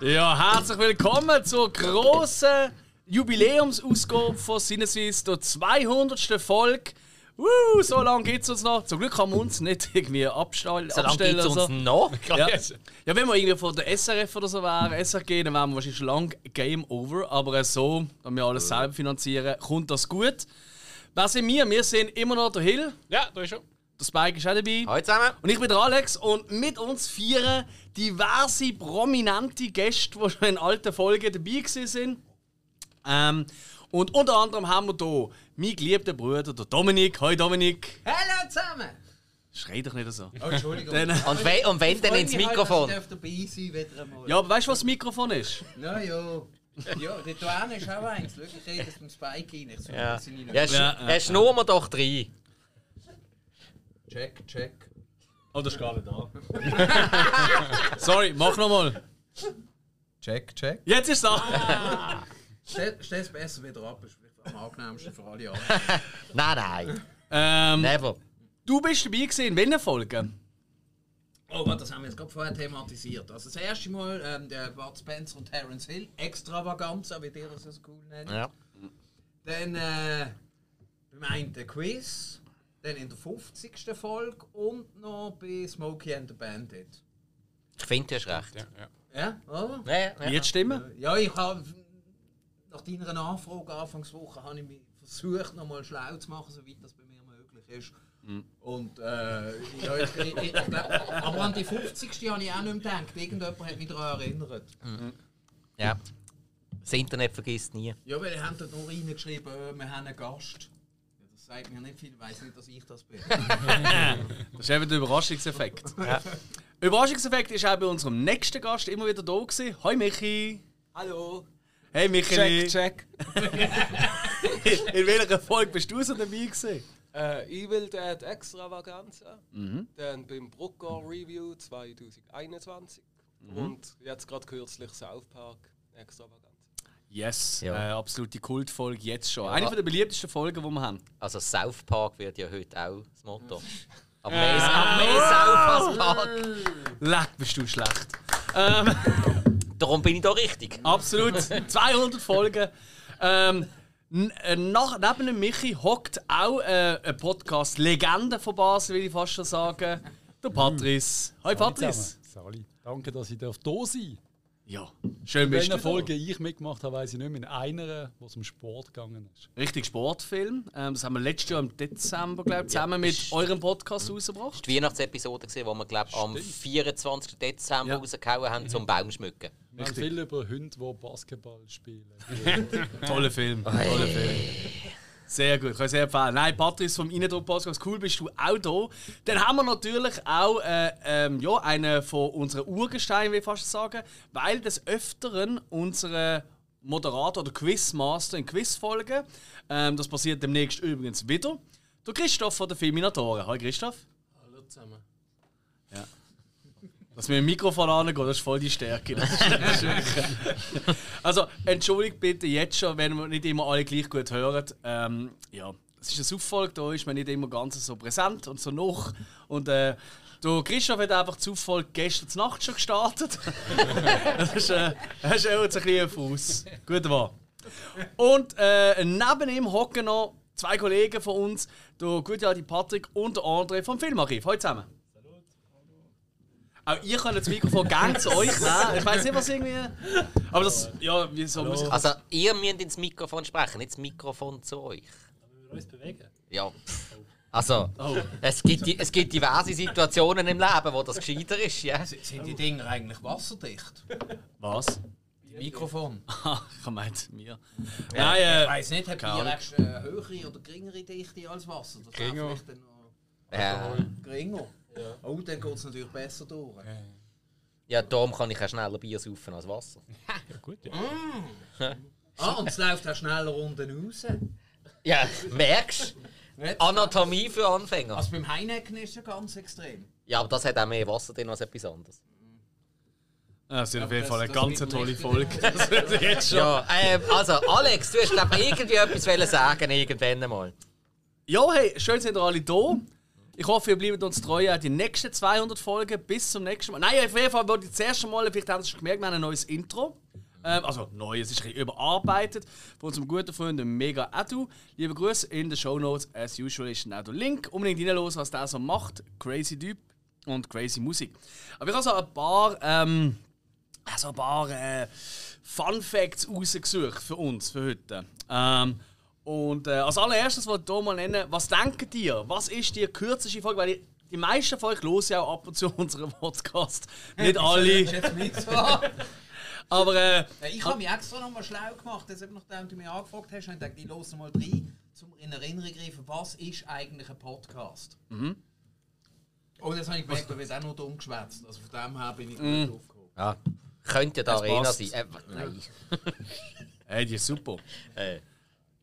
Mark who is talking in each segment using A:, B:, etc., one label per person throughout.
A: Ja, herzlich willkommen zur grossen Jubiläumsausgabe von Sinneswiss, der 200. Folge. Woo, so lange gibt es uns noch. Zum Glück kann man uns nicht irgendwie abstall-
B: So lange
A: abstellen.
B: gibt es uns
A: oder so.
B: noch.
A: Oh, ja. ja, wenn wir irgendwie von der SRF oder so wären, SRG, dann wären wir wahrscheinlich schon lange Game Over. Aber äh, so, da wir alles selber finanzieren, kommt das gut. Wer sind wir? Wir sind immer noch der Hill,
C: Ja, da ist schon.
A: der Spike ist auch dabei.
B: Hallo zusammen.
A: Und ich bin der Alex und mit uns feiern diverse prominente Gäste, die schon in alten Folgen dabei gewesen sind. Ähm, und unter anderem haben wir hier meinen geliebten Bruder, der Dominik. Hi Dominik!
D: Hallo zusammen!
A: Schrei doch nicht so.
D: Oh, Entschuldigung.
A: Dann, äh,
B: Und, we und wenn dann ins Mikrofon?
D: halt, Ich dürfte dabei sein, wieder einmal.
A: ja, aber weißt du, was das Mikrofon ist?
D: Na ja. Ja, der Duane ist auch eins. Schau, ich rede aus dem Spike rein. Ich suche
B: Ja,
D: das in
B: ja,
D: ja.
B: sch
A: Ja, ja,
B: ja schnurren wir doch rein.
D: Check, check.
A: Oh, das ist gar nicht da. Sorry, mach nochmal.
D: Check, check.
A: Jetzt ist es da.
D: Stell es besser wieder ab, ist vielleicht am angenehmsten für alle anderen.
B: Nein, nein.
A: Ähm,
B: Never.
A: du bist dabei gewesen, in welchen Folgen?
D: Oh, warte, das haben wir jetzt gerade vorher thematisiert. Also das erste Mal ähm, der Bart Spencer und Terence Hill. Extravaganza, wie ihr das so cool nennt.
B: Ja.
D: Dann äh, beim einen der Quiz. Dann in der 50. Folge und noch bei Smokey and the Bandit.
B: Ich finde, du hast recht.
C: Ja, ja.
D: Ja, oder?
B: Ja, ja.
A: Jetzt stimmen?
D: Ja, ich habe nach deiner Anfrage Anfangswoche habe ich mich versucht, nochmal schlau zu machen, soweit das bei mir möglich ist.
A: Mhm.
D: Und äh, ja, ich, ich, ich glaub, aber an die 50. habe ich auch nicht mehr gedacht. Irgendjemand hat mich daran erinnert.
B: Mhm. ja. Das Internet vergisst nie.
D: Ja, weil ihr habt dort nur reingeschrieben, äh, wir haben einen Gast. Ja, das sagt mir nicht viel, ich weiß nicht, dass ich das bin.
A: Das ist eben der Überraschungseffekt. Überraschungseffekt ist auch bei unserem nächsten Gast immer wieder da gewesen. Hi Michi!
D: Hallo!
A: Hey Michi,
C: check.
A: in welcher Folge bist du so dabei gewesen?
C: Äh, Evil Dead Extravaganza.
A: Mhm.
C: Dann beim Brucker Review 2021.
A: Mhm.
C: Und jetzt gerade kürzlich South Park Extravaganza.
A: Yes,
B: Ja.
A: äh, absolute Kultfolge jetzt schon. Eine von der beliebtesten Folgen, die wir haben.
B: Also South Park wird ja heute auch das Motto. Aber mehr,
A: Ah.
B: aber mehr South als Park.
A: Leck, bist du schlecht.
B: Darum bin ich da richtig.
A: Ähm. Absolut, 200 Folgen. Ähm, n- äh, nach, neben dem Michi hockt auch äh, ein Podcast-Legende von Basel, will ich fast schon sagen. Der Patrice. Hi Patrice.
E: Sali, danke, dass ich da sein
A: Ja, schön bist du.
E: darf. Welche
A: da.
E: Folge ich mitgemacht habe, weiß ich nicht mehr. In einer, wo es um Sport gegangen ist.
A: Richtig Sportfilm. Ähm, das haben wir letztes Jahr im Dezember, glaube ich, zusammen mit eurem Podcast rausgebracht.
B: Die Weihnachtsepisode gesehen, wo wir glaube am 24. Dezember
A: Ja.
B: rausgehauen haben zum Baum schmücken.
E: Wir haben viel über Hunde, die Basketball spielen. Äh, Oh,
A: Toller Film. Toller Film. Sehr gut, kann ich sehr empfehlen. Nein, Patrice vom Innendruck Podcast, cool bist du auch da. Dann haben wir natürlich auch äh, ähm, ja, einen von unseren Urgesteinen, will ich fast sagen, weil des Öfteren unsere Moderator oder Quizmaster in Quizfolgen, ähm, das passiert demnächst übrigens wieder, der Christoph von der Filminatoren. Hi Christoph.
C: Hallo zusammen.
A: Dass mir ein Mikrofon angeht, das ist voll die Stärke. Das ist das ist wirklich- also, entschuldigt bitte jetzt schon, wenn wir nicht immer alle gleich gut hören. Ähm, ja, es ist eine Auffolge, da ist man nicht immer ganz so präsent und so noch. Und äh, der Christoph hat einfach die Auffolge gestern Nacht schon gestartet. das ist, äh, das ist auch jetzt ein bisschen ein Fuß. Gut war. Und äh, neben ihm hocken noch zwei Kollegen von uns, der gute Patrick und der André vom Filmarchiv. Hallo zusammen. Auch ihr könnt das Mikrofon gerne zu euch nehmen. Ich weiß nicht, was irgendwie. Aber das. Ja, wieso muss ich.
B: Also ihr müsst ins Mikrofon sprechen, nicht das Mikrofon zu euch. Ja. Also,
A: Oh,
B: es, gibt, die- es gibt diverse Situationen im Leben, wo das gescheiter ist. Ja?
D: S- Sind die Dinger eigentlich wasserdicht?
A: Was? Ah,
D: Die Mikrofon?
A: ich meinte mir. Nein, äh,
D: Weiß nicht, hat
A: Keine
D: Bier
A: Ahnung.
D: extra eine höhere oder geringere Dichte als Wasser? Das wäre
C: Geringer.
D: vielleicht dann noch
B: Ja.
D: geringer. Oh, dann geht es natürlich besser durch.
B: ja, darum kann ich auch schneller Bier saufen als Wasser.
D: Ah, und es läuft auch schneller unten raus.
B: Ja, merkst
D: Nicht?
B: Anatomie für Anfänger.
D: Also beim Heineken ist es ja ganz extrem.
B: Ja, aber das hat auch mehr Wasser drin als etwas anderes.
A: das ist auf jeden
D: das-
A: Fall eine
D: das
A: ganz
D: wird
A: tolle
D: nicht-
A: Folge. Das wird jetzt schon.
B: Ja, ähm, also Alex, du hast glaub, ich, irgendwie etwas wollen sagen irgendwann einmal.
A: Ja, hey, schön sind ihr alle da. Ich hoffe, ihr bleibt uns treu auch die nächsten 200 Folgen bis zum nächsten Mal. Nein, auf jeden Fall wollte ich das erste Mal, vielleicht haben Sie es schon gemerkt, wir haben ein neues Intro. Ähm, also neu, es ist ein bisschen überarbeitet. Von unserem guten Freund Mega Adu. Liebe Grüße, in den Show Notes as usual ist ein Adu-Link. Unbedingt reinlassen, was der so macht. Crazy Typ und crazy Musik. Aber ich habe so ein paar... Ähm, also ein paar äh, Fun Facts rausgesucht für uns, für heute. Ähm, und äh, als allererstes wollte ich hier mal nennen, was denkt ihr? Was ist die kürzeste Folge? Weil ich, die meisten von euch hören ja auch ab und zu unseren Podcast. Nicht alle.
D: Jetzt mit zwar.
A: Aber äh,
D: Ja, Ich habe mich extra nochmal schlau gemacht, jetzt eben nachdem du mich angefragt hast, habe ich gedacht, ich höre mal rein, um in Erinnerung zu greifen, was ist eigentlich ein Podcast?
A: Mhm.
D: Und jetzt habe ich gemerkt, da wird auch nur dumm geschwätzt. Also von dem her bin ich
A: Mm.
D: gut aufgehoben.
B: Ja. Könnte ja die
A: Es
B: Arena
A: passt.
B: sein. Äh, w- nein.
A: hey, die ist super.
B: Äh,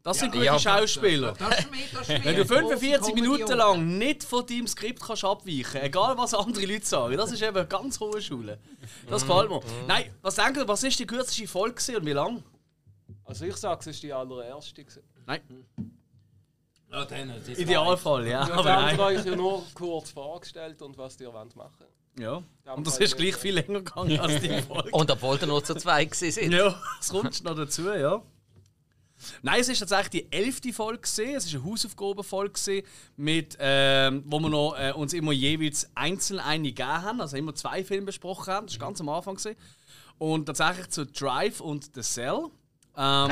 A: Das sind
B: Ja,
A: gute Schauspieler.
D: Das ist mir, das ist mir.
A: Wenn du 45
D: Große
A: Minuten
D: Comedy-
A: lang nicht von deinem Skript kannst abweichen egal was andere Leute sagen, das ist eben eine ganz hohe Schule. Das gefällt mir.
B: Mhm.
A: Nein, was denkt ihr, was ist die kürzeste Folge gewesen und wie lang?
C: Also ich sage, es ist die allererste. gewesen.
A: Nein,
D: Ja, dann, das ist
A: Idealfall, ja.
C: Ich
A: Aber
C: habe
A: nein.
C: euch ja nur kurz vorgestellt und was ihr wollt machen.
A: Ja. Und
C: halt
A: das ist gleich viel länger gegangen als die Folge.
B: und obwohl da nur zu zwei gewesen sind.
A: Ja, es kommt noch dazu, ja. Nein, es ist tatsächlich die elfte Folge gewesen. Es ist eine Hausaufgabenfolge gewesen, mit, ähm, wo wir noch, äh, uns immer jeweils einzeln eine gegeben haben, also immer zwei Filme besprochen haben. Das war ganz am Anfang gewesen. Und tatsächlich zu Drive und The Cell. Ähm, und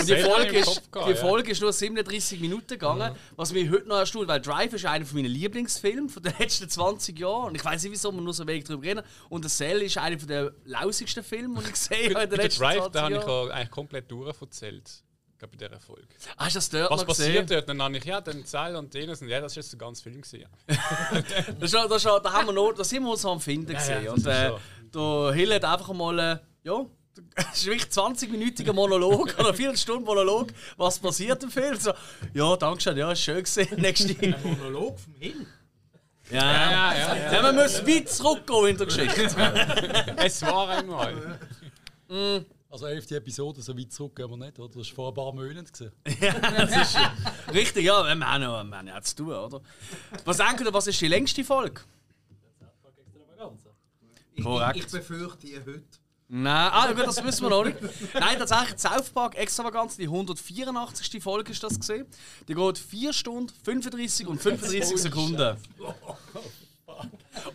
A: die
E: Cell habe ich
A: Folge,
E: im
A: ist,
E: Kopf gehabt,
A: die
E: ja.
A: Folge ist nur 37 Minuten gegangen, was mich heute noch erstaunt, weil Drive ist einer meiner Lieblingsfilme von den letzten 20 Jahren. Und ich weiß nicht, wieso wir nur so wenig darüber reden. Und The Cell ist einer der lausigsten Filme, die ich gesehen habe in den
E: Der
A: letzten
E: Drive,
A: 20
E: da habe ich
A: Jahren.
E: auch eigentlich komplett durchverzählt. Ich glaube, bei dieser Folge.
A: Hast du Ah, das dort
E: Was
A: noch
E: passiert
A: gesehen?
E: dort? Dann habe ich, ja, dann Zell und jenes und ja, das ist jetzt der ganze Film gesehen.
A: Das ist, noch- das ist, noch- da, haben wir noch, da sind wir uns noch am Finden.
E: ja,
A: gesehen.
E: das
A: Und
E: ist
A: äh,
E: so.
A: der Hill hat einfach mal, äh, ja, es ist wirklich 20-minütiger Monolog oder 4 Stunden Monolog, was passiert im Film. So, ja, danke schön, ja, ist schön gesehen. Nächste.
D: ein Monolog vom Hill.
A: Ja, ja, ja. ja. Man muss weit zurückgehen in der Geschichte.
E: Es war einmal.
A: Mm.
F: Also elfte Episode, so weit zurück gehen wir nicht, oder? Das war vor ein paar Monaten. gewesen.
A: Richtig, ja, wir haben ja, wir haben ja zu tun, oder? Was denkt ihr, was ist die längste Folge?
D: Ich,
A: Korrekt.
D: Ich, ich befürchte ihn heute.
A: Nein, ah, gut, das wissen wir noch nicht. Nein, tatsächlich, South Park Extravaganz, die 184. Folge ist das gesehen. Die geht 4 Stunden, 35 und 35 Sekunden.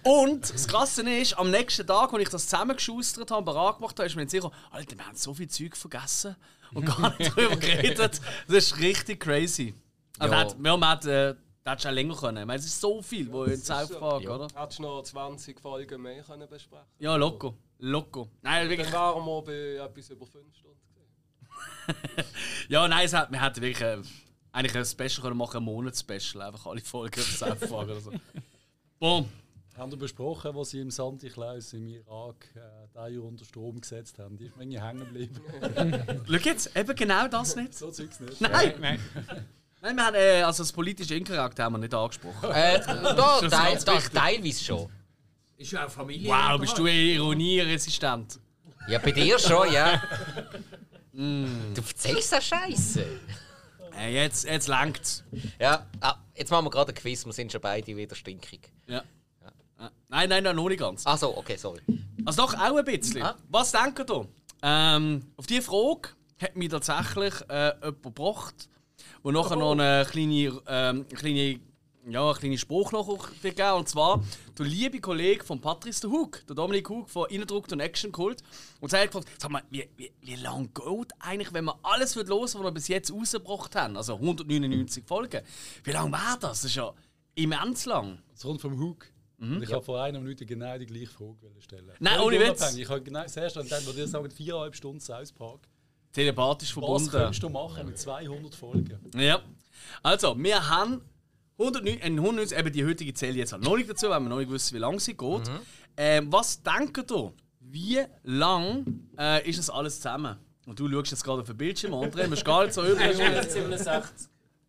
A: Und das Krasse ist, am nächsten Tag, als ich das zusammengeschustert habe, bereit gemacht habe, ist mir jetzt sicher, Alter, wir haben so viel Zeug vergessen und gar nicht drüber geredet. Das ist richtig crazy. Also,
B: Ja.
A: ja. wir haben äh, das hätte schon länger können. Ich meine, es ist so viel, wo in South Park, oder?
C: Hättest du noch 20 Folgen mehr können besprechen
A: Ja, loco. Loco. Nein, wirklich.
C: Dann wären wir bei etwas über 5 Stunden. gewesen.
A: Ja, nein, es hat, wir hätten wirklich äh, eigentlich ein Special können machen, ein Monatsspecial, einfach alle Folgen zusammenfahren oder so. Boom.
F: Haben wir besprochen, was sie im Santikleus im Irak äh, die Eier unter Strom gesetzt haben. Die ist mir irgendwie hängen geblieben.
A: Schau jetzt, eben genau das nicht.
F: so Zeugs nicht.
A: Nein!
E: Nein,
A: Nein, wir haben äh, also das politische Inkorrekt haben wir nicht angesprochen.
B: Äh, da, teil, doch, teilweise schon.
D: Ist ja auch Familie.
A: Wow, bist du eh ironieresistent.
B: Ja, bei dir schon, ja. Du erzählst ja Scheiße.
A: Äh, jetzt jetzt langt's.
B: Ja, ah, jetzt machen wir gerade ein Quiz, wir sind schon beide wieder stinkig.
A: Ja. Äh, Nein, nein, nein, noch nicht ganz.
B: Also, okay, sorry.
A: Also doch auch ein bisschen.
B: Ah.
A: Was denkt ihr? Ähm, auf diese Frage hat mich tatsächlich äh, jemand gebracht, der nachher
B: Oh.
A: noch eine äh, kleine, ähm, kleine, ja, eine kleine Spruchnachricht gegeben Und zwar der liebe Kollege von Patrice de Hug, der Dominik Hug von Innendruckt und Action Cult. Und er hat gefragt, sag mal, wie, wie, wie lang geht eigentlich, wenn man alles hören würde, was wir bis jetzt rausgebracht haben, also 199 Folgen, wie lang wäre das? Das ist ja immens lang. Mhm.
F: Das kommt vom Hook. Und ich habe vor einer Minute genau die gleiche Frage wollen stellen.
A: Nein,
F: Völlig
A: ohne Witz.
F: unabhängig. Ich habe genau das erste und dann, wo dir sagen, viereinhalb Stunden South Park.
A: Telepathisch
F: Was
A: verbunden.
F: kannst du machen mit 200 Folgen?
A: Ja. Also, wir haben 109, äh, 190, eben die heutige Zähl jetzt halt noch nicht dazu, weil wir noch nicht wissen, wie lange sie geht. Ähm, was denkt ihr? Wie lang äh, ist das alles zusammen? Und du schaust jetzt gerade auf den Bildschirm, André, musst gar nicht so über.
G: 367.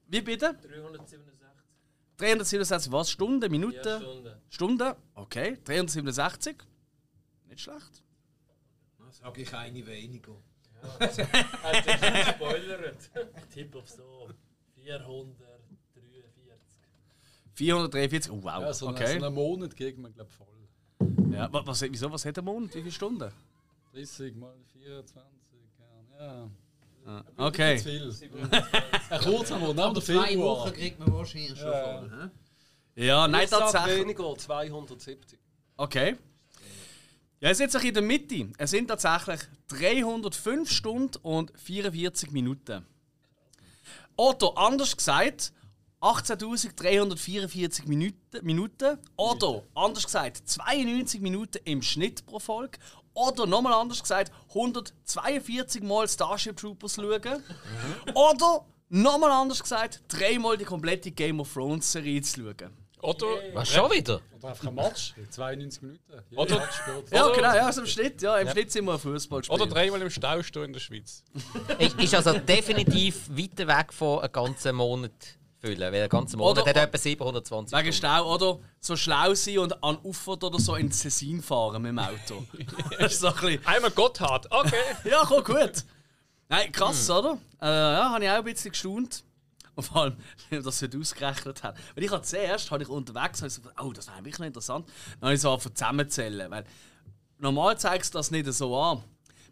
A: Wie bitte?
G: 367.
A: 367, was? Stunden, Minuten?
G: Ja, Stunden.
A: Stunden? Okay, 367. Nicht schlecht.
D: Sag ich eine weniger. Mhm.
G: Hat dich schon gespoilert. Ich tippe auf so 443.
A: 443, oh wow,
F: Ja, so, okay.
A: okay.
F: so einen Monat kriegen wir, glaube ich, voll.
A: Ja, wa- was, wieso, was hat der Mond? Wie viele Stunden?
F: 30 mal 24, ja. ja. Zu
A: Ah, Okay.
F: viel. Ein kurzer Monat, aber der
D: Zwei Wochen
F: Februar.
D: kriegt man wahrscheinlich schon voll. hä?
A: Ja, nein,
C: Ich sag
A: tatsächlich.
C: weniger, 270.
A: Okay. Ja, er ist jetzt ein bisschen in der Mitte. Es sind tatsächlich 305 Stunden und 44 Minuten. Oder anders gesagt, 18.344 Minuten, Minuten. Oder anders gesagt, 92 Minuten im Schnitt pro Folge. Oder nochmal anders gesagt, 142 Mal Starship Troopers schauen. Oder nochmal anders gesagt, dreimal die komplette Game of Thrones Serie zu schauen.
H: Oder,
B: Was, schon wieder?
F: Oder einfach ein Match, 92 Minuten. Jeder
H: Oder-
F: Match geht.
A: Ja,
H: Oder-
A: genau, ja, also im Schnitt. Ja, im Schnitt sind wir ein Fußballspiel.
H: oder dreimal im Stau stehen in der Schweiz.
B: Ist, ist also definitiv weiter weg von einem ganzen Monat füllen. Weil ein ganzer Monat
A: Oder-
B: hat etwa 720
A: Wegen
B: Stunden.
A: Stau, oder? So schlau sein und an Ufer oder so ins Tessin fahren mit dem Auto. das ist so ein bisschen,
H: Einmal Gotthard, okay.
A: ja, komm, gut. Nein, krass, oder? Äh, ja, habe ich auch ein bisschen gestaunt. Und vor allem, wie wir das heute ausgerechnet haben. Weil ich habe zuerst, habe ich unterwegs, habe ich so, gedacht, oh, das wäre wirklich noch interessant. Dann habe ich so angefangen zusammenzählen. Weil normal zeigst du das nicht so an.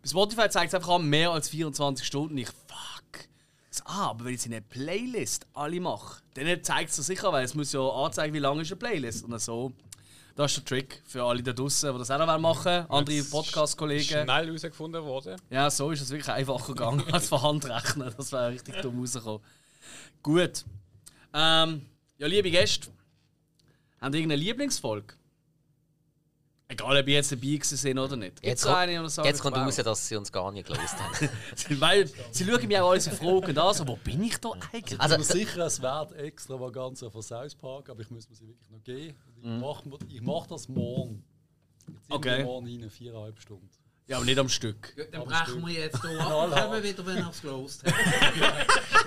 A: Bei Spotify zeigt es einfach an, mehr als 24 Stunden. Ich, fuck. Das- Ah, aber wenn ich eine Playlist alle mache, dann zeigt es das sicher, weil es muss ja anzeigen, wie lange ist eine Playlist. Und so, das ist der Trick für alle da draußen, die das auch noch machen wollen. Andere Podcast-Kollegen.
H: Schnell herausgefunden worden.
A: Ja, so ist es wirklich einfacher gegangen als von Hand rechnen. Das wäre richtig dumm rausgekommen. Gut. Ähm, ja, liebe Gäste, habt ihr irgendeine Lieblingsfolge? Egal, ob ihr jetzt dabei gewesen sind oder nicht. Gibt's
B: Jetzt,
A: so eine oder so?
B: kommt, jetzt kommt
A: Wow.
B: raus, dass sie uns gar nicht gelöst haben.
A: Weil sie schauen mich auch alle so fragend an, so, wo bin ich da eigentlich?
F: Ich bin mir
B: Also,
F: sicher, es wird extravaganza von South Park, aber ich muss mir sie wirklich noch geben. Und Ich
B: Mhm.
F: mache mach das morgen. Ich ziehe
A: Okay.
F: mir morgen rein, viereinhalb Stunden.
A: Ja, aber nicht am Stück.
D: Gut, dann brechen wir jetzt hier ab und kommen wieder, wenn er es gelost hat.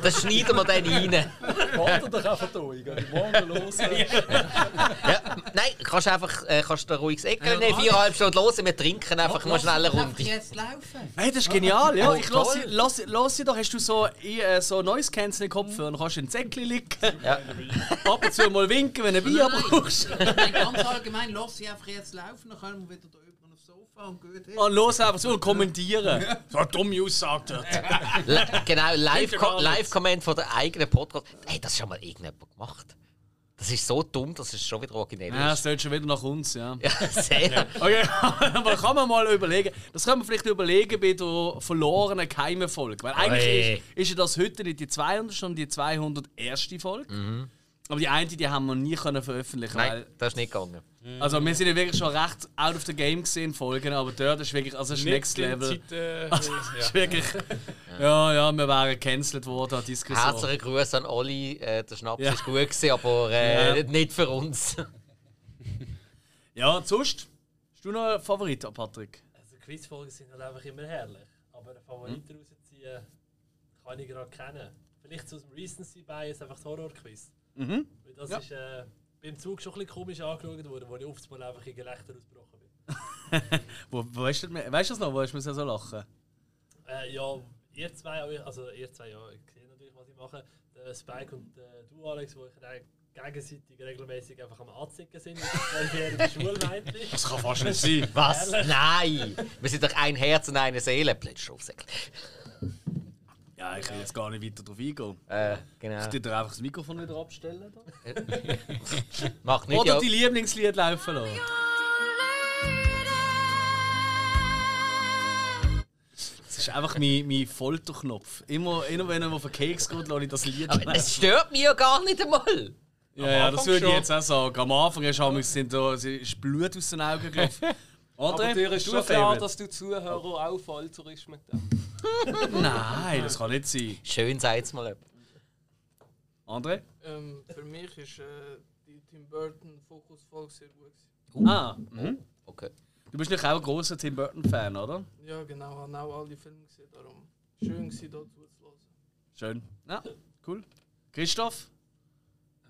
B: das schneiden wir dann rein.
F: Warte doch einfach da, ich gehe morgen los.
B: Ja, nein, kannst einfach äh, kannst du ein ruhiges Eckel
D: Ja,
B: nehmen, viereinhalb Stunden los, wir trinken einfach mal schnell eine
D: Lass ihn
B: Runde.
D: jetzt laufen.
A: Hey, das ist genial. Ja,
B: Oh,
A: ich
B: toll.
A: lasse lass, lass dich doch. Hast du so, äh, so Noise Cancelling Kopfhörer? Dann kannst du in den Säckchen liegen,
B: Mhm. Ja.
A: ab und zu mal winken, wenn du ein Bier
D: Nein.
A: brauchst.
D: Ich meine, ganz allgemein, lass sie einfach jetzt laufen, dann können wir wieder da jemanden aufs Sofa und gut ist.
A: Und los einfach so und kommentieren. So eine dumme Aussage dort.
B: Le- Genau,
A: Geht ja gar
B: Live-Comment
A: nicht.
B: von der eigenen Podcast. Hey, das hat schon mal irgendjemand gemacht. Das ist so dumm, dass es schon wieder originell
A: Ja, es
B: ist.
A: tönt schon wieder nach uns, ja.
B: Ja, sehr.
A: Okay, aber kann man mal überlegen. Das kann man vielleicht überlegen bei der verlorenen geheimen Folge. Weil eigentlich
B: Oi.
A: ist, ist ja das heute nicht die 200, sondern die 201. Folge. Aber die eine, die haben wir nie können veröffentlichen
B: Nein, das ist nicht gegangen.
A: weil, Also wir sind ja wirklich schon recht out of the game gesehen Folgen, aber dort ist wirklich, also ist next
H: in
A: level. Also,
H: Zeit, äh,
A: Ist
H: ja.
A: wirklich, ja, ja, wir wären gecancelt worden an Diskussion.
B: Herzlichen Gruß an Olli. Äh, der Schnaps
A: Ja.
B: ist gut, gewesen, aber äh,
A: Ja.
B: nicht für uns.
A: Ja, sonst, hast du noch einen Favorit, Patrick?
G: Also Quizfolgen sind halt einfach immer herrlich. Aber einen Favoriten rausziehen kann ich gerade kennen. Vielleicht so aus dem Recency Bias einfach das Horror-Quiz.
A: Mhm.
G: Weil das
A: Ja.
G: ist äh, beim Zug schon ein bisschen komisch angeschaut worden, wo ich oft mal einfach in Gelächter ausgebrochen bin.
A: Wo, wo hast du, das- weißt du das noch? Wo hast du müssen so lachen?
G: Äh, ja, ihr zwei, euch- also ihr zwei, ja, ich sehe natürlich, was ich mache. Der Spike und äh, du, Alex, wo ich dann gegenseitig regelmäßig einfach am Anzicken sind, weil wir in der Schule
A: Das kann fast nicht sein.
B: Was? Nein! Wir sind doch ein Herz und eine Seele. Plätsch auf
A: Ja, ich will jetzt gar nicht weiter drauf eingehen.
B: äh, genau.
A: Ich dir einfach das Mikrofon wieder abstellen. Da.
B: Macht nicht
A: Oder
B: ja.
A: die Lieblingslied laufen lassen. Das ist einfach mein, mein Folterknopf. Immer, immer wenn er auf den Keks geht, lasse ich das Lied
B: Aber
A: laufen.
B: es stört mich ja gar nicht einmal.
A: Ja, ja, das
H: Anfang
A: würde ich
H: schon.
A: jetzt auch sagen. Am Anfang ist, amigs sind da, es ist Blut aus den Augen gelaufen. André,
C: Aber dir ist
A: du
C: schon
A: ein
C: klar,
A: Favorite?
C: dass du Zuhörer auch Folterisch mit dem.
A: Nein, das kann nicht sein.
B: Schön sagt's mal. jemand.
A: André?
G: Ähm, für mich ist
I: äh,
G: die Tim Burton Fokusfolge sehr gut.
A: Ah, mhm.
B: Okay.
A: du bist nicht auch ein großer Tim Burton-Fan, oder?
G: Ja, genau, haben auch alle Filme gesehen, darum schön war, da zuzuhören.
A: Schön. Ja, cool. Christoph?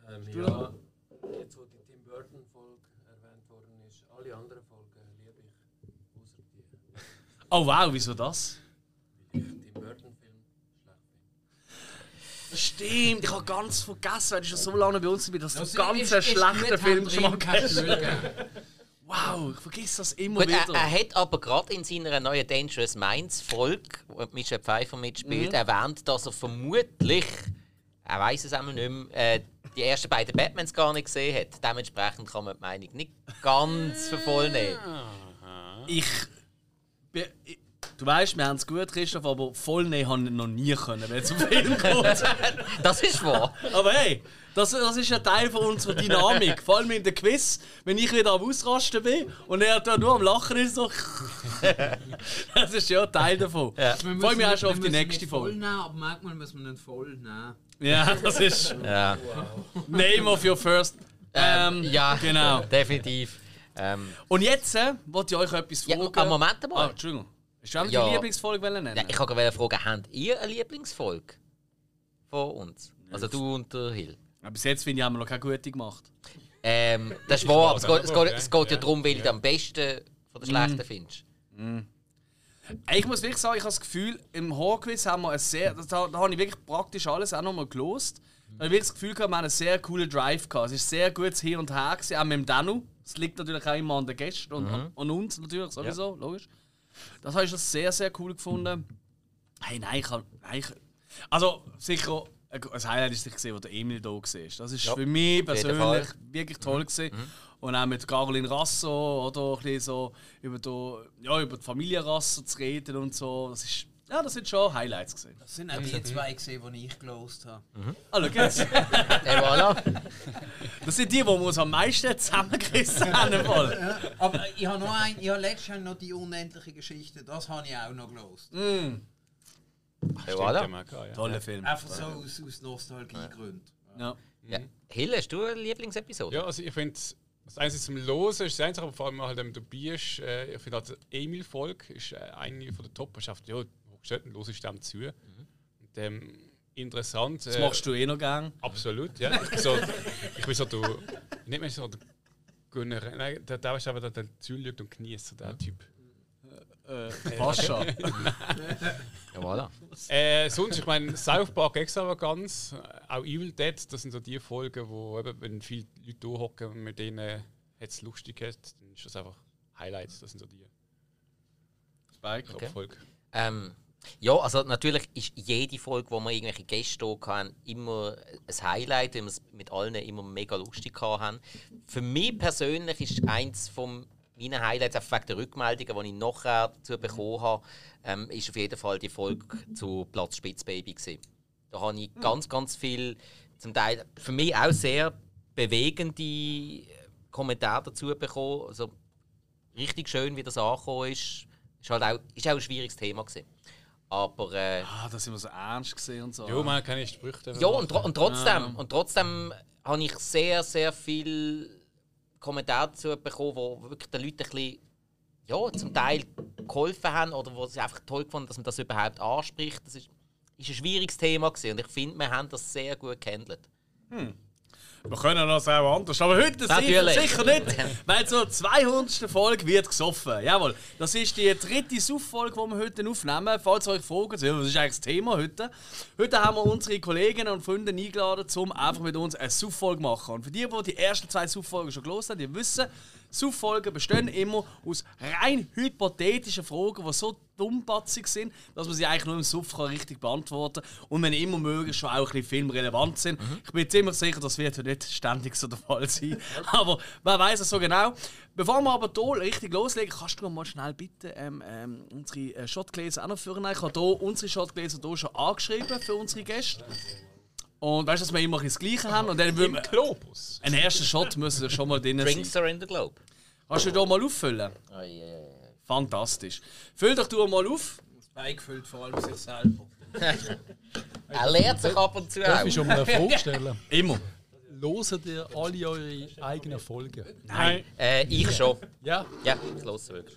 I: Ähm, ja, jetzt wo die Tim Burton Folge erwähnt worden ist, alle anderen Folgen liebe ich, außer die,
A: Oh wow, wieso das?
I: weil ich Tim Burton Film schlecht finde.
A: Stimmt, ich habe ganz vergessen, weil ich schon so lange bei uns bin, dass du
D: Das
A: ganz
D: ist-
A: einen
D: ist
A: schlechten
D: nicht
A: Filmgeschmack
D: Hendrik
A: hast.
D: Müller.
A: Wow, ich vergesse das immer
B: Gut, er,
A: wieder.
B: er hat aber gerade in seiner neuen Dangerous Minds Folge, wo Michelle Pfeiffer
A: Mhm.
B: mitspielt, erwähnt, dass er vermutlich, er weiß es einmal nicht mehr, äh, die ersten beiden Batmans gar nicht gesehen hat. Dementsprechend kann man die Meinung nicht ganz für voll nehmen.
A: ich, bin- ich. Du weißt, wir haben es gut, Christoph, aber voll nehmen habe ich noch nie können, wenn es um Film geht.
B: Das ist wahr.
A: Aber hey, das, das ist ein Teil von unserer Dynamik. Vor allem in der Quiz, wenn ich wieder am Ausrasten bin und er da nur am Lachen ist. So das ist ja Teil davon.
D: Wir
A: Vor allem
D: müssen
A: auch schon auf
D: nicht- wir
A: die
D: müssen nicht
A: nächste
D: voll
A: Folge.
D: Nehmen, aber manchmal müssen wir nicht voll nehmen.
A: Ja, das ist
B: Ja,
A: Name of your first. Ähm,
B: ja
A: genau.
B: definitiv. Ähm,
A: Und jetzt äh, wollte ich euch etwas
B: ja,
A: fragen.
B: am Moment
A: Ah,
B: mal.
A: Entschuldigung. Hast du auch
B: Ja.
A: die Lieblingsfolge wollen nennen?
B: Nein, ich wollte gerade fragen, habt ihr eine Lieblingsfolge von uns? Also du und der Hill.
A: Ja, Bis jetzt finde ich, haben wir noch keine gute gemacht.
B: Ähm, das ist wahr, aber es geht, es geht, es geht ja
H: Ja.
B: darum, weil du am besten
A: Mhm.
B: von der schlechten findest.
A: Hm. Ey, Ich muss wirklich sagen, ich habe das Gefühl, im Horquiz haben wir ein sehr. Da, da, da habe ich wirklich praktisch alles auch nochmal gelost. Da habe ich wirklich das Gefühl, gehabt, wir haben einen sehr coolen Drive gehabt. Es ist sehr gutes Hin und Her, gewesen, auch mit dem Danu. Es liegt natürlich auch immer an den Gästen und
B: Mhm.
A: an uns natürlich sowieso, logisch. Das habe ich schon sehr, sehr cool gefunden. Hey, nein, ich habe. Nein, ich, also, sicher, ein ein Highlight ist, ich gesehen, wo der Emil da war. Das ist für mich
B: jeden
A: persönlich
B: Fall. Mhm.
A: wirklich toll gewesen. Und auch mit Caroline Rasso, oder? Ein bisschen so über die, ja, über die Familie Rasso zu reden und so. Das ist, ja, das sind schon Highlights gewesen.
D: Das sind auch
B: Mhm.
D: die zwei gesehen, die ich gelost habe.
A: Ah, schau jetzt.
B: Et voilà.
A: Das sind die, die wir uns am meisten zusammengerissen haben. Voll.
D: Aber ich habe noch ein, ich habe letztes Jahr noch die unendliche Geschichte, das habe ich auch noch gelost.
A: Mm.
B: Et voilà.
A: Toller Film.
D: Einfach so aus, aus Nostalgiegründen.
A: Ja.
B: Ja. Hill, hast du eine Lieblingsepisode?
H: Ja, also ich finde das Einzige zum Losen ist das Einzige, aber vor allem halt, wenn du dabei bist, äh, ich finde halt Emil Volk ist äh, eine von der top -Mannschaft. Ja, schön, los ist dem zu. Und, ähm, interessant. äh,
A: Das machst du eh noch gern.
H: Absolut, ja. Ich bin so, ich bin so du, nicht mehr so der Gunnar. Nein, der, der ist aber der, der zuschaut und genießt, der Typ.
A: Pascha.
B: Et voilà.
H: Äh, sonst, ich meine, South Park Extravaganz, äh, auch Evil Dead, das sind so die Folgen, wo eben, wenn viele Leute da hocken und mit denen hat es lustig hat, dann ist das einfach Highlights, das sind so die
A: Spike.
B: Okay.
H: Top-Folgen.
B: Ähm, ja, also natürlich ist jede Folge, wo wir irgendwelche Gäste hier hatten, immer ein Highlight, weil wir es mit allen immer mega lustig haben. Für mich persönlich ist eins von meinen Highlights, auch wegen der Rückmeldungen, die ich nachher dazu bekommen habe, ähm, ist auf jeden Fall die Folge zu Platz Spitzbaby gewesen. Da habe ich ganz, ganz viel, zum Teil für mich auch sehr bewegende Kommentare dazu bekommen. Also, richtig schön, wie das angekommen ist. Ist halt auch, ist auch ein schwieriges Thema gewesen. Aber äh,
A: Ah, da sind wir so ernst gesehen und so.
H: Ja, man kann ich Sprüche.
B: ja, und, tro und trotzdem, und trotzdem habe ich sehr, sehr viel Kommentare dazu bekommen, wo wirklich den Leuten ein bisschen, ja, zum Teil geholfen haben oder wo sie einfach toll gefunden, dass man das überhaupt anspricht. Das ist, ist ein schwieriges Thema gewesen und ich finde, wir haben das sehr gut gehandelt.
A: Wir können das auch anders, aber heute
B: Natürlich.
A: sicher, sicher nicht, weil zur 200. Folge wird gesoffen. Jawohl, das ist die dritte Suff-Folge, die wir heute aufnehmen. Falls ihr euch fragt, ja, was ist eigentlich das Thema heute? Heute haben wir unsere Kolleginnen und Freunde eingeladen, um einfach mit uns eine Suff-Folge zu machen. Und für die, die die ersten zwei Suff-Folgen schon gelesen haben, die wissen, Suff-Folgen bestehen immer aus rein hypothetischen Fragen, die so dummbatzig sind, dass man sie eigentlich nur im Suff kann richtig beantworten kann. Und wenn immer möglich, schon auch ein bisschen filmrelevant sind. Ich bin ziemlich sicher, das wird ja nicht ständig so der Fall sein. Aber wer weiß es so genau. Bevor wir aber hier richtig loslegen, kannst du mal schnell bitte ähm, ähm, unsere äh, Shotgläser auch noch führen. Ich habe hier unsere Shotgläser hier schon angeschrieben für unsere Gäste. Und weißt du, dass wir immer ein bisschen das Gleiche haben? Und dann würden wir
H: Globus.
A: einen ersten Shot müssen schon mal drin sein.
B: Drinks are in the globe. Ah,
A: Kannst du da mal auffüllen? Fantastisch. Füll doch du mal auf.
D: Spike füllt vor allem sich selber.
B: Er lehrt sich ab und zu
F: Darf
B: auch.
F: ich schon mal eine Frage stellen?
A: Immer.
F: Loset ihr alle eure eigenen Folgen?
B: Äh, ich schon.
F: Ja,
B: Ja, ich höre wirklich.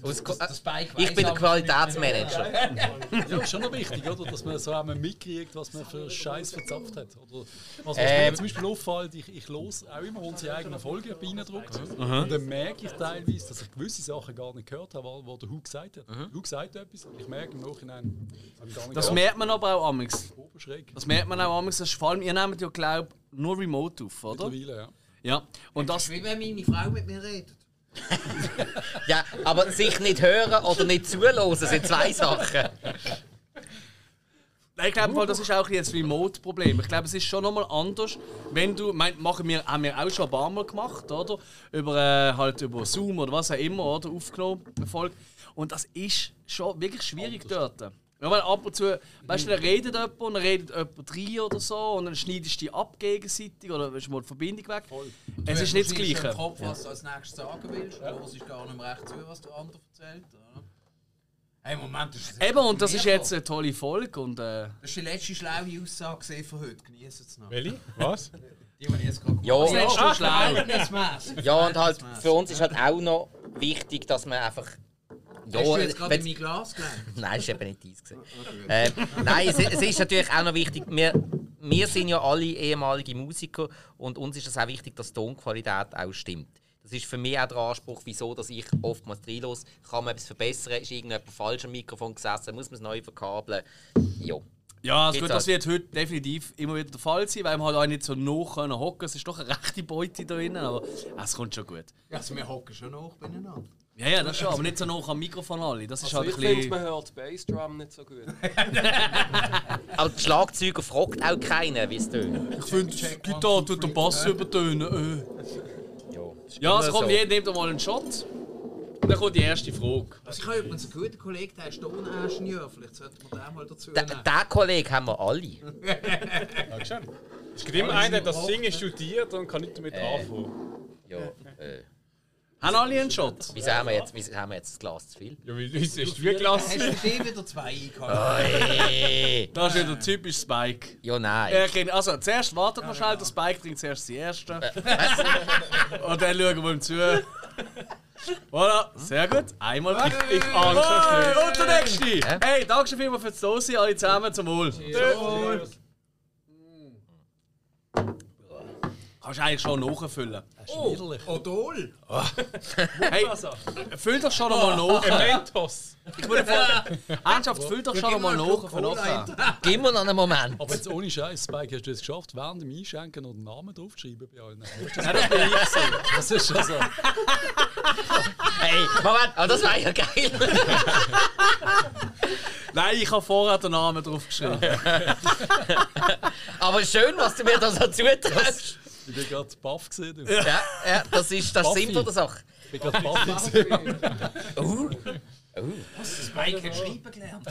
B: Aus Ko-
D: Der Spike
B: ich
D: weiss
B: bin der
D: aber-
B: Qualitätsmanager.
F: Ja, ist schon noch wichtig, oder? Dass man so einmal mitkriegt, was man für Scheiß verzapft hat. Oder, also, was
B: Ähm.
F: mir zum Beispiel auffällt, ich, ich los auch immer unsere eigenen Folgen reindruckt. Und dann merke ich teilweise, dass ich gewisse Sachen gar nicht gehört habe, weil- wo der Hu gesagt hat. Mhm. Hu sagt etwas und ich merke im Nachhinein, das habe ich gar nicht
A: Das merkt man aber auch amigs.
F: oben schräg.
A: Das merkt man auch amigs. Das ist Vor allem, ihr nehmt ja, glaube ich, nur remote auf, oder?
F: Mittlerweile, ja.
A: Ja. Und das...
D: Wie wenn meine Frau mit mir redet.
B: ja, aber sich nicht hören oder nicht zuhören sind zwei Sachen.
A: Nein, ich glaube, im Fall, das ist auch ein bisschen ein Remote-Problem. Ich glaube, es ist schon nochmal anders, wenn du, mein, machen wir, haben wir auch schon ein paar Mal gemacht, oder? Über, äh, halt über Zoom oder was auch immer, oder? Aufgenommen, eine Folge. Und das ist schon wirklich schwierig dort. Ja, weil ab und zu, weißt du, dann redet jemand und dann redet jemand rein oder so und dann schneidest du die ab gegenseitig oder ist mal die Verbindung weg. Es ist nicht das
D: Du
A: Gleiche.
D: Kopf, was du als nächstes sagen willst. Du hörst gar nicht mehr recht zu, was der andere erzählt. oder? Hey, Moment, das ist
A: Eben, und das ist jetzt eine tolle Folge und äh,
D: Das ist die letzte schlaue Aussage gesehen von heute. Genießt es noch.
H: Welche? Was?
D: Die, die ich jetzt gerade
B: Ja, Ah,
A: das ist schon schlau.
D: gemacht
B: ja, und halt für uns ist halt auch noch wichtig, dass man einfach. Ja, äh,
D: Hast du jetzt gerade in
B: wenn,
D: mein Glas gelegt?
B: nein, ist eben nicht dies gesehen. Äh, nein, es, es ist natürlich auch noch wichtig, wir, wir sind ja alle ehemalige Musiker und uns ist es auch wichtig, dass die Tonqualität auch stimmt. Das ist für mich auch der Anspruch, wieso dass ich oftmals reinlos kann man etwas verbessern, ist irgendjemand falsch am Mikrofon gesessen, muss man es neu verkabeln. Ja.
A: Ja, also
B: Gibt's
A: gut, das wird heute definitiv immer wieder der Fall sein, weil wir halt auch nicht so nah können hocken. Es ist doch eine rechte Beute da drinnen, aber es kommt schon gut.
D: Also, wir hocken schon hoch beieinander.
A: Ja, ja, das schon, aber nicht so nah am Mikrofon alle. Das ist
C: Also
A: halt
C: ich
A: ein
C: finde, man
A: bisschen...
C: hört Bassdrum nicht so gut.
B: Aber die Schlagzeuger fragt auch keiner, wie es tönt.
A: Ich finde, die Gitarre tut den Bass übertönen. äh.
B: Ja.
A: Ja, es
B: Immer
A: kommt,
B: so.
A: jeder nimmt mal einen Shot. Und dann kommt die erste Frage.
D: Also, ich habe übrigens einen guten Kollegen, der ist Toningenieur. Vielleicht sollten wir den mal dazu
B: D-
D: nehmen.
B: Den Kollegen haben wir alle.
H: Dankeschön. Es gibt immer einen, der das Singen studiert und kann nicht damit
A: Äh.
H: anfangen.
B: Äh, Ja, äh,
A: Haben alle einen Shot?
B: wieso, haben wir jetzt, wieso haben wir jetzt das Glas zu viel?
H: Ja, weil es ist wie gelassen.
D: Hast du dir wieder zwei eingehalten?
A: Das ist wieder typisch Spike.
B: ja, nein.
A: Er kennt, also, zuerst wartet man schnell, der Spike trinkt zuerst die erste.
B: Äh,
A: Und dann schauen wir ihm zu. Voilà, sehr gut. Einmal weg.
H: Ich ahne schon
A: Hey, und der nächste! Hey, danke schon vielmals fürs Dosi, alle zusammen zum Wohl. Kannst du eigentlich schon nachfüllen.
D: Odol!
A: Hey, füll doch schon nochmal nach.
H: schnell. Also. Mentos.
A: Ich würde vorstellen, ernsthaft, füll doch schon nochmal nach für nachher.
B: Gib mir noch einen Moment.
F: Aber jetzt ohne Scheiß, Spike, hast du es geschafft, während dem Einschenken noch einen Namen draufzuschreiben bei allen?
A: Ja, das bin ich gewesen.
F: Das ist schon so.
B: Hey, Moment,
J: Ah,
B: oh, das war ja geil.
A: Nein, ich habe vorher den Namen draufgeschrieben.
B: Aber schön, was du mir da so zutraust.
F: Ich bin gerade baff gesehen. Ich
B: Ja, ja, das ist das
F: Buffy.
B: Sinn von der Sache.
F: bin gerade baff gesehen.
D: Spike hat schreiben gelernt.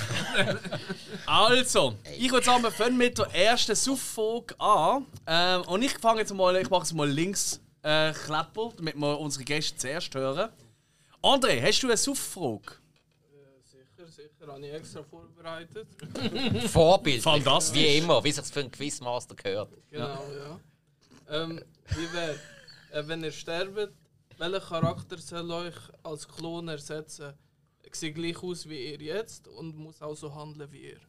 A: Also, ich würde sagen, wir fangen mit der ersten Suffrage an. Ähm, und ich fange jetzt mal, ich mache jetzt mal links äh, Klepper, damit wir unsere Gäste zuerst hören. André, hast du eine Suffrage?
I: Sicher, sicher, habe ich extra vorbereitet.
B: Vorbild.
A: Fantastisch.
B: Wie immer, wie sich's für einen Quizmaster gehört.
I: Genau, ja. Ähm, wie wär, äh, wenn ihr sterbt, welcher Charakter soll euch als Klon ersetzen? Sieht gleich aus wie ihr jetzt und muss auch so handeln wie ihr.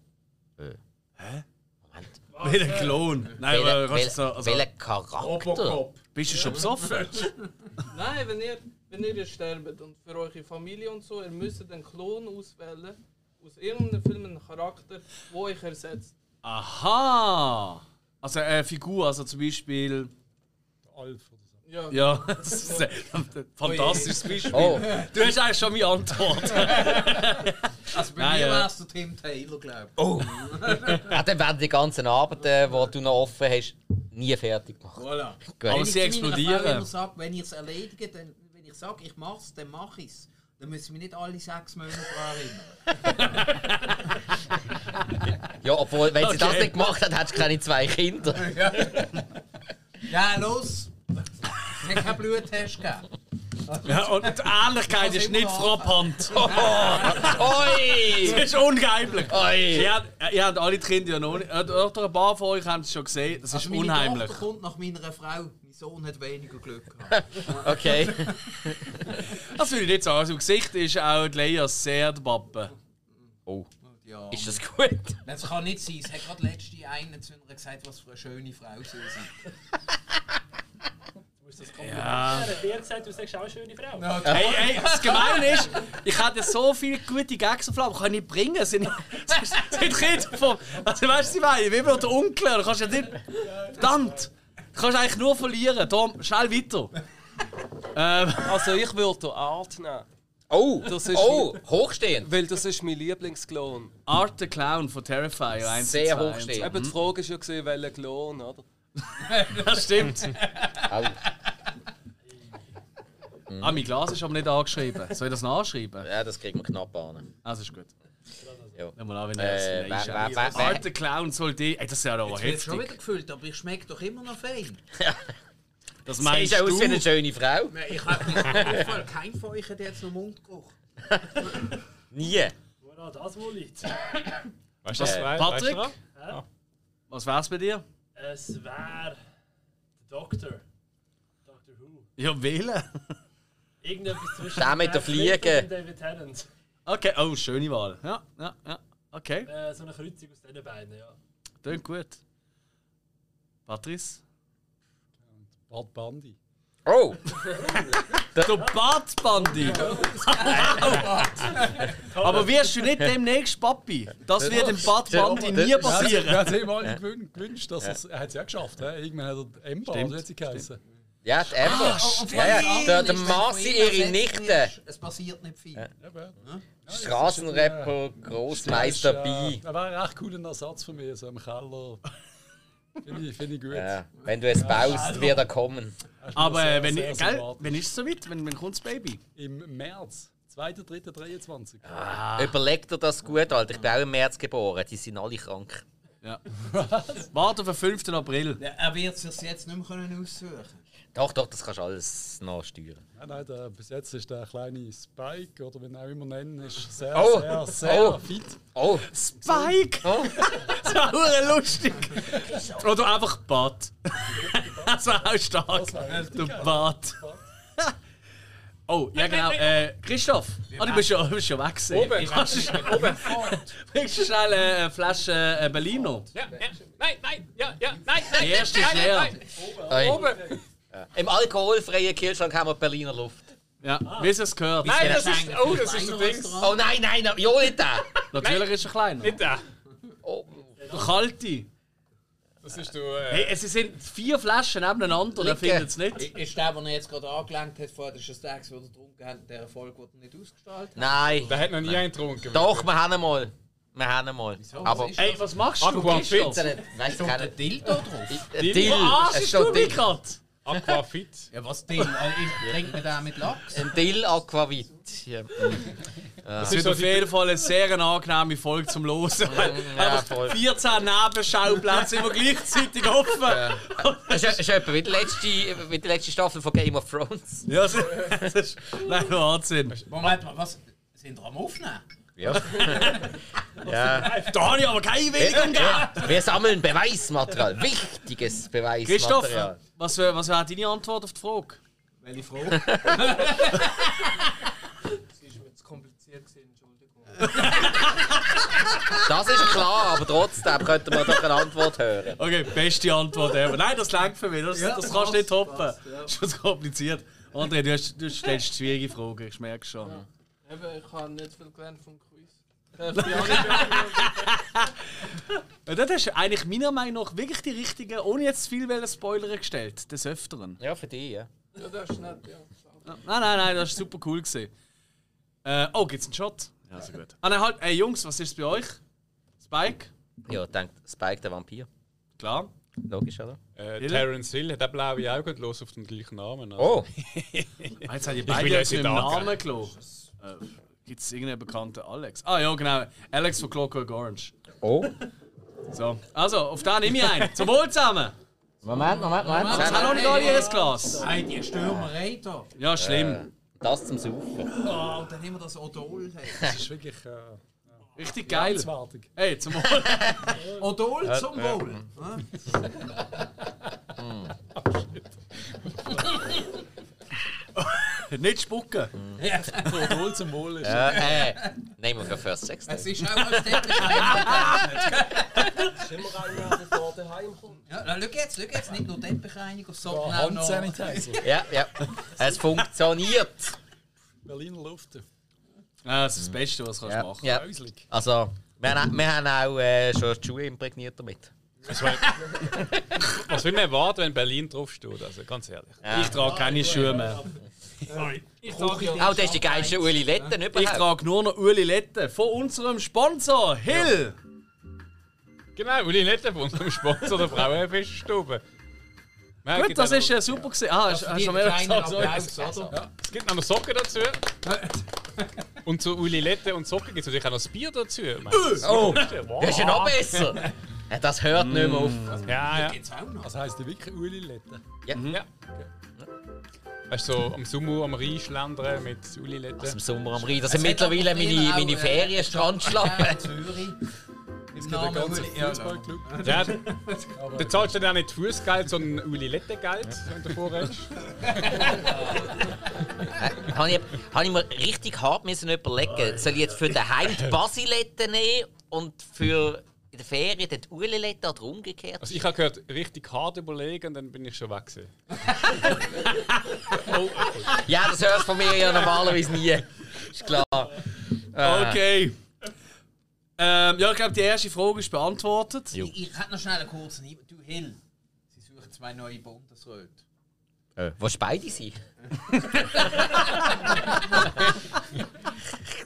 B: Moment.
A: Welcher Klon? Nein, aber
B: Welcher
A: kannst du so,
B: wel,
A: also,
B: welcher Charakter?
I: Robocop.
A: bist du schon besoffen?
I: Nein, wenn ihr, wenn ihr jetzt sterbt und für eure Familie und so, ihr müsst einen Klon auswählen, aus irgendeinem Film einen Charakter, wo euch ersetzt.
A: Aha! Also eine Figur, also zum Beispiel.
F: Alf oder so.
I: Ja,
A: Ja, das ist ein fantastisches Beispiel.
B: Oh,
A: Du hast eigentlich schon meine Antwort.
D: Also, bei
A: Nein,
D: mir
A: ja.
D: wäre es der Tim Taylor, glaube ich.
B: Oh. ja, dann werden die ganzen Arbeiten, die du noch offen hast, nie fertig gemacht.
D: Voilà.
A: Aber
D: Wenn
B: Gut.
A: sie
D: ich zu meiner
A: explodieren.
D: Frau immer sage, wenn ich es erledige, dann, wenn ich sage, ich mache es, dann mache ich es. Dann müssen wir nicht alle sechs Monate daran erinnern.
B: Ja, obwohl, wenn sie das
A: Okay.
B: nicht gemacht hat, hättest du keine zwei Kinder.
D: Ja, los! Wenn du kein Blut hast, gell?
A: Ja, und die Ähnlichkeit ist nicht frappant.
B: Oi!
A: Das ist unglaublich.
B: Oi!
A: Ihr habt, ihr habt alle die Kinder ja noch nicht. äh, Doch ein paar von euch haben es schon gesehen. Das ist
D: Also meine
A: unheimlich.
D: Tochter kommt nach meiner Frau. Mein Sohn hat weniger Glück gehabt.
B: Okay.
A: Das würde ich nicht sagen. Also, im Gesicht ist auch die Leia sehr die Pappe.
D: Ja.
B: Oh. Ist das gut?
D: Das kann nicht sein. Es hat gerade letzte einen zu einer gesagt, was für eine schöne Frau sie ist.
G: Ja. Wie gesagt, du sagst auch eine schöne Frau. Ja.
A: Hey, hey, das Gemeine ist, ich hätte so viele gute Gags auf Lager, kann ich nicht bringen. Sie sind sind Kind vom. Also, weißt du, was ich meine? Wie immer noch der Onkel. Du kannst ja nicht. Verdammt! Du kannst eigentlich nur verlieren. Tom, schnell weiter. ähm,
C: Also ich würde den Art nehmen,
B: Oh,
C: Das ist-
B: oh, hochstehend.
C: weil das ist mein Lieblingsklon.
A: Art the Clown von Terrifier 1
B: Sehr
A: und 2 und
B: hochstehend.
C: Eben, die Frage ist ja gesehen, welcher Klon, oder?
A: so. Das stimmt. ah, mein Glas ist aber nicht angeschrieben. Soll ich das nachschreiben?
B: Mhm. Ja, das kriegt man knapp an.
A: Also ist gut.
B: Ja.
A: Nehmen wir an, wenn
B: Äh,
A: er
B: wer-
A: es
B: wer- wer-
A: Art the Clown soll die. Ey, das ist ja doch
D: Ich schon
A: Oh, heftig.
D: wieder gefüllt, aber ich schmecke doch immer noch fein.
A: Das
B: Sie
A: meinst
B: ist aus wie
A: du?
B: eine schöne Frau.
D: Nein, Ich habe auf Fall kein Feuchen, der jetzt noch Mund gekocht.
B: Nie.
G: Woran das wohl liegt?
H: Weißt du das?
B: Äh,
H: Wei-
A: Patrick?
H: weißt du das?
A: Was wär's bei dir?
G: Es wäre der Doktor. Doctor Who.
A: Ja, wählen.
G: Irgendetwas zwischen.
B: Der mit der
G: Brad Pitt
B: Fliege.
G: Und David Tennant.
A: Okay, oh, schöne Wahl. Ja, ja, ja. Okay,
G: Äh, so eine Kreuzung aus diesen beiden, ja.
A: klingt gut. Patrice?
F: Bad Bandi.
B: Oh,
A: Der Badbandi! Aber wirst du nicht demnächst Papi? Das wird im Badbandi nie
F: Er
A: passieren.
F: hat sich mal gewün- gewünscht, dass er's- er hat es ja geschafft. He? Irgendwann hat er Ember,
A: Stimmt,
F: oder hat sie geheißen.
B: ja,
D: Ah,
B: die Ember. ja, ja. Der, der Masi, ihre Nichte.
D: Es passiert nicht viel. Ne?
B: Straßenrapper, Großmeister
F: Äh,
B: B.
F: das wäre ein recht cooler Ersatz für mich, so im Keller. Finde ich, find ich gut. also-
B: Ja. Wenn du es baust, wird er kommen.
A: Aber äh,
F: Sehr,
A: wenn,
F: sehr
A: gell,
F: sympathisch.
A: wenn ist es soweit? Wenn, wenn kommt's Baby?
F: Im März, 2.3.23.
A: Ah.
B: Überleg dir das gut, Alter. Ich bin auch im März geboren. Die sind alle krank.
A: Warte auf den 5. April.
D: Ja, Er wird es sich jetzt nicht mehr können aussuchen können.
B: Doch, doch, das kannst du alles noch steuern.
F: Nein, nein, der, bis jetzt ist der kleine Spike, oder wie er auch immer nennen, ist sehr,
B: Oh.
F: sehr, sehr
B: Oh.
F: fit.
B: Oh,
A: Spike! Das war hure lustig! Oder Oh, einfach Bad. Das war auch stark. Der Bad. Oh, ja genau. Äh, Christoph, ah, du bist schon, bist schon weg. gewesen.
H: Oben.
A: Kannst du- Bringst du schnell äh, eine Flasche äh, Berlino?
H: Ja, ja. Nein, nein, ja, ja, nein,
A: Die
H: nein.
A: erste ist leer.
B: ey. Im alkoholfreien Kühlschrank haben wir Berliner Luft.
A: Ja, wie es es gehört.
H: Nein, das ist. Oh, das ist ein Ding.
B: Oh nein, nein, nein. Jo, nicht der.
A: Natürlich ist er kleiner.
H: Nicht Äh. der.
B: Oh,
A: Der kalte.
H: Das ist du. Äh,
A: Eh, Hey, es sind vier Flaschen nebeneinander und er
B: Linke.
A: findet es nicht.
D: Ist der, den er jetzt gerade angelangt hat, vorher, das ist das Tags, wo er getrunken hat, der Erfolg wurde nicht ausgestrahlt.
B: nein.
H: der hat noch nie einen getrunken.
B: Doch, wir haben ihn mal. Wir haben ihn mal. Aber.
A: Ey, was machst du,
H: Aqua
A: Christoph?
B: Weißt du, keinen.
D: Dildo drauf?
B: Dill. Es
A: Verarschst Ah, du
B: steht
A: mich
B: Dill.
A: gerade?
H: Aquafit.
D: Ja, was Dildo? Also, ich trinke mir den mit Lachs.
B: Ein Dill Aquavit. Ja.
A: Es wird auf jeden Fall eine sehr angenehme Folge zum Losen.
B: Ja, voll.
A: 14 Nebenschauplätze immer gleichzeitig offen. Ja,
B: Das ist, das ist etwa wie die, letzte, wie die letzte Staffel von Game of Thrones.
A: das ist, das ist nein, Wahnsinn.
D: Moment mal, was? Sind wir am Aufnehmen?
A: Da habe ich aber keine Einwilligung gegeben.
B: Wir sammeln Beweismaterial. Wichtiges
A: Christoph,
B: Beweismaterial.
A: was, wär- was wäre deine Antwort auf die Frage?
D: Welche Frage?
I: Das ist mir zu kompliziert gewesen, Entschuldigung.
B: Das ist klar, aber trotzdem könnten wir doch eine Antwort hören.
A: Okay, beste Antwort ever. Nein, das lenkt für mich. Das,
D: Ja,
A: das kannst
D: passt,
A: du nicht toppen.
D: passt, ja.
A: Das ist schon kompliziert. André, du, hast, du stellst schwierige Fragen, ich merke schon.
I: Eben, ich habe nicht viel gelernt vom Quiz. Äh, für die anderen-
A: Ja, Äh, das hast du eigentlich meiner Meinung nach wirklich die richtigen, ohne jetzt zu viel wollen spoilern gestellt, des Öfteren.
B: Ja, für dich, ja.
I: ja, das ist nett, ja.
A: Ja. Nein, nein, nein, das war super cool. Gewesen. Äh, oh, gibt's einen Shot? Ja, so gut. Ah, nein, halt, ey Jungs, was ist bei euch? Spike?
B: Ja, denkt Spike der Vampir.
A: Klar.
B: Logisch, oder?
H: Äh, Terence Hill hat auch blaue Augen und los auf den gleichen Namen. Also.
B: Oh,
A: Ah, jetzt haben die
H: will
A: beiden
H: jetzt
A: jetzt
H: nicht
A: mit dem
H: angreifen.
A: Namen gelassen. Äh, Gibt es irgendeinen bekannten Alex? Ah ja, genau. Alex von Clockwork Orange.
B: Oh.
A: So, also, auf den nehme ich einen. Zum Wohl zusammen.
B: Moment, Moment, Moment.
A: Das haben noch nicht alle jedes Glas.
D: Nein, die Stürmerei da.
A: Ja, schlimm.
B: Äh,
A: Ah,
B: Das zum Saufen.
D: Oh, und dann haben wir das Odol. hey.
F: Das ist wirklich äh,
A: Richtig geil.
F: grenzwertig.
A: Hey, zum Wohl.
D: Odol zum
A: ne?
D: Wohl. ne?
A: Nicht spucken!
F: Wohl zum Wohl ist.
B: Äh, äh, Name of your first sex.
D: Es ist auch als technisch Reinigung.
G: ist immer einer, der vor daheim kommt.
D: Ja, na, schau jetzt, schau jetzt, nicht nur Teppichreinigung, sondern auch noch...
F: Handsanitizer.
B: Ja, ja. Es funktioniert.
F: Berliner Luft.
A: Ah, das ist das Beste, was du
B: Ja.
A: machen
B: ja.
F: Häuslich.
B: Also, wir haben, wir haben auch äh, schon die Schuhe imprägniert damit.
H: Was will man erwarten, wenn Berlin draufsteht? Also ganz ehrlich.
A: kannst. Ich trage
G: Ah,
A: keine Schuhe mehr.
B: Auch Oh, das ist die geilste Uli Letten
A: Ich
B: überhaupt.
A: trage nur noch Ueli Letten von unserem Sponsor, Hill!
H: Genau, Uli Letten von unserem Sponsor der Frauenfischstube.
A: Gut, das ist äh, super gesehen. Ah, hast hast du
D: Verdient
A: schon mehr
D: einen
A: gesagt? sorry.
D: Applaus, oder?
H: Es gibt noch Socken dazu. Und zu Uli Letten und Socken gibt es natürlich auch noch das Bier dazu. Ich meine, das ist
B: Oh, das ist
H: wow.
B: ja noch besser. Ja, Das hört nicht mehr auf.
H: Ja, ja.
D: Jetzt auch noch.
F: Das heisst ja wirklich Uli Letten.
H: Mhm. Weißt du, so am Sumo, am Rhein schlendern mit Uli
B: Das ist
H: Letten.
B: im Sommer am Rhein. Das sind mittlerweile meine, meine Ferienstrandschlappen.
D: in Genau, Zürich. Im
F: Der
D: Namen
F: ganze
D: Uli. Ja,
F: Fußballclub.
H: Ja, da zahlst du dann auch nicht Fußgeld, sondern Uli Letten-Geld, wenn du vorrennst.
B: Habe ich, hab ich mir richtig hart müssen überlegen, soll ich jetzt für daheim die Basilette nehmen und für in der Ferien die Ulelette oder umgekehrt?
H: Also ich habe gehört, richtig hart überlegen, dann bin ich schon weg gewesen.
B: Ja, das hörst du von mir ja normalerweise nie. Ist klar.
A: Okay. Ähm, ja, ich glaube, die erste Frage ist beantwortet.
D: Ich, ich hätte noch schnell einen kurzen Hinweis. Du, Hill, sie suchen zwei neue Bundesräte.
B: Äh, wo ist beide sein?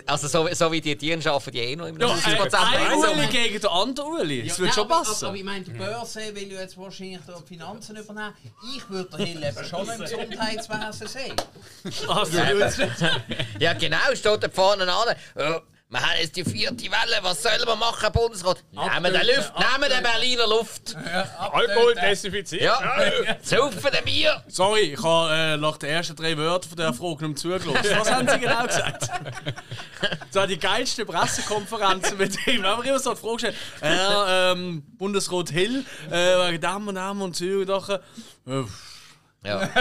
B: also so, so wie die Tieren arbeiten, die eh noch im
A: Ja,
B: 90%
A: äh, ein
B: Einsatz.
A: Ueli gegen den anderen Ueli. Das würde
D: nein,
A: schon
D: aber-
A: passen. Mhm.
D: Aber, aber ich meine, die Börse will ja jetzt wahrscheinlich da die Finanzen übernehmen. Ich würde den Hill eben schon im Gesundheitswesen sehen.
A: Also, jetzt-
B: Ja, genau, steht da vorne an. Äh, wir haben jetzt die vierte Welle, was sollen wir machen, Bundesrat? Nehmen den Luft, nehmen den Berliner Luft.
H: Alkohol desinfiziert.
B: Äh, Ja, saufen den Bier.
A: Sorry, ich habe äh, nach den ersten drei Wörtern von dieser Frage nicht mehr zugelassen. Was haben Sie genau gesagt? Das war die geilste Pressekonferenz mit ihm. Da haben wir immer so die Frage gestellt: äh, ähm, Bundesrat Hill, äh, wegen dem und dem und Zürich. Und Sachen. äh,
B: Ja.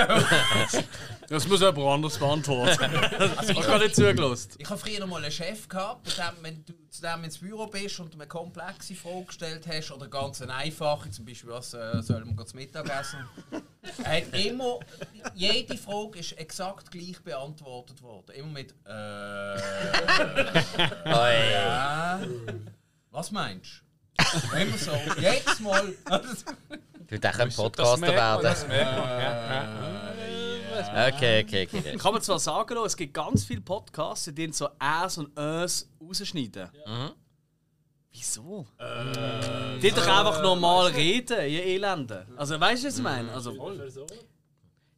A: das muss jemand anders beantworten. Also, Ich habe nicht zugelassen.
D: Ich habe früher mal einen Chef gehabt, bei dem, wenn du zu dem ins Büro bist und ihm eine komplexe Frage gestellt hast oder ganz eine einfache, zum Beispiel, was äh, sollen wir zum Mittag essen? er hat immer, jede Frage ist exakt gleich beantwortet worden. Immer mit, äh,
B: Oi.
D: was meinst du? immer so, jedes Mal.
B: Du darfst ein
H: Das
B: Podcaster
H: merkt man, das
B: werden.
H: merkt man. Ja, ja.
B: Okay, okay, okay.
A: Kann man zwar sagen, lassen, es gibt ganz viele Podcasts, die denen so Äs und Ös rausschneiden.
B: Mhm.
A: Wieso? Die doch einfach normal reden, ihr Elende. Also, weißt du, was ich meine? Also,
G: Für so.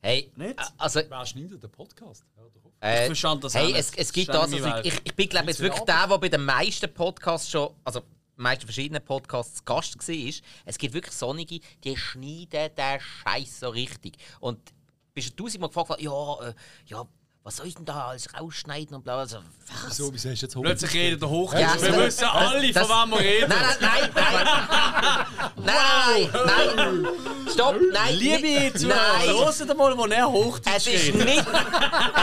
B: Hey,
A: Nicht?
B: also,
F: Wer schneidet den Podcast? Hör doch auf.
B: äh,
A: verstand das
B: hey,
A: auch
B: es,
A: nicht.
B: es gibt
A: Schande
B: das.
A: mich
B: Also,
A: weg.
B: ich, ich bin, glaube jetzt wirklich der, der bei den meisten Podcasts schon, also den meisten verschiedenen Podcasts Gast war. Es gibt wirklich Sonnige, die schneiden den Scheiß so richtig. Und bist du tausendmal gefragt, worden, ja, äh, ja, was soll ich denn da alles rausschneiden und bla, also, was?
F: So, wieso hast du jetzt hoch?
A: Plötzlich redet der Hoch.
B: Ja,
A: wir
B: also,
A: wissen alle,
B: das-
A: von wem wir reden.
B: Nein, nein, nein, nein, nein, nein, nein, stopp, nein,
A: Liebe
B: nicht-
A: Zuhörer,
B: nein,
A: hört mal, wo er Hochdeutsch
B: Es ist
A: redet.
B: nicht,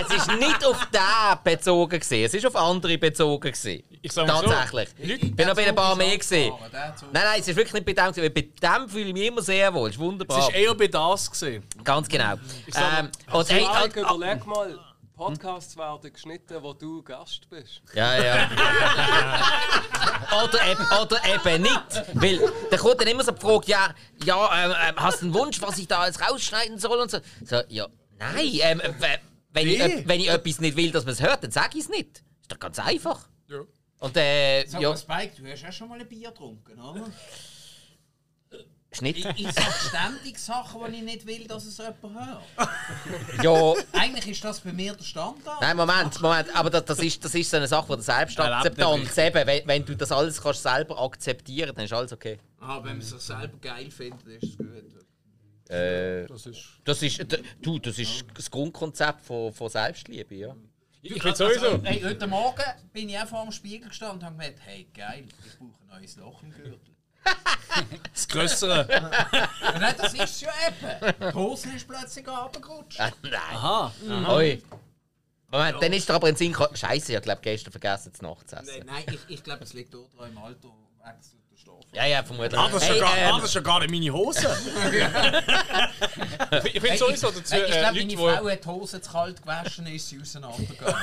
B: es ist nicht auf den bezogen gewesen. Es ist auf andere bezogen gewesen.
H: Ich sag mal so.
B: Tatsächlich. Ich bin noch bei ein paar mehr gewesen. Nein, nein, es ist wirklich nicht bei dem gewesen. Bei dem fühle ich mich immer sehr wohl. Es ist
A: Es
B: wunderbar.
A: war eher bei das. Gewesen.
B: Ganz genau. Ähm, und hey,
C: Marek,
B: und,
C: überleg mal, Podcasts werden geschnitten, wo du Gast bist.
B: ja, ja. oder, eben, oder eben nicht. Weil da kommt dann immer so die Frage, ja, ja ähm, ähm, hast du einen Wunsch, was ich da jetzt rausschneiden soll? Und so. so ja, nein. Ähm, w- wenn, ich,
A: Wie?
B: wenn ich etwas nicht will, dass man es hört, dann sage ich es nicht. Ist doch ganz einfach.
H: Ja.
B: Und äh,
D: Sag
B: ja,
D: mal, Spike, du hast auch schon mal ein Bier getrunken, oder?
B: Schnitt.
D: Ich, ich sage ständig Sachen, die ich nicht will, dass es jemand hört.
B: Ja,
D: Eigentlich ist das bei mir der Standard.
B: nein, Moment, Moment. Aber das, das, ist, das ist so eine Sache von der Selbstakzeptanz. Eben, wenn, wenn du das alles kannst selber akzeptieren dann ist alles okay.
D: Ah, wenn man sich selber geil findet, ist es gut.
H: Äh,
F: Das ist
B: Das ist, d- du, das ist das Grundkonzept von, von Selbstliebe, ja.
H: Ich bin sowieso.
D: Also, Hey, heute Morgen bin ich auch vor dem Spiegel gestanden und habe gedacht, hey geil, ich brauche ein neues Loch im Gürtel.
A: Das Größere.
D: Und dann, das ist schon eben. Die Hose ist plötzlich runtergerutscht.
B: Ah, nein.
A: Aha.
B: Oi. Moment, dann ist doch aber ein Sinn gekommen, Scheiße, ich habe glaube gestern vergessen, es nachzuessen.
D: Nein, nein, ich, ich glaube, es liegt dort dran im Alter, wechselt der Stoff.
B: Ja, ja, vermutlich.
A: Ah, das ist ja
B: Hey,
A: gar-
B: ähm,
A: ah, das ist ja gar nicht meine Hose.
H: Ich, ich finde sowieso dazu,
D: Nein, ich
H: äh,
D: glaube,
H: Leute,
D: meine
H: die-
D: Frau hat die Hose zu kalt gewaschen, ist sie auseinandergegangen.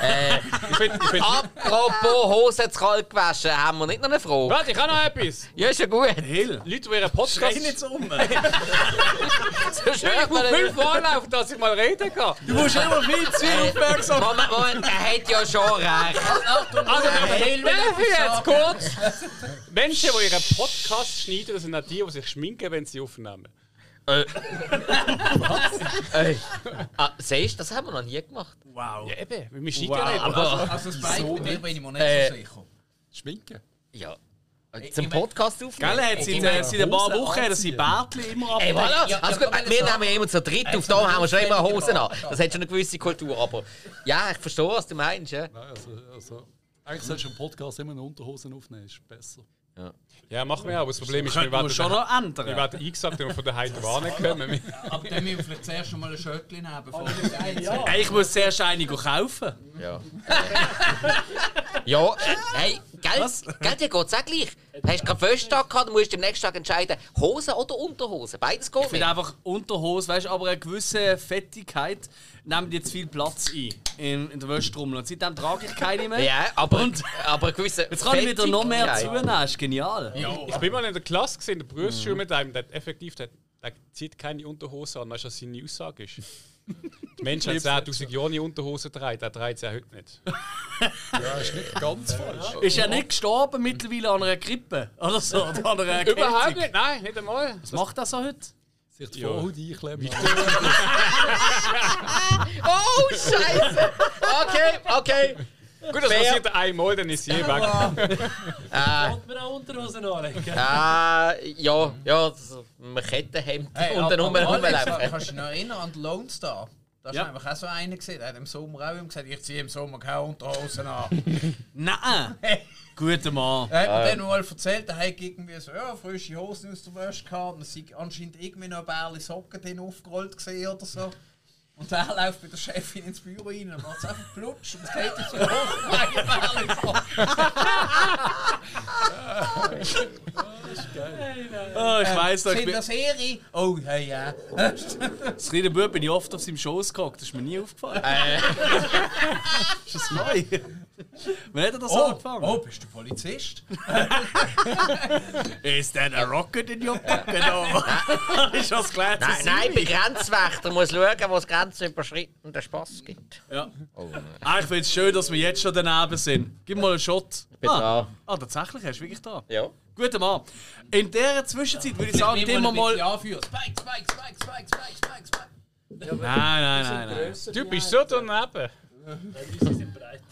B: Äh,
H: ich find, ich find,
B: apropos Hose zu kalt gewaschen, haben wir nicht noch eine Frage?
H: Warte, ich habe noch etwas.
B: Ja, ist ja gut.
A: Hill,
H: Leute, die ihren
A: schrei
H: Podcast...
A: nicht so um.
B: Sonst
H: Ich
B: hört man
H: brauche viel
B: nicht.
H: Vorlauf, dass ich mal reden kann.
A: Du musst immer viel zu viel aufmerksam
B: Moment, Moment, er hat ja schon recht.
H: Also, darf ich jetzt kurz? Menschen, die ihren Podcast schneiden, das sind auch die, die sich schminken, wenn sie aufnehmen.
B: Äh. Ey. Ah, siehst du, das haben wir noch nie gemacht.
A: Wow.
H: Ja, eben, wir schneiden ja nicht.
B: Aber,
D: Also, das Bike bei mir bin ich mir nicht
B: Äh,
D: so sicher.
F: Schminken.
B: ja. Zum
D: ich mein-
B: Podcast aufnehmen.
A: Gell, er hat seit, äh, seit ein paar Wochen hat er seine Bärtchen immer ab.
B: Ey, voilà.
D: Ja,
B: also
D: ja,
B: gut,
D: kann man
B: wir
D: sagen.
B: nehmen ja immer zu dritt auf,
D: Jetzt
B: da
D: haben wir
B: haben wir schon immer
D: ständig
B: Hosen an.
D: gemacht.
B: Das hat schon eine gewisse Kultur, aber... Ja, ich verstehe, was du meinst, ja.
F: Nein, also, also, eigentlich sollst du im Podcast immer eine Unterhosen aufnehmen, ist besser.
H: Ja, machen wir auch, aber das Problem ist, wir
A: Könnte man schon
H: werden,
A: noch ändern.
H: wir werden eingesagt, wenn wir von der Heide warnen können.
D: Aber dann müssen wir vielleicht zuerst schon mal ein Schöttchen nehmen, bevor wir das ja.
A: Ey, ich muss zuerst eine kaufen.
B: Ja. ja, äh, hey, gell,
A: Was?
B: gell dir geht's auch gleich. Du hast keinen Festtag gehabt, du musst am nächsten Tag entscheiden, Hose oder Unterhose. Beides geht
A: Ich finde
B: nicht.
A: einfach Unterhose, weißt du, aber eine gewisse Fettigkeit nimmt jetzt viel Platz ein in, in der Wäschtrommel. Und seitdem trage ich keine mehr.
B: Ja, aber,
A: Und-
B: aber gewisse.
A: Jetzt kann ich wieder noch mehr
B: Fettigkeit.
A: zunehmen, ist genial.
H: Ich bin mal in der Klasse gesehen, in der
B: Mhm.
H: Berufsschule mit einem, der hat effektiv der, der zieht keine Unterhose an, weißt du, was seine Aussage ist? Die Mensch hat 10.000 Jahre nie Unterhose getragen, der trägt sie auch heute nicht.
F: Ganz falsch.
A: Ist er nicht gestorben mittlerweile an einer Grippe oder so? Oder an einer Erkältung?
H: Überhaupt nicht, nein, nicht einmal.
A: Was macht er so heute?
F: Sich die
H: Ja.
F: Vorhaut einklemmen.
B: Oh, Scheiße! Okay, okay.
H: Gut, das
B: Wer-
H: passiert einmal, dann ist sie eh weg.
B: Ah.
G: Kommt mir auch Unterhosen anlegen.
B: Äh, ja, ja, das- ein Kettenhemd
D: Hey,
B: und dann
D: aber-
B: rum,
D: aber Alex,
B: rumlaufen.
D: Kannst du dich noch erinnern an den Lone Star? Da hast
A: Ja.
D: du einfach auch so einen gesehen, der hat im Sommer auch immer gesagt, ich ziehe im Sommer keine Unterhosen an.
A: Nein! Guter Mann.
D: Er hat
B: Ah,
D: mir dann mal erzählt, er hat irgendwie so ja, frische Hosen aus der Wäsche gehabt und es sind anscheinend irgendwie noch ein paar Socken drin aufgerollt gesehen oder so. Und er läuft bei der Chefin ins Büro rein und macht einfach Plutsch und es geht ihm so hoch. Nein, Bärli, so.
A: Oh, ich weiss doch, ich
D: Sind
A: bin,
D: wir Serie? Oh, ja, ja.
A: als kleiner Bub bin ich oft auf seinem Schoß gehockt, das ist mir nie aufgefallen.
D: Äh.
A: ist das neu? Wann hat er das
D: Oh,
A: angefangen?
D: oh, bist du Polizist?
A: Is that a rocket in your pocket? Oh, ist das klar zu
B: Nein, nein, bei Grenzwächter muss schauen, wo es grenzüberschreitenden Spass gibt.
A: Ja. Ah, ich finde es schön, dass wir jetzt schon daneben sind. Gib mal einen Shot. Ich
B: bin
A: ah.
B: da.
A: ah, tatsächlich, hast du wirklich da.
B: Ja.
A: Guter Mann. In dieser Zwischenzeit würde ich sagen, nehmen wir mal. Nein,
D: Ja, für Spike, Spike, Spike, Spike, Spike, Spike, Spike.
A: nein, nein. nein.
H: Du bist so daneben.
G: Die sind breiter.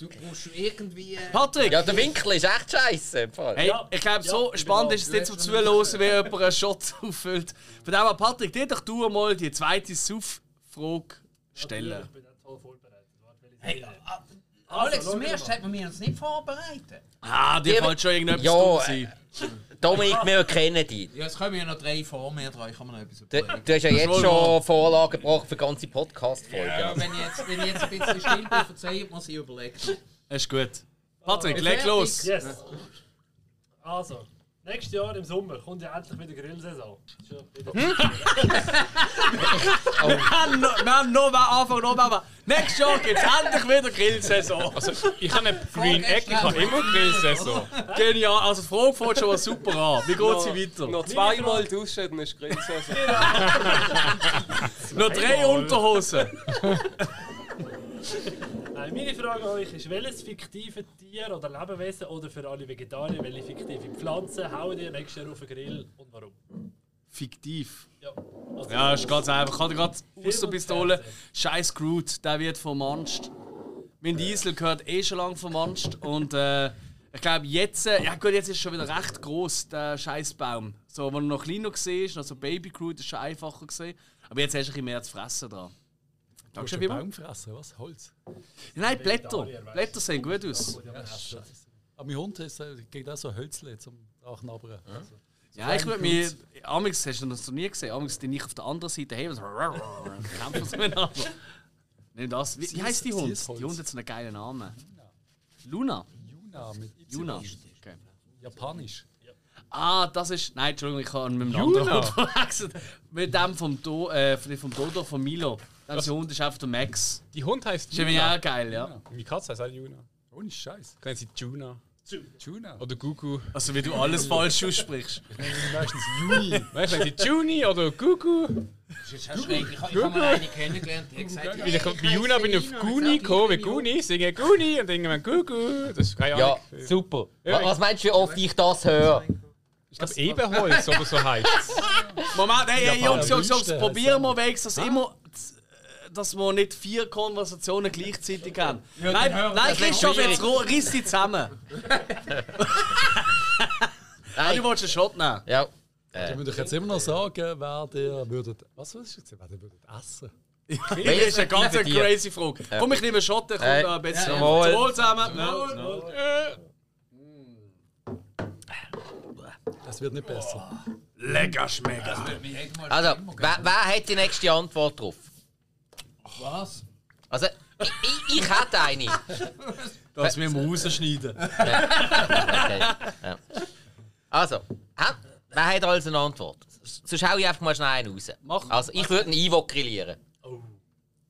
D: Du brauchst irgendwie.
A: Patrick!
B: Ja, der Winkel ist echt scheiße. im Fall.
A: Hey, ich glaube, so spannend
H: genau.
A: ist es nicht zum Zuhören, wie jemand einen Shot auffüllt. Von dem her, Patrick, dir doch du mal die zweite Suff-Frage stellen.
G: Ich bin auch toll vorbereitet. Warte, welche
D: Hey,
G: Serie?
D: ah, Alex,
G: Also,
D: zum
G: schau
D: ersten hätten wir uns nicht vorbereitet.
A: Ah, dir
B: Die-
A: fällt schon irgendetwas
B: Ja, äh,
A: dumm sein.
B: Dominik, wir kennen dich.
D: Ja, es kommen ja noch drei vor mir dran, ich kann mir noch etwas
B: Du,
D: überlegen.
B: du hast ja jetzt
A: wohl
B: schon Vorlagen gebracht für ganze Podcast-Folgen.
D: Ja, wenn ich jetzt, wenn ich jetzt ein bisschen still bin, verzeiht man sich überlegt.
A: Das ist gut. Patrick,
D: Ah,
A: leg
D: fertig.
A: los!
G: Yes. Also, nächstes Jahr im Sommer kommt ja endlich wieder Grillsaison. Schon wieder-
A: Wir haben noch- wir haben noch Anfang November. Nächstes Jahr gibt es endlich wieder Grillsaison.
H: Also, ich habe eine Green Egg, ich habe immer Grillsaison.
A: Genial, also die Frage fängt schon mal super an. Wie geht sie weiter?
C: Noch zweimal duschen, dann ist Grillsaison.
A: Noch drei Unterhosen.
G: Nein, meine Frage an euch ist, welches fiktive Tier oder Lebewesen oder für alle Vegetarier, welche fiktive Pflanze hauen ihr nächstes Jahr auf den Grill und warum?
A: Fiktiv.
G: Ja, also,
A: Ja, ist ganz einfach. Ich kann dir gerade aus der
G: und
A: Pistole.
G: Fernsehen.
A: Scheiß Groot, der wird vermanscht. Mein Diesel gehört eh schon lange vermanscht. Und äh, ich glaube, jetzt. äh, Ja, gut, jetzt ist schon wieder recht groß der Scheißbaum. So, wenn er noch kleiner war, noch so Baby Groot, ist schon einfacher. Gewesen. Aber jetzt hast du ein bisschen mehr zu fressen dran. Dankeschön, Bimo.
F: Baumfressen, was? Holz.
A: Nein, Blätter. Blätter sehen gut aus.
F: Aber mein Hund ist, äh, geht auch so Hölzle zum Nachknabbern. Also,
A: Ja, ich würde mir. Amix hast du das noch nie gesehen. Amix die nicht auf der anderen Seite. Hey, was. Kämpfen sie miteinander. Nimm das. Wie, wie heißt die Hund? Die Hund hat so einen geilen Namen. Luna.
F: Juna mit
A: Luna. Okay.
F: Japanisch.
A: Ah, das ist. Nein, Entschuldigung, ich habe mit dem anderen Hund verwechselt. Mit dem vom, Do, äh, von- vom Dodo, von Milo. Der Hund ist einfach der Max.
H: Die Hund heißt
A: Das ist ja auch geil, ja.
H: Meine Katze heißt auch Juna.
F: Ohne Scheiß.
H: Kennen Sie Juna?
F: Juna.
H: Oder Gugu?
A: Also, wie du alles falsch aussprichst.
F: Meistens Juni.
H: Weißt du, wenn sie Juni oder Gugu?
D: Ich habe mal eine kennengelernt, die hat gesagt,
H: Weil ich, bei Juna bin ich auf Guni gekommen, wegen Guni, singe Guni und irgendwann Gugu. Das ist keine
B: Ja,
H: Ahnung.
B: super.
H: Ja,
B: Wa- Was meinst du, wie oft ich das höre?
H: Ich glaube, Ebenholz oder so heißt es.
A: Moment, hey, hey, Jungs, Jungs, Jungs,
F: Liste
A: probieren
H: also.
A: wir wenigstens
H: Ah?
A: dass immer, dass wir nicht vier Konversationen gleichzeitig haben. nein, nein, Christoph, jetzt ru- riss die zusammen. Ah, du
B: Nein.
A: wolltest einen Shot nehmen.
B: Ja.
A: Äh.
F: Ich würde euch jetzt immer noch sagen, wer der würdet. Was hast du gesagt? Wer der würdet essen?
A: Das ist eine ganz
B: Welches Tier?
A: crazy Frage. Komm, ich nehme einen Shot, dann kommt
B: Äh,
A: da ein bisschen.
B: ja.
A: Zum
B: Wohl.
A: Wohl zusammen. Zum Wohl.
H: Äh.
F: Das wird nicht besser.
A: Lecker schmeckt.
B: Also, wer, wer hat die nächste Antwort drauf?
D: Was?
B: Also, ich, ich, ich hätte eine.
A: Das müssen wir rausschneiden.
B: Okay. Ja. Also, hä? wer hat also eine Antwort? Sonst hau ich einfach mal schnell einen raus.
A: Mach.
B: Also, ich würde einen Ivo grillieren.
G: Oh.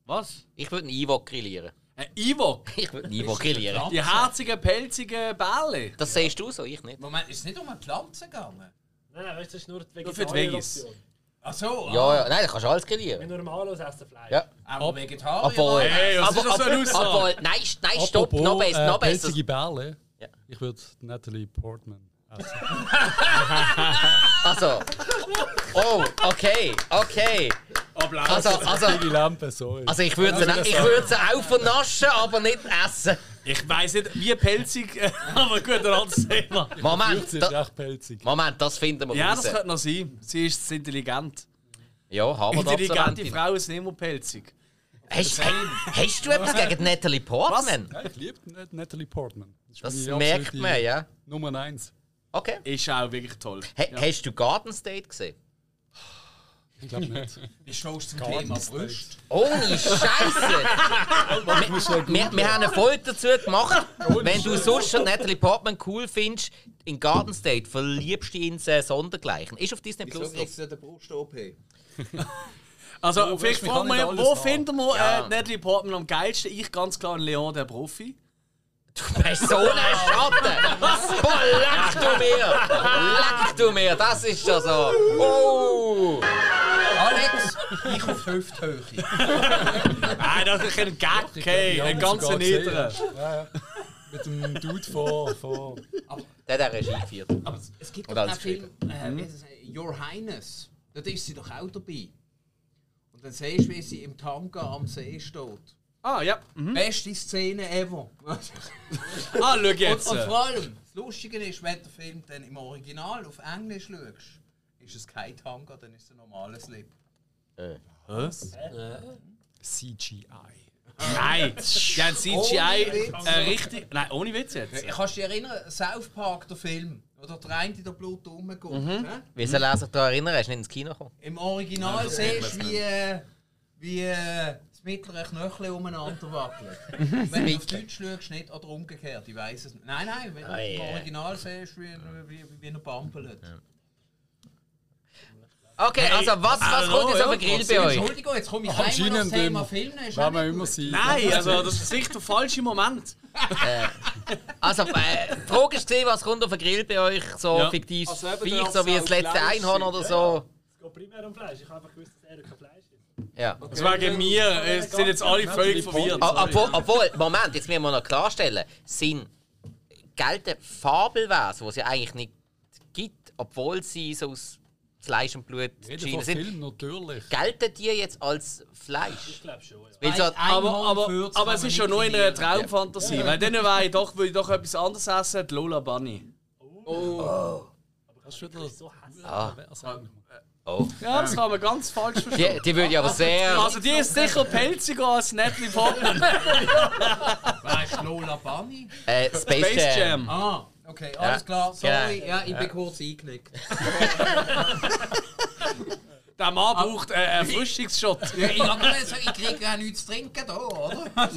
A: Was?
B: Ich würde einen Ivo grillieren.
A: Ein Ewok.
B: Ich würde einen Ivo grillieren.
A: Die herzigen, pelzigen Bälle.
B: Das siehst du so, ich nicht.
D: Moment, ist es nicht um eine Pflanze gegangen?
G: Nein, nein, weißt du, das ist nur die
A: für die Veggies.
G: Vegetarier-Option.
D: Ach so,
B: Ja, ja, nein, da kannst du alles
G: Ein
B: grillieren.
G: normales Essen Fleisch.
B: Ja.
D: aber Vegetarier.
B: Obwohl.
A: Hey, was ist das für eine Aussage? äh,
B: Obwohl, nein, st- nein, stopp, noch besser, noch besser.
F: äh, pelzige Bälle.
B: Ja.
F: Ich würde Natalie Portman essen.
B: Also. Oh, okay, okay.
A: Applaus.
B: Also, also,
F: Die Lampe, sorry.
B: also ich würde sie, ich würde sie auch vernaschen, aber nicht essen.
A: Ich weiss nicht, wie pelzig, aber gut, ein anderes Thema.
F: Fürcht, sie
B: Moment,
F: ist
B: da,
F: recht pelzig.
B: Moment, das finden wir
A: Ja,
B: raus.
A: das könnte noch sein. Sie ist intelligent.
B: Ja, haben wir
A: Intelligente
B: das
A: Frauen sind immer pelzig.
B: Hast, hast, hast du etwas gegen Natalie Portman?
F: Nein, ich liebe Nat- Natalie Portman. ist
B: Das
F: meine
B: merkt
F: absolute
B: man, ja.
F: Nummer eins.
B: Okay.
A: Ist auch wirklich toll.
B: He, Hast du Garden State gesehen?
F: Ich glaube nicht.
D: Wie stehst du zum Thema Brüste?
B: Ohne Scheiße! wir, wir haben eine Folge dazu gemacht. Wenn du sonst schon Natalie Portman cool findest, in Garden State verliebst du dich in äh, Sondergleichen. Ist auf Disney Plus drauf.
D: der Brust-OP.
A: Also, vielleicht
F: mich
A: fragen
F: kann
A: wir,
F: nicht
A: wo
F: alles haben.
A: finden wir
B: Ja.
A: äh, Natalie Portman am geilsten? Ich ganz klar in Leon, der Profi.
B: Du bist so ein Schatten! Boah, leck du mir! Leck du mir! Das ist ja so! Oh!
D: Alex, ich auf Hüfthöhe.
A: Nein, das ist ein Gag, okay. Ein
F: haben
A: ganz
F: sogar
A: niederen.
F: Mit dem Dude von. von
B: Der hat auch Regie geführt.
D: Aber es- es gibt
B: Und
D: doch den
B: alles Mhm.
D: Film, äh, wie heißt es, Your Highness. Dort ist sie doch auch dabei. Und dann siehst du, wie sie im Tanga am See steht.
A: Ah, ja. Mhm.
D: Beste Szene ever.
A: Ah, schau
D: Und,
A: jetzt.
D: und vor allem, das Lustige ist, wenn der Film dann im Original auf Englisch schaust, ist es kein Tanga, dann ist es ein normales Slip.
A: Äh.
F: CGI.
A: Nein, die haben CGI
D: Witz.
A: äh, richtig. Nein, ohne Witz jetzt.
D: Kannst du dich erinnern, South Park, der Film, oder der eine, der blut rumgeht?
A: Mhm.
D: hä?
B: Wieso lässt sich daran erinnern? Mhm. Er ist nicht ins Kino gekommen.
D: Im Original siehst du, wie, äh, wie äh, das mittlere Knöchel umeinander wackelt. wenn du auf Deutsch schaust, nicht oder umgekehrt, ich weiß es nicht. Nein, nein, wenn du
B: Ah,
D: im
B: ja.
D: Original siehst, wie, wie, wie er bampelt.
B: Okay, also was, was
A: hallo,
B: kommt jetzt auf
A: ja,
B: den Grill bei euch?
D: Entschuldigung, jetzt komme ich einmal auf das
F: anscheinend,
D: Thema
F: ähm,
D: Film. Ist
F: Wenn
D: auch
F: man
D: nicht
F: immer
D: gut.
F: sein.
A: Nein, also das ist sicher der falsche Moment.
B: Äh, Also, äh, die Frage ist gesehen, was kommt auf den Grill bei euch? So
A: Ja.
B: fiktives
C: Also eben,
B: Viech,
C: dass
B: so wie das
C: es auch
B: letzte
C: Fleisch
B: Einhorn
C: sind,
B: oder so.
G: Es geht primär um Fleisch. Ich habe einfach gewusst, dass er kein Fleisch ist.
B: Ja.
A: Das wegen mir. äh, sind jetzt alle völlig verwirrt.
B: O- Obwohl, obwohl, Moment, jetzt müssen wir noch klarstellen, sind gelten Fabelwesen, die es ja eigentlich nicht gibt, obwohl sie so aus Fleisch und Blut
F: Reden von
B: geschieden sind,
F: Film natürlich.
B: gelten die jetzt als Fleisch?
G: Ich glaube schon, ja.
B: Weil so,
A: Aber,
D: Einhorn
A: aber,
D: führt's,
A: aber
D: kann
A: es
D: man
A: ist
D: nicht
A: ja nur in einer
D: trainieren.
A: Traumfantasie. Weil dann wäre ich doch, würde ich doch etwas anderes essen, die Lola Bunny.
E: Oh.
F: Das ist wieder
G: So hässlich.
B: Ah,
F: Sag
E: Also,
F: mir mal.
B: oh.
A: Ja, das kann man ganz falsch verstehen.
B: Die, die würde ich aber sehr...
A: Also die ist sicher pelziger als Natalie Portman.
D: Weißt du, Lola Bunny?
B: Äh, Space,
A: Space
B: Jam.
A: Jam.
D: Ah, okay, alles klar. Sorry,
B: genau.
D: ja, ich bin kurz eingenickt.
A: Der Mann braucht äh, einen Frühstücksshot.
D: Ja, ich habe so, ich kriege ja nichts zu trinken da, oder? Ah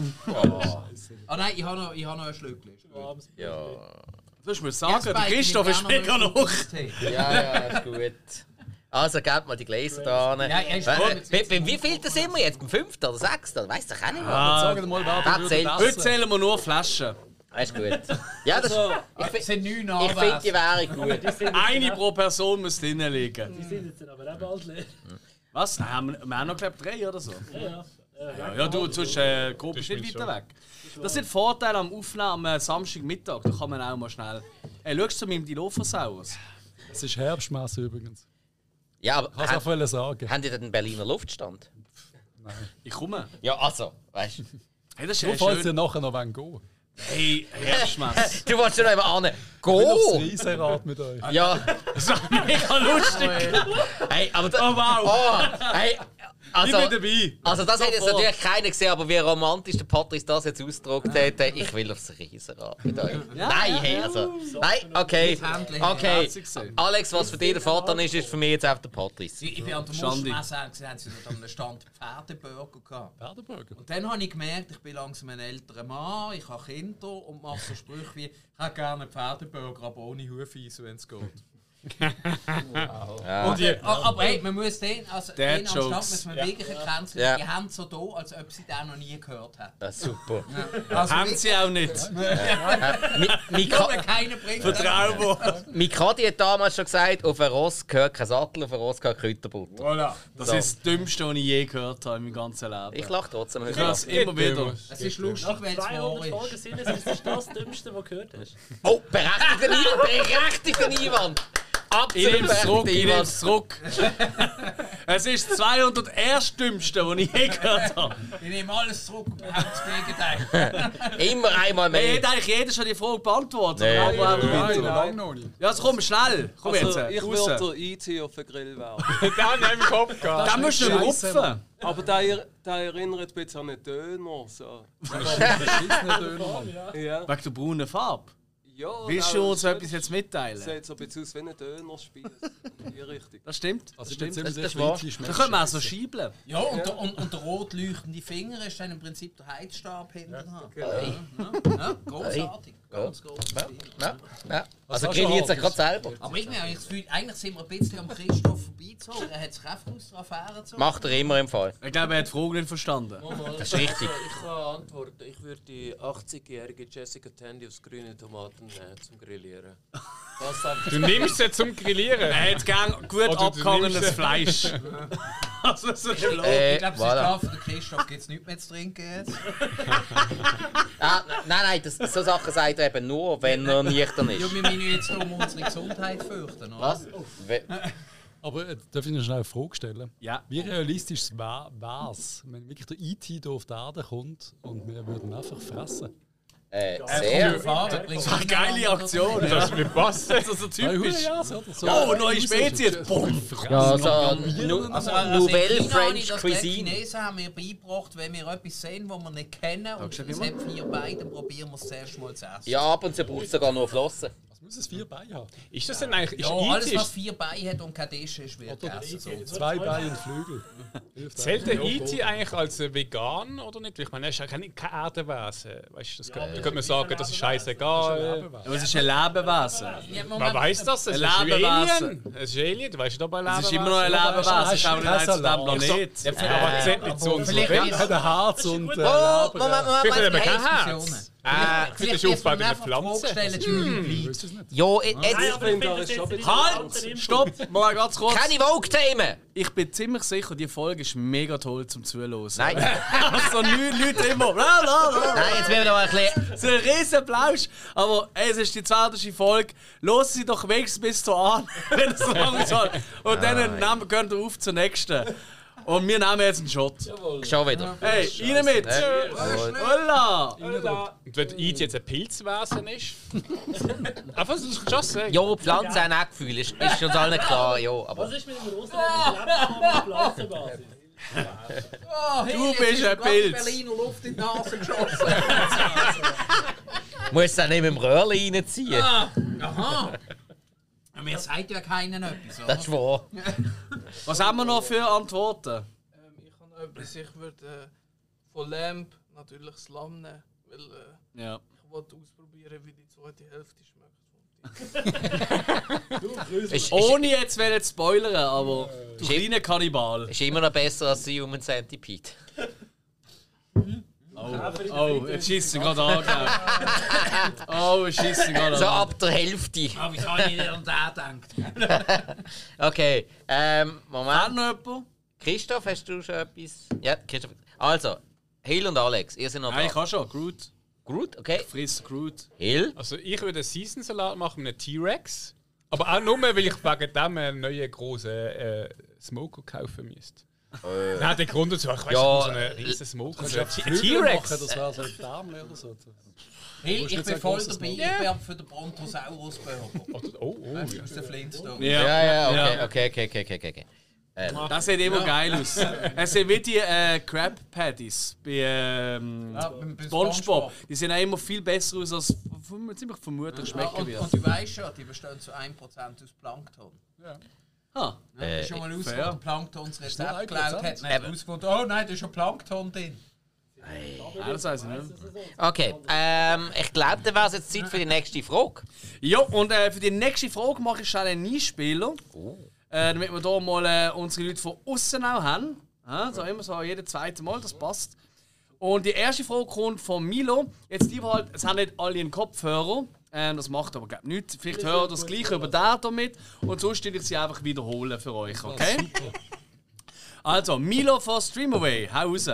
D: nein, ich habe noch, ich habe noch ein Schlückchen.
B: Ja.
A: Du musst mir sagen, der Christoph ist mega noch.
B: Ja, ja, ist gut. Also, gebt mal die Gläser da hin.
D: Ja, er ist
B: Bei-
D: voll.
B: bei- bei- Wie viel das sind wir jetzt? Beim fünften oder sechsten? Weiß doch auch nicht mehr.
A: Ah,
E: Mal wer
B: Das zählt.
A: heute zählen wir nur Flaschen. Also,
B: Das ist gut. Ja, das
A: äh,
B: ich,
D: Es sind neun
B: ich finde die
D: Anwesen.
B: Währung gut.
A: Eine pro Person muss drinnen liegen.
G: Die sind jetzt genau aber auch bald leer.
B: Mhm.
A: Was? Nein, haben wir wir haben noch glaube ich, drei oder so.
G: Ja, ja. Äh,
A: Ja, ja du, sonst äh, Coop ist nicht weiter weg. Das sind Vorteile am Aufnehmen am äh, Samstagmittag. Da kann man auch mal schnell. Ey, schaust du mit dem Dilophosaurus aus?
E: Es ist Herbstmesse übrigens.
B: Ja, aber
E: Kannst du auch
B: haben,
E: wollen sagen.
B: haben die denn einen Berliner Luftstand?
A: Ich komme.
B: Ja, also, weißt du.
A: Hey, das ist
E: Du,
A: ja
E: falls ihr
A: schön.
E: nachher noch wollen gehen
A: Hey, Herbstmess.
B: Du wolltest schon einmal an.
E: wollt.
B: Go!
E: Ich Riesenrad mit euch.
B: Ja,
A: Das war mega lustig.
B: hey, aber das.
A: Oh wow.
B: Oh, hey,
A: Ich
B: also,
A: bin dabei.
B: also das hat jetzt
A: Sofort.
B: natürlich keiner gesehen, aber wie romantisch der Patrice das jetzt ausgedruckt hat, äh, ich will aufs Riesenrad mit euch. Nein, hey, also, nein, okay,
D: Händchen.
B: okay.
A: Herzig gesehen.
B: Alex, was für dich der Vater ist, ist für mich jetzt auch der Patrice.
D: Ich bin an der
A: Schande.
D: Mustermesse auch gesehen, haben sie dort an einem Stand Pferdeburger gehabt.
E: Pferdeburger.
D: Und dann habe ich gemerkt, ich bin langsam ein älterer Mann, ich habe Kinder und mache so Sprüche wie, ich hätte gerne einen Pferdeburger, aber ohne Hufeis, wenn es geht.
A: Und die,
D: Oh, aber hey, man muss den, also
A: Der
D: den anstatt
A: Jokes.
D: muss man wirklich erkennen,
B: Ja.
D: die haben so da, als ob sie den noch nie gehört hätten.
B: Ah, super.
D: Also
A: haben sie auch nicht.
B: Äh, Mi- mi-
D: aber keiner bringt das.
A: Vertrauen wir.
B: Mikadi hat damals schon gesagt, auf ein Ross gehört kein Sattel, auf ein Ross gehört Kräuterbutter.
D: Voilà.
A: Das
B: So.
A: ist das Dümmste, was ich je gehört habe in meinem ganzen Leben.
B: Ich lache trotzdem.
A: Ich höre es immer wieder.
D: Es ist lustig, wenn es
G: 200
D: wahr
G: Folgen
D: ist.
G: sind es, das ist das Dümmste, was du gehört hast.
B: Oh, berechtigter Einwand! Berechtigter Einwand!
A: Ich
B: Absolut
A: nehme es zurück, ich nehme
B: berechtigter
A: es zurück. es ist das 201. Dümmste, was ich je gehört habe.
D: Ich nehme alles zurück und behaupte das Gegenteil.
B: Einwand! Immer einmal
A: Hey,
B: mehr!
A: hat eigentlich jeder schon die Frage beantwortet?
B: Nee.
A: Aber auch
E: Nein,
A: wieder.
E: lange noch nicht.
A: Ja, jetzt komm schnell. Komm
C: Also,
A: jetzt.
C: ich
A: raus.
C: würde der IT auf den Grill werfen.
H: Dann nehmen wir Kopf gehabt.
A: Dann musst du ihn rupfen.
C: Aber der, der erinnert ein bisschen an einen Döner. So. Ja.
A: Wegen der braunen Farbe.
C: ja genau.
A: Willst du uns etwas jetzt mitteilen?
C: Sieht so ein bisschen aus wie ein Döner-Spiel. In die Richtung.
A: Das stimmt. Das
E: Also ich bin
A: stimmt.
E: ziemlich
B: Das- das
E: sicher,
B: war-
E: die
A: Da
E: schmeckt
A: können wir auch so schiebeln.
D: Ja, und, Der, und, und der rot leuchtende Finger ist dann im Prinzip der Heizstab hinten dran.
B: Hey.
D: Ja, ne? ja, großartig. Ganz großartig.
B: genau. Ja, ja. Also
E: hast
B: grill
E: du
B: ich jetzt
E: auch?
B: gerade selber.
D: Aber irgendwie habe ich das Gefühl, eigentlich sind wir ein bisschen am Christoph vorbeizogen. Er hat sich einfach aus der Affäre gezogen.
B: Macht er immer im Fall.
A: Ich glaube, er hat die Frage nicht verstanden.
B: Das ist richtig.
J: Also,
I: Ich kann antworten. Ich würde die 80-jährige Jessica Tandy aus grünen Tomaten
J: äh,
I: nehmen zum Grillieren. Das
H: Du nimmst sie zum Grillieren.
A: Er hat gern gut
H: Oder du nimmst
A: abgehangenes
H: ihn.
A: Fleisch. also, das ist ein Lob.
B: Äh,
D: Ich glaube, es ist
B: voilà.
D: klar, für den Christoph gibt es nichts mehr zu trinken jetzt.
B: ah, nein, nein, das, so Sachen sagt er eben nur, wenn er nüchtern
D: Ja,
B: ist.
D: wir müssen jetzt hier um unsere Gesundheit fürchten, oder?
B: Was? We-
E: Aber äh, darf ich noch schnell eine Frage stellen?
A: Ja.
E: Wie realistisch wäre es, wenn wirklich der IT hier auf die Erde kommt und wir würden ihn einfach fressen?
B: Äh, sehr.
D: Das war
A: Eine geile Aktion. Ja.
H: Das würde passen.
A: Das ist so
E: Nein, hure,
A: typisch.
E: ja, so, oder so.
A: Oh, neue Spezies. Boom.
B: Ja, so also, nu-
D: also
A: Also,
B: Nouvelle French
D: Die
B: Cuisine.
D: Chinesen haben mir beigebracht, wenn wir etwas sehen, das wir nicht kennen, und
A: Dankeschön,
D: es
A: Simon.
D: hat vier beiden, probieren wir es zuerst mal zu essen.
B: Ja, ab und zu braucht es sogar nur Flossen.
E: Was muss es vier Beine haben?
H: Ist das denn eigentlich.
D: Ja,
H: Ist
D: alles,
H: IT
D: was
H: ist,
D: vier Beine hat und kein Tisch ist, wird gegessen. So.
E: Zwei Beine und Flügel. Hilft
H: zählt
E: auch.
H: der E IT eigentlich als äh, vegan oder nicht? Ich meine, er ist ja kein, kein Erdewesen. Weißt du, das könnte, könnte man sagen, das ist scheißegal.
A: Aber es ist ein Lebewesen.
D: Ja,
H: Man
D: Moment,
A: ähm,
H: weiß das, es ist
A: Ein
H: ein Alien.
A: Lebewesen.
H: Es ist ein Alien, du weißt nicht, ob er
A: Es
H: Lebewesen
A: ist immer noch ein Lebewesen. Es ist auch nicht eins auf diesem Planeten.
H: Aber zählt nicht
E: Äh,
H: zu uns.
D: vielleicht
H: Vielleicht
D: ist-
E: Hat ein Herz und äh,
B: Oh,
E: Leber.
B: Moment, Moment,
H: hat er
B: Moment.
H: eben
B: Hey,
H: kein Herz.
D: Diskussionen.
H: Äh,
D: Vielleicht
H: vielleicht ist
D: müssen wir
H: aufgebaut wie eine
D: mir einfach die Frage
H: Pflanze.
D: stellen, Julian
E: Ich
D: bleibt.
E: wüsste es nicht.
B: Ja, e- jetzt.
G: aber ich
C: finde,
G: finde
C: das
G: das
C: ist schon
G: jetzt
A: Halt! Stopp! Mal ganz kurz.
B: Keine Vogue-Themen!
A: Ich bin ziemlich sicher, die Folge ist mega toll zum Zuhören.
B: Nein,
A: Also, neun Leute immer. Bla, bla, bla.
B: nein, jetzt werden wir noch ein bisschen.
A: So ein riesen Applaus. Aber ey, es ist die zweite Folge. Los sie doch wenigstens bis zur an, wenn es so lange soll. Und dann nehmen, gehen wir auf zur nächsten. Und wir nehmen jetzt einen Shot.
B: Schon wieder.
A: Hey, rein mit! Hola!
H: Und wenn IT jetzt ein Pilzwesen ist. Einfach so just sagen.
B: Ja, Pflanzen haben auch Gefühle, ist, ist uns allen klar, ja. Aber
G: Was ist mit dem Russland mit Pflanzenbasis?
D: Oh, hey,
A: Du
D: jetzt
A: bist
D: ist mir
A: ein
D: gerade
A: Pilz.
D: Berliner Luft in die Nase geschossen. Ah.
B: muss es auch nicht mit dem Röhrchen reinziehen.
D: Aha. Aber mir sagt ja keinen etwas, oder?
B: Das ist wahr.
A: Oh. Was haben wir noch für Antworten?
I: Ähm, ich habe noch etwas, ich würde äh, von Lamp natürlich Slam nehmen, weil äh,
A: Ja.
I: ich wollte ausprobieren, wie die zweite Hälfte schmeckt.
B: Ist, ist,
A: Ohne jetzt wollen zu spoilern, aber
D: Äh.
A: du
B: Jim-
A: kleiner Kannibal.
B: ist immer noch besser als um die Human Centipede.
A: Oh, oh jetzt schießt er gerade an. gell. Oh, jetzt schießt er gerade
B: So
A: an.
B: ab der Hälfte.
D: Aber ich Ah, habe nicht an den gedacht.
B: Okay, ähm, Moment.
A: Hat noch jemand?
B: Christoph, hast du schon etwas? Ja, Christoph. Also, Hill und Alex, ihr seid noch
A: Nein,
B: dran.
A: ich kann schon. Groot.
B: Gut, okay.
A: Friss Groot.
B: Hill?
H: Also ich würde einen Season-Salat machen mit einem T-Rex. Aber auch nur, weil ich wegen dem einen neuen großen äh, Smoker kaufen müsste. Nein, der Grund dazu, ich weiß
B: Äh.
H: nicht,
B: Ja, äh,
H: so einen
E: äh,
H: riesen Smoker.
E: Ja,
H: Ein T-Rex!
E: Das wäre so ein Dame oder so.
D: Hill, ich bin
E: ein
D: voll
E: großes
D: dabei, ich bin für den Brontosaurus-Burger.
H: Oder- Oh, oh, ja.
D: Das ist der Flintstone.
B: Ja, ja, okay, okay, okay, okay, okay, okay, okay.
A: Das sieht immer geil aus. Es sind wie die äh, Crab Patties bei ähm,
D: Ja, beim- beim
A: SpongeBob.
D: SpongeBob.
A: Die sehen auch immer viel besser aus, als verm- ziemlich vermutlich
D: Ah,
A: schmecken
D: und,
A: wird.
D: und du weißt schon, die bestehen zu 1% aus Plankton.
A: Ah,
D: Ja,
B: Äh,
D: äh, schon mal
A: fair.
D: herausgefunden, Planktons Rezept
E: nur
D: geklaut
E: 1%.
D: hat. Nein, herausgefunden, oh nein, da ist schon Plankton drin.
A: nein, das weiß ich nicht.
B: Okay, ähm, ich glaube, dann wäre es jetzt Zeit für die nächste Frage.
A: Ja, und äh, für die nächste Frage mache ich schnell einen Einspieler.
B: Oh.
A: Äh, damit wir hier mal äh, unsere Leute von außen auch haben. Ja, so immer so, jedes zweite Mal, das passt. Und die erste Frage kommt von Milo. Jetzt die die halt, es haben nicht alle einen Kopfhörer. Ähm, das macht aber glaub, nichts. Vielleicht hören das gleich über den damit. Und sonst will ich sie einfach wiederholen für euch, okay? Also, Milo von Streamaway, hau raus.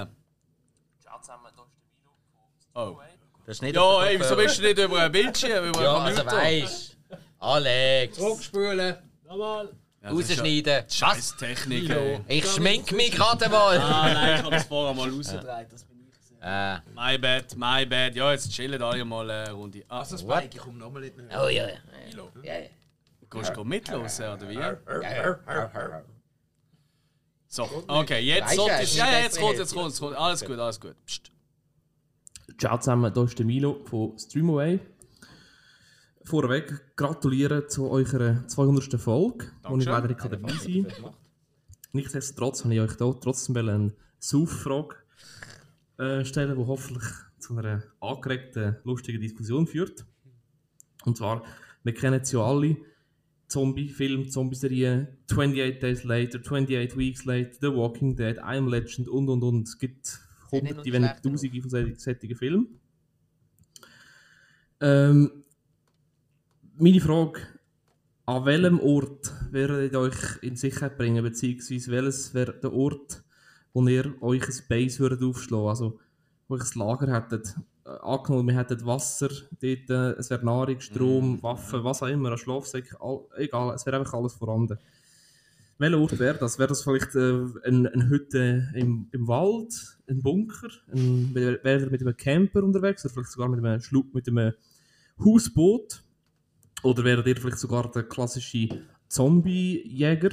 A: Oh.
B: Das ist nicht
A: Ja,
B: auf
A: ey,
B: den
A: wieso
B: Kopfhörer.
A: bist du nicht über ein Bildschirm, über
B: Ja,
A: einen
B: also
A: Computer?
B: weißt Alex,
D: Druckspülen.
G: Nochmal.
A: Ja, das ist ja-
B: rausschneiden. Was?
A: Scheiß Technik, ey.
B: Ich schmink mich gerade mal.
A: Ah, nein, ich habe das vorher mal rausgedreht. Das bin ich.
B: Ah.
A: My bad, my bad. Ja, jetzt chillen alle mal eine Runde. Ah,
D: Also Spike, ich komme nochmal nicht mehr.
B: Oh ja. ja. ja.
A: kannst du mitlos, oder wie? So, okay, jetzt
B: Weißt du,
A: sollte
B: es
A: ich.
B: ist
A: Ja, ja,
B: nicht
A: jetzt
B: besser
A: kommt, jetzt kommt, jetzt kommt. Alles gut, alles gut. Psst.
K: Ciao zusammen, hier ist der Milo von Streamaway. Vorweg gratuliere zu eurer 200. Folge, wo ich
A: Dankeschön.
K: leider nicht dabei sein kann. Nichtsdestotrotz habe ich euch hier trotzdem wollen eine Sauffrage äh, stellen, die hoffentlich zu einer angeregten, lustigen Diskussion führt. Und zwar, wir kennen es ja alle, Zombie-Film, Zombie-Serie, 28 Days Later, 28 Weeks Later, The Walking Dead, I Am Legend und und und. Es gibt hunderte, wenn nicht tausende von solchen- solchen Filmen. Ähm, meine Frage, an welchem Ort werdet ihr euch in Sicherheit bringen, beziehungsweise welches wäre der Ort, wo ihr euch ein Base würdet aufschlagen, also wo ihr ein Lager hättet? Äh, Angenommen, wir hätten Wasser, dort, äh, es wäre Nahrung, Strom, Waffen, was auch immer, ein Schlafsack, all, egal, es wäre einfach alles vorhanden. Welcher Ort wäre das? Wäre das vielleicht äh, eine ein Hütte im, im Wald, ein Bunker? Ein, wäre ihr mit einem Camper unterwegs oder vielleicht sogar mit einem Schluck, mit einem Hausboot? Oder wäre ihr vielleicht sogar der klassische Zombie-Jäger?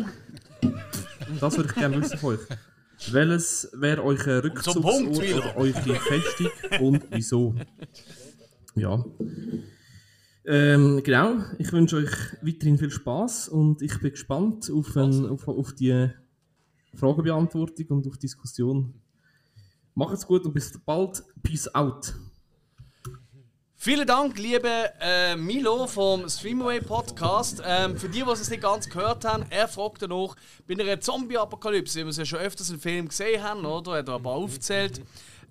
K: Das würde ich gerne wissen von euch. Welches wäre euer Rückzugsort
A: Punkt wieder.
K: oder eure Festung und wieso? Ja. Ähm, genau, ich wünsche euch weiterhin viel Spaß und ich bin gespannt auf, ein, auf, auf die Fragebeantwortung und auf die Diskussion. Macht's gut und bis bald. Peace out.
A: Vielen Dank, lieber äh, Milo vom Streamaway Podcast. Ähm, für die, die es nicht ganz gehört haben, er fragt danach, bei einer Zombie-Apokalypse, wie wir es ja schon öfters im Film gesehen haben, oder? Er hat da ein paar aufgezählt.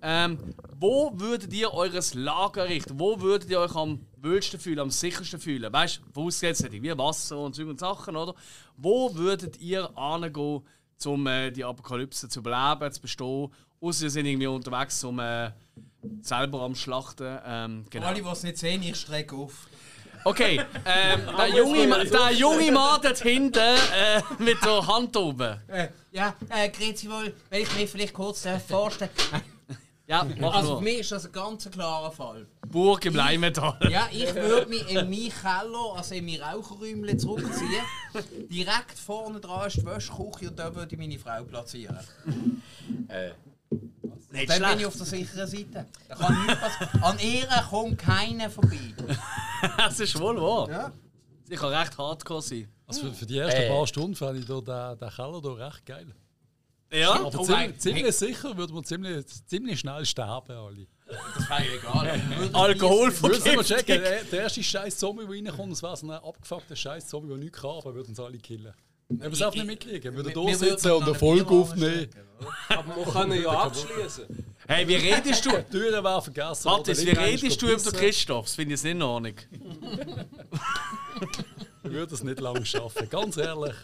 A: Ähm, wo würdet ihr eures Lager richten? Wo würdet ihr euch am wohlsten fühlen, am sichersten fühlen? Weißt du, vorausgesetzt wie Wasser und Zeug und Sachen, oder? Wo würdet ihr hingehen, um äh, die Apokalypse zu überleben, zu bestehen? Außer ihr seid irgendwie unterwegs, um äh, selber am Schlachten. Ähm, genau.
D: Alle, die es nicht sehen, ich strecke auf.
A: Okay, ähm, der, junge, Ma- der junge Mann dort hinten äh, mit der Hand oben.
D: Äh, ja, äh, grüezi wohl, wenn ich mich vielleicht kurz darf vorstellen
A: Ja, mach
D: Also für
A: nur.
D: mich ist das ein ganz klarer Fall.
A: Burg im Leimental.
D: Ja, ich würde mich in meinen Keller, also in mein Raucherräumchen zurückziehen. Direkt vorne dran ist die Wäschküche und da würde ich meine Frau platzieren.
A: Nicht
D: Dann bin
A: schlecht.
D: ich auf der sicheren Seite. Da kann nichts passieren. An ihr kommt keiner vorbei.
A: Das ist wohl wahr. Ich kann recht hardcore sein.
E: Also für, für die ersten
B: Äh.
E: paar Stunden fand ich da den, den Keller da recht geil.
A: Ja,
E: Aber ziemlich, ziemlich sicher würde man ziemlich, ziemlich schnell sterben alle.
D: Das wäre ja egal.
E: Würdest du mal
A: Alkoholvergiftung.
E: checken, der, der erste scheiß Zombie, der reinkommt, das wäre so ein abgefuckter scheiß Zombie, der nichts kann, aber würde uns alle killen. Wenn wir es auch nicht mitkriegen, würden da sitzen und eine Folge aufnehmen.
C: Aber wir können ja abschließen.
A: Hey, wie redest du?
E: Die Türen wären vergessen.
A: Matthias, wie
E: oder links
A: redest du
E: eins
A: über den Christoph? Das finde ich jetzt nicht in Ordnung.
E: Ich würde es nicht lange schaffen, ganz ehrlich.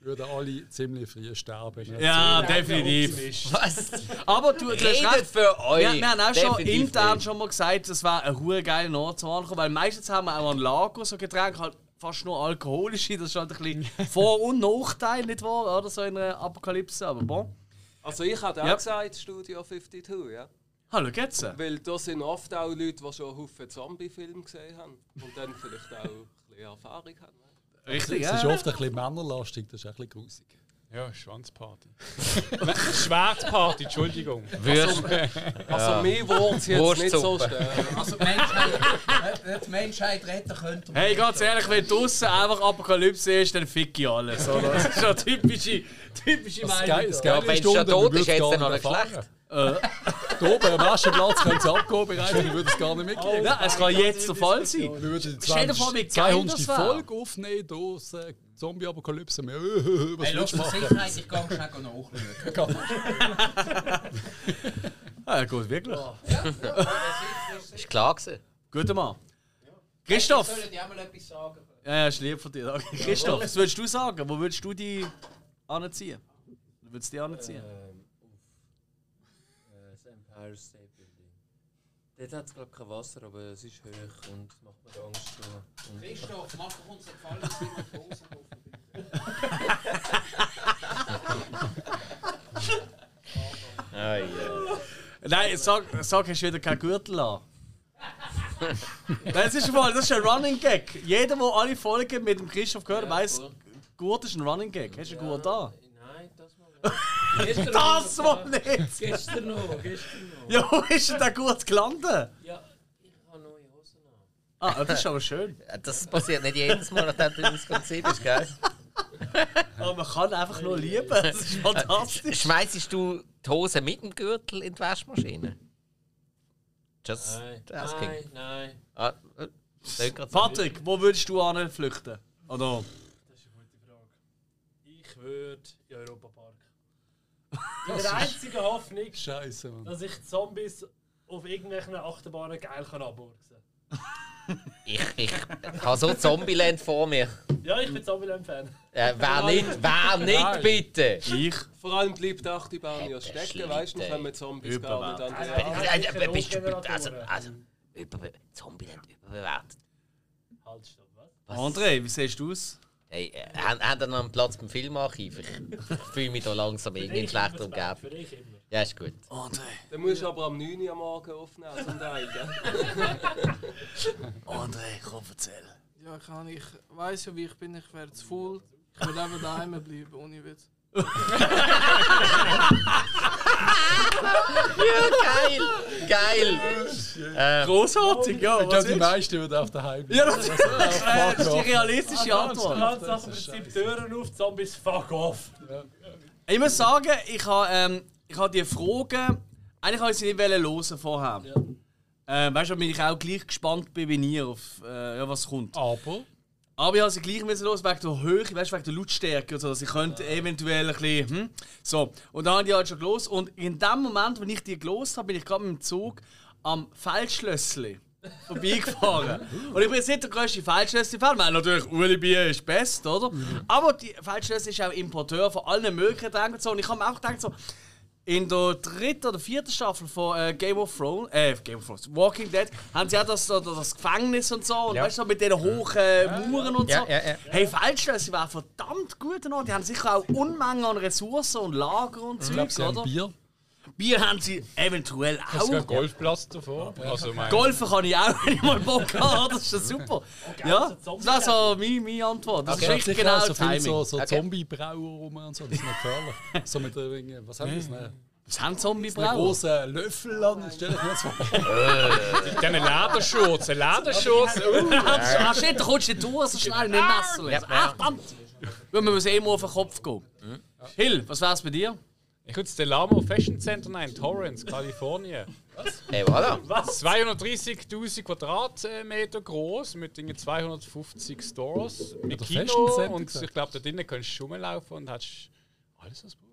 E: Würden alle ziemlich früh sterben.
A: Ja, definitiv.
B: Was?
A: Aber du, du hast
B: Redet
A: recht.
B: für euch!
A: Wir, wir haben auch schon
B: Definitiv
A: intern
B: nicht.
A: schon mal gesagt, das wäre ein hoher geiler Ort zum Ankommen, weil meistens haben wir auch an Lago so Getränke, halt fast nur alkoholische, das ist halt ein bisschen Vor- und Nachteil, nicht wahr? Oder so in einer Apokalypse, aber bon.
C: Also ich hatte auch
A: Ja.
C: gesagt, Studio 52, ja.
A: Hallo, geht's? Ja,
C: Weil da sind oft auch Leute, die schon einen Haufen Zombie-Filme gesehen haben und dann vielleicht auch ein bisschen Erfahrung haben.
A: Richtig,
E: Das ist
A: ja.
E: oft ein bisschen männerlastig, das ist ein bisschen grusig.
H: Ja, Schwanzparty. Schwertparty, Entschuldigung. äh,
B: Würst,
C: Also mir würde es jetzt nicht so
B: Wurstsuppe.
C: stören.
D: Also die Menschheit, äh, die Menschheit retten könnte.
A: Hey, ganz ehrlich, wenn draußen einfach Apokalypse ist, dann fick ich alles. Oder? Das ist ja typische, typische
E: Das
A: Meinung.
E: Geile, das
B: Ja,
E: Geile
B: wenn
E: ist,
B: es schon
E: unten,
B: tot
E: man
B: ist,
E: würd's
B: hätte es dann
E: gar
B: noch
E: nicht Äh, erfahren.
B: schlecht.
E: Da oben am Aschenplatz können sie abgehen bereits, wir würden es gar nicht mitkriegen.
A: Ja, es kann jetzt der Fall sein.
E: Wir würden die
A: Stell dir vor, wie geil
E: 200.
A: das wär.
E: Folge aufnehmen, da aus äh, Zombie-Apokalypse. Wir, äh, äh, Was
D: Hey,
E: willst
D: lass
E: du
D: die
E: machen?
D: Sicherheit, ich gehe schnell nachschauen.
A: Ah, Ja, gut, wirklich.
B: Ist klar gewesen.
A: Guter Mann. Christoph!
D: Sollen die auch mal etwas sagen?
A: Ja, ja, ist lieb von dir. danke. Christoph, was würdest du sagen? Wo würdest du die anziehen? Wo Würdest du die anziehen?
J: Ähm, auf äh, das Empire State Building. Dort hat es glaube kein Wasser, aber es ist hoch und es macht mir Angst. da. Und
D: Christoph, mach doch uns einen Gefallen, dass niemand draußen laufen.
A: Nein, sag, sag, hast du wieder keinen Gürtel an? Nein, das ist, mal, das ist ein Running Gag. Jeder, der alle Folgen mit dem Christoph gehört, weiss, Gurt ist ein Running Gag. Hast du einen Gurt an?
J: Nein, das mal nicht.
I: Gestern
A: Das war nicht!
J: gestern noch, gestern noch.
A: Ja, wo ist denn der Gurt gelandet?
J: Ja, ich habe neue Hosen an.
A: Ah, das ist aber schön.
B: Das passiert nicht jedes Mal, nachdem du ins Konzert bist, gell?
A: Aber man kann einfach nur lieben. Das ist fantastisch.
B: Schmeißest du die Hose mit dem Gürtel in die Waschmaschine? Just
J: Nein,
B: asking.
J: nein, nein.
B: Ah, äh, klingt grad so.
A: Patrick, wo würdest du anflüchten? Oder?
G: Das ist eine gute Frage. Ich würde in Europa Park. In
E: Das
G: der
E: ist
G: einzigen Hoffnung,
E: Scheiße, Mann.
G: dass ich Zombies auf irgendwelchen Achterbahnen geil kann abburgsen
B: Ich, ich habe so Zombieland vor mir.
G: kann. Ja, ich bin Zombieland-Fan.
B: Äh, wer nicht, wer nicht, bitte!
A: Ich?
C: Vor allem bleibt die Achterbahn ja
B: Alter
C: stecken,
B: Äh, Schlitte.
C: weißt du, dann kommen Zombies gar nicht an die
G: Überall.
C: Reihe.
B: Äh,
G: sicher
B: äh, bist du-
G: Hochgeneratoren.
B: Also, also überbe Zombieland überbewertet.
G: Halt, stopp, was?
B: Was?
A: André, wie siehst du aus?
B: Hey, äh, haben haben ihr noch einen Platz beim Filmarchiv? Ich fühle mich da langsam irgendwie schlecht
G: Immer zu spät,
B: umgeben.
G: Für dich immer.
B: Ja, ist gut.
C: Oh,
A: André,
C: Dann musst du aber am 9 Uhr am Morgen aufnehmen also um zum Teil. gell? Oh,
A: André, komm, erzähl.
I: Ja, kann ich. Weiß ja, wie ich bin, ich werde zu faul. Ich will einfach daheim bleiben, ohne Witz.
B: Geil! Geil!
F: Äh,
A: Großartig, ja.
E: Ich glaube,
A: Was
E: die
A: ist?
E: meisten würden auf daheim
A: Ja, das ist, Äh, das ist die realistische
G: Ganz,
A: Antwort.
G: ganz nach dem Prinzip Türen auf, Zombies, fuck off.
A: Ich muss sagen, ich habe ähm, ich habe die Fragen. Eigentlich wollte ich sie nicht hören vorher. Äh, weißt du, damit ich auch gleich gespannt bin wie ihr auf äh, ja, was kommt.
E: Aber
A: Aber ich habe sie gleich müssen los wegen der Höhe, weißt, wegen der Lautstärke und so, dass ich könnte eventuell ein bisschen, hm? So, und dann habe ich die halt schon los und in dem Moment, wo ich die gelost habe, bin ich gerade mit dem Zug am Feldschlössli vorbeigefahren. und ich bin jetzt nicht der grösste Feldschlössli-Fan, weil natürlich Uli Bier ist best, oder? Aber die Feldschlössli ist auch Importeur von allen möglichen Dingen und so und ich habe mir auch gedacht so, in der dritten oder vierten Staffel von äh, Game of Thrones, äh, Game of Thrones, Walking Dead, haben sie auch das, das, das Gefängnis und so, und
B: Ja.
A: weißt du, so mit diesen hohen äh, Mauern und
B: Ja,
A: so.
B: ja, ja.
A: Hey, Feldschlösser wäre verdammt gut an. Die haben sicher auch Unmengen an Ressourcen und Lager und
E: ich glaube,
A: Zeugs,
E: sie haben
A: oder?
E: Bier.
A: Bier haben sie eventuell
H: Es gibt einen
A: auch.
H: Golfplatz davor. Also, mein,
A: Golfen kann ich auch, wenn ich mal Bock habe, das ist ja super. Ja, das wäre so meine, meine Antwort. Das
E: Es gibt
A: ist richtig
E: sicher
A: genau
E: auch so
A: Timing.
E: viel so, so
B: Okay.
F: äh,
E: Zombie-Brauer rum und so, das ist nicht gefährlich. so mit, der, was haben wir das?
A: Was haben Zombie
F: Einen
A: brauchen?
F: großen Löffel an, stell ich mir jetzt vor.
B: Äh.
H: Dann ein Lederschutz, ein Äh. Lederschutz.
A: Ah, shit, da kommst du nicht durch so schnell mit dem Messer.
B: Ja,
A: Ah,
B: ja.
A: verdammt! Wir müssen eh mal auf den Kopf gehen. Hill, was wär's bei dir?
H: Mhm. Ich würde das Delamo Fashion Center nein, Torrance, Kalifornien.
B: Ey, voilà.
H: 230.000 Quadratmeter groß mit irgendwie 250 Stores, mit
F: der Fashion
H: Kino
F: Center
H: und
F: gesagt.
H: ich glaube, da drinnen kannst du rumlaufen und hast alles, was du brauchst.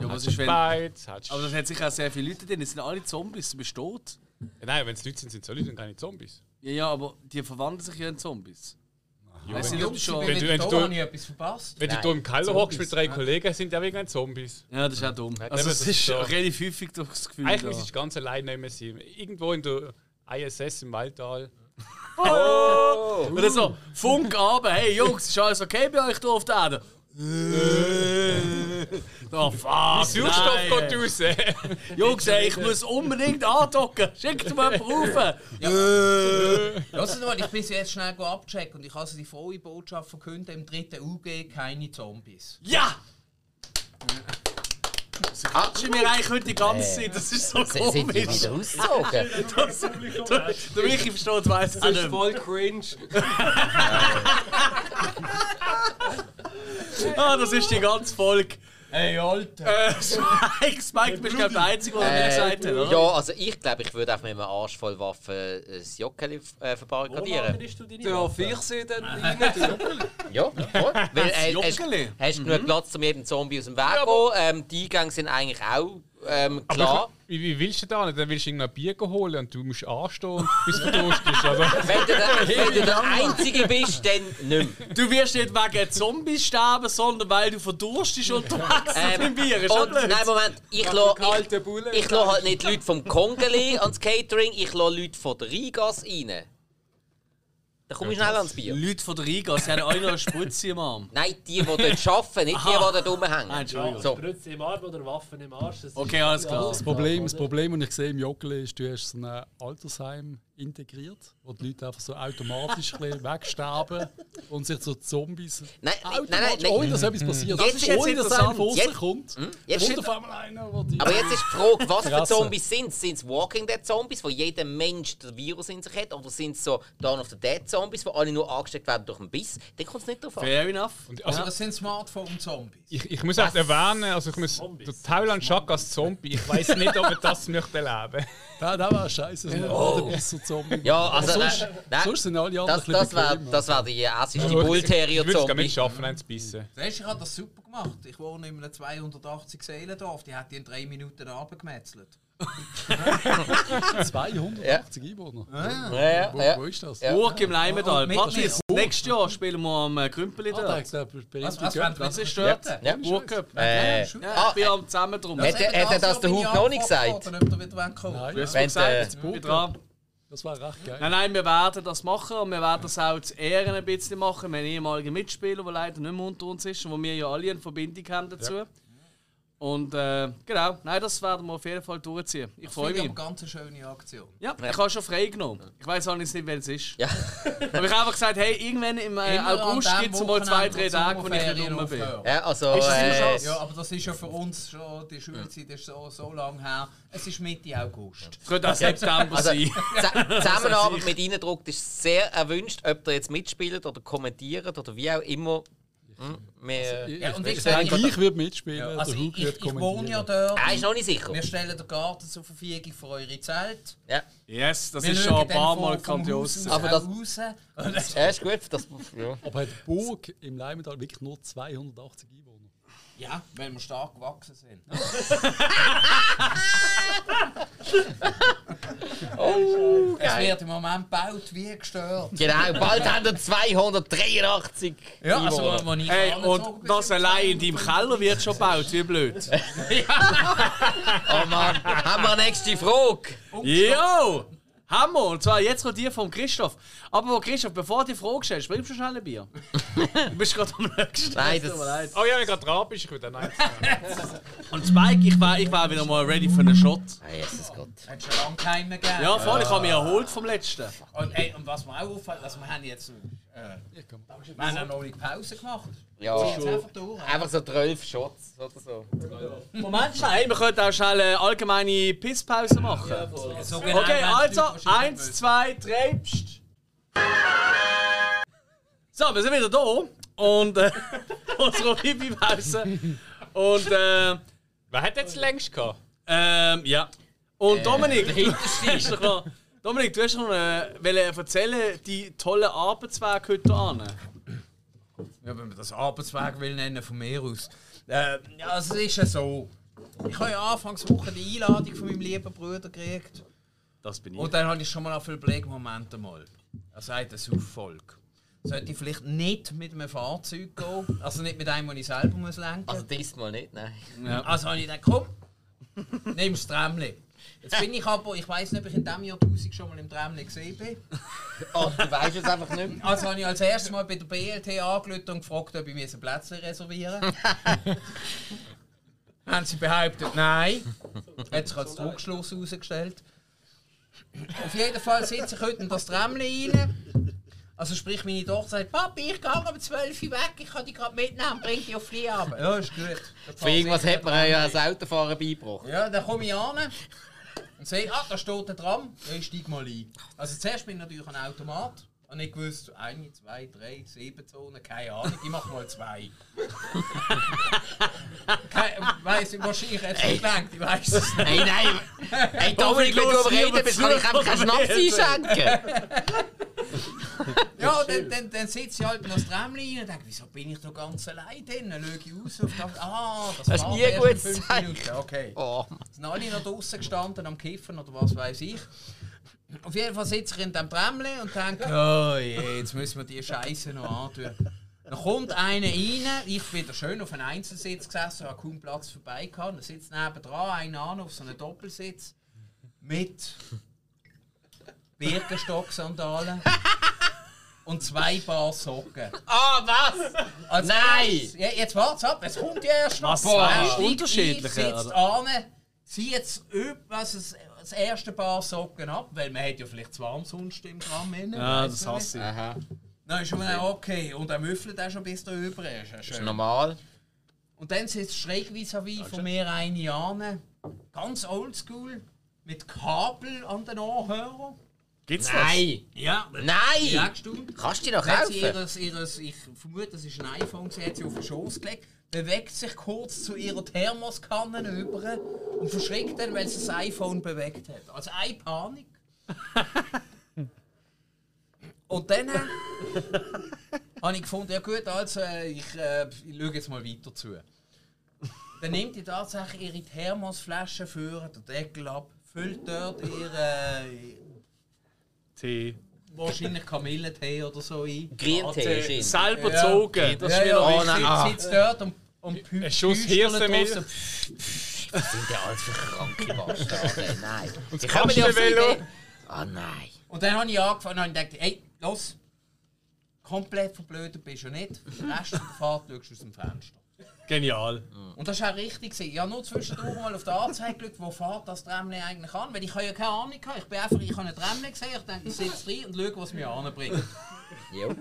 A: Ja, was
H: Hast
A: ist, wenn... Aber
H: Bites, hast
A: das hat sicher auch sehr viele Leute drin. Es sind alle Zombies, du bist tot.
H: Nein, wenn es Leute sind, sind es auch Leute und keine Zombies.
A: Ja, ja, aber die verwandeln sich ja in Zombies.
H: Ja,
A: Weißt du,
H: wenn
A: ob du schon...
H: wenn du- wenn
D: da
H: du-
D: habe ich etwas verpasst.
H: wenn du da im Keller hockst mit drei Kollegen, sind ja wegen Zombies.
A: Ja, das ist auch dumm. Also
H: eben,
A: es
H: das
A: ist
H: ist so.
A: relativ häufig durch das Gefühl
H: Eigentlich
A: da.
H: müsstest du ganz allein nicht mehr sein. Irgendwo in der ISS im Waldtal.
A: Oder
H: Oh!
A: so, Funk aber, hey Jungs, ist alles okay bei euch da auf der Erde? oh fuck! Mein
H: Ah, Sauerstoff geht raus.
A: Jungs, ey, ich muss unbedingt andocken. Schickt mir jemanden rauf. Äh.
D: Lass mal, ich bin sie jetzt schnell abgecheckt und ich habe die volle Botschaft verkündet, im dritten UG keine Zombies.
A: ja! Das klatschen mir eigentlich heute die ganze Zeit, das ist so
B: Sind Äh, sind die
A: komisch.
B: wieder ausgezogen?
A: Das, der, der Michi versteht es, weiss es auch
C: Also, Das
A: nicht.
C: ist
A: mehr.
C: voll cringe.
A: Ah, das ist die ganze Folge.
D: Hey, Alter!
A: Äh, Spike, Spike, du bist glaub ich der Einzige, der mir gesagt hat, oder?
B: Äh, ja, also ich glaube, ich würde einfach mit einem Arsch voll Waffen äh, das Jockeli äh, verbarrikadieren.
G: Arbeitest du deine
C: Darf ich sie dann rein? tun?
B: Ja, voll. Weil, äh, hast,
A: Jockeli? Mhm.
B: hast genug Platz, um jedem Zombie aus dem Weg zu gehen. Ähm, die Eingänge sind eigentlich auch ähm, klar.
H: Wie, wie willst du da nicht? Dann willst du irgendein Bier holen und du musst anstehen, bis du durstest. Also,
B: Wenn du, der, wenn du der Einzige bist, dann nicht mehr.
A: Du wirst nicht wegen Zombies sterben, sondern weil du verdurstest und wächst ähm, im
B: Ähm,
A: Bier. Ist
B: und,
A: und,
B: nein, Moment, ich lasse
C: Kalte Bulle.
B: ich, ich lasse halt nicht Leute vom Kongeli ans Catering, ich lasse Leute von der Rigas rein. Dann komme ich schnell ans Bier.
A: Leute von der Riga, sie haben alle noch eine Spritze im Arm.
B: Nein, die, die dort arbeiten, nicht die, die dort
A: Nein,
B: rumhängen.
A: Ah, Entschuldigung.
B: So.
G: Brütze im Arm oder Waffen im Arsch? Das ist-
A: Okay, alles klar.
F: Das Problem, das Problem, das ich sehe im Joggeli, ist, du hast so ein äh, Altersheim integriert, wo die Leute einfach so automatisch ein bisschen wegsterben und sich zu Zombies
B: Nein, nein,
F: automatisch,
B: nein,
E: Oh,
B: nein.
F: ohne dass etwas passiert.
B: Jetzt ist
F: ohne
A: jetzt
F: dass einer von
A: interessant.
F: außen
B: Jetzt- Hm?
F: kommt.
B: Jetzt
F: Und
B: steht,
F: auf einmal einer, der die...
B: aber jetzt ist die Frage, was für
F: Krasse.
B: Zombies sind es? Sind es Walking Dead Zombies, wo jeder Mensch den Virus in sich hat? Oder sind es so Dawn of the Dead Zombies, wo alle nur angesteckt werden durch einen Biss? Dann kommt es nicht drauf an.
A: Fair enough.
H: und,
D: Also,
H: also,
D: das sind Smartphone-Zombies.
H: ich, ich muss echt erwähnen, also ich muss, der Thailand Schack als Zombie, ich weiß nicht, ob er das möchte leben.
F: Ja, das war scheiße, so ein Badebisser-Zombie.
B: Ja, also,
F: sonst,
B: nein, nein,
F: sonst sind alle anderen
B: Das, das wäre das wär die erste Bullterrier
H: Ich würde es gar
B: Zombie.
H: nicht schaffen, einen zu bissen.
D: Weißt du, ich habe das super gemacht. Ich wohne in einem 280 Seelendorf, die hat die in drei Minuten abgemetzelt.
F: 280 Einwohner.
B: Ja,
F: Wo,
B: ja, ja.
F: wo ist das?
A: Burg im Leimental.
D: Und mit-
A: Patrice, nächstes Jahr spielen wir am äh, Krümpeli
F: Ah, da
A: dort.
F: ist der berühmte
D: Was, was,
F: Göpp.
A: Das ist dort.
B: Ja.
A: Burgcup.
B: Äh,
A: Ja,
B: ah,
A: ich bin am zusammen drum.
B: Hat er- hat er das der Hug noch nicht gesagt? äh,
D: Ob er wieder kommen will.
F: Nein,
B: wenn der-
A: Bin dran.
F: das war recht geil.
A: Nein, nein, wir werden das machen und wir werden das auch zu Ehren ein bisschen machen. Wir haben ehemaligen Mitspieler, der leider nicht mehr unter uns ist und wo wir ja alle eine Verbindung haben dazu. Und äh, genau, nein, das werden wir auf jeden Fall durchziehen. Ich freue
D: Finde ich
A: mich.
D: aber ganz eine schöne Aktion.
A: Ja, ich habe schon freigenommen. Ich weiß allerdings nicht, wer es ist.
B: Ja.
A: Aber ich habe einfach gesagt, hey, irgendwann im äh,
D: Immer an
A: August
D: dem
A: gibt es mal zwei, drei
D: Wochenende,
A: Tage, wo ich nicht
D: Sommerferien
A: rum bin.
D: aufhören.
B: ja, also.
D: eh,
B: äh,
D: Ja, aber das ist ja für uns schon, die Schulzeit ist so, so lange her. Es ist Mitte August.
A: Es könnte auch September
B: Also,
A: sein.
B: Z- Zusammenarbeit mit Eindruck ist sehr erwünscht, ob ihr jetzt mitspielt oder kommentiert oder wie auch immer. Hm, wir,
D: Ja, und
F: Nein,
D: ich sage, ich,
F: Also, ich würde mitspielen,
D: also
F: der
D: ich,
F: Hug
D: ich,
F: wird
D: ich wohne ja
F: kommentieren.
D: dort.
B: er Ah, ist noch nicht sicher.
D: Wir stellen den Garten zur Verfügung für eure Zelte.
B: Ja,
A: Yes, das
D: Wir
A: ist
D: schauen
A: schon ein
D: dann
A: paar
D: vom-
A: Mal
D: vom
A: grandios.
D: Haus
A: gewesen.
D: aus
B: Aber das-
D: auch raus.
B: ja ist gut. Das, ja.
F: Aber hat die Burg im Leimental wirklich nur 280 Einwohner?
D: Ja, weil wir stark gewachsen sind.
B: Oh,
D: Es
B: geil.
D: wird im Moment gebaut wie gestört.
B: Genau, bald haben wir 283.
D: Ja, also
B: Einwohner.
D: wenn ich
A: Hey,
D: angezogen
A: und
D: bin,
A: das
D: sind wir
A: allein in deinem Keller wird schon gebaut, wie blöd.
B: Oh Mann, haben wir eine nächste Frage?
A: Jo! Hammer! Und zwar jetzt kommt die vom Christoph. Aber Christoph, bevor du die Frage stellst, bringst du schnell ein Bier. du bist gerade am nächsten.
B: Nein,
A: tut mir
B: das-
A: leid.
H: Oh ja, wenn du gerade dran bist, ich würde einen
A: Und Spike, ich war, ich war wieder mal ready für einen Shot.
B: Ah, Jesus Gott.
D: Hat schon lange keinen mehr gegeben.
A: Ja, voll, ich habe mich erholt vom letzten.
D: Und, ey, und was mir auch auffällt, also wir haben jetzt äh, Wir haben noch nicht Pause gemacht.
B: Ja,
D: Zieh jetzt einfach durch.
B: einfach so 12 Shots oder so.
A: Moment schnell, wir könnten auch schnell eine allgemeine Pisspause machen.
D: So genau
A: Okay,
D: haben die
A: also,
D: Leute wahrscheinlich
A: eins, zwei, drei. Psst. So, wir sind wieder da und äh, unsere Pipi-Pause. Und äh,
H: Wer hat jetzt längst gehabt? Äh,
A: ähm, ja. Und Dominik, du hast doch noch, Dominik, du hast noch äh, wollen erzählen, die tolle Arbeitsweg heute an.
D: Ja, wenn man das Arbeitsweg will nennen, von mir aus. Äh, ja, also es ist ja so. Ich habe ja Anfangswoche die Einladung von meinem lieben Bruder gekriegt.
A: Das bin ich.
D: Und dann habe ich schon mal auf überlegt, Moment mal. Er sagt, es Auffolg. Sollte ich vielleicht nicht mit einem Fahrzeug gehen? Also nicht mit einem, den ich selber muss lenken muss.
B: Also diesmal nicht, nein.
D: Also habe ich gedacht, komm, nimm das Tramli. Jetzt bin ich aber, ich weiß nicht, ob ich in diesem Jahr 1000 schon mal im Tramli gesehen bin.
B: Oh, du weißt es einfach nicht mehr.
D: Also habe ich als erstes mal bei der BLT angelötet und gefragt, ob ich mir ein Plätzchen reservieren Haben sie behauptet, nein. Hat sich als Druckschluss herausgestellt. Auf jeden Fall sitze ich heute in das Tramli rein. Also sprich, meine Tochter sagt, Papi, ich gehe um 12 Uhr weg, ich kann dich gerade mitnehmen, bring dich auf Fliehabend. Ja, ist gut.
B: Für irgendwas hat man ja als Autofahrer beigebracht.
D: Ja, dann komme ich an und sehe, ah, da steht ein Tram, ja, ich steige mal ein. Also zuerst bin ich natürlich ein Automat und ich wusste, eine, zwei, drei, sieben Zonen, keine Ahnung, ich mache mal zwei. Weiß ich wahrscheinlich jetzt nicht gelangt, ich weiß es nicht.
B: Hey, nein! Hey, Dominik, wenn du
A: los,
B: aber
A: lieber
B: reden bist, kann ich einfach keinen Schnaps einschenken.
D: Ja, dann, dann, dann sitze ich halt noch das Tram rein und denke, wieso bin ich da ganz allein drin? Dann schaue ich raus und dachte, ah, das,
B: Das ist
D: war
B: nie
D: erst
B: ein
D: in
B: gutes
D: fünf
B: Zeichen.
D: Minuten, okay.
B: Oh,
D: Sind alle noch draußen gestanden am Kiffen oder was weiß ich. Auf jeden Fall sitze ich in dem Tramle und denke, oh je, jetzt müssen wir die Scheiße noch antun. Dann kommt einer rein, ich wieder schön auf einen Einzelsitz gesessen, habe kaum Platz vorbei gehabt. Dann sitzt nebendran einer an auf so einem Doppelsitz mit Birkenstock-Sandalen und zwei Paar Socken.
B: Ah, was?
D: Als
B: Nein!
D: erstes- Ja, jetzt wart's ab, es kommt ja erst noch.
A: Was
D: Boah,
A: zwei
D: steigt ein,
A: unterschiedliche,
D: sitzt
A: oder?
D: an, zieht das, üb- was es- das erste Paar Socken ab, weil man hat ja vielleicht zu warm sonst im Tram innen.
A: Ja,
D: weiss
A: das
D: man
A: hasse ich.
D: nicht. Dann ist man auch okay. Und er müffelt auch schon, bis da über ist. Ja,
B: Ist
D: schön.
B: normal.
D: Und dann sitzt schräg vis-à-vis von mir eine an, ganz oldschool, mit Kabel an den Ohrhörer.
A: Gibt's
B: Nein!
D: Ja,
B: Nein!
D: Jagdstuhl.
B: Kannst du dich noch
D: Dann hat sie
B: kaufen?
D: ihres, ihres, ich vermute, das ist ein iPhone, sie hat sie auf den Schoß gelegt, bewegt sich kurz zu ihrer Thermoskanne über und verschrickt dann, weil sie das iPhone bewegt hat. Also eine Panik. und dann äh, habe ich gefunden, ja gut, also äh, ich, äh, ich schaue jetzt mal weiter zu. Dann nimmt die tatsächlich ihre Thermosflasche für, den Deckel ab, füllt dort ihre
A: Tee.
D: wahrscheinlich Kamillentee oder so ein.
B: Grüntee ist in.
A: Selber
D: Ja.
A: gezogen. Das ist
D: ja,
A: mir noch
D: ja,
B: wichtig.
D: ich
B: Ah.
D: sitze dort und, und pü-
H: Ein Schuss
D: püstert
H: Hirsenmehl.
D: draussen.
B: sind ja alles für kranke Bastarde. Nein. Ich
H: das
B: kann mir nicht auf die
H: Kastenvelo.
B: Idee. Ah, nein.
D: Und dann habe ich angefangen und habe gedacht, hey, los, komplett verblödet bist du nicht. Für den Rest der Fahrt schaust du aus dem Fenster.
A: Genial.
H: Ah.
D: Und das war auch richtig. gewesen. Ich habe nur zwischendurch mal auf der Anzeige geschaut, wo fährt das Tramli eigentlich an. Weil ich habe ja keine Ahnung hatte. Ich bin einfach, ich habe ein Tramli gesehen, ich denke, ich sitze rein und schaue, was mich anbringt.
B: Jo.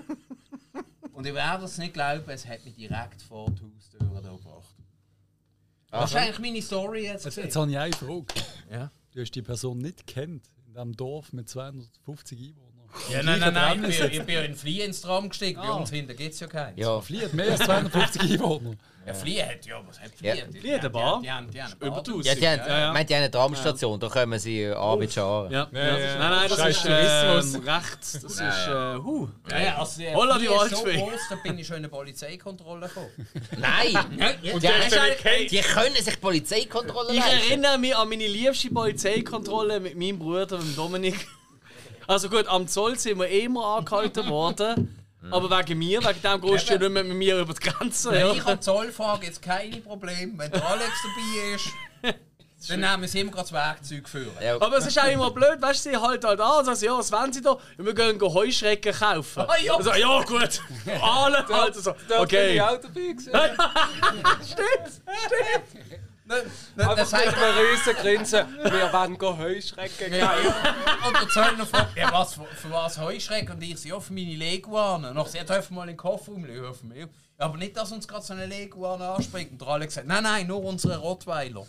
D: Und ich werde es nicht glauben, es hat mich direkt vor die Haustür da gebracht.
B: Also.
D: Wahrscheinlich meine Story jetzt.
E: Jetzt,
D: gesehen.
E: jetzt habe ich eine Frage.
D: Ja.
E: Du hast die Person nicht kennt in diesem Dorf mit 250 Einwohnern.
D: Ja, nein, nein, nein, ich bin, ich bin in Flieh ins Tram gestiegen. Bei
E: Ah.
D: uns hinten gibt es ja keinen.
B: Ja.
E: Flieht mehr als 250 Einwohner.
D: Ja, Flieh hat ja, was hat Flieh?
B: Ja.
D: Die-
A: Flieh hat eine Bar.
D: Die haben, die haben, die haben
A: Über
D: eine Bar.
A: 1000.
B: Ja, die haben,
A: ja, ja.
B: meint, die haben eine Tramstation, da kommen sie äh, an mit Scharen.
A: Ja,
H: Ja,
A: ja.
H: ja.
A: Nein, nein, das
H: Scheiß
A: ist ähm,
H: Tourismus.
A: rechts. Das ist. Äh, huh.
D: Ja, ja, also der
A: Holla, die
D: Flieh ist so
A: Waldfee.
D: groß, da bin ich schon in eine Polizeikontrolle gekommen.
B: Nein!
D: Und
B: die,
H: der ist
B: haben-
H: ja nicht
B: die können sich Polizeikontrolle
A: Ich
B: leisten.
A: erinnere mich an meine liebste Polizeikontrolle mit meinem Bruder, mit Dominik. Also gut, am Zoll sind wir eh immer angehalten worden. Aber wegen mir, wegen dem gehst du ja nicht mehr mit mir über die Grenze.
D: Wenn ich
A: Ja.
D: an Zollfrage jetzt keine Probleme. Wenn der Alex dabei ist, dann nehmen sie immer gerade das Werkzeug führen.
B: Ja.
A: Aber es ist auch immer blöd, weißt du, sie halt halt an und sagen, ja, was wollen sie da? Ja, wir gehen Heuschrecken kaufen.
D: Ah, ja.
A: Also, ja, gut. Alle halt so.
C: Da bin ich
A: Okay.
C: auch dabei gewesen.
D: Nein, nein, das
C: Einfach mit
D: heißt,
C: einer riesen Grinsen. Wir wollen gehen Heuschrecken
D: ja,
C: gehen.
D: ja. Und der Zöllner fragt, ja, was, für, für was Heuschreck? Und ich, ja, für meine Leguanen. Noch sie dürfen mal in den Koffer umlegen von mir. Ja, aber nicht, dass uns gerade so eine Leguane anspringt. Und der Alex sagt, nein, nein, nur unsere Rottweiler.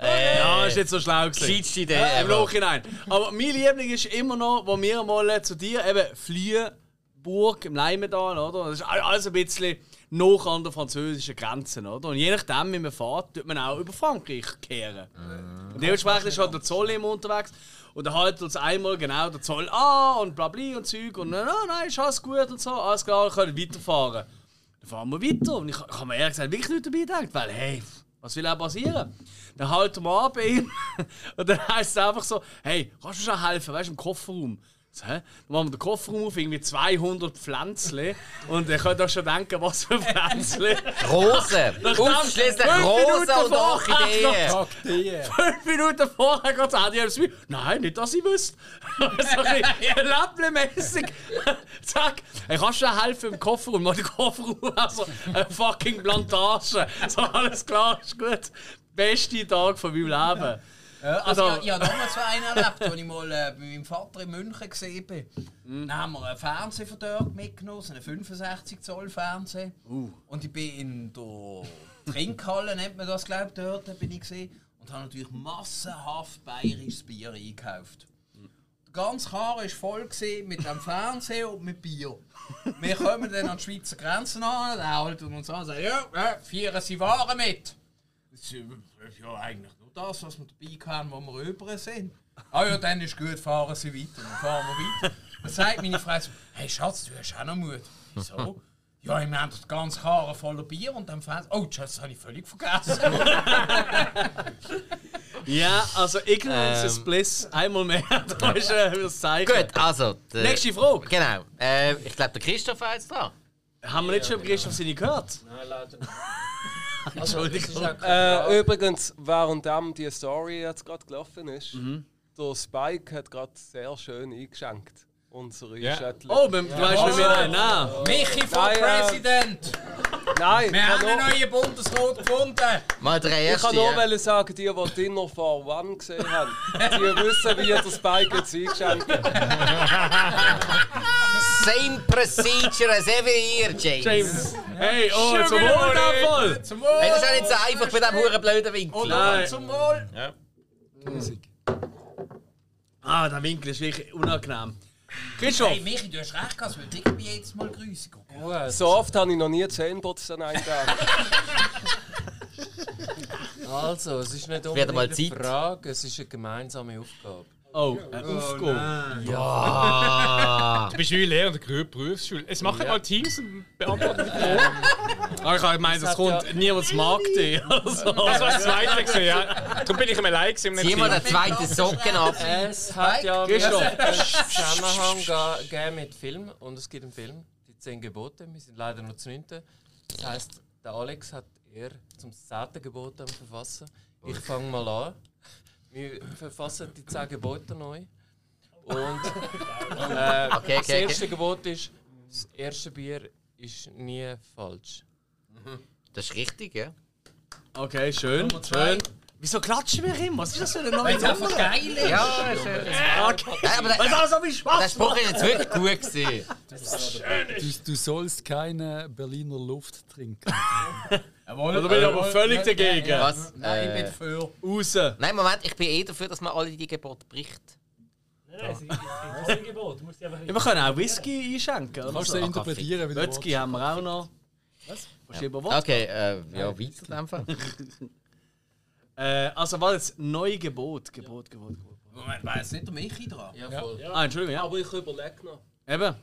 A: Ja, ist nicht so schlau gewesen.
B: Äh, Gescheitste Idee
A: Ja, Im
B: ever.
A: Nachhinein. Aber mein Liebling ist immer noch, wo wir mal zu dir eben fliehen, Burg im Leimetal, oder? Das ist all- alles ein bisschen noch an der französischen Grenze, oder? Und je nachdem, wie man fährt, tut man auch über Frankreich kehren. Und dementsprechend ist halt der Zoll immer unterwegs. Und dann hält uns einmal genau der Zoll an und blabli und Zeug und nein, nein, ist alles gut und so, alles klar, wir können weiterfahren. Dann fahren wir weiter. Und ich, ich habe mir ehrlich gesagt wirklich nicht dabei gedacht, weil hey, was will auch passieren? Dann halten wir an bei ihm und dann heisst es einfach so, hey, kannst du schon helfen, weißt du, im Kofferraum. So, hä? Dann machen wir den Kofferraum auf, irgendwie 200 Pflänzchen und ihr könnt euch schon denken, was für Pflänzchen.
B: Rosen! Ausschließlich Rosen und Orchideen!
A: Fünf Minuten vorher geht es an, die haben es wie, nein, nicht, dass ich wüsste. so ein bisschen läppchenmässig. Zack, hey, kannst du dir helfen im Kofferraum? Mal den Kofferraum, also eine fucking Plantage. So, alles klar, ist gut. Beste Tag von meinem Leben.
D: Also,
A: Also-
D: ich, ich habe damals so einen erlebt, als ich mal äh, bei meinem Vater in München gesehen bin. Dann haben wir einen Fernseher von dort mitgenommen, so einen 65 Zoll Fernseher. Und ich bin in der Trinkhalle, nennt man das, glaube ich, dort bin ich gesehen. Und habe natürlich massenhaft bayerisches Bier eingekauft. Der ganze Karre war voll gewesen mit dem Fernseher und mit Bier. Wir kommen dann an die Schweizer Grenzen an, dann halten uns an und sagen, ja, ja, feiern Sie Waren mit. Das ist ja eigentlich nur das, was wir dabei haben, wo wir rüber sind. Ah ja, dann ist gut, fahren Sie weiter. Dann fahren wir weiter. Dann sagt meine Frau so, hey Schatz, du hast auch noch Mut. Wieso? Ja, ich meine, das ganze Karren voller Bier und dann fährt Oh, Schatz, das habe ich völlig vergessen.
A: Ja, also Ignorance
B: Ähm.
A: is Bliss, einmal mehr. da ist äh, das Zeichen.
B: Gut, also. Der,
A: Nächste Frage.
B: Genau. Äh, ich glaube, der Christoph war jetzt da.
A: Haben wir nicht schon über Christoph seine gehört?
I: Nein, leider nicht.
A: Entschuldigung.
C: Äh, übrigens, währenddem die Story jetzt gerade gelaufen ist,
A: Mhm.
C: der Spike hat gerade sehr schön eingeschenkt. Unsere
H: Ja.
C: Schädel.
A: Oh, du weißt nicht mehr einen Namen.
D: Michi for
C: Nein, äh,
D: President!
C: Nein,
D: Wir haben
C: ich
D: einen
C: kann nur,
D: neuen Bundesrat gefunden!
B: Mal der
C: ich
B: erste.
C: kann nur
B: ja.
C: wollen sagen, die, die Dinner for One gesehen haben, die wissen, wie der Spike jetzt eingeschenkt hat.
B: Same procedure as every year, James.
A: James. Hey, oh, zum Wohl davon!
D: Zum
B: Hey,
D: Wohl!
B: das ist auch nicht so einfach bei diesem huren blöden Winkel.
A: Nein.
D: Zum Wohl!
A: Ah, der Winkel ist wirklich unangenehm.
D: Hey
A: Christoph,
D: Michi, du hast recht gehabt, weil ich bin jedes Mal grüßig.
C: So oft habe ich noch nie Zähneputzen eingegangen.
J: Also, es ist nicht
B: wird
J: unbedingt
B: einmal
J: eine
B: Zeit.
J: Frage, es ist eine gemeinsame Aufgabe.
A: oh, eine Aufgabe.
B: Ah.
H: Du bist wie Lehrer der Grö- Berufsschule. Es machen mal Teams und beantworten die Fragen.
A: Ah, ich habe gemeint, es kommt niemand mag dich. oder so.
H: Das war das Zweite, gewesen, ja. Darum bin ich immer allein gewesen im
B: Zieh
H: Team.
B: mal den zweiten Socken ab.
J: Es hat ja einen
A: Christoph.
J: Zusammenhang ga- gegeben mit Film und es gibt einen Film, die zehn Gebote. Wir sind leider noch zu neunten. Das heißt, der Alex hat eher zum zehnten Gebot am verfassen. Ich fange mal an. Wir verfassen die zehn Gebote neu. Und äh,
B: Okay,
J: das
B: okay,
J: erste
B: okay.
J: Gebot ist: Das erste Bier ist nie falsch.
B: Das ist richtig, ja?
A: Okay, schön, schön. Wieso klatschen wir hin? Was ist das für eine neue Nummer?
D: Einfach geil ist!
B: Ja, ist äh,
A: Ah, Okay.
B: aber der,
A: Was auch so viel
B: der
A: Spaß
B: Spruch ist jetzt wirklich gut gewesen.
E: Du, du sollst keine Berliner Luft trinken.
A: Oder Also bin ich aber völlig dagegen?
B: Was?
D: Nein, ich
B: Äh,
D: bin für.
A: Raus!
B: Nein, Moment, ich bin eh dafür, dass man alle die Gebote bricht.
G: Nein, nein, es gibt es gibt kein Gebot. Du musst sie einfach
A: Ja, wir können auch Whisky einschenken. Oder?
E: Kannst du
A: So.
B: Ah,
E: sie interpretieren, wie du
A: Whisky haben wir auch noch. Was? Ja. Was?
B: Okay, äh, ja, weiter in dem Fall.
A: Äh, also, was jetzt? Neue Gebot. Gebot, Gebot, Gebot.
D: Moment, war jetzt
B: um
D: nicht der Michi dran?
A: Ah, Entschuldigung, ja.
C: Aber ich überlege noch,
A: Eben.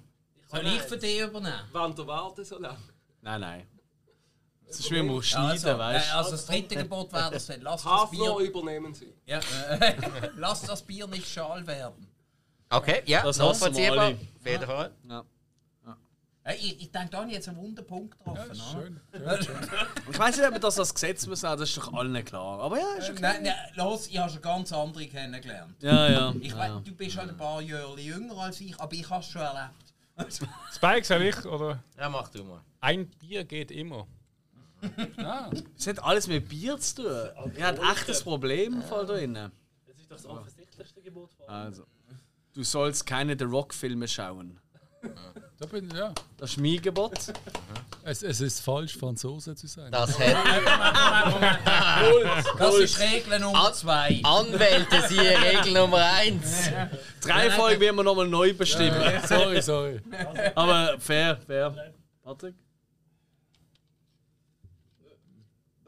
D: Soll ich für dich übernehmen?
C: wann du warten so lange.
A: Nein, nein. Das ist wie
B: Also,
A: man muss schneiden, weißt
D: äh, also das dritte Gebot wäre das dann. Lass das
C: Hafner
D: Bier,
C: übernehmen sie.
D: ja, äh, lass das Bier nicht schal werden.
B: Okay, ja,
A: Das hassen wir
B: nachvollziehbar.
A: alle.
B: Auf jeden Fall.
D: Äh, ich, ich denke, da habe ich jetzt einen wunden Punkt getroffen. oder?
A: du? Ich weiß nicht, ob wir das als Gesetz müssen, das ist doch allen klar. Aber ja, ist okay.
D: Nein, nein, los, ich habe schon ganz andere kennengelernt.
A: Ja, ja.
D: Ich weiß, du bist halt ein paar Jahre jünger als ich, aber ich habe es schon erlebt.
H: Spike, soll ich? Oder?
B: Ja, mach du mal.
H: Ein Bier geht immer.
A: Es hat alles mit Bier zu tun. Ihr habt echt ein Problem im Fall da drinnen.
G: Das ist doch das offensichtlichste Gebot von allen.
A: Also, du sollst keine The Rock-Filme schauen.
F: Da bin ich, ja.
A: Das ist mein Gebot.
F: Es, es ist falsch, Franzose zu sein.
B: Das hat
D: Das ist Regel Nummer 2.
B: Anwälte, siehe Regel Nummer 1.
A: Drei Folgen werden wir nochmal neu bestimmen.
F: Sorry, sorry.
A: Aber fair, fair. Patrick?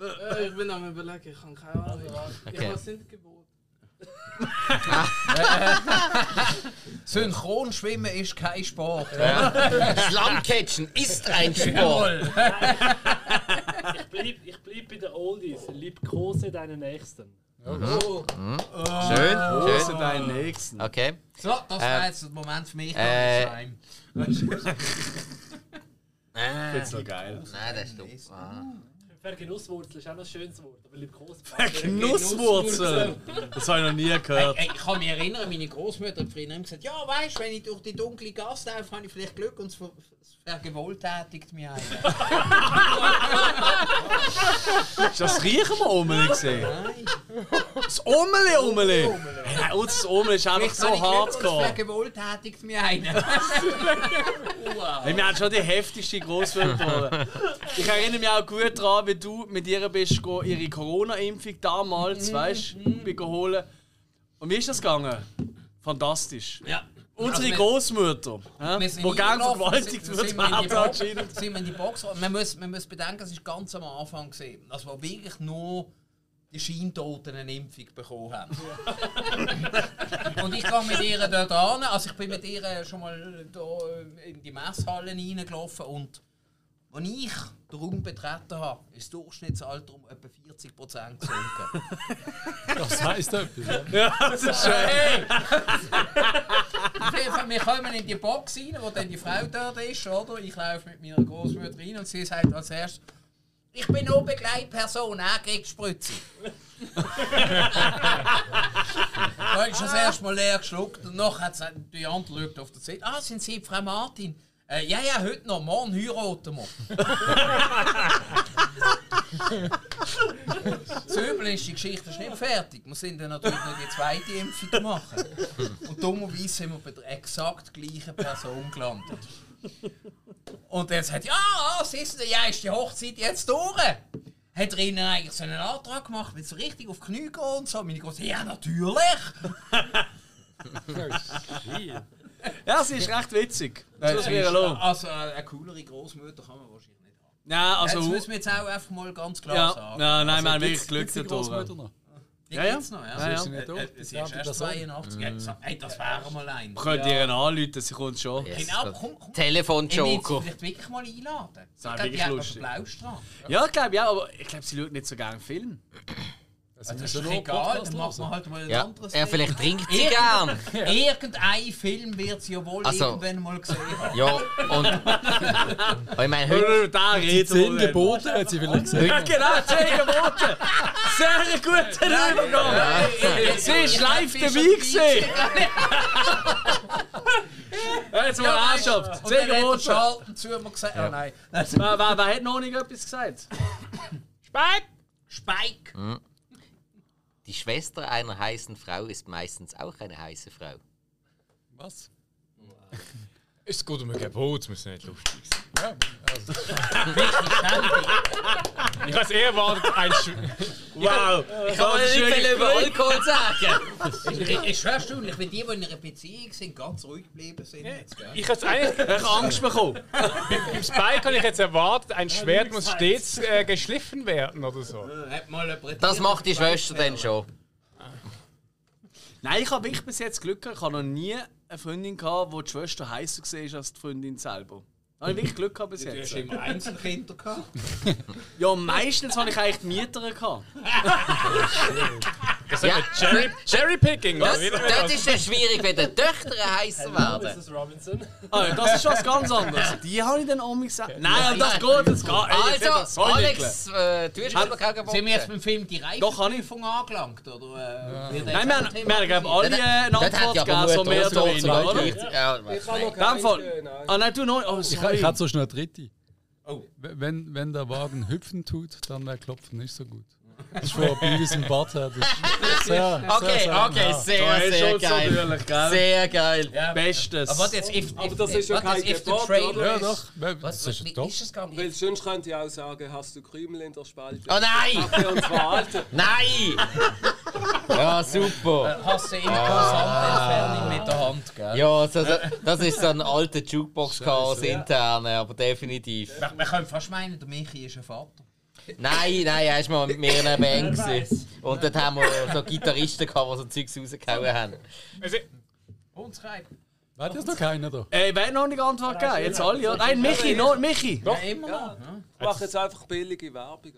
I: Äh, ich bin am überlegen, ich kann keine Ahnung. Ich
B: Okay.
I: habe sind geboten.
D: Synchron schwimmen ist kein Sport.
B: Slumcatchen ist ein Sport.
G: Ich bleib, ich bleib bei den Oldies. Liebkose deinen Nächsten.
B: Mhm. Schön,
A: Mhm. Oh. Grüße
B: schön.
A: deinen Ah, Nächsten.
B: Okay.
D: So, das war jetzt der Moment für mich.
B: äh,
D: Nein.
B: Ah,
A: Das ist doch geil.
B: nein, das ist dumm. Ah.
G: Vergenusswurzel ist auch noch ein schönes Wort, aber Liebkose
A: Genusswurzel! Das habe ich noch nie gehört.
D: Ey, ich kann mich erinnern, meine Großmutter hat früher immer gesagt: Ja, weißt du, wenn ich durch die dunkle Gasse laufe, habe ich vielleicht Glück und es ver es vergewohltätigt mich einer.
A: Hast du das Riechen mal Omeli gesehen?
D: Nein.
A: Das Omeli, Omeli! Hey, nein, uns das Omeli ist einfach
D: Vielleicht habe
A: so
D: ich Glück und es
A: hardcore.
D: vergewohltätigt mich einer. wow.
A: Hey, wir haben schon die heftigste Grosswürfeln. Ich erinnere mich auch gut daran, wie du mit ihr bist, go- ihre Corona-Impfung
D: Mhm,
A: damals, weißt du, bin geholt. Und wie ist das gegangen? Fantastisch.
D: Ja. Also
A: Unsere
D: wir-
A: Großmütter,
D: wir
A: hä?
D: sind
A: wo gern
D: reingelaufen,
A: vergewaltigt
D: sind-
A: wird,
D: sind wir in die
A: werden
D: Box-
A: anscheinend.
D: Sind wir in die Box? Man muss, man muss bedenken, es war ganz am Anfang. Gewesen. Das war wirklich nur die Scheintoten eine Impfung bekommen haben. Und ich gehe mit ihr dort an. Also ich bin mit ihr schon mal da äh, in die Messhalle reingelaufen und als ich den Raum betreten habe, ist das Durchschnittsalter um etwa 40% gesunken.
F: Das heisst etwas. ja.
D: Hey! wir kommen in die Box rein, wo dann die Frau dort ist, oder? Ich laufe mit meiner Großmutter rein und sie sagt als erstes, ich bin nur Begleitperson, er kriegt Spritze. da habe ich schon das erste Mal leer geschluckt und noch hat die andere geschaut auf der Zeit. Ah, sind Sie Frau Martin? Äh, ja, ja, heute noch, morgen heiraten wir. Das Übel ist, die Geschichte ist nicht fertig. Wir sind dann natürlich noch die zweite Impfung gemacht. Und dummerweise sind wir bei der exakt gleichen Person gelandet. Und jetzt hat ja, ah, siehst du, ja, ist die Hochzeit jetzt durch? Hat er ihnen eigentlich so einen Antrag gemacht, mit so richtig auf die Knie gehen und so? Meine Große, ja, natürlich! Oh,
A: Ja, sie ist recht witzig. Das muss
D: Das
A: mir
D: ist,
A: erlauben.
D: also, äh, eine coolere Großmutter kann man wahrscheinlich nicht haben.
A: Nein,
D: Also, das
A: also.
D: müssen wir jetzt auch einfach mal ganz klar
A: Ja,
D: sagen. Also,
A: nein, nein, wir haben wirklich
F: Gibt's-
A: Glück
F: gibt's die
A: da
F: Großmutter noch?
D: Die
A: Ja, ja.
D: gibt's noch, ja.
A: Ja, ja.
D: Sie ist,
F: nicht
D: äh,
F: tot.
D: äh, sie
F: Ja,
D: ist erst
F: das auch.
D: 82. Ja, so- Ey, das wäre mal ein.
A: Wir können ihr anrufen, sie kommt schon.
B: Yes.
D: Genau, komm, komm. Ich will sie
B: Telefonjoker.
D: vielleicht wirklich mal einladen.
A: wär
D: Ich glaub,
A: wirklich
D: die hat noch
A: lustig.
D: den Blaustrahl.
A: Ja, ich glaube, ja, aber ich glaube, sie schaut nicht so gerne Film. Also,
D: Das ist,
F: ja
D: doch
F: nur
D: egal,
F: Podcast
D: dann macht man
F: hören.
D: halt mal ein
B: Ja,
D: anderes
B: ja,
D: Ding.
B: vielleicht trinkt sie gern.
D: Irgendein Film wird sie ja wohl
B: Also-
D: irgendwann mal gesehen haben.
B: Ja, und. Aber ich meine, heute,
A: Da reden
F: Zehn Gebote hat sie vielleicht gesagt.
A: Ja, genau, zehn Gebote. Sehr guter Übergang. Sie ist live dabei gewesen. Ja, Jetzt mal Herrschaft.
D: Und dann
A: Zehn
D: hat der
A: Gebote.
D: Charlton zu mir gesagt, oh nein,
A: Wer, wer, wer hat noch nicht etwas gesagt?
D: Spike.
B: die Schwester einer heißen Frau ist meistens auch eine heiße Frau.
F: Was?
H: Ist gut um ein Gebot, es muss nicht lustig sein.
F: Ja, also,
H: Ich weiß eher, war ein Sch
A: Wow.
B: Ich kann nicht viel über Alkohol sagen.
D: Ich, ich, ich schwör's du, wenn die, die in einer Beziehung sind, ganz ruhig geblieben sind. Jetzt, gell?
H: Ich hätte eigentlich
A: Ich habe Angst bekommen.
H: beim Spike habe ich jetzt erwartet, ein Schwert muss stets äh, geschliffen werden oder so.
D: Hat mal jemand
B: Das macht die
D: Spike
B: Schwester dann
D: gefallen?
B: schon.
A: Nein, ich habe wirklich bis jetzt Glück gehabt. Ich habe noch nie eine Freundin gehabt, wo die Schwester heißer war als die Freundin selber. Da habe ich wirklich Glück gehabt bis
D: Du hast
A: jetzt.
D: immer Einzelkinder gehabt.
A: Ja, meistens habe ich eigentlich die Mieter gehabt.
D: Oh,
H: Das
B: Ja.
H: ist Cherry, Cherrypicking, oder?
B: Das,
H: Wieder mal
B: das
H: was.
B: ist dann schwierig, wenn die Töchter heißer werden.
G: Mrs. Robinson.
A: Ah, ja, das ist was ganz anderes. Die habe ich dann auch gesagt. Nein, um das geht es gar nicht.
B: Also, Alex, äh, du hast aber kein Gebot.
D: Sind wir jetzt beim Film die
A: Doch, habe ich.
D: Reifenprüfung angelangt? Oder, äh, wird
A: Nein, wir
D: jetzt auch
A: haben,
D: Thema
A: wir haben glaub, alle äh, eine
B: Dort hat
A: Antwort
B: ja
A: gegeben,
B: aber
A: so
B: nur
A: mehr oder
B: die
A: weniger, oder?
B: Ja, was
C: kann noch
A: In dem
C: Nein.
A: Fall. Ah nein, du noch. Oh,
F: ich
A: sorry. Oh.
F: hätte so schnell eine dritte. W- Wenn, wenn der Wagen hüpfen tut, dann wäre Klopfen nicht so gut. Das ist vor Beavis im Bad. Das ist sehr, sehr,
B: Okay,
F: sehr nah.
B: okay,
A: Da
B: sehr,
A: ist
B: sehr
A: schon so
B: geil.
A: natürlich, gell?
B: Sehr geil.
A: Bestes.
B: Aber warte jetzt, if, if,
C: Aber das ist ja
B: warte,
C: kein
B: jetzt, if the
C: Gebot,
B: trailer
C: oder?
F: Ja,
B: is-
F: doch. Das
B: Was,
F: ist
B: was,
F: ja
B: wie
F: doch.
B: ist das gar nicht?
C: Weil sonst könnte ich auch sagen, hast du Krümel in der Spalte?
B: Oh nein!
C: Kaffee und zwar alte.
B: Nein! Ja,
A: Eh,
B: super. Ah.
J: Hast du in Sand mit der Hand, gell?
B: Ja, das, das ist so ein alter Jukebox-Chaos interne, aber definitiv.
D: Man, man könnte fast meinen, der Michi ist ein Vater.
B: Nein, nein, er war mal mit mir in einer Band. gewesen. Und dort haben wir so Gitarristen, gehabt, die so Zeugs rausgehauen haben.
A: Also,
D: Und schreibt.
F: Weiß das noch keiner da?
A: Ey, wer noch nicht Antwort gegeben? Jetzt alle, ja? Nein, Michi, noch, Michi!
D: Ja, immer noch. Ja.
C: Ich mache jetzt einfach billige Werbung.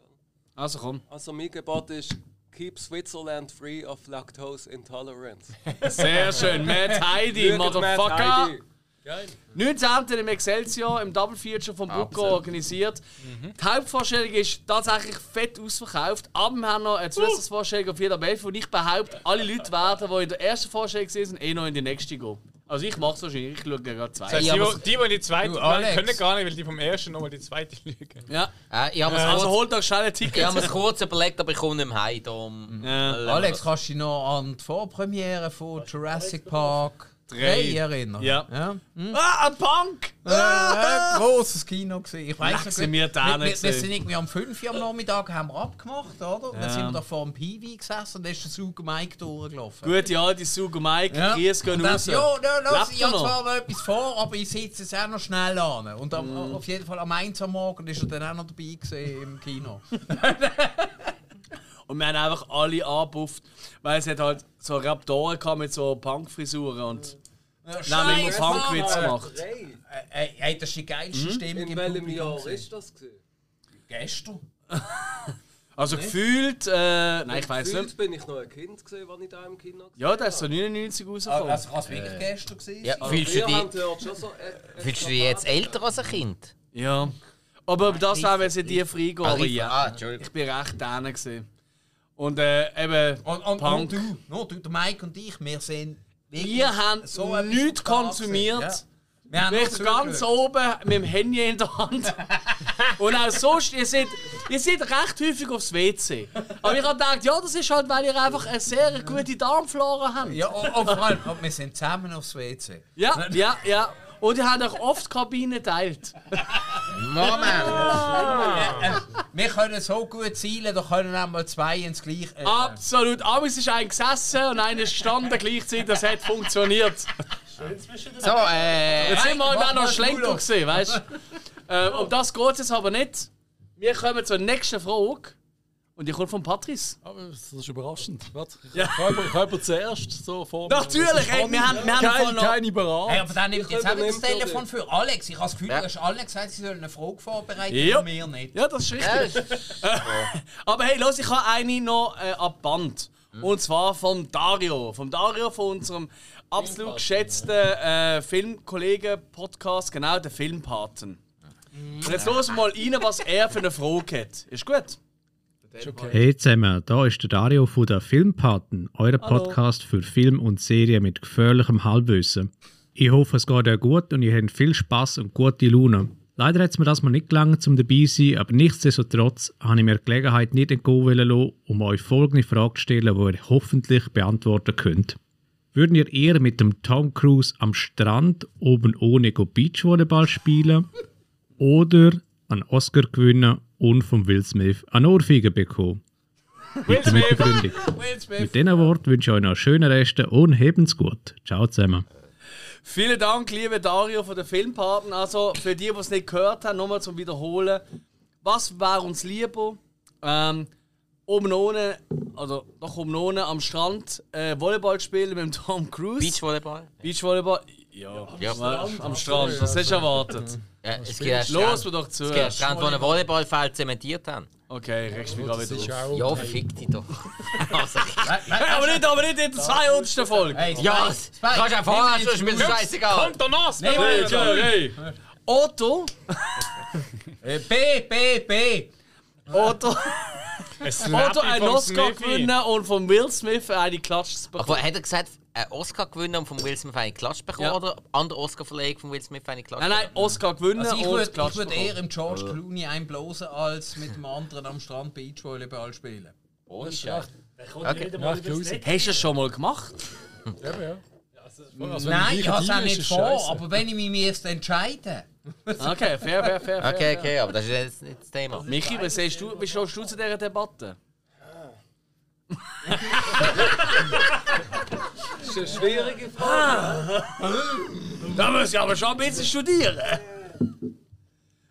A: Also komm.
C: Also mein Gebot ist, keep Switzerland free of lactose intolerance.
A: Sehr schön, Mad Heidi,
C: Schaut mal,
A: Motherfucker!
C: Heidi.
A: 19. im Excelsior im Double Feature von Bucco organisiert. Die Hauptvorstellung ist tatsächlich fett ausverkauft. Aber wir haben noch eine Zusatzvorstellung auf jeder Welt, und ich behaupte, alle Leute werden, die in der ersten Vorstellung sind, eh noch in die nächste gehen. Also ich mache es wahrscheinlich, ich schaue gerade zwei.
H: Das heißt,
B: Ja,
H: die,
B: aber-
H: wo- die, die die
B: Du,
H: zweite machen,
B: Alex.
H: können gar nicht, weil die vom ersten nochmal die zweite lügen.
A: Ja.
B: Äh, ich habe mir
A: Also
B: kurz,
A: holt euch schnell ein
B: ich
A: Ticket.
B: hab mir's kurz überlegt, aber ich komme nicht mehr heim. Darum.
A: Ja.
D: Alex, kannst du dich noch an die Vorpremiere von Jurassic Park 3 erinnern?
A: Ja.
D: ja?
A: Ah, ein Punk!
D: Äh, äh, großes Kino gesehen. Ich
A: Leck,
D: weiß
A: sind wir da
D: wir,
A: nicht
D: wir, wir
A: gewesen.
D: sind irgendwie am 5 Uhr am Nachmittag haben wir abgemacht, oder? Und dann sind wir da vor dem Piwi gesessen und dann ist der Suge Mike durchgelaufen.
A: Gute alte Sugar Mike,
D: Ja.
A: Grüße gehen
D: Und dann,
A: raus.
D: ja, nein, lass,
A: Lebt
D: ich
A: er
D: habe
A: noch?
D: zwar noch etwas vor, aber ich sitze es auch noch schnell an. Und am,
A: Mhm.
D: auf jeden Fall am 1 am Morgen ist er dann auch noch dabei gewesen im Kino.
A: Und wir haben einfach alle angepufft, weil es hat halt so Raptoren gehabt mit so Punk-Frisuren und dann haben wir immer Punkwitz gemacht.
C: Hey,
D: Ey, ey, das ist die geilste Stimme
C: in
D: im
C: welchem
D: Publikum
C: Jahr
D: gewesen.
C: ist das? Gewesen?
D: Gestern.
A: Also gefühlt, äh, nein, ich weiß
C: Gefühlt
A: nicht.
C: bin ich noch ein Kind, gewesen, als ich da im Kino war.
A: Ja, der ist so 99
D: Also,
A: rausgekommen.
D: also kann es wirklich
A: Äh,
D: gestern gewesen
B: Äh,
D: Also,
B: Ja,
D: sein?
B: fühlst, du
C: Wir haben
B: dich,
C: dort schon so... äh,
B: fühlst du dich jetzt älter als ein Kind?
A: ja. Aber über das auch, wenn sie die freigehen,
B: Ah,
A: aber
B: Riff-
A: ja.
B: ah, Entschuldigung.
A: Ich bin recht da gesehen. Und äh, eben,
D: Und, und,
A: Punk.
D: und du, nur du, der Mike und ich, wir sind wirklich
A: wir haben
D: etwas
A: nichts
D: da
A: konsumiert.
D: gesehen, Ja. Wir haben
A: Wir
D: nur
A: sind ganz
D: zugehört.
A: oben mit dem Handy in der Hand. Und auch sonst, ihr seid, ihr seid recht häufig aufs WC. Aber ich habe gedacht, ja, das ist halt, weil ihr einfach eine sehr gute Darmflora habt.
D: Ja, und, und vor allem, und wir sind zusammen aufs WC.
A: ja, ja. ja. Und ihr habt euch oft Kabinen geteilt.
B: Moment!
D: Wir können so gut zielen, da können auch mal zwei ins gleiche. Äh,
A: Ah, Absolut. Aber es ist ein gesessen und einer gestanden gleichzeitig. Das hat funktioniert.
B: So, äh.
A: Jetzt sind wir
D: mach
A: halt auch noch
D: mal
A: schlenker
D: Nuller.
A: gesehen, weißt du? Ähm, um das geht es jetzt aber nicht. Wir kommen zur nächsten Frage. Und die kommt von Patrice.
F: Aber Ah, das ist überraschend. Warte, ich habe zuerst so vor.
A: Natürlich, ey, wir haben, wir haben vorhin
F: Keine,
A: noch-
F: keine Beratung.
D: Hey, aber dann nimmt jetzt auch wieder das Telefon für Alex. Ich habe das Gefühl,
B: Ja.
D: du hast Alex gesagt, sie sollen eine Frage vorbereiten,
A: Ja.
D: und mir nicht.
A: Ja, dus- das ist
B: Ja,
A: richtig.
B: das ist-
A: Aber hey, los, ich habe eine noch äh, ab Band. Und zwar vom Dario. Vom Dario, von unserem absolut geschätzten äh, Filmkollegen-Podcast, genau, der Filmpaten. Und jetzt hören wir mal rein, was er für eine Frage hat. Ist gut?
L: Hey zusammen, da ist der Dario von der Filmpaten, euer Podcast für Film und Serie mit gefährlichem Halbwissen. Ich hoffe, es geht euch gut und ihr habt viel Spaß und gute Laune. Leider hat es mir das mal nicht gelangt, um dabei zu sein, aber nichtsdestotrotz habe ich mir die Gelegenheit nicht entgehen wollen lassen, um euch folgende Frage zu stellen, die ihr hoffentlich beantworten könnt. Würden ihr eher mit dem Tom Cruise am Strand oben ohne go Beachvolleyball spielen oder einen Oscar gewinnen und vom Will Smith einen Ohrfeigen bekommen? Bitte mit Begründung. Mit diesen Worten wünsche ich euch noch schöne Reste und habt's gut. Ciao zusammen.
A: Vielen Dank, lieber Dario von den Filmpaten. Also für die, die es nicht gehört haben, nochmal zum Wiederholen. Was wäre uns lieber? Ähm, oben ohne, also noch oben ohne am Strand äh, Volleyball spielen mit dem Tom Cruise.
B: Beachvolleyball?
A: Beachvolleyball? Ja,
B: Ja.
A: Am, Strand. am Strand. Das hast du erwartet.
B: Ja, es gibt einen
A: Los
B: Strand,
A: wir doch zu.
B: es gibt einen Strand, wo ein Volleyballfeld zementiert haben.
A: Okay, regst mich gar
F: Das ist
A: wieder auf.
F: auch.
B: Ja, fick dich doch. Also,
A: Hey, aber nicht, aber nicht in der 200. Folge.
D: Hey,
B: ja,
D: zwei-
B: kannst du vorher schon spielen, scheißegal.
H: Kommt doch nach!
D: Hey,
A: Hey,
D: Mann.
A: Joe, hey. Otto,
D: Äh, B, B, B.
A: Otto,
H: Es
A: Oder einen Oscar gewinnen und von Will Smith eine Klatsch zu bekommen.
B: Aber hat er gesagt, einen Oscar gewinnen und von Will Smith eine Klatsch bekommen
A: Ja.
B: oder andere Oscar-Verleihung von Will Smith eine Klatsch
A: Nein, nein, Oscar gewinnen
D: Also ich
A: und
D: würde
A: Klatsch
D: würd eher
A: bekommen.
D: im George Clooney einblasen, als mit dem anderen am Strand Beachvolleyball spielen.
B: Oh, Scheiße.
A: Hast du das schon mal gemacht?
F: Also,
G: Also,
D: Nein, ich habe es auch nicht vor, aber wenn ich mich jetzt entscheide.
A: Okay, fair, fair, fair. fair,
B: Okay,
A: fair.
B: okay, aber das ist jetzt nicht das Thema.
A: Michi, was sagst du, bist du, du zu dieser Debatte?
C: Das ist eine schwierige Frage.
A: Ah. Da muss ich aber schon ein bisschen studieren.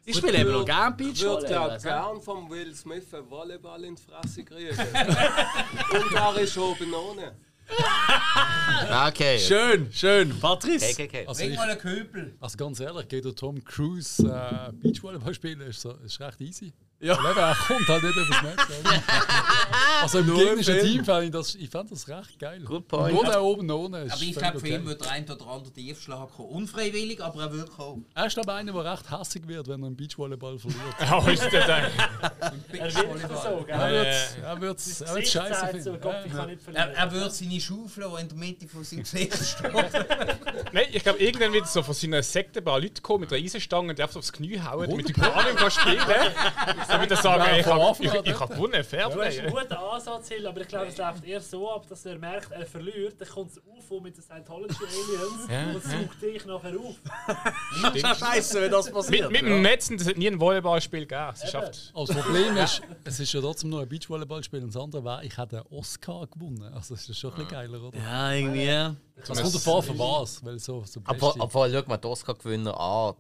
A: Ich spiele eben noch gerne also?
C: Ich würde ja
A: Beachvolleyball.
C: gern vom Will Smith einen Volleyball in die Fresse kriegen. Und er ist oben ohne.
B: Ah, Okay.
A: Schön, schön. Patrice.
B: Okay, okay, okay.
D: Bring mal einen Köbel.
F: Also ganz ehrlich, geht der Tom Cruise äh, Beachvolleyball spielen, ist, so, ist recht easy.
A: Ja.
F: Weil eben, er kommt halt nicht übers Netz. oder? Also im gegnerischen Team fand ich das, ich fand das recht geil.
B: Good point.
F: Nur da oben ohne. ist
D: Aber ich
F: völlig
D: glaube, für
F: okay.
D: ihn wird der ein oder andere Tiefschlag kommen. Unfreiwillig, aber er wird kommen.
F: Er ist glaube ich einer, der recht hässig wird, wenn er einen Beachvolleyball verliert.
H: Oh, ist der da?
G: Er wird es so,
F: Er
G: gell?
F: wird er wird's, er wird's
G: Gesicht
F: scheiße
G: sagt so,
F: finden.
G: Gott, ich
F: Ja.
G: kann nicht
D: Er,
G: verlieren.
D: er wird seine Schaufel die in der Mitte von seinem Gesicht stehen.
H: Nein, ich glaube, irgendwann wird so von seiner Sekte ein paar Leute kommen mit einer Eisenstange und einfach aufs Knie hauen, damit du gar nicht kannst spielen kannst. Dann wird er sagen, ich habe ich, ich hab gewonnen,
G: Du hast einen
H: Fairplay.
G: guten Ansatz, Hill, aber ich glaube, es läuft eher so ab, dass er merkt, er verliert, dann kommt es auf mit den Scientology Aliens und sucht dich nachher auf.
A: Scheiße, wenn das
H: Mit,
A: passiert.
H: mit dem Netzen, das hat nie ein Volleyballspiel gegeben. Sie schafft.
F: Aber das Problem ist, es ist ja trotzdem nur ein Beachvolleyballspiel und das andere wäre, ich hätte einen Oscar gewonnen. Also das ist ja schon ein bisschen geiler, oder?
A: Ja, irgendwie.
F: Das kommt davon, für was? Weil so, so beste-
B: Obwohl, obwohl, schau mal, die Oscar-Gewinner an.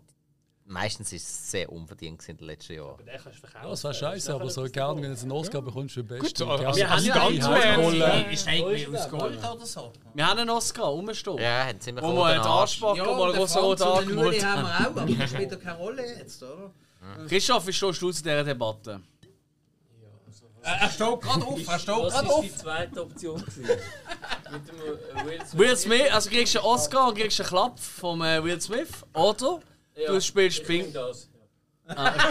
B: Meistens ist es sehr unverdient gewesen in den letzten Jahren.
G: Den kannst du verkaufen.
F: Ja, das wäre scheiße, aber so gerne, wenn du einen Oscar bekommst für den
H: Gut,
F: besten.
A: oh,
H: also,
F: Gerne.
H: wir haben
A: ja
H: ganz
E: halt
D: Hey,
A: eh,
H: wenig.
D: Ist eigentlich aus Gold oder so?
A: Wir haben einen Oscar rumstehen.
B: Ja, haben ziemlich
A: Wo wir
B: roten
A: einen
B: Arsch.
A: Arschbacken
D: Ja,
A: mal
D: und den
A: rosarot
D: Franz und den Luli
A: angemalt
D: haben
A: haben.
D: wir auch, aber das spielt ja keine Rolle jetzt, oder?
A: Christoph, wie stehst du zu dieser Debatte?
D: Er steht gerade auf, er steht gerade auf.
I: die zweite Option? gewesen? Mit dem äh, Will Smith.
A: Will Smith, also kriegst du einen Oscar und kriegst einen Klapp von äh, Will Smith, oder? Du spielst
I: Ich nehme
A: Ping.
I: das.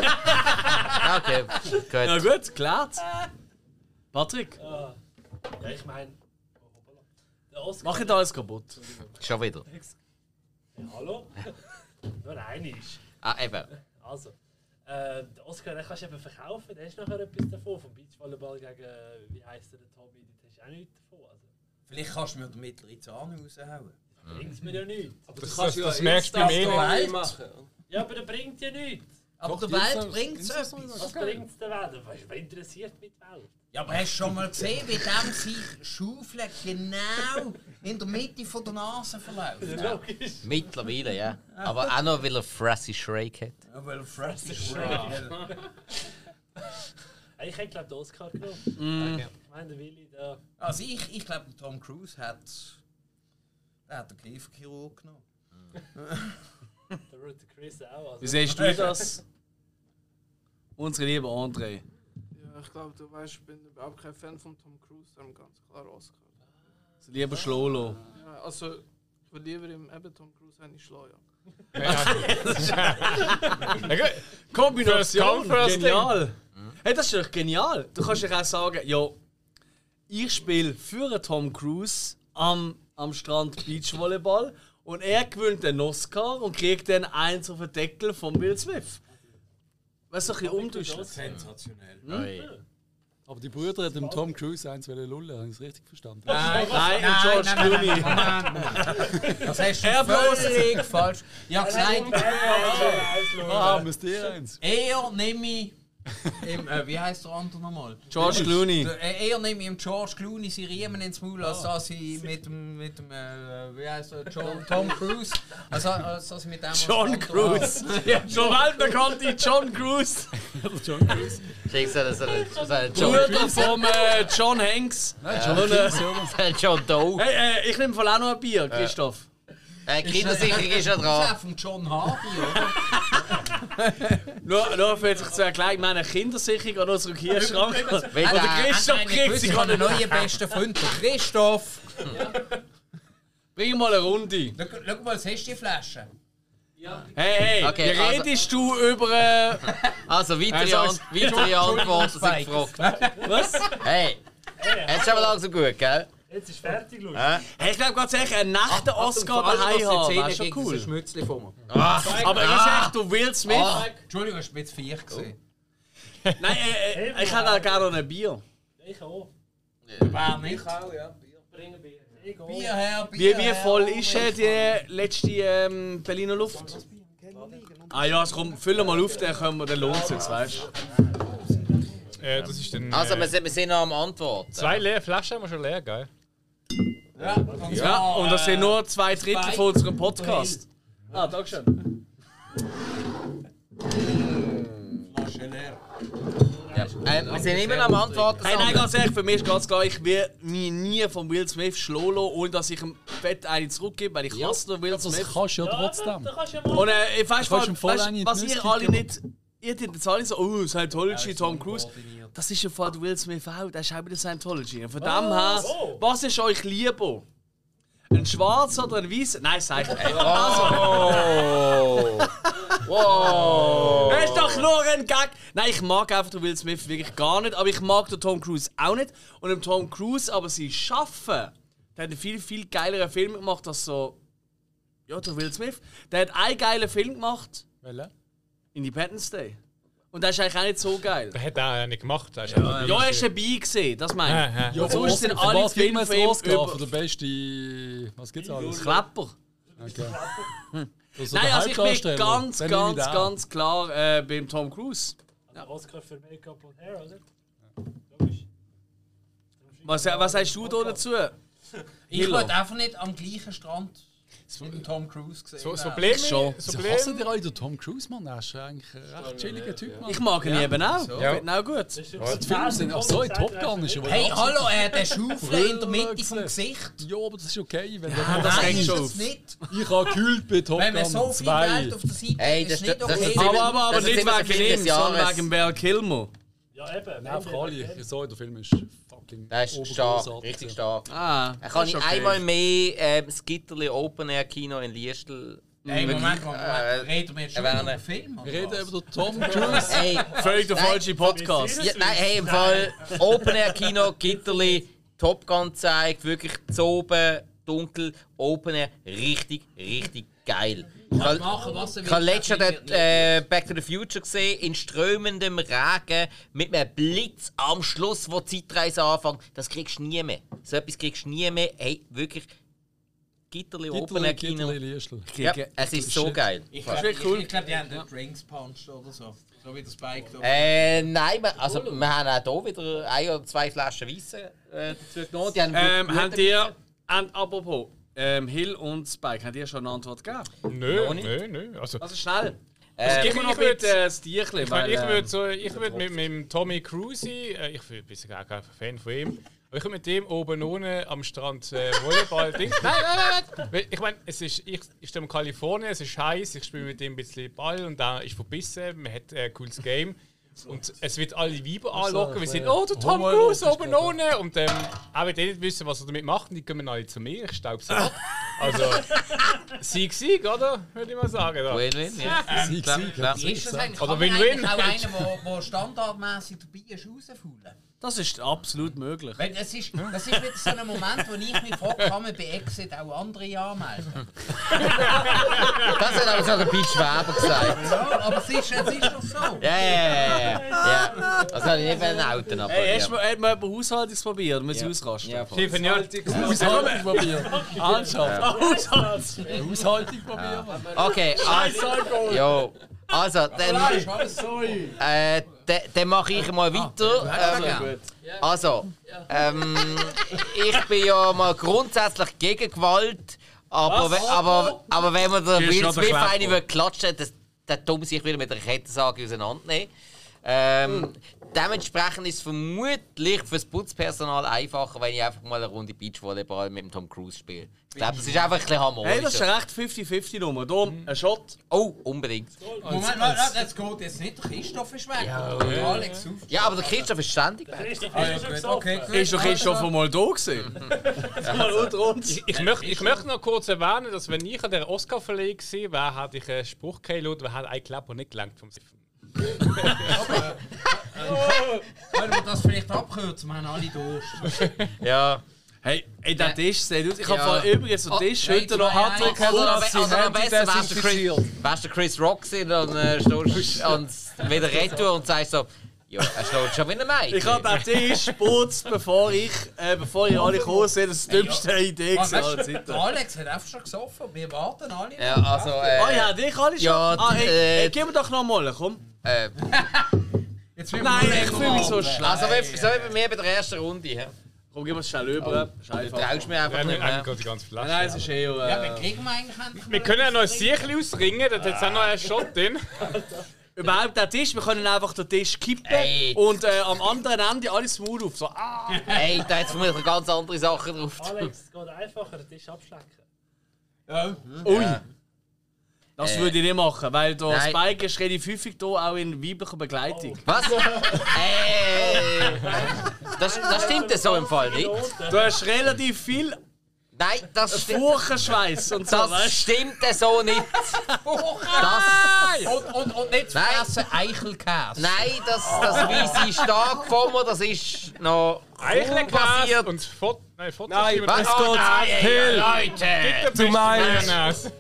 B: Ah, Okay,
A: Ja
B: gut.
A: gut, geklärt. Patrick,
G: Ah. Ja, ich meine, der Oscar.
A: mach nicht alles kaputt.
B: Schon wieder.
G: Ja, hallo? Nur eine ist.
B: Ah, eben.
G: Also, äh, den Oscar den kannst du eben verkaufen, dann hast du nachher etwas davon. Vom Beachvolleyball gegen, äh, wie heisst der, der Tommy, da hast du auch nichts davon. Also,
D: Vielleicht kannst du mir den mittleren Zahn raushauen.
G: bringt mir ja nichts.
C: Aber das,
H: das- das merkst du mir
D: nicht.
C: machen.
G: Ja, aber der bringt ja nichts.
D: Aber der Welt bringt es etwas.
G: Was bringt es der Welt? Weißt du, wer interessiert mit Welt?
D: Ja, aber hast du schon mal gesehen, wie dem seine Schaufel genau in der Mitte von der Nase verläuft?
G: Logisch.
B: Mittlerweile, ja. Aber auch noch, weil er Fressy Shrek hat.
D: Ja, weil Fresse ist
G: Ich hätte, glaube ich, den Oscar
D: Mm.
G: genommen. Ich meine, der Willi, der.
D: Also ich, ich glaube, Tom Cruise hat, der hat den Kieferchirurg genommen.
G: Der Ruth Chris auch.
A: Wie
G: Also,
A: siehst
D: Äh.
A: du das? Unsere liebe André.
I: Ja, ich glaube, du weißt, ich bin überhaupt kein Fan von Tom Cruise, darum ganz klar Oscar.
A: Unser lieber Schlolo.
I: Ja, also, ich würde lieber im eben Tom Cruise eine Schleue.
H: Ja, gut.
A: Kombination,
H: First come, first
A: genial. Hey, das ist doch genial. Du kannst ja auch sagen, ja, ich spiele für einen Tom Cruise am, am Strand Beachvolleyball und er gewinnt den Oscar und kriegt dann eins auf den Deckel von Will Smith. Weißt du, ein bisschen umtäuschen.
D: Sensationell.
F: Aber die Brüder haben dem Tom Cruise eins wollen lullen, habe ich es richtig verstanden?
D: Nein,
A: Nein,
D: nein,
A: George
D: nein, nein, Oh
A: Clooney.
D: nein, nein, nein. Das hast du
A: Er bloß-
D: völlig falsch. Ich habe gesagt,
F: Ah, müsst ihr eins?
D: eher nehme ich... Im, äh, wie heißt der andere nochmal?
A: George Clooney.
D: Der- äh, Eher nehme ich im George Clooney seine Riemen ins Maul, als
A: Ah.
D: dass ich mit dem, mit dem äh, wie heißt er, John, Tom Cruise, als, als dass ich mit dem...
A: John Cruise. Ja, schon weltbekannte John Cruise.
B: Schick so einen- so einen so einen John,
A: Bruder von äh, John Hanks.
F: Nein, John Cruise, ja.
B: so einen John Doe.
A: Hey, äh, ich nehme von auch noch ein Bier, Christoph.
B: Äh, Kindersicherung ist ja
D: Das ist
B: dran.
D: auch von John Hardy, oder?
A: Nur, nur für sich zu erklären, ich meine Kindersicherung an unserem Kühlschrank. Und
B: Weil
A: der
B: der-
A: Christoph
D: Nein, ich
A: kriegt
D: wusste,
A: sich
D: ich
A: an
D: habe
A: den
D: einen neuen besten Freund, den Christoph.
A: Bring mal eine Runde.
D: Schau, schau mal, was hast du die Flasche?
I: Ich
A: Hey, hey,
B: Okay,
A: wie
B: also-
A: redest du über. Äh,
B: Also, weitere,
A: Also,
B: Ant weitere Antworten sind gefragt.
A: was?
B: Hey, jetzt ist aber langsam gut, gell?
G: Jetzt ist fertig, Leute.
B: Hä?
A: Hey, ich glaube ganz ehrlich, einen nachten Oscar
D: Vor allem, was
A: daheim
D: die
A: haben,
D: Szene
A: wäre schon
D: gegen
A: cool.
D: das Schmützli von mir.
A: Aber ich ist echt, du Will Smith.
D: Ah. Entschuldigung, hast du jetzt vier gesehen?
A: Nein, äh, äh, ich hätte auch gerne noch ein Bier.
G: Ich auch.
D: Wer nicht?
G: Bringen Bier. Ich auch.
D: Bier her, Bier
A: Wie, wie
D: her.
A: voll ist äh, die letzte ähm, Berliner Luft? Ah ja, es kommt, füllen mal auf, dann können wir den Lohn jetzt, weißt du?
H: Äh, das ist dann.
B: Also, wir
H: Äh,
B: sind, wir sind noch am Antworten.
H: zwei leere Flaschen haben wir schon leer, gell?
A: Ja, und das sind nur zwei Drittel von unserem Podcast. Ah, Dankeschön.
B: Ja. Ähm, wir sind immer noch am Antworten.
A: Hey, nein,
B: sammeln.
A: ganz ehrlich, für mich ist ganz klar, ich will mich nie von Will Smith schlagen lassen, ohne dass ich ihm fett eine zurückgebe, weil ich hasse den Will Smith.
E: Das kannst du ja
G: Ja,
E: trotzdem.
G: da kannst du ja mal.
A: Und äh, ich weiß,
E: Du kannst ihm
A: weißt,
E: voll
A: weißt,
E: eine in die
A: was
E: Nüsse
A: ihr
E: kicken.
A: alle nicht. Ihr tut jetzt alle so, oh, Scientology, Tom Cruise. Das ist ja von Will Smith auch, der ist auch bei der Scientology. Und von dem her,
G: Oh.
A: was ist euch lieber? Ein schwarzer oder ein weißer? Nein, sag ich
E: Oh.
A: nicht. Also.
E: Oh.
A: Wow! Das ist doch nur ein Gag! Nein, ich mag einfach den Will Smith wirklich gar nicht, aber ich mag den Tom Cruise auch nicht. Und dem Tom Cruise, aber sie schaffen, der hat einen viel, viel geileren Film gemacht als so. Ja, der Will Smith. Der hat einen geilen Film gemacht:
E: Welcher?
A: Independence Day. Und der ist eigentlich auch nicht so geil.
H: Das hat er ja nicht gemacht. Das ist einfach
A: Ja, er ist dabei gesehen, das meine ich.
E: Ja,
A: sonst
E: was-
A: sind
E: für
A: alle
E: was gibt man
A: Filme
E: das Oscar
A: über-
E: für den besten... Was gibt's alles?
A: Klapper.
E: Für so
A: Nein,
E: den
A: also ich bin
E: Hauptdarsteller.
A: ganz,
E: Hm. Dann nehme
A: ganz,
E: ich den.
A: ganz klar äh, beim Tom Cruise.
G: Ja. Oscar für Make-up und Hair, oder?
A: Was, äh, was sagst du da dazu?
D: Ich wollte einfach nicht am gleichen Strand mit dem Tom Cruise gesehen.
H: So, das
D: werden.
H: Problem ist,
A: Schon.
H: das
E: Wieso
H: Problem,
E: hassen die alle den Tom Cruise, Mann? Er ist eigentlich ein recht chilliger Typ, Mann.
A: Ich mag ihn eben auch. Ich finde ihn auch gut.
G: Das ist
E: Die Filme sind auch so in Top Gun. Ist aber
D: Hey,
E: ja-
D: hallo, er hat den Schaufel in der Mitte
E: Brille
D: vom Gesicht.
E: Ja, aber das ist okay, wenn
A: Das
D: Nein,
A: regt
D: ist
A: schon
D: es
A: auf.
D: nicht.
E: Ich habe gekühlt bei Top
D: Wenn man so
E: Gun
D: viel
E: 2.
D: Geld auf der Seite
B: Ey,
D: hat,
B: das
D: ist
B: ist-
D: nicht
B: das
D: okay.
B: ist-
A: Aber, aber, aber
B: Das ist
A: nicht
B: immer der
A: wegen
B: Film
A: ihm,
B: des Jahres.
A: sondern wegen Val Kilmer.
G: Ja, eben.
E: Nein, einfach alle.
G: Ist
E: Sorry, der Film ist fucking
B: Der ist stark,
E: obergroßartig.
B: richtig stark.
A: Ah,
B: Er kann
A: ist
B: ich
A: okay.
B: einmal mehr ähm, das Gitterli Open Air Kino in Liestel.
D: Hey, Moment mal,
B: Äh,
D: Moment. Reden wir jetzt schon
B: erwähnen.
D: über den Film? oder
E: Wir reden
D: was?
E: über den Tom Cruise.
B: Hey,
A: Völlig der
B: Nein.
A: falsche Podcast.
B: ja, nein, hey, im Fall Open Air Kino, Gitterli, Top Gun zeigt, wirklich zu oben, dunkel, Open Air, richtig, richtig geil. Ich
D: Kann
B: habe-
D: machen, was er
B: ich habe
D: will,
B: letztens
D: das wird
B: den, äh, Back to the Future gesehen, in strömendem Regen, mit einem Blitz am Schluss, wo die Zeitreise anfängt. Das kriegst du nie mehr. So etwas kriegst du nie mehr. Hey, wirklich, Gitterli, Open Air
E: Gitterli,
B: Kino.
E: Gitterli, Liestl.
B: Ja, es ist so geil.
D: Ich glaube, ich, ich glaub, die haben den Drinks punched oder so. So wie der Spike da.
B: Äh, nein, wir, also wir haben auch hier wieder ein oder zwei Flaschen Weissen äh, dazu genommen. Die haben
A: Ähm,
B: guten-
A: habt ihr, und apropos, ähm, Hill und Spike, habt ihr schon eine Antwort gegeben?
H: nö, nö, nö. Also,
A: Also schnell.
B: Ähm,
A: Gib mir noch
H: ich würd-
A: bitte äh, das Tierchen,
H: Ich, meine,
A: weil...
H: ich
A: ähm,
H: würde so, ich würd mit, mit dem Tommy Cruise, äh, ich bin- bin sogar kein Fan von ihm, aber ich würde mit dem oben ohne am Strand äh, Volleyball Ding. Nein, nein, nein, nein! Ich meine, es ist, ich, ich stehe in Kalifornien, es ist heiß, ich spiele mit dem ein bisschen Ball und da ist verbissen, man hat äh, ein cooles Game. Und es wird alle Weiber anlocken, wir sind, oh, der Tom
E: Homo-
H: Cruise oben ohne! Und ähm, auch wenn die nicht wissen, was er damit macht, die kommen alle zu mir, ich staub sie ab. Also, Sieg, Sieg, oder? Würde ich mal sagen. Da.
B: Win-win, ja.
E: Sieg, Sieg. ja.
D: Ist das eigentlich,
H: Oder
D: kann man
H: Win-Win.
D: eigentlich auch einer, der standardmäßig dabei ist, rausfaulen?
A: Das ist absolut möglich.
D: Weil das ist, das ist wieder so ein Moment, wo ich mich frage, kann man bei Exit auch andere anmelden?
B: Das hat aber so der Beach Weber gesagt.
D: Ja, aber es ist, es ist doch so.
B: Ja, ja, ja, ja, ja. Das habe ich nicht wollen outen, aber.
A: Hey,
B: ja.
A: hast du mal, hat mal jemand Haushaltungs probiert? Muss ich ausrasten? Ja,
H: Stefan, ja,
E: Haushaltung probieren.
A: Ah,
E: Anschaffen. Haushaltung probieren.
B: Okay, also. Jo. Also, dann. Äh, dann dann mache ich
A: Ah,
B: mal weiter. Ähm, also, ähm, ich bin ja mal grundsätzlich gegen Gewalt, aber, we, aber, aber wenn man den
A: Hier ist
B: Will
A: noch der
B: Smith
A: Klepper.
B: eine klatschen würde, dann dumm sich wieder mit der Kettensäge auseinandernehmen. Ähm,
A: Hm.
B: Dementsprechend ist es vermutlich fürs Putzpersonal einfacher, wenn ich einfach mal eine Runde Beachvolleyball mit dem Tom Cruise spiele. Ich glaube, das ist einfach ein bisschen harmonischer.
A: Hey, das ist eine recht 50-50-Nummer. Da, ein Shot.
B: Oh, unbedingt.
D: Moment, Moment, jetzt geht jetzt nicht der Christoph ist weg.
B: Ja,
D: oder
B: ja.
D: Alex auf.
B: Ja, aber der Christoph ist ständig
G: Der
B: weg.
G: Christoph
D: Ah, ja,
G: ist schon
D: gut,
G: gesoffen.
D: okay, gut.
A: Ist doch Christoph schon mal da gewesen. mal unter uns.
H: Ich, ich, möchte, ich möchte noch kurz erwähnen, dass wenn ich an der Oscar-Verleihung war, wer hatte ich einen Spruch gelobt, wer hat einen Klapp und nicht gelangt vom Siffen.
D: Ähm, Können wir das vielleicht abkürzen? Wir haben alle Durst.
B: Ja.
A: Hey, hey, der Tisch sieht aus. Ich
B: Ja.
A: habe ja. übrigens den Tisch
D: Ah,
A: heute noch
D: nein, nein,
A: handlich
D: nein,
B: Also,
A: geholt.
B: am be- also am besten wärst du Chris, wärst du Chris Rock gewesen, dann äh, stehst du ans- wieder retour und sagst so, ja, er steht schon wie ein Mädchen.
A: Ich habe den Tisch geputzt, bevor ich, äh, bevor ihr alle gekommen seid. Das ist die dümmste Idee
D: Ah,
A: gewesen aller
D: weißt du,
A: Zeiten.
D: der Alex hat einfach schon gesoffen. Wir warten alle.
B: Ja, also, äh,
A: Ah ja, dich alle schon?
B: Ja,
A: ah, hey,
B: äh,
A: hey, gib mir doch noch mal, komm.
B: äh,
D: Jetzt will
A: Nein, ich fühle mich so schlecht.
B: also wie, so wie bei mir bei der ersten Runde. Ja.
A: Komm, gib mir schnell über. Scheiße.
B: Du traust mir einfach
H: Wir haben
B: nicht mehr.
H: eigentlich die ganze Flasche.
A: Nein, es ist eh...
D: Ja, aber
A: Äh,
D: kriegen wir eigentlich endlich
H: Wir
D: mal
H: können ja noch ein
D: etwas zu trinken?
H: Siechli ausringen, da hat es auch noch einen Shot drin.
A: überhaupt den Tisch, wir können einfach den Tisch kippen
B: Ey.
A: und äh, am anderen Ende alles Maul auf. So, ah.
B: Hey, da hat es vermutlich ganz andere Sachen drauf.
G: Alex, es geht einfacher, den Tisch abschlecken.
A: Ui. Das
B: Äh.
A: würde ich nicht machen, weil der
B: Nein.
A: Spike ist relativ häufig hier auch in weiblicher Begleitung.
B: Was? Ey! Das, das stimmt ja so im Fall nicht.
A: Du hast relativ viel
B: Nein, das stimmt.
A: Furchenschweiß und so,
B: Das
A: weißt
B: stimmt ja so nicht. Das,
D: Und, und, und nicht zu
B: Nein.
D: fressen Eichelkäse.
B: nein, das, das weiße Stark von mir, das ist noch kaum
H: Eichelkäse
B: passiert.
H: und Fot nein, Fotos
E: Nein,
H: über
B: Was?
H: Oh,
B: Oh, nein,
E: Hill.
B: Leute!
E: Du meinst,
H: Ananas.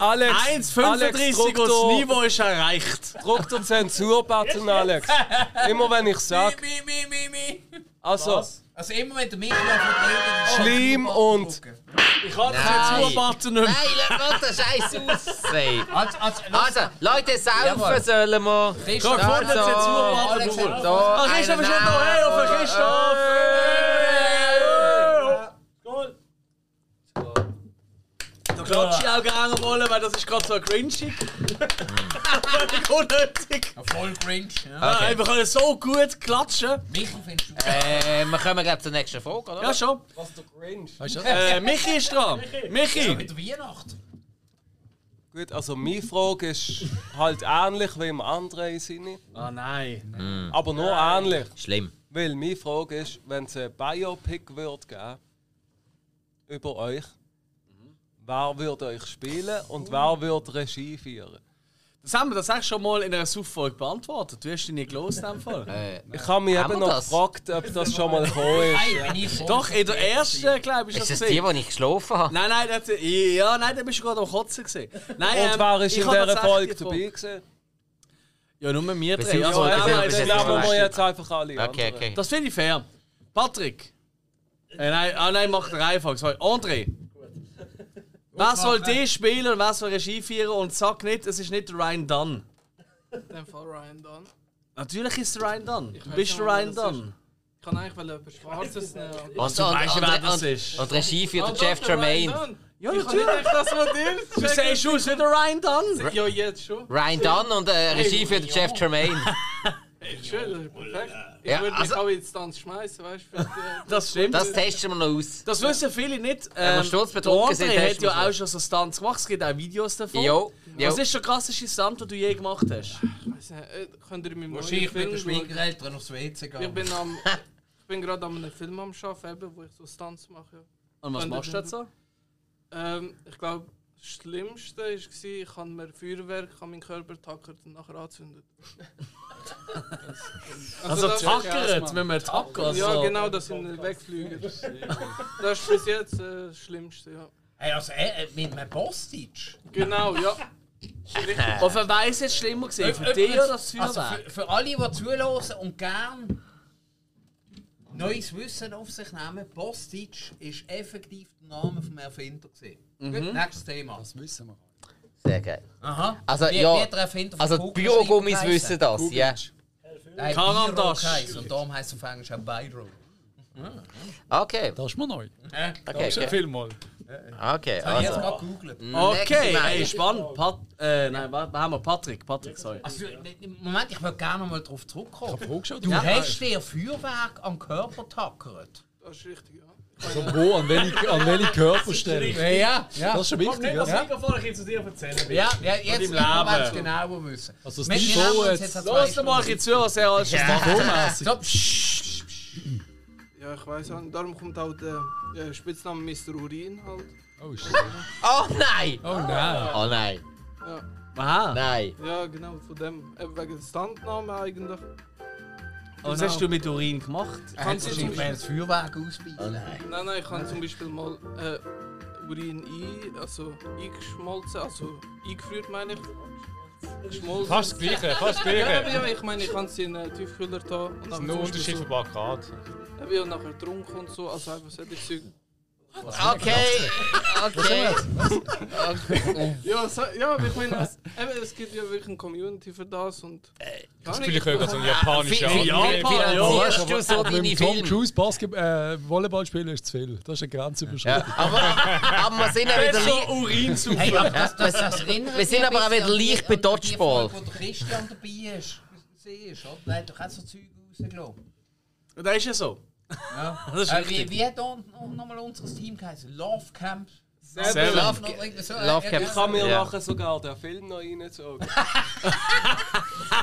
E: Alex, Alex
A: 1,35 und
E: druckt
A: das
E: den-
A: Niveau ist erreicht.
E: druckt den Zensurbutton, Alex. Immer wenn ich
D: Mi,
E: sag,
D: mi, mi, mi, mi.
E: also,
D: Also immer wenn der Michael verdreht,
E: Schlimm
A: Oh,
E: und-
A: Ich kann
B: Nein.
A: den Zubatzen nicht
B: Nein,
A: mehr.
B: lass den Scheiß aus! Ey.
D: Als, als,
B: Also, Leute, saufen
D: Jawohl.
B: sollen wir.
D: Christoph,
B: Da,
A: Komm, jetzt
B: so.
A: Zubatzen.
D: Alex
A: du.
D: hat-
B: Da,
A: Ah, Christoph
B: einen
A: ist schon da. Hey, auf den
B: Namen.
A: Christoph!
G: Goal!
A: Da klatsche ich auch gerne wollen, weil das ist gerade so ein cringy. Völlig unnötig.
D: Voll Grinch. Ja.
A: Hey, wir können so gut klatschen.
D: Michael findest du...
B: Äh, wir kommen gleich zur nächsten Folge, oder?
A: Ja, schon.
C: Was der Grinch.
A: Äh, Michi ist dran. Michi!
D: Mit Weihnachten.
C: Gut, also meine Frage ist halt ähnlich wie im anderen Sinne,
A: Ah, nein.
C: aber nur ähnlich.
B: Schlimm.
C: Weil meine Frage ist, wenn es ein Biopic würde geben über euch,
A: Mhm.
C: wer würde euch spielen und wer würde Regie führen?
A: Das haben wir tatsächlich schon mal in einer Suchfolge beantwortet. Du hast dich nicht gelesen in dem Fall.
B: Äh,
C: Ich habe mich
B: Haben
C: eben
B: wir
C: noch
B: das?
C: gefragt, ob das schon mal gekommen ist.
D: Nein, wenn ich...
A: Doch, in der ersten, glaube ich,
B: ist
A: ist
B: das
A: das
B: die,
A: gesehen.
B: die ich geschlafen habe?
A: Nein, nein, das, ja, nein, da bist du gerade am Kotzen gesehen. Nein, ähm,
C: Und wer ist
A: ich
C: in
A: habe
C: dieser
A: tatsächlich
C: Folge
A: die
C: dabei
A: Frage-
C: gewesen?
A: Ja, nur wir
B: Wir
A: drei.
B: sind
A: Also,
B: so- wir
A: nein,
B: sind-
A: nein,
B: wir
A: das-
B: sind-
C: Ich glaube, wir jetzt einfach alle
B: Okay,
C: anderen.
B: okay.
A: Das finde ich fair. Patrick. Äh, nein, ah, nein, macht den einfach. Sorry. André. Wer soll dich spielen und wer soll Regie führen? Und sag nicht, es ist nicht Ryan Dunn.
I: In dem Fall Ryan Dunn.
A: Natürlich ist es Ryan Dunn. Du
I: weiß
A: bist
I: schon,
A: Ryan
I: wer das
A: Dunn.
I: Ich kann eigentlich wollen über Schwarzes nehmen.
B: Und,
A: Du weißt,
B: und,
A: wer
B: und,
A: das
B: und,
A: ist.
B: und Regie für
I: Ah,
B: den
I: doch,
B: Jeff
I: der
B: Tremaine.
I: Ryan Dunn.
A: Ja,
I: Ich kann nicht
A: natürlich.
I: echt das von dir.
A: Du siehst aus wie der Ryan Dunn.
I: Ja, jetzt schon.
B: Ryan Dunn und äh, Regie für den Jeff Tremaine.
I: Schön, das ist perfekt. Ich
B: Ja,
I: würde mich
B: also-
I: auch in die Stanz schmeißen, weißt du? für die- äh,
A: Das stimmt.
B: Das testen wir noch aus.
A: Das wissen viele nicht. Ähm,
B: wir sturzbetrunken
A: der André
B: sind, hast
A: hat
B: du
A: ja
B: es
A: auch schon so Stunts gemacht. Es gibt auch Videos davon.
B: Jo, jo.
A: Was ist der krasseste Stunt, den du je gemacht hast?
I: Ich weiss nicht, äh, Könnt ihr in meinem
D: Wahrscheinlich mit
I: neuen
D: den
I: Film schauen?
D: Schwiegereltern aufs WC gehen.
I: Ich bin, am, ich bin gerade an einem Film am Arbeiten, eben, wo ich so Stunts mache.
A: Und was
I: Könnt ihr
A: machst du
I: mir-
A: jetzt so?
I: Ähm, ich glaube, das Schlimmste war, ich habe mir Feuerwerk an meinen Körper getackert und nachher angezündet.
A: Also,
I: das-
A: tackert, wenn man tackert. Also.
I: ja, genau, das sind Wegflüge. Das ist bis jetzt äh, das Schlimmste, ja.
D: Hey, also, äh, äh, mit einem Postage?
I: Genau, ja.
A: Und für wen ist es schlimmer
I: Äh,
A: gewesen? Für dich oder das
D: also
A: Feuerwerk?
D: für, für alle, die zuhören und gern neues Wissen auf sich nehmen, Postage ist effektiv der Name vom Erfinder. gewesen.
I: Mhm.
D: Gut, nächstes Thema.
E: das wissen wir.
B: Sehr geil.
D: Aha.
B: Also,
D: Wie-
B: ja.
D: wie hat der Erfinder von
B: Also, die
D: Kugelschreiber
B: Biogummis
D: geheißen?
B: wissen das, ja.
D: Nein,
A: Karandasch.
D: Biro geheißen. Und darum heisst es auf Englisch auch Biro.
I: Ah,
B: Okay,
E: Das ist mir neu.
B: okay.
E: Schon
B: okay.
E: viel mal.
B: Okay,
D: Das habe ich jetzt
B: also.
D: gerade gegoogelt.
A: Okay,
B: Next
A: hey,
B: Match.
A: spannend. Pat
D: eh,
A: äh, nein, wa- wa- haben wir Patrick, Patrick, sorry.
D: Also, Moment, ich will gerne mal darauf zurückkommen.
E: schon,
D: Du
E: du
D: hast dir Feuerwerk am Körper tackert.
I: Das ist richtig, ja.
E: Also wo, an welche, an welche Körperstelle?
D: Ja, ja, ja.
E: Das ist schon
G: Komm,
E: wichtig.
G: nimm das
E: Ja.
G: Mikrofon, ich zu dir erzählen. bitte.
D: Ja, ja
G: Von
D: jetzt ich
G: deinem
D: will es
G: Leben.
D: genauer wissen.
E: Also das
D: Wir- wir
E: Niveau
D: haben uns
E: jetzt-
D: jetzt an zwei
A: Los, dann mach ich zu, was er alles
E: Das ist niveaumässig.
D: Stopp, psch,
I: Ja, ich weiß auch. nicht. Darum kommt auch der äh, Spitzname Mr. Urin halt.
E: Oh, shit.
B: Oh nein!
E: Oh nein.
B: Oh nein!
I: Ja,
A: Aha.
B: Nein!
I: ja genau, von dem. Eben wegen dem Standnamen eigentlich.
A: Was hast du mit Urin gemacht?
I: Kannst du zum
D: Ich meine, das Feuerwerk ausbeißen.
I: Nein, nein, ich habe zum Beispiel mal äh, Urin ein, also eingeschmolzen, also eingefriert meine ich. Geschmolzen.
H: Fast das Gleiche, fast das
I: Ja, aber
H: Gleiche.
I: ja, ich meine, ich kann es in einen Tiefkühler da und
H: Das ist
I: dann
H: nur Unterschied
I: so,
H: von ein paar Grad.
I: ich bin nachher getrunken und so, also einfach solche Zeug.
B: Okay! Okay!
I: Ja, so, ja, aber ich meine, es, eben, es gibt ja wirklich eine Community für das und... Kann
H: Natürlich auch so ein japanischer
B: Ah, Fi- fi-
H: Anime.
B: Finanzierst du so
E: Mit
B: deine
E: dem Tom
B: Filme?
E: Cruise Basketball, äh, Volleyball spielen ist zu viel. Das ist eine Grenzüberschreitung.
B: Aber, aber wir sind ja wieder li-
A: Urin zu.
D: Hey, aber das, das, das erinnert
B: Wir sind
D: mich
B: aber auch
D: ein bisschen
B: wieder
D: an die-
B: leicht
D: an
B: bei
D: die
B: Dodgeball.
D: Folge, Wo der Christian dabei ist, siehst, oder? Der hat doch auch so Zeug rausgelassen.
A: Und da ist ja so.
D: Ja.
A: Das ist
D: Äh, wie,
A: richtig.
D: wie hat auch noch nochmal unser Team geheißen? Love Camp.
I: Seven.
B: Love-
D: Noch irgendwie so, äh,
B: Love
D: äh,
B: Camp.
I: Ich habe mir
B: Ja.
I: nachher sogar den Film noch reingezogen.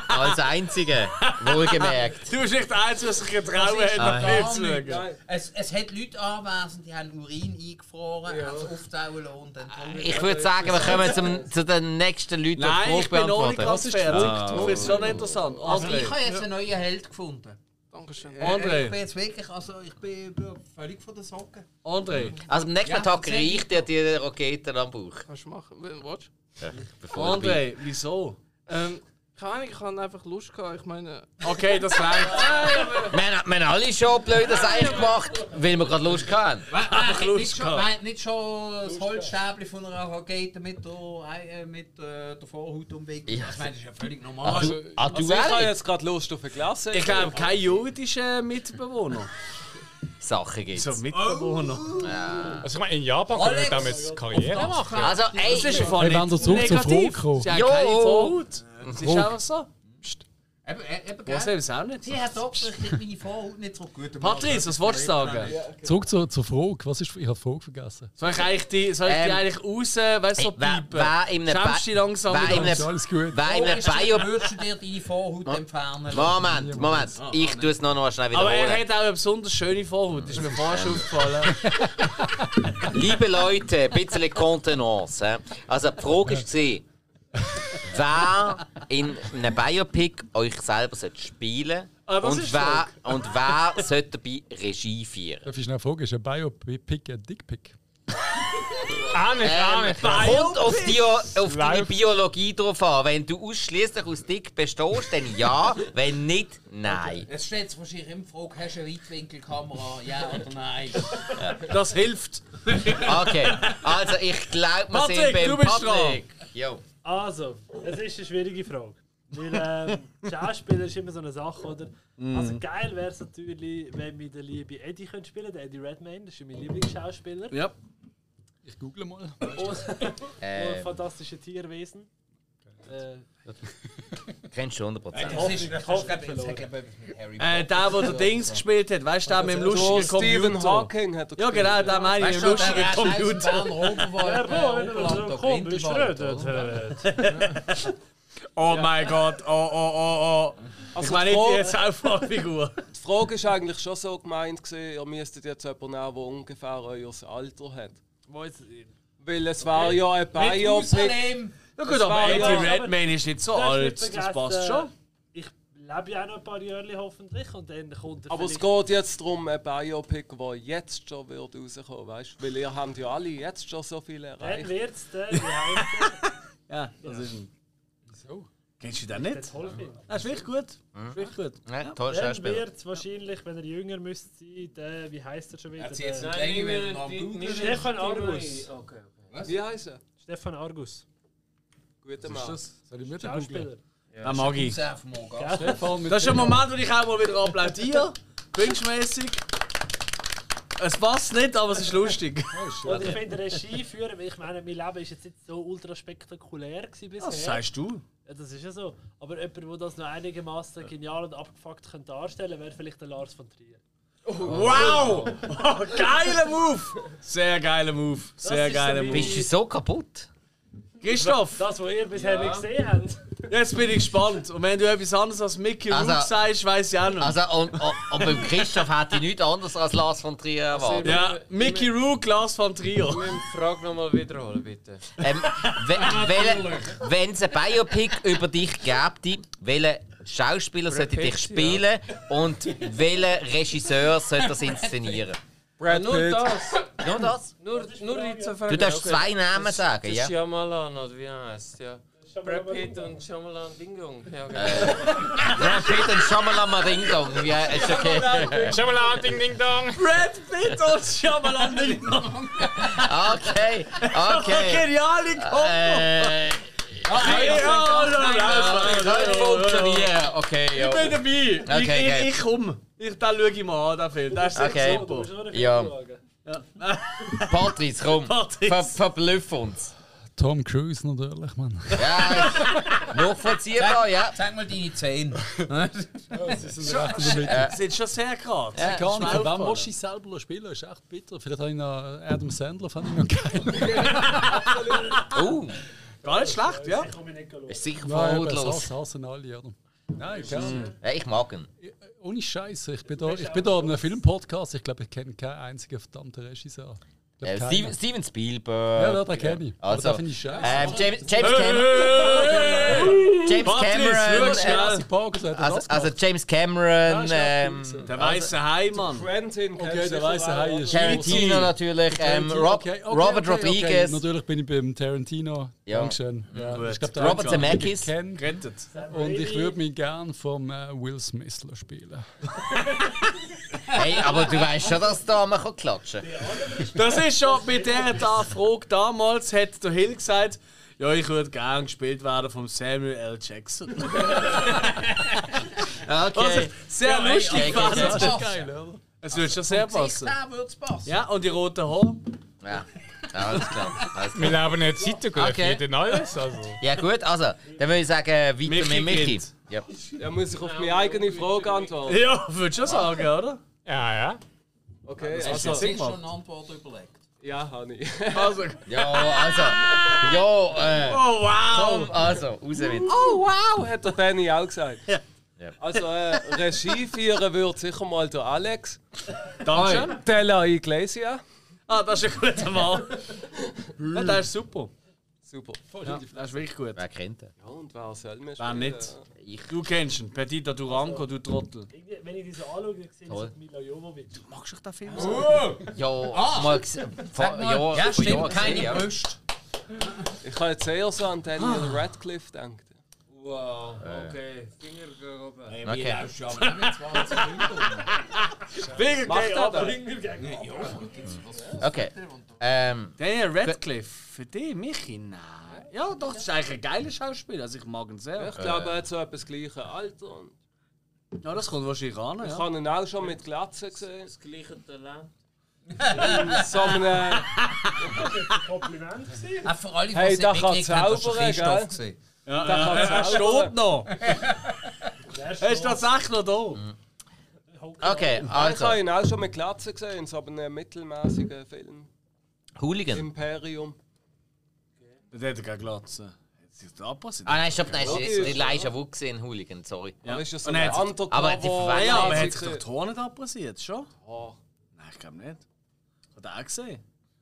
B: als einziger, wohlgemerkt.
A: Du bist nicht der Einzige, der sich getraut
D: Das
A: hat,
D: ist
A: nach
D: gar
A: mir zu
D: nicht.
A: schauen.
I: Nein,
D: Es, es hat Leute anwesend, die haben Urin eingefroren, haben es auftauen lassen und dann
B: Ich würde sagen, wir kommen zum, zu den nächsten Leuten, die die
A: Nein,
B: Frage
A: ich bin noch nicht
B: beantworten.
A: ganz
B: Ah,
A: fertig. Du findest schon interessant.
D: Also ich
A: André.
D: habe jetzt einen neuen Held gefunden. Eh,
I: Dankeschön.
D: Ich bin
A: André.
D: jetzt wirklich, also ich bin bin völlig von der Socke.
A: André.
B: Also am nächsten
D: Ja,
B: Tag
D: erzähl
B: riecht er die Raketen am Bauch.
I: Kannst du machen, wenn du willst.
B: Bevor du
A: André, wieso?
I: Ähm, keine Ahnung, ich habe einfach Lust gehabt, ich meine...
A: Okay, das reicht.
B: Wir haben, wir haben alle schon blödes Eich gemacht, weil wir gerade Lust hatten.
D: Ach,
A: Lust
D: nicht, schon,
A: gehabt.
D: nein, nicht schon das Holzstäbli von einer Rakete mit der, äh, mit, äh, der Vorhaut umwickelt.
B: Ja.
D: Das meine ich ist ja völlig
B: Ah,
D: normal.
B: du, ah, du
I: Also ich habe
B: auch?
I: jetzt gerade Lust auf eine Klasse.
A: Ich glaube, kein Jugend ist äh, Mitbewohner.
B: Sachen gibt's.
A: So, Mitbewohner.
H: Also ich meine, in Japan kann man damit Karriere machen.
B: Also, ey,
A: Das ist im Fall
E: Hey, wenn
A: nicht
E: ihr zurück zur Frage
A: negativ.
E: kommt.
A: Sie haben
B: Jo.
A: keine Vorhaut. Das ist einfach so.
D: Eben, äh, eben,
A: Was
D: gell?
A: eben auch nicht.
D: Sie hat offensichtlich meine Vorhaut nicht so gut gemacht.
A: Patrice, was wolltest du sagen?
E: genau. Zurück zur, zur Frage. Was ist, ich habe die Frage vergessen.
A: Soll ich eigentlich die, soll ich die
B: Ähm,
A: eigentlich raus, weißt du, so
B: ey, wer-
A: piepen?
B: wer in einem
A: Schämst
B: Ba-
A: dich langsam
B: wer
A: wieder
B: in
A: uns?
E: Ist alles gut.
B: wer in einem
D: Bio...
B: Bio...
D: Würdest du dir deine Vorhaut entfernen?
B: Moment, Moment. Ich tue es noch, noch schnell
A: Aber er
B: wiederholen.
A: hat auch eine besonders schöne Vorhaut, ist mir vorher schon aufgefallen.
B: Liebe Leute, ein bisschen Kontenance. hä? Also, die Frage war, wer in einem Biopic euch selber sollte spielen
A: Ah, das
B: und
A: ist
B: wer, und wer sollte dabei Regie führen?
E: Darf ich schnell fragen, ist ein Biopic ein Dickpic?
H: Ah, nicht, ah,
B: Ähm,
H: nicht.
B: kommt auf, die, auf deine
H: Live.
B: Biologie drauf an. Wenn du ausschließlich aus dick bestehst, dann ja. Wenn nicht, nein.
D: Jetzt stellt sich wahrscheinlich immer die Frage, hast du eine Weitwinkelkamera? Ja oder nein?
A: Das hilft.
B: Okay.
G: Ah,
B: Also ich glaube, wir sind
A: Patrick,
B: beim
A: du bist
B: Patrick. Jo.
G: Also, es ist eine schwierige Frage. Weil ähm, Schauspieler ist immer so eine Sache, oder?
D: Mm.
G: Also geil wäre es natürlich, wenn wir den lieben Eddie können spielen der Eddie Redmayne, das ist ja mein Lieblingsschauspieler.
A: Ja.
E: Ich google mal.
D: Ähm.
G: Und
B: Äh,
G: fantastische Tierwesen. Äh,
B: kennst du 100%.
D: Das ist,
G: Hoffentlich-
D: das
G: hoffentlich
D: ist, glaub ich, jetzt
G: verloren.
D: hat, glaub ich, etwas mit Harry
A: Äh, der, der den Dings gespielt hat, weißt du, der mit dem
I: So
A: lustigen
I: Stephen
A: Computer.
I: Hawking hat er
A: Ja, genau, der meine ich,
D: Weißt
A: mit
D: du,
A: dem lustigen
D: der Rest heisst
A: Computer.
D: Berner Oberwald,
G: ja,
D: äh,
G: komm,
D: Oberland,
G: also,
D: der
G: komm, ist
D: Grindelwald, oder?
G: Schröder.
A: Oh mein Gott, oh, oh, oh, oh. ich meine nicht jetzt auf eine Figur.
I: Also Die Frage ist eigentlich schon so gemeint, gewesen, ihr müsstet jetzt jemanden nehmen, der ungefähr euer Alter hat.
G: Wo jetzt-
I: Weil es war ja ein Biopic.
D: Jerusalem!
A: Ja gut,
I: Das
A: aber
I: war
A: Eddie
I: ja-
A: Redmayne ist nicht so
G: Du hast
A: alt,
G: nicht
A: das passt
G: vergessen,
A: schon.
G: Ich lebe ja auch noch ein paar Jahre hoffentlich und dann kommt er
I: Aber es
G: vielleicht-
I: geht jetzt darum, ein Biopic, der jetzt schon wird rauskommen weißt du? Weil ihr habt ja alle jetzt schon so viel
G: Dann
I: erreicht.
G: wird's
A: äh,
G: der, wie heißt
A: Ja, das ist ein...
E: Wieso?
A: Kennst du den
G: der?
A: nicht?
G: Tolkien.
A: Das ist wirklich gut. Das
E: Mhm.
A: ist wirklich gut.
B: Ja, toll
G: Dann
B: Schauspieler.
G: wird wahrscheinlich, wenn er jünger müsste sein, der, wie heißt er schon wieder?
D: Hat sie jetzt
G: Der-
D: nicht länger, wenn man am Google ist?
G: Stefan Argus.
I: Wie heisst er?
G: Stefan Argus.
I: Guter Mann.
E: Soll ich mit dem googlen?
G: Schauspieler.
A: Den mag ich.
D: Josef Morgan.
E: Stefan mit
A: Das ist ein Moment, wo ich auch mal wieder applaudiere. Wünschmäßig. Es passt nicht, aber es ist lustig.
G: Und ich finde Regie führen, weil ich meine, mein Leben ist jetzt nicht so ultra spektakulär gewesen bisher.
A: Das sagst du.
G: Ja, das ist ja so. Aber jemand, der das noch einigermaßen genial und abgefuckt könnte darstellen wäre vielleicht der Lars von Trier.
A: Oh, Wow! geiler Oh, Move! Sehr geiler Move. Sehr
B: ist
A: geiler
B: so
A: Move.
B: Bist du so kaputt?
A: Christoph,
G: Das, was ihr bisher nicht gesehen habt.
A: jetzt bin ich gespannt. Und wenn du etwas anderes als Mickey
B: Also-
A: Rook sagst, weiss ich auch noch.
B: Also, und, und, und beim Christoph hätte ich nichts anderes als Lars von Trier erwartet.
A: ja, Mickey Rook, Lars von Trio.
J: Also Ich muss die Frage nochmal wiederholen, bitte.
B: Ähm, Wenn es ein Biopic über dich gäbe, welcher Schauspieler sollte dich spielen und welcher Regisseur sollte das inszenieren?
J: Brad nur das.
B: Nur das?
J: Nur, nur die zwei Fragen.
B: Du darfst
J: okay.
B: zwei Namen
J: Das-
B: sagen,
J: das
B: ja?
J: ist Shyamalan, oder wie er heißt, ja. Brad Pitt und Shyamalan Ding Dong. Ja, genau.
B: Ja, Peter und Shyamalan Maringdong. Ja, ist okay.
H: Schau mal an, Ding Ding Dong!
A: Brad Pitt und Shyamalan Ding.
B: Okay, okay.
A: Geniale Kombo.
B: Äh,
A: Hey, ja, ja, ja,
B: das
A: ja,
B: sollte
A: ja, ja.
B: funktionieren. Okay, ja.
A: Ich bin dabei. Ich,
B: Okay, geil.
A: ich, ich komm. Ich, dann schaue ich mal an, den Film. Das ist
B: Okay.
A: okay. super.
B: Ja. Patrice, komm.
A: Patrice.
B: Ver verblüff uns.
F: Tom Cruise natürlich, Mann.
B: Ja, ist nachvollziehbar, ja.
D: Sag mal deine 10.
A: Das sind schon sehr gerade.
B: Äh. Ja.
F: Gar nicht.
A: Schnell
F: Wem
A: aufgefallen.
F: musst du dich selber noch spielen? Ist echt bitter. Vielleicht habe ich noch Adam Sandler, fand ich noch geil.
B: Uh,
A: Gar nicht schlecht, ja?
B: ist sicher
F: Nein, eben,
B: verhutlos.
F: das hassen alle, oder? Nein, keine Ahnung.
B: Ja, ich mag ihn.
F: Äh, Ohne Scheiße, ich bin da, ich bin da in einem Filmpodcast. Ich glaube, ich kenne keinen einzigen verdammten Regisseur. Ich glaub,
B: Äh,
F: keinen.
B: Steven, Steven Spielberg.
F: Ja, den kenne ich. Aber
B: Also,
F: den finde ich scheiße.
B: ähm, James, James Cameron. James Cameron.
A: Patrice, schau
B: Äh,
A: schnell.
F: Jurassic Park, also, hat er
B: also,
F: das
B: also
F: gemacht?
B: James Cameron.
F: Ja,
B: Ähm,
F: ist auch cool gewesen.
A: Der weiße Hai, Mann.
C: Quentin
F: okay, der weiße Hai ist
B: Tarantino natürlich. Ähm,
F: Tarantino,
B: Rob,
F: okay, okay,
B: Robert
F: okay, okay.
B: Rodriguez.
F: Natürlich bin ich beim Tarantino.
B: Ja.
F: Dankeschön. Ja,
A: Gut.
F: ich glaube, der
B: Robert
F: einzige, den ich
B: Zemeckis.
F: kenne.
A: Gerettet.
F: Und ich würde mich gern vom äh, Will Smith lassen spielen.
B: Hey, aber du weißt schon, dass da man kann klatschen kann.
A: Das ist schon bei dieser da Frage damals, hat der Hill gesagt, ja, ich würde gerne gespielt werden von Samuel L. Jackson. Was
B: Okay.
A: ich sehr lustig
B: ey,
A: fand.
B: ey,
A: Es würde schon sehr passen.
D: Da würde es passen.
A: Ja, und die roten Haare.
B: Ja, ja alles klar. Alles klar.
H: Wir leben in einer Zeitografie,
B: Okay.
H: okay. denn alles. Also.
B: Ja gut, also, dann würde ich sagen, weiter
A: Michi
B: mit Michi.
A: gewinnt.
B: Ja.
C: Da muss ich auf meine eigene Frage antworten.
A: Ja, würde schon sagen, oder?
H: Ja, ja.
C: Okay,
D: Ich
C: also.
D: habe schon eine Antwort überlegt.
C: Ja, habe ich.
A: Also,
B: Ja, also. Ja, äh,
A: oh wow!
B: komm, also, raus mit.
C: Oh wow, hat der Danny auch gesagt.
A: Ja.
B: Ja.
C: Also äh, Regie führen würde sicher mal der Alex.
A: Dankeschön.
C: Della Iglesia.
A: Ah, das ist ein guter Mann. ja, der ist super.
C: Super.
A: Ja, der ist wirklich gut.
B: Wer kennt den?
C: Ja, und wer soll mir
A: Wer
C: spielen?
A: nicht? Du kennst ihn. Petita Durango, du Trottel.
G: Irgendwie, Wenn ich die so anschaue, dann sehe ich
B: Toll.
G: so Mila Jovovich.
A: Magst du den Film Ah.
B: Ja,
G: Ah!
B: mal gesehen. Vor Jahren.
D: Ja,
B: vor Jahren
D: stimmt,
B: gesehen,
D: keine
B: ja.
D: Brust.
C: Ich habe jetzt eher so an Daniel Radcliffe gedacht.
D: Wow,
J: Eh.
D: okay. Finger gehen oben. Hey,
B: Okay.
D: läufst du aber nicht mit 20 Minuten.
A: Wegen
C: Macht er das?
B: Okay. Ähm,
A: Daniel Radcliffe, für dich, Michi? Nein. Ja, doch, das ist eigentlich ein geiler Schauspieler. Also ich mag ihn sehr.
C: Ich glaube, er hat so etwas gleiche Alter. Und
A: Ja, das kommt wahrscheinlich an.
C: Ich
A: Ja.
C: habe ihn auch schon mit Glatze gesehen.
I: Das gleiche Talent.
C: So einem, äh,
G: Kompliment gewesen.
D: Auch für alle, die
C: Hey,
D: es
C: da
D: nicht
C: kann
D: mitgekriegt haben, das war
C: zaubern,
D: Christoph. gewesen.
A: Ja,
C: kann's
A: er
C: auch.
A: steht noch. Er ist tatsächlich noch da.
B: okay,
C: ich
B: also.
C: habe ihn auch schon mit Glatze gesehen, in so einem mittelmäßigen Film.
B: Hooligan.
C: Imperium.
A: Das hat er keine Glatze. Jetzt ist er abpassen.
B: Ah nein, stopp, nein, es ist Elijah Wood gesehen, Hooligan, sorry.
C: Aber ist das so
A: Und
C: ein
A: er hat sich-
C: anderer
B: aber die
A: Ah,
B: Verwechslung-
A: ja, aber
B: Nein,
A: hat sich doch die Horn nicht abrasiert, schon? Nein, ich glaube nicht. Hat er auch gesehen?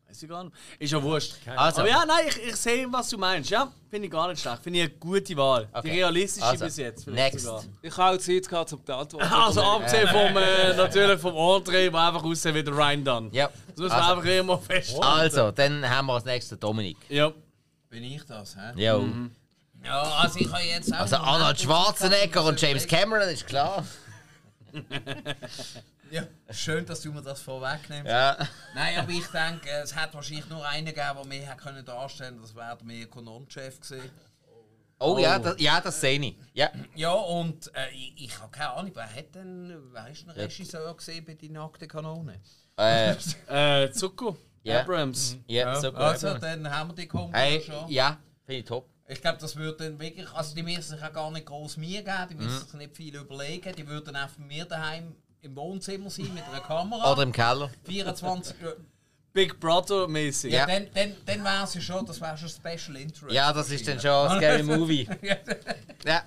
A: Weiß ich gar nicht. Ist ja wurscht.
B: Also.
A: Aber ja, nein, ich, ich sehe, was du meinst. Ja, finde ich gar nicht schlecht. Finde ich eine gute Wahl. Die
B: Okay.
A: realistische
B: Also,
A: bis jetzt. vielleicht
B: Next.
A: sogar.
C: Ich habe auch Zeit gehabt, um die Antwort
A: Also abgesehen vom,
C: eh,
A: äh, natürlich vom André, der einfach aussieht wie der Ryan Dunn.
B: Ja.
A: Das ist
B: Also,
A: einfach immer fest.
B: also, dann haben wir als nächstes Dominik.
A: Ja.
D: Bin ich das, hä?
B: Ja.
D: Ja, also ich habe jetzt auch...
B: Also Arnold Schwarzenegger und James Cameron, ist klar.
D: Ja, schön, dass du mir das vorwegnimmst.
B: Ja.
D: Nein, aber ich denke, es hat wahrscheinlich nur einen gegeben, der mehr hat können darstellen Das wäre der Mekonon-Chef gewesen.
B: Oh ja, das, ja, das sehe ich. Ja.
D: Ja, und äh, ich, ich habe keine Ahnung, wer hat denn, wer ist ein Regisseur gesehen bei «Die nackte Kanone»?
B: Äh,
A: äh, Zuko?
B: Ja. Mhm.
A: Abrams?
B: Ja, Zuko
D: Also,
B: Abrams.
D: dann haben wir die Kombo
B: Hey,
D: schon.
B: ja, finde ich top.
D: Ich glaube, das würde dann wirklich. Also, die müssen sich auch gar nicht groß Mühe geben, die müssen
B: Mhm.
D: sich nicht viel überlegen. Die würden auch von mir daheim im Wohnzimmer sein mit einer Kamera.
B: Oder im Keller.
D: 24 Uhr.
A: Big Brother-mäßig.
D: Ja, dann, dann, dann wäre es ja schon, das wäre schon Special Interest.
B: Ja, das ist dann schon ein Scary Movie. Ja.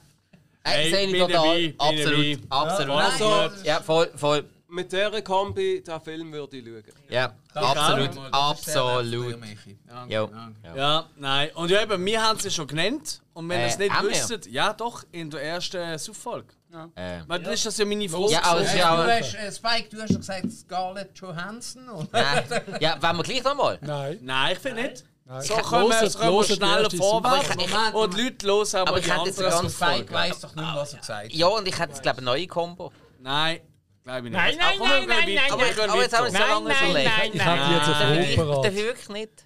B: Hey, sehe ich
C: bin
B: total.
C: dabei, bin
B: Absolut.
C: dabei.
B: Absolut.
C: Ja,
B: Also,
C: also-
B: ja, voll, voll.
C: Mit dieser Kombi, den Film würde ich schauen.
B: Ja,
C: Danke
B: absolut.
C: auch.
B: Absolut.
C: Danke,
B: Jo.
A: Ja. nein. Und ja, eben, wir haben sie schon genannt. Und wenn ihr
B: Äh,
A: es nicht
B: haben wir?
A: wisst, ja doch, in der ersten Suffolge. Ja.
B: Äh.
A: Weil dann ist das ja meine Frage.
B: Ja, aber es ist
D: Hey,
B: ja
D: du
B: auch.
D: hast, äh, Spike, du hast schon gesagt Scarlett Johansson. Und
B: Nein. Ja, wollen wir gleich nochmal?
A: Nein. Nein, ich finde nicht.
B: Nein.
A: So
B: Ich-
A: können wir,
B: Loset,
A: können wir
B: loset,
A: schneller
B: loset, die
A: vorwärts.
B: sind-
A: Moment, Und die Leute hören aber,
B: Aber ich
A: die
B: hätte jetzt
A: anderen
B: eine ganze
A: Suffolge.
B: Folge. Weiss
D: doch nicht, was er gesagt hat.
B: Ja, und ich hätte jetzt, glaube ich, eine neue Combo.
A: Nein, glaube ich nicht.
B: Nein, nein,
A: Aber komm,
B: nein,
A: wir gehen
B: nein,
A: weiter.
B: nein,
A: Wir gehen
B: aber jetzt
A: weiter.
B: haben wir so lange Nein, überlegt. nein,
E: Ich hätte die jetzt auf
B: Nein.
E: Oper
B: Darf ich
E: geraten.
B: wirklich nicht?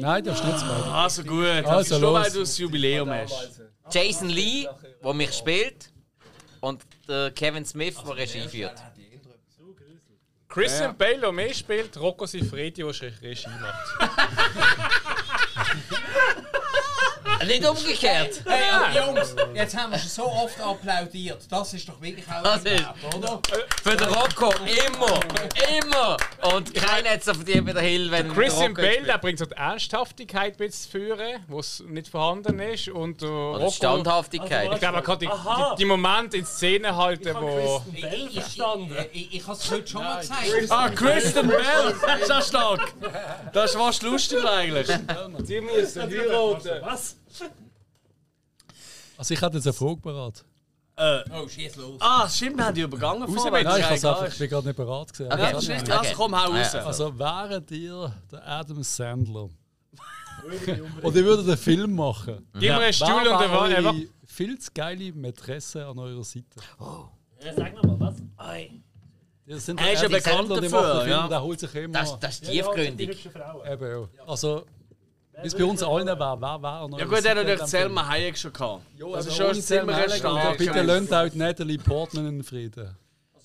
E: Nein, darfst du nicht zwei.
A: Also gut, das
E: Also
A: ist schon,
E: los.
A: weil du das Jubiläum hast.
B: Jason Lee, der mich spielt, und der Kevin Smith, der Regie führt.
H: Christian Bale, der mehr spielt, Rocco Sifredi, der Re- Regie macht.
B: Nicht umgekehrt!
D: Hey, aber Jungs, jetzt haben wir schon so oft applaudiert. Das ist doch wirklich auch
B: Das ist-
D: wert, oder?
B: Für den Rocco, immer! Immer! Und keiner hat es auf die wieder Hill, wenn der
H: Christian
B: Rocco
H: Bale,
B: spielt.
H: der bringt so die Ernsthaftigkeit mit zu führen, was nicht vorhanden ist. Und äh, Rocco,
B: Standhaftigkeit.
H: Ich glaube, er kann die,
G: Aha.
H: die, die Momente in Szene halten, wo.
G: Kristen Bell verstanden.
D: Ich, ich habe es heute schon mal gesagt.
A: Ah, Kristen Bell! Das ist ja stark! Das ist fast lustig eigentlich.
C: Die müssen heiraten.
G: Was?
E: Also, ich hätte jetzt eine Frage parat.
D: Oh, schieß los.
A: Äh, Ah, stimmt, wir haben die übergangen vorher.
E: Nein, ich, hab's einfach,
A: das
E: also, ich bin gerade nicht parat gesehen.
B: Okay. Ah,
A: ist nicht das, komm, hau raus.
B: Ja.
E: Also, wären ihr der Adam Sandler? und ihr würdet einen Film machen.
H: Gib mir einen Stuhl und
E: Wer
H: eine
E: war
H: Wand.
E: eure
H: einfach-
E: viel zu geile Mätresse an eurer Seite?
B: Oh.
G: Ja, sag nochmal, was? Ei.
E: Das sind
A: Er ist ja
E: Adam
A: bekannt
E: Sandler, die
A: dafür,
E: machen Filme,
A: ja.
E: Der holt sich immer...
B: Das, das ist
G: Die
B: tiefgründig.
G: hübschen Frauen.
E: Eben, ja. Also, wie es bei uns allen wäre, wer wäre an eurer
A: Ja gut, er hat
E: Seite
A: natürlich
E: in dem Film?
A: Selma Hayek schon gehabt. Das ist
E: also
A: schon
E: ohne Selma
A: ziemlich
E: Hayek.
A: stark.
E: Bitte lasst auch die Natalie Portman in Frieden.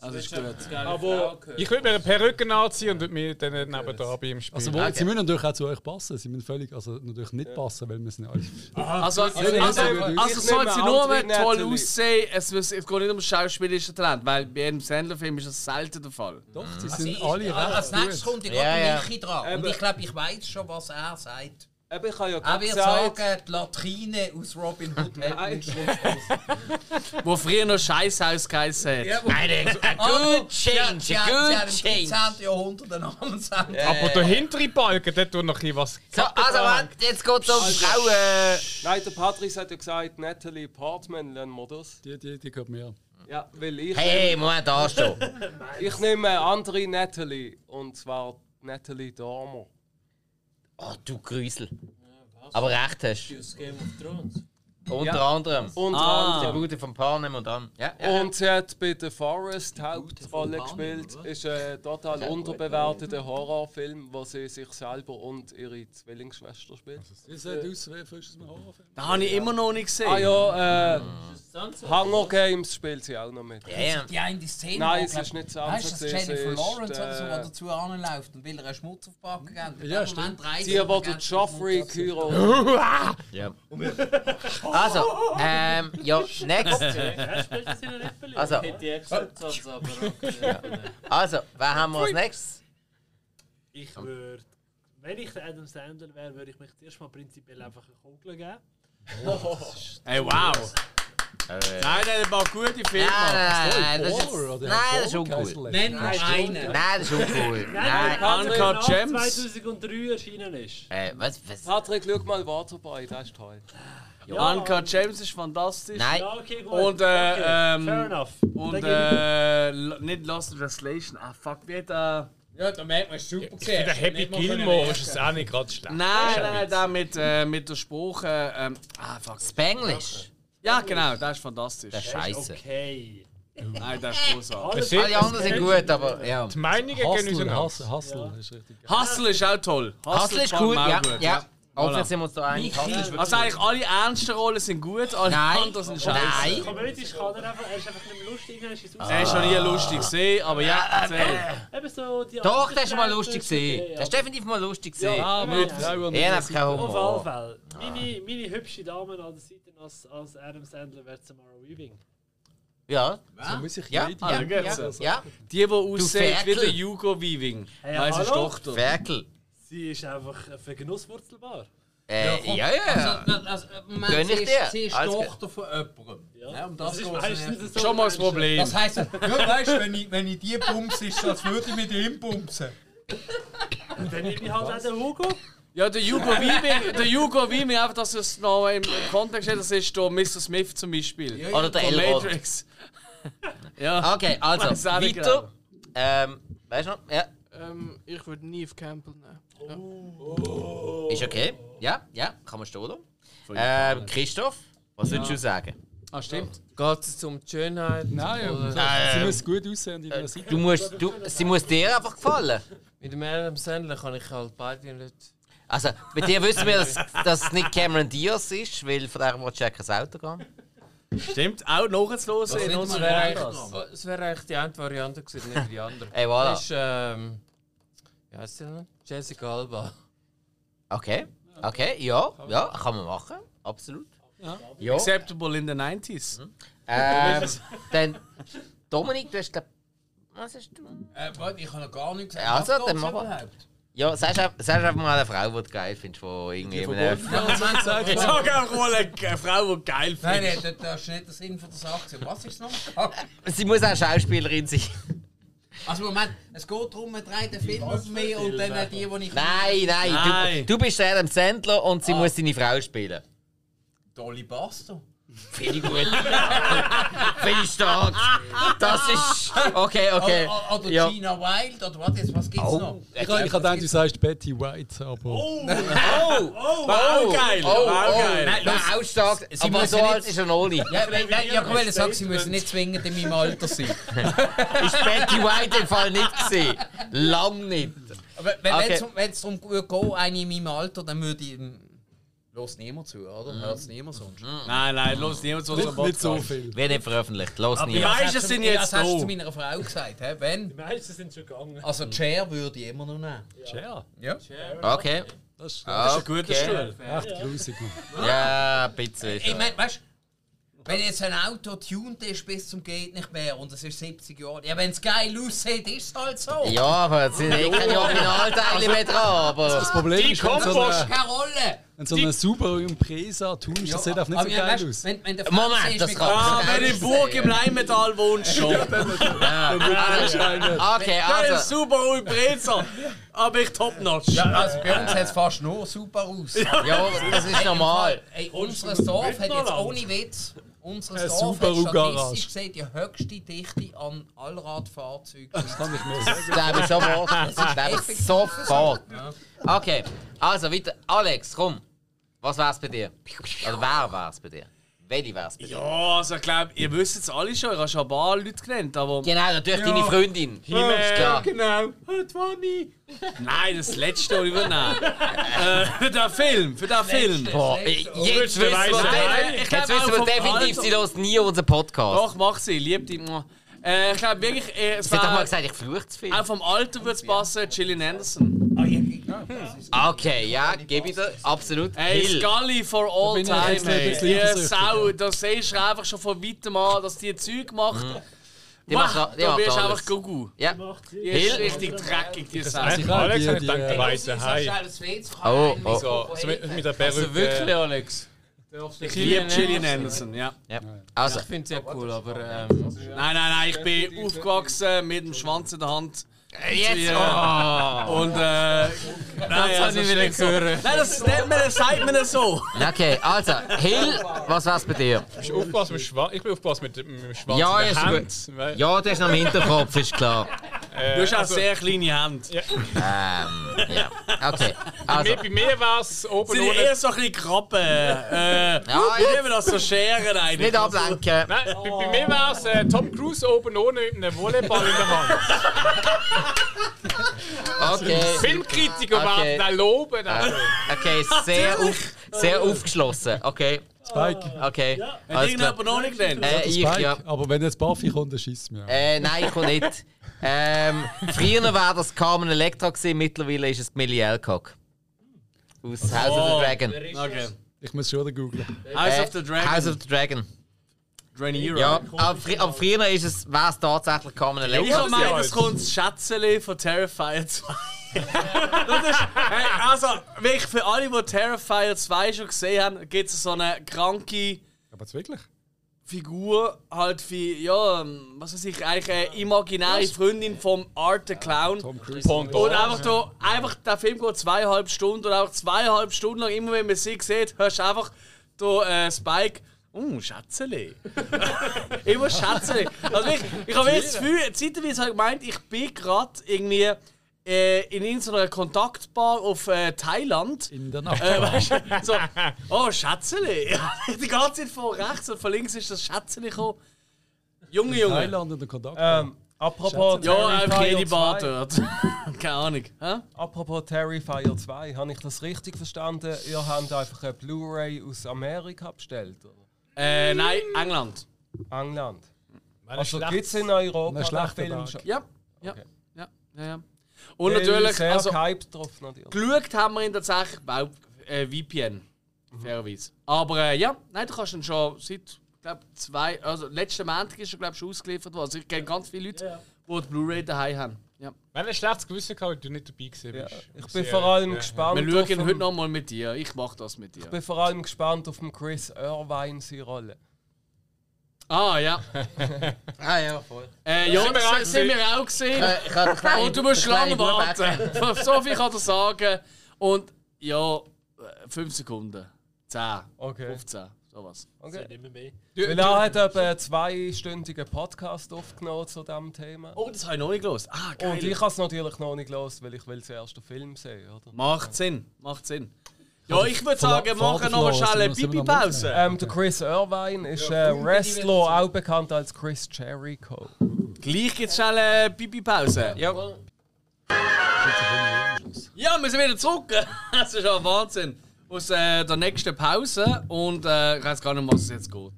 A: Also ist gut.
C: Aber
H: Ich würde mir eine Perücke anziehen und würde mir dann neben da bei ihm spielen.
E: Also, wo, Sie müssen natürlich auch zu euch passen. Sie müssen völlig, also natürlich nicht passen, weil wir sind ja alle.
A: Also, also, also, also soll
E: halt
A: sie nur mehr toll aussehen, es, muss- es geht nicht um schauspielerisches Talent, weil bei jedem Sandler-Film ist das selten der Fall.
E: Doch, sie sind
D: Ich-
E: alle
D: Als
E: recht
D: nächstes
E: gut.
D: kommt die
B: Ja, ja.
D: Michi dran. Und
C: Eben.
D: ich glaube, ich weiß schon, was er sagt.
C: Eben, ich habe ja
D: Er
C: gerade
D: wird
C: gesagt,
D: sagen, die Latrine aus Robin Hood hat
C: Nein.
D: nicht Schluss.
A: Wo früher noch Scheißhaus geheißen hat.
B: Nein, a
D: Ah,
B: good change, a good
D: Im
B: change.
D: 10. Jahrhundert einen anderen Sender.
H: Aber der hintere Balken, der tut noch ein bisschen was.
B: So, also, warte, jetzt geht es um Frauen.
C: Also, nein, der Patrice hat ja gesagt, Natalie Portman lernen wir das.
E: Die, die, die gehört mir.
C: Ja, weil ich,
B: Hey, Moment, da schon.
C: ich nehme eine andere Natalie. Und zwar Natalie Dormer.
B: Oh, du Grüsel. Aber recht hast.
I: Aus Game of Thrones.
B: Unter
C: Ja.
B: anderem.
C: Unter
E: Ah.
B: Der
C: anderem.
B: Bude vom Paar nehmen und an. Ja, ja.
C: Und sie hat bei The Forest die Hauptrolle gespielt. Ist ein total unterbewerteter Horrorfilm, wo sie sich selber und ihre Zwillingsschwester spielt.
E: Also, Sie sieht aus wie frisch aus dem Horrorfilm.
A: Das habe ich immer noch nicht gesehen.
C: Ah ja, äh,
I: Sansa?
C: Hunger Games spielt sie auch noch mit.
B: ja, ja.
D: Die eine Szene.
C: Nein,
D: wo,
C: es
D: glaub-
C: ist nicht Sansa
D: Weißt du, das
C: gewesen,
D: Jennifer
C: es
D: Lawrence
C: ist,
D: oder so,
C: äh,
D: die dazu anläuft und will ihr einen Schmutz auf den Backen geben?
E: Ja,
D: In dem Moment reißt
C: Sie
D: sie
C: wollte
D: den
C: Joffrey
D: ganzen Schmutz
C: Kyro.
B: Ja. Also, ähm, ja, next.
G: Wer spielt das in der Rippeli?
B: Also,
I: Hätte ich extra gesagt, aber okay.
B: also, wer haben wir als nächstes?
G: Ich würde. Wenn ich der Adam Sandler wäre, würde ich mich zuerst mal prinzipiell einfach eine Kugel geben.
A: Oh, Ey, wow. Nein, der hat ein paar gute Filme
B: Nein,
A: gemacht.
B: nein, nein, das ist,
E: Horror, oder?
B: nein, das ist uncool.
E: Horror-
D: Nenn nur einen.
B: Nein, das ist uncool. Nein.
A: Uncut
G: Uncut
A: Gems.
G: 2003 erschienen ist.
B: Äh, was, was?
C: Patrick, schau mal Waterboy, das ist toll.
A: Anka James ist fantastisch.
B: Nein.
G: Ja, okay, gut.
A: Und, äh,
G: okay.
A: ähm,
G: Fair enough.
A: Und
G: Dann gebe
A: äh, Lo- nicht Lost in Translation. Ah, fuck, wie hat er.
D: Ja, da merkt man, es ist super gesehen.
H: Der Happy Gilmore ist es auch nicht gerade schlecht.
A: Nein, nein, der mit, äh, mit der Sprache. Ähm, ah, fuck.
B: Spanglish?
A: Ja, genau, der ist fantastisch.
B: Das ist
G: ich-
B: scheiße.
G: Okay.
A: Nein, der ist großartig.
G: Alles
B: Alle anderen sind gut, aber ja.
H: Die Meinungen gehen
E: Hustle,
H: uns
E: Hustle, Hustle ist richtig geil.
A: Hustle ist auch toll.
B: Hustle ist cool,
A: gefällt mir
B: ja,
A: auch gut.
B: ja. Hoffentlich sind wir uns da einig.
A: Also eigentlich alle ernsten Rollen sind gut, alle
B: Nein. Ah.
A: anderen sind scheiße.
G: Komödisch kann er einfach, er ist einfach nicht mehr lustig, er ist ins
A: Er ist schon nie lustig gesehen, aber ja, erzähl.
G: Eben so die
B: Doch,
G: anderen
B: das war mal
G: Charaktere
B: lustig.
G: sind okay,
B: gewesen. Das war definitiv mal lustig. gewesen.
G: Ja, aber mit Frauen
B: Ich habe keinen
G: Auf alle
B: Humor.
G: Fälle. Meine, meine hübsche Dame an der Seite als, als Adam Sandler wäre Samara Weaving.
B: Ja.
E: So muss ich
B: Ja,
E: reden.
B: ja, ja, ja, ja.
A: Die, die aussehen wie
B: Ferkel.
A: der Hugo Weaving.
G: Hey,
A: Weiss ist
G: hallo?
A: Tochter.
B: Ferkel.
G: Sie ist einfach für Genusswurzelbar.
B: Äh, ja, ja.
D: Also, also, Moment,
B: Gönn ich
D: sie ist,
B: dir.
D: Sie ist
B: Alles gut.
D: Tochter von
G: eh,
D: jemandem. Ja. um das
G: Das ist
D: geht's
G: meistens
D: nicht.
G: so.
A: Schon mal das Problem.
D: Das heisst, ja, weißt du, wenn ich, wenn ich die bumse, ist es, als würde ich mit ihm bumsen.
G: Und dann nehme ich halt auch den Hugo.
A: Ja, der Hugo Weaving, der Hugo Weaving, einfach, dass er es noch im im Kontext hat, das ist der Mr. Smith zum Beispiel. Ja,
B: Oder der Elrond.
A: Matrix. ja.
B: Okay, also,
A: Weiß auch nicht
B: weiter. Ähm, weißt du noch? Ja,
I: Ähm, ich würde Neve Campbell nehmen.
B: ist okay. Ja, ja, kann man stehen, oder? Ähm, Christoph, was würdest du sagen?
A: Ah, stimmt.
J: Geht es um die Schönheit?
E: Nein,
J: Oder-
E: sie muss gut aussehen
B: Äh,
E: und in der Seite.
B: Du musst, du, sie muss dir einfach gefallen.
J: Mit dem Adam Sandler kann ich halt beide nicht.
B: Also, bei dir wissen wir, dass, dass es nicht Cameron Diaz ist, weil von daher willst du ja kein Auto gehen.
A: Stimmt, auch nachzuhören in
J: Es
A: unserem
J: wäre
A: Podcast.
J: eigentlich, es wäre eigentlich die eine Variante gewesen, nicht die andere.
B: Ey, voilà.
J: Das ist, ähm, wie heißt sie denn? Jessica Alba.
B: Okay, okay, Eh, ja, ja, kann man machen, absolut. Ja. Mhm.
A: Acceptable in the 90s.
B: Ähm, dann, Dominik, du hast, glaub, was hast du?
D: Äh, warte, ich habe noch gar nichts gesagt.
B: Ja, also,
D: Was geht's
B: dann machen wir.
D: überhaupt?
B: Ja, sagst du sagst einfach mal eine Frau, die du geil findest, die irgendwie... in einem-
A: Ich sage einfach mal eine eine Frau, die geil
D: Nein,
A: findet.
D: nein, das- das ist nicht der Sinn von der Sache. gewesen. Was ist noch? Ah,
B: Sie muss auch Schauspielerin sein.
D: Also Moment, es geht darum, man dreht einen Film auf mich und dann auch die, die ich...
B: Nein, nein,
A: Nein.
B: Du, du bist der Adam Sandler und sie muss seine Frau spielen.
D: Dolly Buster.
B: Finde ich gut. Finde ich stark. Das ist... Okay, okay.
D: Oder, oder
B: Ja.
D: Gina Wild, oder was jetzt, was gibt's noch?
E: Ich, ich habe gedacht, du sagst Betty White, aber...
B: Oh! Oh!
A: war auch geil,
B: Oh,
A: war auch
B: oh.
A: geil.
B: Nein, war auch stark. Sie
D: Aber
B: muss so
D: sie
B: alt
D: nicht-
B: ist er noch nicht.
D: Ja, wenn, nein, ich wollte sagen, sie müssen nicht zwingend in meinem Alter sein.
B: Ist Betty White im Fall nicht gesehen. Lang nicht.
D: Aber wenn
B: Okay.
D: es darum um geht, eine in meinem Alter, dann würde ich... Los niemand zu, oder?
B: Mhm.
D: Hört es niemand sonst.
A: Nein, nein, los, niemand zu unserem
E: Nicht, nicht so
A: Podcast.
E: viel.
B: Wird nicht veröffentlicht. Los
A: Die
B: nie.
A: meisten sind
D: Ja,
A: jetzt
D: das hast du zu
A: da.
D: meiner Frau gesagt, hä? wenn.
G: Die meisten sind schon gegangen.
D: Also Chair würde ich immer noch nehmen.
E: Cher.
B: Okay.
E: Das ist
B: Das
A: ist ein guter Stuhl.
E: echt grusig, Mann.
B: Ja, ein bisschen.
D: Ich meine, weißt wenn jetzt ein Auto tuned ist bis zum geht nicht mehr und es ist 70 Jahre alt, ja wenn es geil aussieht, ist es halt so.
B: Ja, aber es sind eh keine Originalteile mehr dran,
E: Das
B: aber...
E: Problem ist, wenn so eine,
D: Keine Rolle.
E: wenn so eine Super Impresa tust, das sieht auch nicht so
D: Aber ja,
E: geil
D: weißt,
E: aus.
D: Wenn, wenn der
B: Moment,
D: Fernseher ist
B: das
D: mit-
B: kann-
A: Ah, wenn du in Burg im Leimetal wohnst, schon.
B: Okay,
A: Nein,
B: also...
A: super und Brezer. Aber ich top notch.
D: Ja, also bei uns sieht es fast nur super aus.
B: Ja, das ist normal.
D: Ey, unseres Dorf hat jetzt ohne Witz, unseres
E: Ein
D: Dorf hat
E: Subaru
D: statistisch gesehen die höchste Dichte an Allradfahrzeugen.
B: Das glaube ich sofort. Das glaube ich sofort. Okay, also weiter. Alex, komm. Was wär's bei dir? Oder wer wär's bei dir? Welche wär's bei dir?
A: Ja, also ich glaube, ihr wisst es alle schon, ich habe schon ein paar Leute genannt, aber...
B: Genau, natürlich deine Freundin. Ist klar.
A: genau. Das war nie. Nein, das letzte, was ich will nehmen. äh, für den Film, für den Film.
B: Boah, ich- jetzt wissen wir,
A: weiss
B: de-
A: ich. Ich glaub,
B: jetzt wissen wir
A: auch vom
B: definitiv,
A: Alter-
B: sie hört nie unseren Podcast.
A: Doch, mach sie, lieb dich. Äh, ich glaube wirklich, äh, es
B: Sie hat doch mal
A: war...
B: gesagt, ich fluche zu viel.
A: Auch vom Alter würde es passen, Gillian Anderson.
B: Okay, ja, gebe ich dir. Absolut.
A: Hey,
B: Hill.
A: Scully for all
E: Da bin ich
A: time, ey.
E: jetzt ein bisschen
A: Die
E: eifersüchtig,
A: Sau, da siehst du einfach schon von weitem an, dass die Zeug macht.
B: Mhm. Die
A: Wah,
B: macht- die
A: da
B: macht
A: bist du
B: alles.
A: einfach Gugu.
B: Ja.
A: Die ist
B: Hill.
A: richtig dreckig, die Sau.
H: Eigentlich Alex
E: die-
H: hat
E: die-
H: gedacht, der weiße Hai.
B: Oh,
D: Oh,
B: oh.
H: So,
J: Also
H: so mit, mit der Perücke.
B: Also Alex?
A: Ich liebe Gillian Anderson, ja.
B: Ja. Also,
J: Ich finde sie ja cool, aber ähm,
A: Nein, nein, nein, ich bin aufgewachsen mit dem Schwanz in der Hand.
B: jetzt.
A: Ja.
B: Oh.
A: Und äh. Nein, das
B: habe ich wieder gehört.
A: Nein, das nennt man, das sagt man so.
B: Okay, also, Hill, was wär's bei dir?
H: Ich bin aufgepasst mit dem Schwanz. Ich bin aufgepasst mit, mit dem Schwanz.
B: Ja,
H: in der
B: ist
H: Hand, weil-
B: Ja, du hast noch im Hinterkopf, ist klar.
H: Äh,
A: Du hast auch
H: also,
A: sehr kleine Hände.
H: Ja.
B: Ähm, ja. Okay.
H: Also.
B: Also.
H: Bei mir war es oben
A: Sind die
H: ohne.
A: eher so ein bisschen Krabben? äh,
B: Ja,
A: wir nehmen das so Scheren eigentlich.
B: Nicht ablenken.
H: Nein, bei, bei mir war es äh, Tom Cruise oben ohne mit einem Volleyball in der Hand.
B: Okay.
H: Filmkritiker
B: Okay.
H: werden da loben.
B: Äh,
H: Also.
B: Okay, sehr, auf, sehr aufgeschlossen. Okay.
E: Spike.
B: Okay.
A: Hat
B: Alles klar.
A: irgendjemand noch nicht genannt?
B: Äh, ich,
E: Spike.
B: ja.
E: Aber wenn jetzt Buffy kommt, dann schießt mir.
B: Äh, nein, ich komme nicht. Ähm, früher war das Carmen Electra, gewesen, mittlerweile ist es Millie Alcock. Aus House of the Dragon.
A: Okay.
E: Ich muss schon googeln.
A: Oh. House
B: Äh,
A: of the Dragon.
B: House of the Dragon.
A: Rhaenyra.
B: Ja, aber, fri aber früher ist es, war es tatsächlich Carmen
A: Ich
B: Electra.
A: habe gemeint, es kommt das Schätzchen von Terrifier 2. das ist, hey, also, wirklich für alle, die Terrifier 2 schon gesehen haben, gibt es so eine kranke
E: Aber jetzt wirklich?
A: Figur, halt wie, ja, ähm, was weiß ich, eigentlich eine imaginäre Freundin vom Art the Clown. Und einfach, da, einfach der Film geht zweieinhalb Stunden und auch zweieinhalb Stunden lang, immer wenn man sie sieht, hörst du einfach da, äh, Spike. Uh, Schätzeli. immer Schätzeli. Also ich, ich habe jetzt das Gefühl, zeitweise habe ich gemeint, ich bin gerade irgendwie äh, in irgendeiner Kontaktbar auf äh, Thailand.
E: In der Nacht.
A: Äh, weißt du, so, oh, Schätzeli. Die ganze Zeit von rechts und von links ist das Schätzeli gekommen. Junge, Junge.
E: Thailand in den Kontakt.
C: Ehm,
J: Ähm, apropos
A: Ja, einfach
J: Terrifier
A: jede Bar
J: 2.
A: dort. Keine Ahnung. Hä?
J: Apropos Terrifier 2, habe ich das richtig verstanden? Ihr habt einfach eine Blu-ray aus Amerika bestellt, oder?
A: Äh, nein, England.
J: England. Also gibt es in Europa
E: ein
J: den
E: schlechter
J: Film
E: Tag.
J: schon?
A: Ja, ja, ja, ja, ja. Und
J: Bin
A: natürlich,
J: sehr
A: also
J: gehypt drauf natürlich.
A: geschaut haben wir ihn tatsächlich bei äh, VPN,
J: Mhm.
A: fairerweise. Aber äh, ja, nein, du kannst ihn schon seit, glaube zwei, also letzten Montag ist er, glaube ich, schon ausgeliefert worden. Also ich kenne ganz viele Leute, die die Blu-ray daheim haben. Ja.
H: Wenn ein schlechtes Gewissen gehabt, weil du nicht dabei gewesen
J: Ja,
H: bist.
J: ich bin
H: Sehr-
J: vor allem
H: ja.
J: gespannt.
A: Wir schauen ihn
J: auf
A: heute
J: den-
A: nochmal mit dir. Ich mache das mit dir.
J: Ich bin vor allem gespannt auf den Chris Irvine seine Rolle.
A: Ah, ja.
B: Ah ja, voll.
A: Äh, ja, das sind wir auch gesehen.
B: Ich habe einen kleinen-
A: Und du musst
B: einen kleinen
A: lange
B: Bub
A: warten. Auf so viel kann ich dir sagen. Und ja, 5 Sekunden. 10,
J: Okay.
A: 15, sowas.
J: okay.
G: Nicht mehr mehr.
J: Weil er hat eben
G: eh,
J: einen zweistündigen Podcast aufgenommen zu diesem Thema.
A: Oh, das habe ich noch nicht gelesen. Ah, geil.
J: Und ich habe es natürlich noch nicht gelesen, weil ich will zuerst den Film sehen, oder?
A: Macht Sinn, macht Sinn. Ja,
E: Also,
A: ich würde
E: Verla-
A: sagen, machen noch
E: Vaterfloh,
A: eine schnelle
E: sind wir- sind wir noch
A: Pipi-Pause.
J: Ähm, der Chris Irvine ist äh, Wrestler, auch bekannt als Chris Jericho.
A: Gleich gibt es schnell äh, eine Pipi-Pause. Ja. ja, wir sind wieder zurück. Das ist ja Wahnsinn. Aus äh, der nächsten Pause und äh, ich weiß gar nicht, um was es jetzt geht.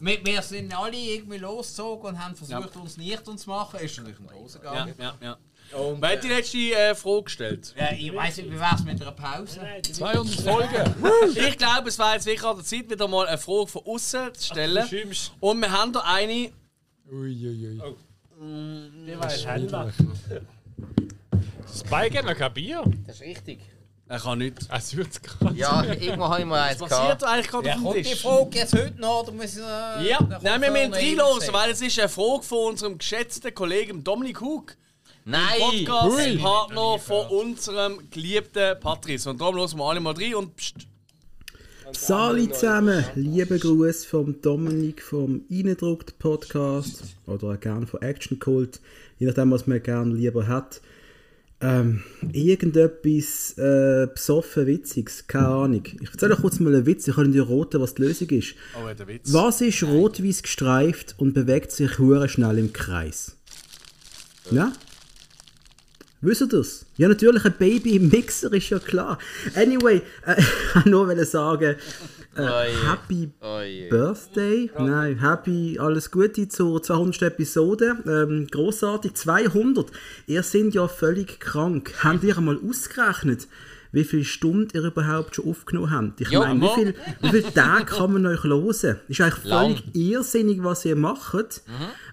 D: Wir, wir sind alle irgendwie losgezogen und haben versucht, uns nichts zu machen. Ist natürlich in die Hose
A: Ja,
D: gegangen.
A: ja, ja.
D: Und,
A: Wer hat die
D: äh,
A: letzte äh, Frage gestellt?
D: ja, ich weiß nicht, wie wär's mit einer Pause?
E: 200 Folgen.
A: Ich glaube, es war jetzt wirklich an der Zeit, wieder mal eine Frage von außen zu stellen. Und wir haben da eine.
E: Uiuiui.
J: Oh.
A: Mm,
G: Die war ein Händler.
H: Spike hat noch kein Bier.
B: Das ist richtig.
A: Er kann nicht.
H: Es wird gerade.
B: Ja, irgendwo habe ich mal eins
A: Was passiert
B: gehabt.
A: da eigentlich gerade auf dem
D: Kommt die
A: Tisch?
D: Frage jetzt heute noch oder muss ich, äh,
A: Ja,
D: dann kommt
A: nein, wir
D: vorne
A: müssen
D: ein-
A: reinlosen, weil es ist eine Frage von unserem geschätzten Kollegen Dominik Hug,
B: Nein!
A: Podcast-Partner von unserem geliebten Patrice. Und darum losen wir alle mal rein und pst.
M: Sali zusammen, liebe Gruß vom Dominik vom Eindruckt Podcast oder auch gerne von Action Cult, je nachdem, was man gerne lieber hat. Ähm, irgendetwas äh, besoffen Witziges, keine Ahnung. Ich erzähle euch kurz mal einen Witz, ich kann dir roten, was die Lösung ist.
A: Oh, der Witz.
M: Was ist rot-weiß gestreift und bewegt sich hure schnell im Kreis?
A: Äh.
M: Na? Wisst ihr das? Ja, natürlich, ein Baby im Mixer ist ja klar. Anyway, äh, ich wollte nur wollte sagen, äh, Happy Birthday. Nein, Happy, alles Gute zur 200. Episode. Ähm, großartig, 200. Ihr seid ja völlig krank. Habt ihr mal ausgerechnet, wie viele Stunden ihr überhaupt schon aufgenommen habt? Ich meine, wie viele wie viel Tage kann man euch hören? Ist eigentlich
B: Lang.
M: völlig irrsinnig, was ihr macht.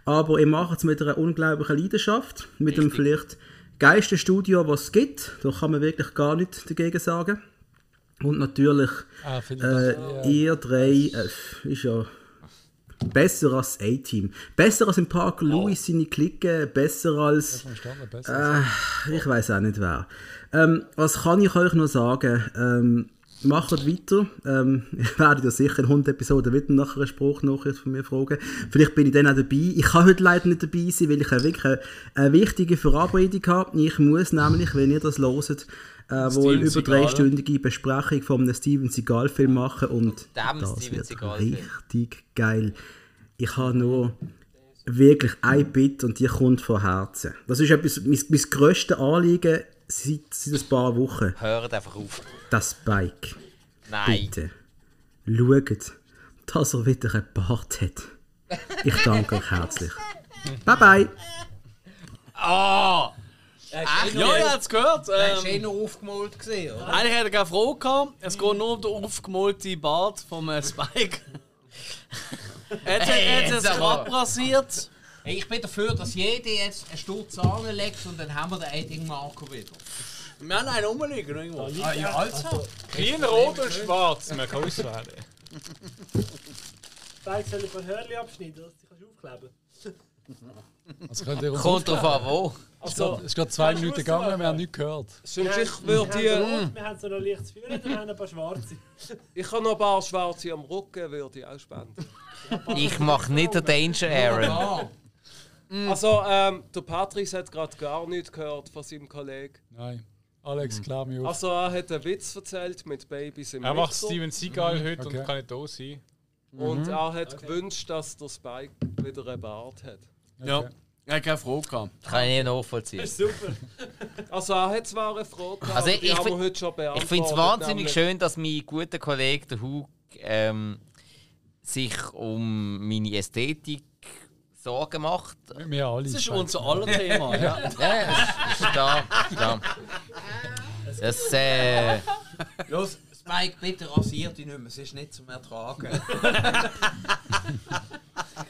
M: Aber ihr macht es mit einer unglaublichen Leidenschaft, mit dem vielleicht geilsten Studio, was es gibt. Da kann man wirklich gar nichts dagegen sagen. Und natürlich, äh, ihr drei, äh, ist ja besser als das A-Team. Besser als im Park Lewis seine Clique, besser als. äh, Ich weiß auch nicht wer. Ähm, was kann ich euch noch sagen? Ähm, Macht weiter. Ähm, ich werde ja sicher in 100 Episoden wieder nachher eine Spruchnachricht von mir fragen. Vielleicht bin ich dann auch dabei. Ich kann heute leider nicht dabei sein, weil ich eine, wirklich eine, eine wichtige Verabredung habe. Ich muss nämlich, wenn ihr das loset, äh, wohl über
B: Seagal.
M: dreistündige Besprechung von einem Steven Seagal-Film machen und
B: dem
M: das
B: Steven
M: wird
B: Seagal-Film.
M: richtig geil. Ich habe nur wirklich ein Bit und die kommt von Herzen. Das ist etwas, mein, mein grösstes Anliegen seit, seit ein paar Wochen.
B: Hört einfach auf.
M: Das Bike.
B: Nein.
M: Bitte. Schaut, dass er wieder einen Bart hat. Ich danke euch herzlich. Bye bye.
A: Ah!
D: Ach,
A: ja, ich hab's gehört.
D: Er ist eh
A: Ähm,
D: noch aufgemalt gesehen, oder?
A: eigentlich hätte ich auch froh gehabt. Es geht nur um den aufgemalten Bart vom äh, Spike. Er hat
D: Hey,
A: er hat
D: jetzt
A: es
D: aber.
A: abrasiert.
D: Hey, ich bin dafür, dass jeder jetzt einen Sturz anlegt und dann haben wir den Eiding Marco wieder.
A: Wir haben einen rumliegen irgendwo.
D: Ah, ja, also.
H: Grün, rot und schwarz, man kann auswählen.
G: Spike soll ich ein Hörli abschneiden, dass du kannst aufkleben
E: Also könnt ihr uns
B: Kommt drauf
E: aufklären?
B: an, wo.
E: Es ist
G: Also,
E: gerade- es ist gerade zwei
G: kannst du
E: Minuten gegangen, wir haben nichts gehört.
C: Sonst ich
G: Wir
C: würde
G: haben so
C: dir.
G: rot, wir haben so noch leichtes Feuer, dann haben wir ein paar schwarze.
C: Ich habe noch ein paar Schwarze am Rücken, würde ich auch spenden. genau.
B: Ich mache nicht den Danger Aaron.
A: Mm.
C: Also, ähm, der Patrice hat gerade gar nichts gehört von seinem Kollegen.
E: Nein. Alex, klar mich auf.
C: Also, er hat einen Witz erzählt mit Babys im
H: Er macht
C: Mixer.
H: Steven Seagal
E: Mhm.
H: heute
E: Okay.
H: und kann nicht da sein.
C: Und
A: Mhm.
C: er hat gewünscht, dass der Spike wieder einen Bart hat.
A: Ja. Er hat keine Frage gehabt.
B: Kann ich nicht nachvollziehen.
G: Super.
C: Also er hat zwar eine Frage, gehabt,
B: Also
C: aber die
B: ich
C: haben wir
B: find-
C: heute schon beantwortet.
B: Ich finde es wahnsinnig
C: nämlich-
B: schön, dass mein guter Kollege, der Hug, ähm, sich um meine Ästhetik Sorgen macht.
E: Wir alle.
A: Das ist unser aller Thema. ja.
B: Ja, das ist da. ist da. Das, äh,
D: Los, Spike, bitte rasiert dich nicht mehr, es ist nicht zum Ertragen.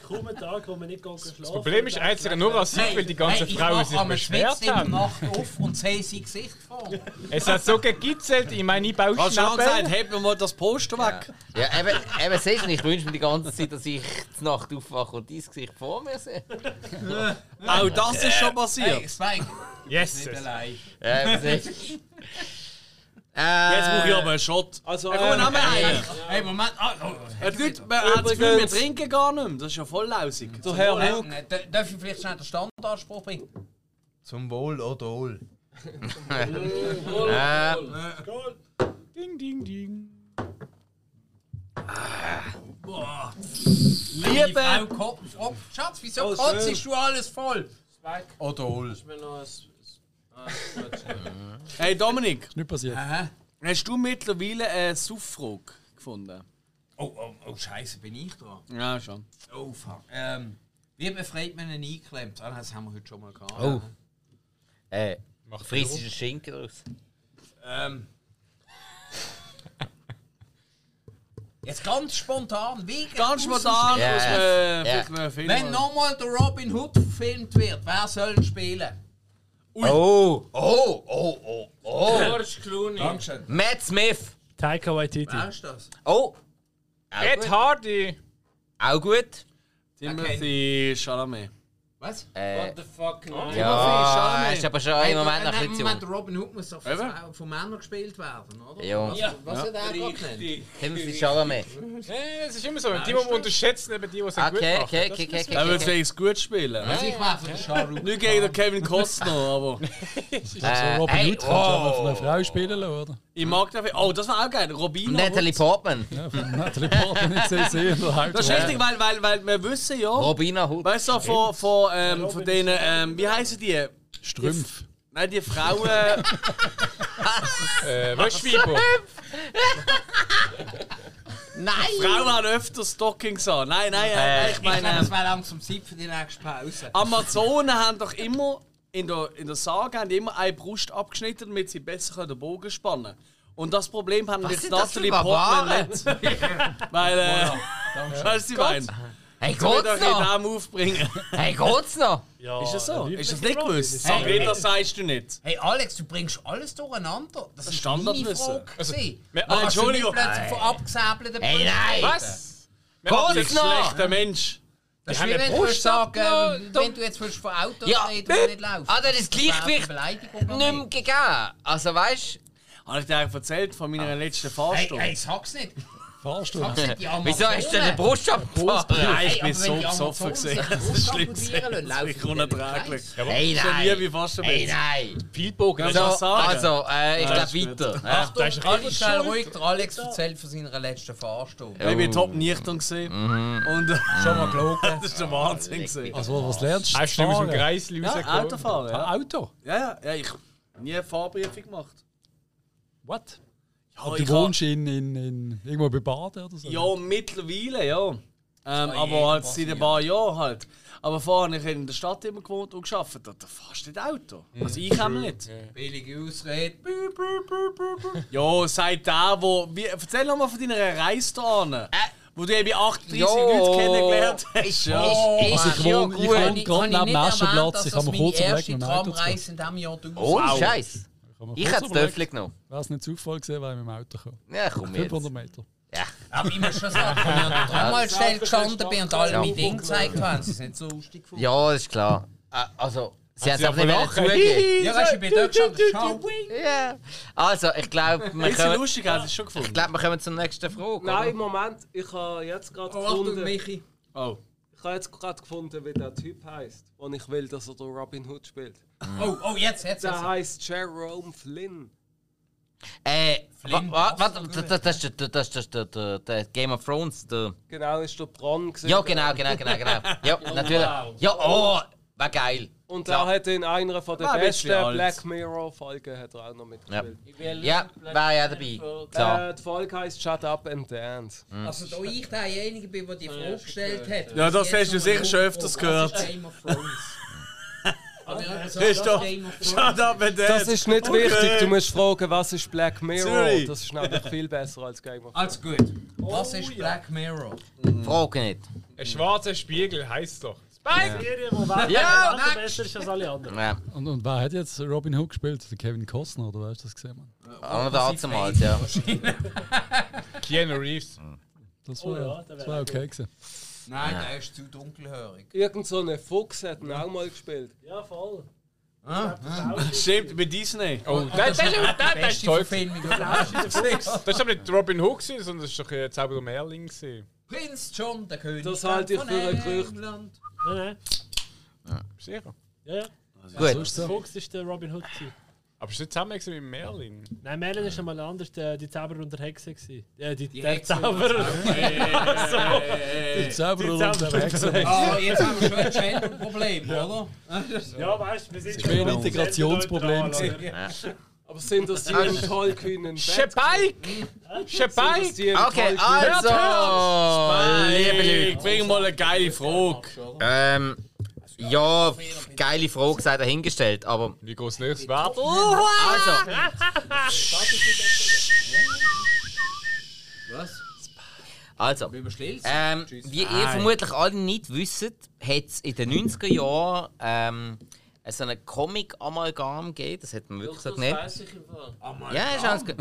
G: Kaum einen Tag, wo wir nicht gehen schlafen. Das
H: Problem ist einzig nur rasiert, weil die ganzen
D: ich
H: Frauen
D: mach
H: sich
D: am
H: beschwert
D: Schwitz in der
H: haben.
D: Nacht auf und sehe sein Gesicht vor.
H: Es hat so gegitzelt in meine
A: Hast du schon gesagt,
H: Bauchschnappen.
A: hebt mir mal das Poster weg.
B: ja, eben, eben siehst du, ich wünsche mir die ganze Zeit, dass ich die Nacht aufwache und dein Gesicht
D: Oh,
B: vor mir sehe.
A: Auch das ist schon passiert.
D: Hey, Spike,
H: Yes!
D: nicht allein.
B: Ja, was ist?
A: Jetzt brauche ich
B: Äh,
A: aber einen Shot.
C: Also,
A: Ja, komm,
C: ähm,
A: nehmen wir einen.
D: Hey, Moment, ah, oh,
A: Er hat nicht- er hat das Gefühl, wir trinken gar nicht mehr. Das ist ja voll lausig.
C: der Herr Hug,
D: äh, d- darf ich vielleicht schnell den Standardspruch bringen? Zum Wohl, oder Wohl.
B: äh,
H: Ding, ding, ding.
D: Liebe Frau Kopf, oh, Schatz, wieso
C: Oh,
D: kotzt
C: schön.
D: ist du alles voll?
E: Oder hol.
I: Mir noch ein-
A: Hey Dominik,
E: Nicht passiert.
D: Aha.
A: hast du mittlerweile eine Suffrage gefunden?
D: Oh, oh, oh, scheiße, bin ich dran.
A: Ja, schon.
D: Oh, fuck. Ähm, wie befreit man einen eingeklemmt? Ah, das haben wir heute schon mal gehabt.
B: Oh. äh, frisst du den Schinken raus?
D: Ähm. Jetzt ganz spontan, wie
A: Ganz spontan
B: Ja.
A: aus äh,
B: Ja.
A: vielleicht noch ein Film.
D: Wenn nochmal der Robin Hood verfilmt wird, wer soll ihn spielen?
B: Oh! Oh! Oh! Oh! Oh!
I: George Clooney.
D: Dankeschön.
B: Matt Smith!
G: Taika Waititi.
D: Wer ist das?
B: Oh! Auch
H: Ed
B: gut.
H: Hardy!
B: Auch gut.
A: Timothy Chalamet.
D: Was?
B: Äh,
I: What the fuck, nein.
B: ja, ist aber schon im Moment noch ein bisschen
D: Moment,
B: zu.
D: Robin Hood muss doch
A: Eben.
D: von, von Männern gespielt werden, oder?
B: Ja.
D: Was hat er gerade genannt?
B: Timothy Chalamet. Ah,
H: Hey, es ist immer so, die, die wir unterschätzen, eben die, die es gut
B: Okay,
H: machen.
B: okay,
H: Das
B: okay,
H: müssen
B: okay.
A: Er wird
B: okay.
A: wenigstens gut spielen.
D: Also ich wäre für den Shahrukh.
A: Nicht gegen den Kevin Costner, aber
B: Äh,
E: Robin
B: hey,
E: Hood kannst du aber von
B: wow.
E: einer Frau spielen lassen, oder?
A: ich mag den Film. Oh, das war auch geil. Robina.
B: Natalie Portman.
E: Ja, von Natalie Portman nicht sehr sehen.
A: Das ist richtig, weil, weil, weil wir wissen ja,
B: Robina Hood.
A: weißt du, von, von, ähm, von denen, ähm, wie heißen die?
E: Strümpf.
A: Nein, die Frauen. Äh,
H: wir- Äh, weißt du, Schwieber?
B: Nein!
A: Frauen haben öfter Stockings an.
B: Äh,
A: Nein, nein, nein, ich
D: Ich meine,
A: meine. äh, ähm,
D: es wäre langsam Zeit für die nächste Pause.
A: Amazonen haben doch immer in der, in der Sage haben die immer eine Brust abgeschnitten, damit sie besser können den Bogen spannen können. Und das Problem haben jetzt
B: sind das für
A: Natalie Portman
B: Barbaren?
A: nicht. Weil, äh, weißt du, was ich meine?
B: Hey,
A: Ich will doch
B: geht's
A: den
B: noch?
A: Namen aufbringen.
B: Hey, geht's noch?
G: Ja,
A: Ist das so? Ist das
G: Nick
A: nicht gewusst?
D: Robin.
A: Sabrina, das sagst du nicht.
D: Hey Alex, du bringst alles durcheinander. Das ist meine
A: Standardwissen.
D: Frage. Also,
H: wir-
D: Machst
A: Entschuldigung.
D: Du nicht plötzlich von abgesäbelten
B: Hey, nein!
H: Was?
B: Geht's noch?
A: Schlechter Mensch.
D: Das
H: haben
D: ist wie
H: eine
D: wenn du
H: Brust
D: sagen, ähm,
H: abgenommen,
D: wenn du jetzt willst von Autos
B: Ja,
D: reden, die nicht laufen.
B: Ah, das ist das
D: wäre eine
B: Gleichgewicht
D: Beleidigung
B: nicht
D: an
B: mehr gegeben. Also weißt Ah.
A: Habe ich dir eigentlich erzählt von meiner letzten Fahrstunde?
D: Hey, hey, sag's nicht!
A: Fahrstunde?
D: Sag's nicht, die Amazonen.
B: Wieso hast du deine Brust abgebrochen?
A: Nein, ich bin
D: Hey, aber wenn
A: so
D: die
A: besoffen
D: Amazonen
A: gesehen.
D: sich
A: Das
D: Brust
A: ist schlimm.
D: amputieren lassen,
A: Das ist wirklich
D: laufen die
A: unerträglich.
D: Kreis.
A: Ja, aber
B: Hey,
A: das ist ja
B: nein.
A: nie wie fast ein
B: Hey,
A: Witz.
B: nein.
A: Vielbogen,
B: So, also, äh, ich glaube weiter. Ja.
A: Achtung,
D: Achtung, alles schnell ruhig, der Alex erzählt von seiner letzten Fahrstunde.
A: Ich
H: Ähm,
A: bin top nüchtern gesehen.
H: mhm.
A: Und äh,
D: Schon mal gelogen.
A: das ist der Wahnsinn gewesen.
E: Also, was lernst du?
H: Hast du aus dem
E: Fahren?
H: Kreis rausgekommen?
A: Ja, Autofahren, ja.
E: Ah, Auto?
A: Ja, ja, ja, ich habe nie eine Fahrprüfung gemacht.
E: What?
A: Ja,
E: Aber du
A: ich hab-
E: wohnst in, in, in irgendwo bei Baden oder so?
A: Ja, mittlerweile, ja. Ähm,
D: je,
A: aber halt
D: was
A: seit
D: hier.
A: ein paar Jahren halt. Aber vorher habe ich in der Stadt immer gewohnt und gearbeitet. Da, da fährst du nicht Auto. Also ich kann nicht.
D: Billige Ausrede.
A: Ja, sei der, wo... Wie, nou erzähl doch mal von deiner Reise da hin. Wo du eben 38 Leute kennengelernt hast. Ja.
E: Also ich wohne, ich wohne
D: Kann
E: gerade
D: ich
E: neben dem
D: nicht erwähnt,
E: Aschenplatz,
D: dass
E: ich kann
D: das
E: mir
D: meine
E: kurz
D: erste
E: überlegen, um ein Auto zu
D: Tramreise in diesem Jahr durch
B: Ohne Scheiß.
E: mir
B: Ich
E: kurz
B: hätte es
E: überlegt.
B: dürflich genommen.
E: Wäre es nicht Zufall gewesen, weil ich mit dem Auto kam.
B: nou. Ja, komm jetzt.
E: 500 Meter.
D: Aber ich muss schon sagen, wenn ich an der Tramhaltestelle gestanden bin und alle
B: Ja.
D: mein Ding gezeigt haben, haben sie es nicht so lustig gefunden.
B: Ja, ist klar. Äh, also, sie hat es einfach nicht
H: lachen?
B: zugegeben.
D: Ja, weißt du, ich bin dort gestanden. Schau.
B: Ja. Also, ich glaube, wir
A: Ist sie
B: kommen...
A: lustig,
D: also,
A: hast du es schon gefunden?
B: Ich glaube, wir kommen zur nächsten
D: Oh,
B: Frage.
C: Nein, Nou, Moment, ich habe jetzt gerade
D: Achtung,
C: gefunden.
D: Michi.
A: Oh.
C: Ich habe jetzt gerade gefunden, wie der Typ heißt, und ich will, dass er den Robin Hood spielt.
D: Oh, oh, jetzt, jetzt,
C: Der
D: jetzt.
C: heißt Jerome Flynn.
B: Äh,
D: Flynn,
B: wa- wa-
D: was
B: warte,
D: für ein
B: das, das, das, das, das, das, das, das, das Game of Thrones. Der,
C: Genau, ist der dran gewesen.
B: ja, genau, genau, genau, genau. Ja, natürlich. Ja, oh, war geil.
C: Und
B: Klar.
C: er hat in einer von den
A: Ah, ein
C: besten
A: bisschen alt.
C: Black Mirror Folgen hat er auch noch mitgespielt.
B: Ja, war ja dabei. Klar.
C: Äh, die Folge heißt Shut Up and Dance.
B: Mm.
D: Also, da ich derjenige bin, der die Frage gestellt hat.
A: Ja, das hast
D: jetzt
A: du
D: noch
A: sicher
D: mal
A: schon öfters
D: nachfragen, was ist
A: gehört.
D: Game of Thrones? Aber ja, das
A: Ist doch...
D: Game of
A: Shut
D: Thrones.
A: up and
C: Das
A: dance.
C: ist nicht
A: Okay.
C: wichtig, du musst fragen, was ist Black Mirror?
A: Sorry.
C: Das ist nämlich viel besser als Game of
D: Also gut, was ist Black Mirror?
B: Frage nicht.
H: Ein schwarzer Spiegel heißt doch.
G: Serie, wo wer
B: Ja,
G: wer besser ist als alle anderen.
B: Ja,
E: Und, und wer hat jetzt Robin Hood gespielt? Der Kevin Costner, oder weißt du das gesehen? Man?
H: Eh,
B: andere damals, ja.
H: Keanu Reeves.
E: Das
G: Oh
E: war,
G: ja, der
E: das
G: wär
E: war okay gewesen.
D: Nein, der ist zu dunkelhörig.
C: Irgend so ein Fuchs hat ihn auch mal gespielt.
G: Ja, voll.
A: Ah. Stimmt, bei Disney.
H: Oh, das, das, das, das, das, das ist
D: Beste
H: toll.
D: Verfilmung überhaupt.
H: Das ist aber nicht Robin Hood, gewesen, sondern das ist doch ein Zauberer Merlin. gewesen.
D: Prinz John, der König
C: Das
G: halt-
C: halte ich
D: von
C: für ein Gerücht.
D: England.
G: Nein, nein.
H: Sicher.
G: Ja, ja.
B: Gut.
G: Der Fuchs ist der Robin Hood. gewesen.
H: Aber es ist nicht zusammen gewesen mit Merlin.
G: Nein, Merlin ist einmal anders, der, die Zauberer und der Hexe. Gewesen. Ja, die, der
D: Hexe und
G: Zauberer.
E: Der Zauberer und
G: Zauberer-
E: der Hexer.
D: Ah, jetzt haben wir schon ein Gender-Problem, oder?
G: ja, weißt du, wir sind
E: mehr ein Integrationsproblem
G: gewesen.
C: Aber sind das die im tollkühnen Bett?
B: Spike!
C: Sind das die im
B: Okay,
C: tollkühnen-
B: also, liebe
A: Hey,
B: Leute.
A: bring mal eine geile Frage.
B: Ähm, ja, f- geile Frage sei dahingestellt, aber.
H: Wie groß nächstes Wert?
B: Also,
D: Was?
B: also.
D: Wie überstehst du?
B: Ähm, wie ihr vermutlich alle nicht wisst, hat es in den 90er Jahren ähm, so einen Comic-Amalgam gegeben. Das hat man wirklich so genannt.
I: ich im Fall.
C: Oh
B: Ja, ist alles gut.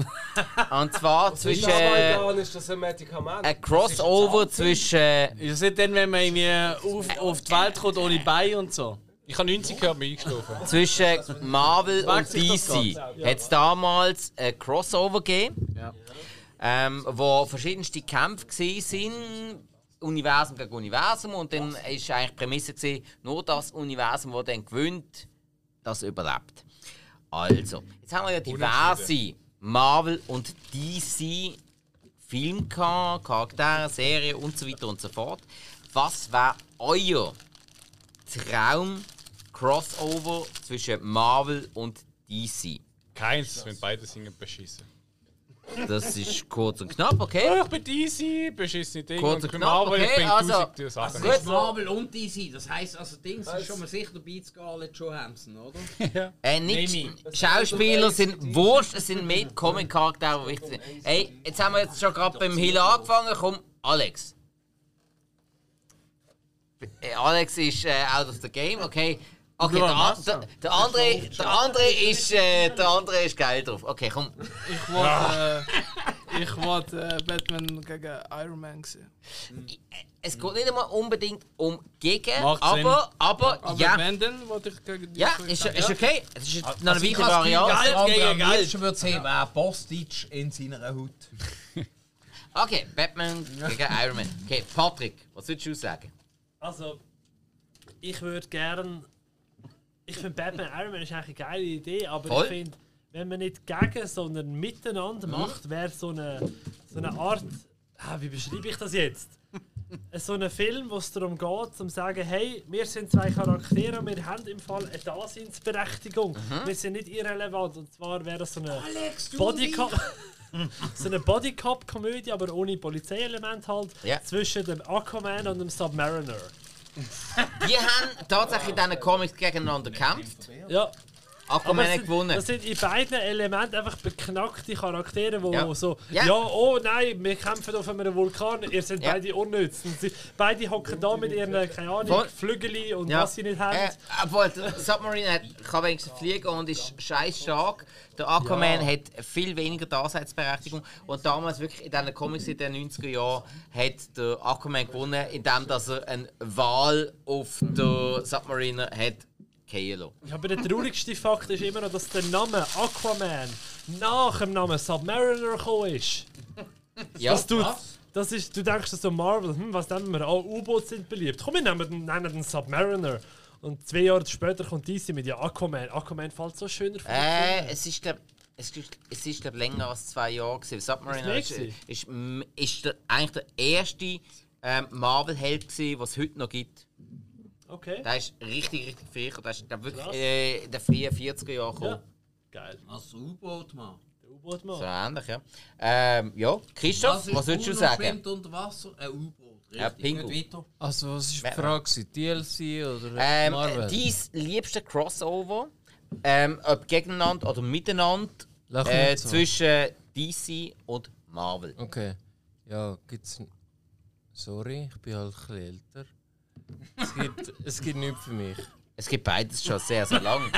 B: Und zwar
C: Ist
B: zwischen.
C: das
B: Äh,
C: Organ, ist das ein Medikament?
B: ein Crossover zwischen. Äh,
A: Ist das nicht dann, wenn man irgendwie auf, auf die Welt kommt ohne Bein und so?
H: Ich habe 90 Jahre eingeschlafen.
B: zwischen Marvel und
A: sich das
B: DC hat es damals ein Crossover gegeben, ähm, wo verschiedenste Kämpfe gewesen sind, Universum gegen Universum und dann ist eigentlich die Prämisse gewesen, nur das Universum, das dann gewinnt, das überlebt. Also, jetzt haben wir ja diverse Marvel und DC Film gehabt, Charaktere, Serien und so weiter und so fort. Was wäre euer Traum Crossover zwischen Marvel und DC?
H: Keins, wenn beide singen beschissen.
B: Das ist kurz und knapp, okay?
H: Ich bin DC, beschissene Dinge.
B: Kurz und
H: bei
B: knapp,
H: Marvel,
B: okay,
H: ich bin
B: also-
H: tausend Sachen.
B: also
D: Das ist Marvel und DC, das heisst also Dings ist schon mal sicher dabei zu Scarlett Johansson, oder?
B: Äh, nicht Schauspieler sind wurscht, es sind mehr die Comic-Charaktere, die wichtig sind. Hey, jetzt haben wir jetzt schon gerade beim Hill angefangen. Komm, Alex. Äh, Alex ist äh, out of the game, okay. Okay, der, An- der, der, andere, der, andere ist, äh, der andere ist geil drauf. Okay, komm.
I: Ich wollte, äh, Ich wollte äh, Batman gegen Iron Man sehen.
B: Es geht nicht einmal unbedingt um gegen,
I: Macht Sinn.
B: aber, aber,
I: Aber
B: ja.
I: wenn, dann wollte ich gegen die
B: Ja,
I: zwei
B: ist,
I: gegen-
B: ist okay. Es ist
I: Also
B: noch eine
I: ich
B: weitere
I: habe das Gefühl,
B: Variante.
I: Geld gegen
D: Am liebsten würde es haben, wer Postage in seiner Haut.
B: Okay, Batman gegen Iron Man. Okay, Patrick, was würdest du sagen?
G: Also, ich würde gern. Ich finde Batman Iron Man ist eigentlich eine geile Idee, aber
B: Voll.
G: ich finde, wenn man nicht gegen, sondern miteinander
B: Mhm.
G: macht, wäre so eine, so eine Art. Ah, wie beschreibe ich das jetzt? so ein Film, wo es darum geht, um zu sagen, hey, wir sind zwei Charaktere und wir haben im Fall eine Daseinsberechtigung.
B: Mhm.
G: Wir sind nicht irrelevant. Und zwar wäre eh, das so eine
D: Alex, du
G: Bodycop. so eine Bodycop-Komödie, aber ohne Polizeielement halt,
B: Ja.
G: zwischen dem Aquaman und dem Submariner.
B: Die haben tatsächlich in diesen Comics gegeneinander gekämpft.
G: Ja.
B: Aquaman
G: es
B: hat
G: sind-
B: gewonnen.
G: Das sind in beiden Elementen einfach beknackte Charaktere, die
B: Ja.
G: so,
B: Ja.
G: ja. oh nein, wir kämpfen auf einem Vulkan, ihr seid
B: Ja.
G: beide unnütz. Und sie, beide hocken da mit ihren, keine Ahnung,
B: Voll.
G: Flügeli und
B: Ja.
G: was sie nicht haben.
B: Äh, obwohl, der Submarine hat, kann wenigstens fliegen und ist scheiß stark. Der Aquaman
G: Ja.
B: hat viel weniger Daseinsberechtigung. Und damals, wirklich in diesen Comics in den 90er Jahren, hat der Aquaman gewonnen, indem dass er einen Wal auf der Submariner hat fallen lassen.
G: Ja, aber der traurigste Fakt ist immer noch, dass der Name Aquaman nach dem Namen Submariner gekommen ist.
B: Ja.
G: Dass du,
B: Was?
G: das ist, du denkst so, Marvel, hm, was nennen wir? Oh, U-Boote sind beliebt. Komm, wir nehmen den, nennen den Submariner. Und zwei Jahre später kommt DC mit ja, Aquaman. Aquaman fällt so schöner vor.
B: Äh, es ist, glaube es ist, es ist glaub, länger als zwei Jahre. Gewesen. Submariner
G: Ist
B: ist,
G: nicht
B: ist, ist, m- ist der, eigentlich der erste ähm, Marvel-Held, gewesen, was es heute noch gibt.
G: Okay.
B: Der ist richtig, richtig frech und der ist glaub, wirklich
D: Krass.
B: äh, in den frühen 40er Jahren gekommen.
G: Geil.
D: Was U-Boot, Mann.
G: Der U-Boot,
B: So ähnlich, ja. Ähm, ja, Christoph, was würdest du sagen?
D: schwimmt unter Wasser, ein U-Boot.
B: Ja,
D: Richtig,
B: Pingu.
D: nicht weiter.
J: Also, was ist die
B: Wer-
J: Frage? gewesen? DLC oder
B: Ähm,
J: Marvel?
B: dein liebste Crossover, ähm, ob gegeneinander oder miteinander,
J: Lach
B: äh,
J: nicht so.
B: zwischen DC und Marvel.
J: Okay. Ja, gibt's. n- Sorry, ich bin halt ein bisschen älter. Es gibt, es gibt nichts für mich.
B: Es gibt beides schon sehr, sehr lang.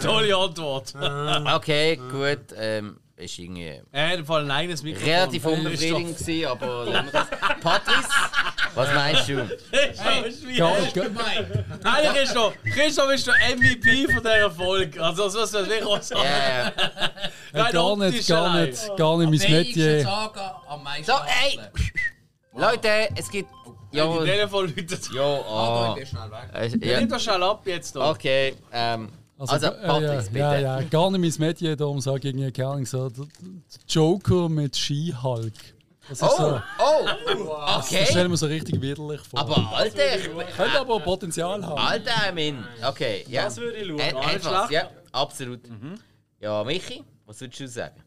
A: Tolle Antwort.
B: okay, gut. Ähm, ist irgendwie
A: Äh, im Fall ein eigenes Mikrofon.
B: relativ
A: Äh,
B: unbefriedigend
A: Stoff.
B: gewesen, aber lassen wir das. Patrice, was meinst du?
A: Hey, Nein, Christoph, Christoph ist der MVP von dieser Erfolg. Also, das muss man wirklich auch sagen.
B: Yeah.
A: Rein
E: Gar
A: optisch
E: nicht, gar
A: allein.
E: nicht, gar nicht mein Metier.
D: Saga am meisten.
B: So, ey! Leute, es gibt.
A: Die
B: Ja,
A: Telefon läutet.
B: ja, ah.
D: schnell weg.
B: Äh,
A: Ja.
B: ja.
A: Nimm das schnell ab jetzt. Hier.
B: Okay, ähm. Also, Patrice,
E: äh, ja, ja,
B: bitte.
E: ja, gar nicht mein Metier, darum sage ich irgendwie, keine Ahnung, so der- der Joker mit Ski-Hulk. Das ist
B: Oh,
E: so,
B: oh!
E: das stellen
B: Okay!
E: wir so richtig widerlich vor.
B: Aber Alter, ich.
E: Könnte aber Potenzial haben.
B: Alter, I mean. Okay, ja.
G: Das würde ich schauen.
B: Ä-
G: Gar nicht
B: Etwas,
G: schlecht.
B: ja, absolut. Ja, Michi, was würdest du sagen?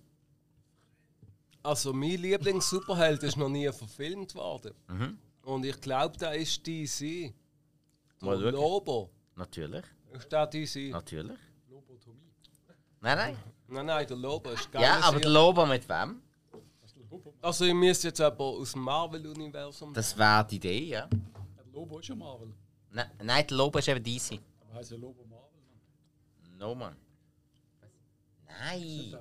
C: Also, mein Lieblings-Superheld ist noch nie verfilmt worden.
B: Mhm.
C: Und ich glaube, der ist DC.
B: Mal
C: Der
B: schauen.
C: Lobo.
B: Natürlich,
C: Ist der DC?
B: natürlich. Nein, nein.
C: Nein, nein, der Lobo ist geil.
B: Ja, aber der Lobo mit wem?
C: Also, ich müsste jetzt aber aus dem Marvel-Universum.
B: Das wäre die Idee, ja.
E: Lobo ist ja Marvel.
B: Nein, nein der Lobo ist eben DC.
E: Aber heisst ja Lobo Marvel.
B: No, Mann. Nein!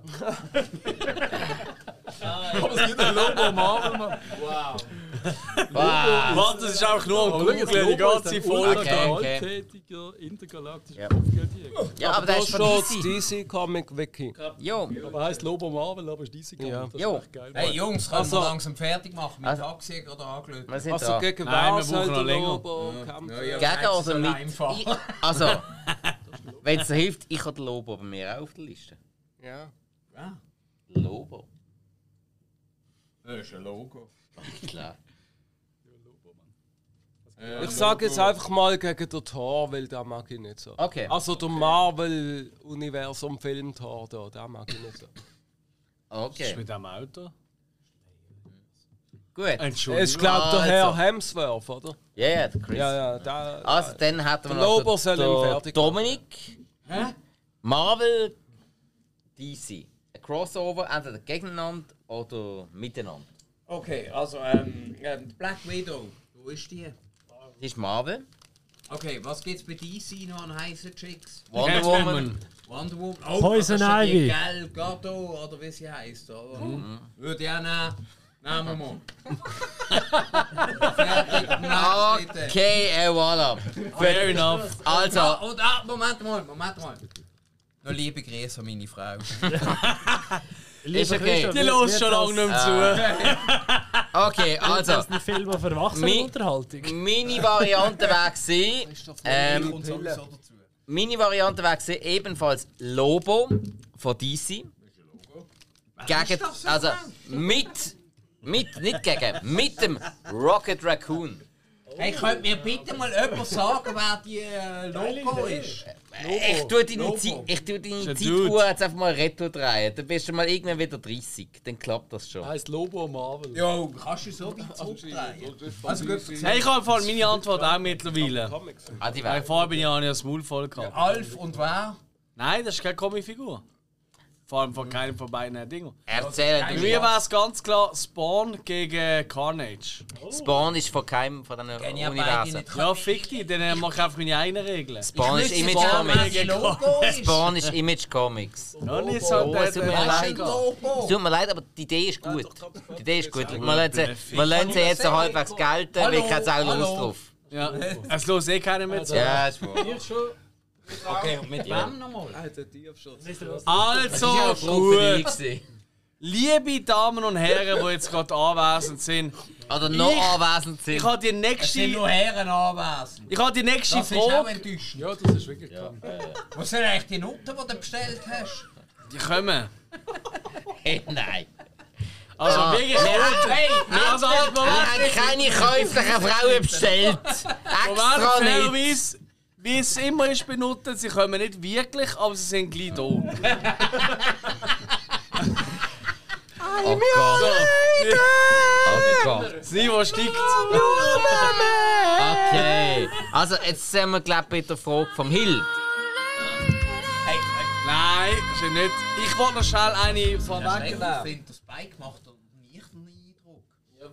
E: Lobo Marvel, Mann.
B: Wow!
A: Warte, das ist einfach nur ein
E: Aber schau,
A: Google, die
E: Lobo ist
A: ganze
E: ein
A: Folge.
B: Okay, okay.
E: Gewalttätiger, intergalaktischer
B: Ja.
E: Kopfgeldjäger.
B: Ja, aber der
C: Da
B: ist von
C: steht
B: DC.
C: DC Comic Wiki.
B: Jo,
E: Aber heisst Lobo Marvel, aber ist diese
C: Ja.
E: Karte. Das
B: Jo.
E: ist echt geil.
D: Hey Jungs, können
C: Also-
D: wir langsam fertig machen? Mein
B: Also-
D: Taxi hat gerade angelötet.
B: wir sind
C: Also,
B: da.
C: gegen
A: Nein, wir
C: wen soll
A: brauchen noch
C: der
A: länger.
C: Lobo kämpfen?
B: Gegen
D: Nein, das
B: oder
D: ist
B: mit?
D: einfach.
B: Ich, also, wenn es dir hilft, ich habe den Lobo bei mir auch auf der Liste.
C: Ja.
D: Ja,
B: Lobo,
D: das ist ein Logo.
B: klar.
C: Ich sage jetzt einfach mal gegen den Thor, weil den mag ich nicht so.
B: Okay.
C: Also der Marvel-Universum-Film Thor, da, den mag ich nicht so.
A: Ist
B: Okay,
A: mit dem Auto?
B: gut. Ja,
A: Entschuldigung.
C: Es glaubt der
B: Ah,
C: Herr
B: also.
C: Hemsworth, oder?
B: ja, der Chris.
C: Ja, ja, der.
B: Also, dann hätten wir
C: Der Lobo
B: noch
C: soll
B: den-
C: ihn
B: den
C: fertig machen.
B: Dominik, Marvel, DC. Ein Crossover, entweder gegeneinander oder miteinander.
D: Okay, also ähm, ähm, Black Widow, wo ist die?
B: Das ist Marvel,
D: Okay, was gibt's bei DC noch an heißen Chicks?
B: Wonder Woman,
D: Wonder Woman. Oh,
N: Poison
D: das ist ja
N: Ivy.
D: Die Gal Gadot oder wie sie heisst. Oder?
N: Mhm.
D: Würde ich auch nehmen. Nehmen wir mal. Ah,
B: Okay, äh, voilà.
D: Fair enough.
B: Also.
D: Ja, Und ah, Moment mal, Moment mal. Noch liebe Grüße an meine Frau.
B: Ist okay. Ah. Okay, also.
N: Das ist ein Film auf Erwachsenenunterhaltung.
B: Meine Variante war gewesen, ähm, meine Variante war gewesen, ebenfalls Lobo von DC. Gegen, also mit, mit, nicht gegen, mit dem Rocket Raccoon.
D: Hey, könnt mir bitte mal jemand sagen, wer die äh, Logo ist?
B: Ich tue deine, Zeit, ich tue deine
D: ein
B: Zeituhr jetzt einfach mal retro drehen. Dann bist du mal irgendwann wieder 30. Dann klappt das schon.
F: Heißt Lobo Marvel.
D: Ja, kannst du so weit zurückdrehen? Also gut,
A: Hey, ich habe im Fall meine Antwort auch mittlerweile.
B: Ah, die
A: Weil vorher bin ich auch nicht als Maul voll gehabt.
D: Alf und wer?
A: Nein, das ist keine Comicfigur. Vor allem von keinem von beiden Dingen.
B: Erzähl
A: Bei
B: du
A: mir
B: was.
A: wäre es ganz klar Spawn gegen Carnage.
B: Oh. Spawn ist von keinem von diesen
A: Kenn ich ja beide
B: Universen.
A: nicht. Ja, fick dich, dann mache ich einfach meine eigenen Regeln.
B: Spawn ist Image Comics. Spawn ist Image Comics.
A: Ja, nicht so,
B: oh, es tut mir
A: der-
B: leid.
A: der- Logo.
B: Es tut mir leid, aber die Idee ist gut. Die Idee ist gut. Wir lassen sie, wir
A: Kann
B: lassen sie
A: ich
B: jetzt
A: das
B: halbwegs gelten, weil ich jetzt auch los drauf.
A: Ja, es los eh keiner mehr zu.
B: Ja, ist wahr.
D: Okay,
B: und mit
D: wem
B: wem
D: nochmal?
F: Ah,
D: Alter, Diebschutz.
A: Also, gut. Liebe Damen und Herren, die jetzt gerade anwesend sind.
B: Oder noch anwesend sind.
A: Ich habe die nächste.
D: Es sind nur Herren anwesend.
A: Ich habe die nächste
D: das ist auch
A: Frage.
D: enttäuschend.
F: Ja, das ist wirklich
A: ja.
D: Was sind eigentlich die Noten, die du bestellt hast?
A: Die kommen.
B: hey, nein.
A: Also
B: Eh, Ah,
A: wirklich.
B: wir haben-
A: Hey,
B: wir
A: also,
B: haben-
A: Moment.
B: wir haben keine käuflichen Frauen bestellt. Extra
A: Moment,
B: nicht.
A: fairerweise, Wie es immer ist benutzt, sie kommen nicht wirklich, aber sie sind gleich da.
B: Oh Gott. Oh Gott.
A: Das Niveau steigt.
B: Okay. Also, jetzt sind wir, glaube ich, bei der Frage vom Hill.
A: Nein, das ist nicht. Ich wollte noch schnell eine von
D: Ich
A: wegnehmen.
D: finde, der Spike macht doch nicht einen Eindruck.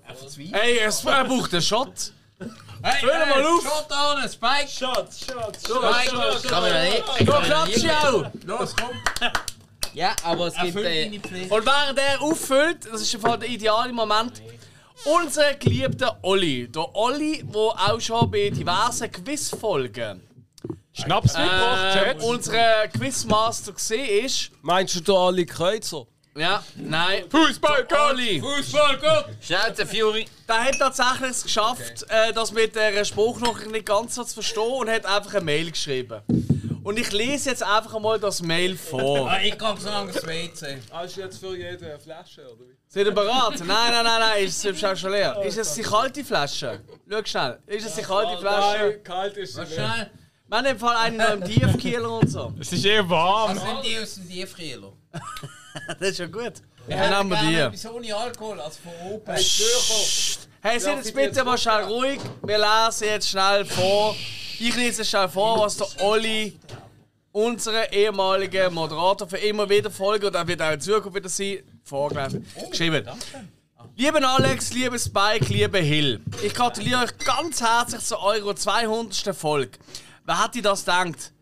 D: Er verzweifelt.
A: Hey, es, er braucht einen Shot.
D: Hey,
A: Hör mal auf!
D: Shot an, Spike! Shot, Shot, Spike!
B: Kann man nicht.
A: Da klatscht auch!
D: Los, komm!
B: Ja, aber es gibt.
D: Erfüllt
B: Äh,
D: meine Pflicht.
A: Und während er auffüllt, das ist im Fall der ideale Moment, unser geliebter Olli. Der Olli, der auch schon bei diversen Quizfolgen
H: Schnaps mitgebracht
A: äh,
H: hat.
A: unser Quizmaster gesehen ist.
C: Meinst du den Ali Kreuzer?
A: Ja, nein.
H: Fußball,
A: Der Olli!
D: Fußball, Gott!
B: Schnauze, Fury.
A: Der hat tatsächlich es geschafft, äh, das mit der Spruchnachricht nicht ganz so zu verstehen und hat einfach eine Mail geschrieben. Und ich lese jetzt einfach mal das Mail vor.
D: Ah, Ich komm so lange ins WC.
C: Hast du jetzt für jeden eine Flasche, oder wie?
A: Seid ihr bereit? Nein, nein, nein, nein, ist es schon leer. Ist es die kalte Flasche? Schau schnell, ist es die
B: Ah,
A: kalte Flasche?
C: Nein, kalt ist es nicht.
D: Schnell!
A: Wir haben im Fall einen noch im Tiefkühler und so.
H: Es ist eh warm.
D: Was sind die eh aus dem Tiefkühler?
A: Das ist ja gut.
D: Wir
A: Dann
D: hätten gerne
A: nehmen wir die.
D: etwas ohne Alkohol, also von oben.
A: Hey, seid jetzt bitte mal schnell ruhig. Wir lesen jetzt schnell vor. Ich lese schnell vor, was der Olli, unser ehemaliger Moderator für immer wieder Folge, und er wird auch in Zukunft wieder sein, vorgelesen, geschrieben. Lieben Alex, liebe Spike, liebe Hill, ich gratuliere euch ganz herzlich zu eurer 200. Folge. Wer hätte das gedacht?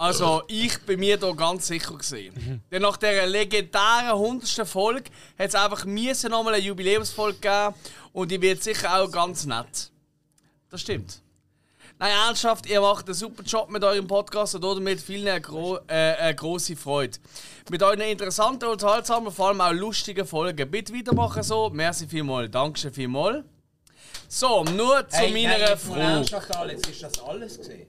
A: Also, ich bin mir da ganz sicher gesehen. Denn nach dieser legendären 100. Folge hat es einfach müssen nochmal eine Jubiläumsfolge geben und die wird sicher auch ganz nett. Das stimmt. Nein, ernsthaft, ihr macht einen super Job mit eurem Podcast und damit vielen eine, gro äh, eine grosse Freude. Mit euren interessanten, unterhaltsamen, vor allem auch lustigen Folgen. Bitte weitermachen so. Merci vielmals. Dankeschön vielmals. So, nur zu
D: Hey, nein,
A: meiner
D: jetzt mal
A: Frage.
D: ernsthaft, Alex, ist das alles gesehen?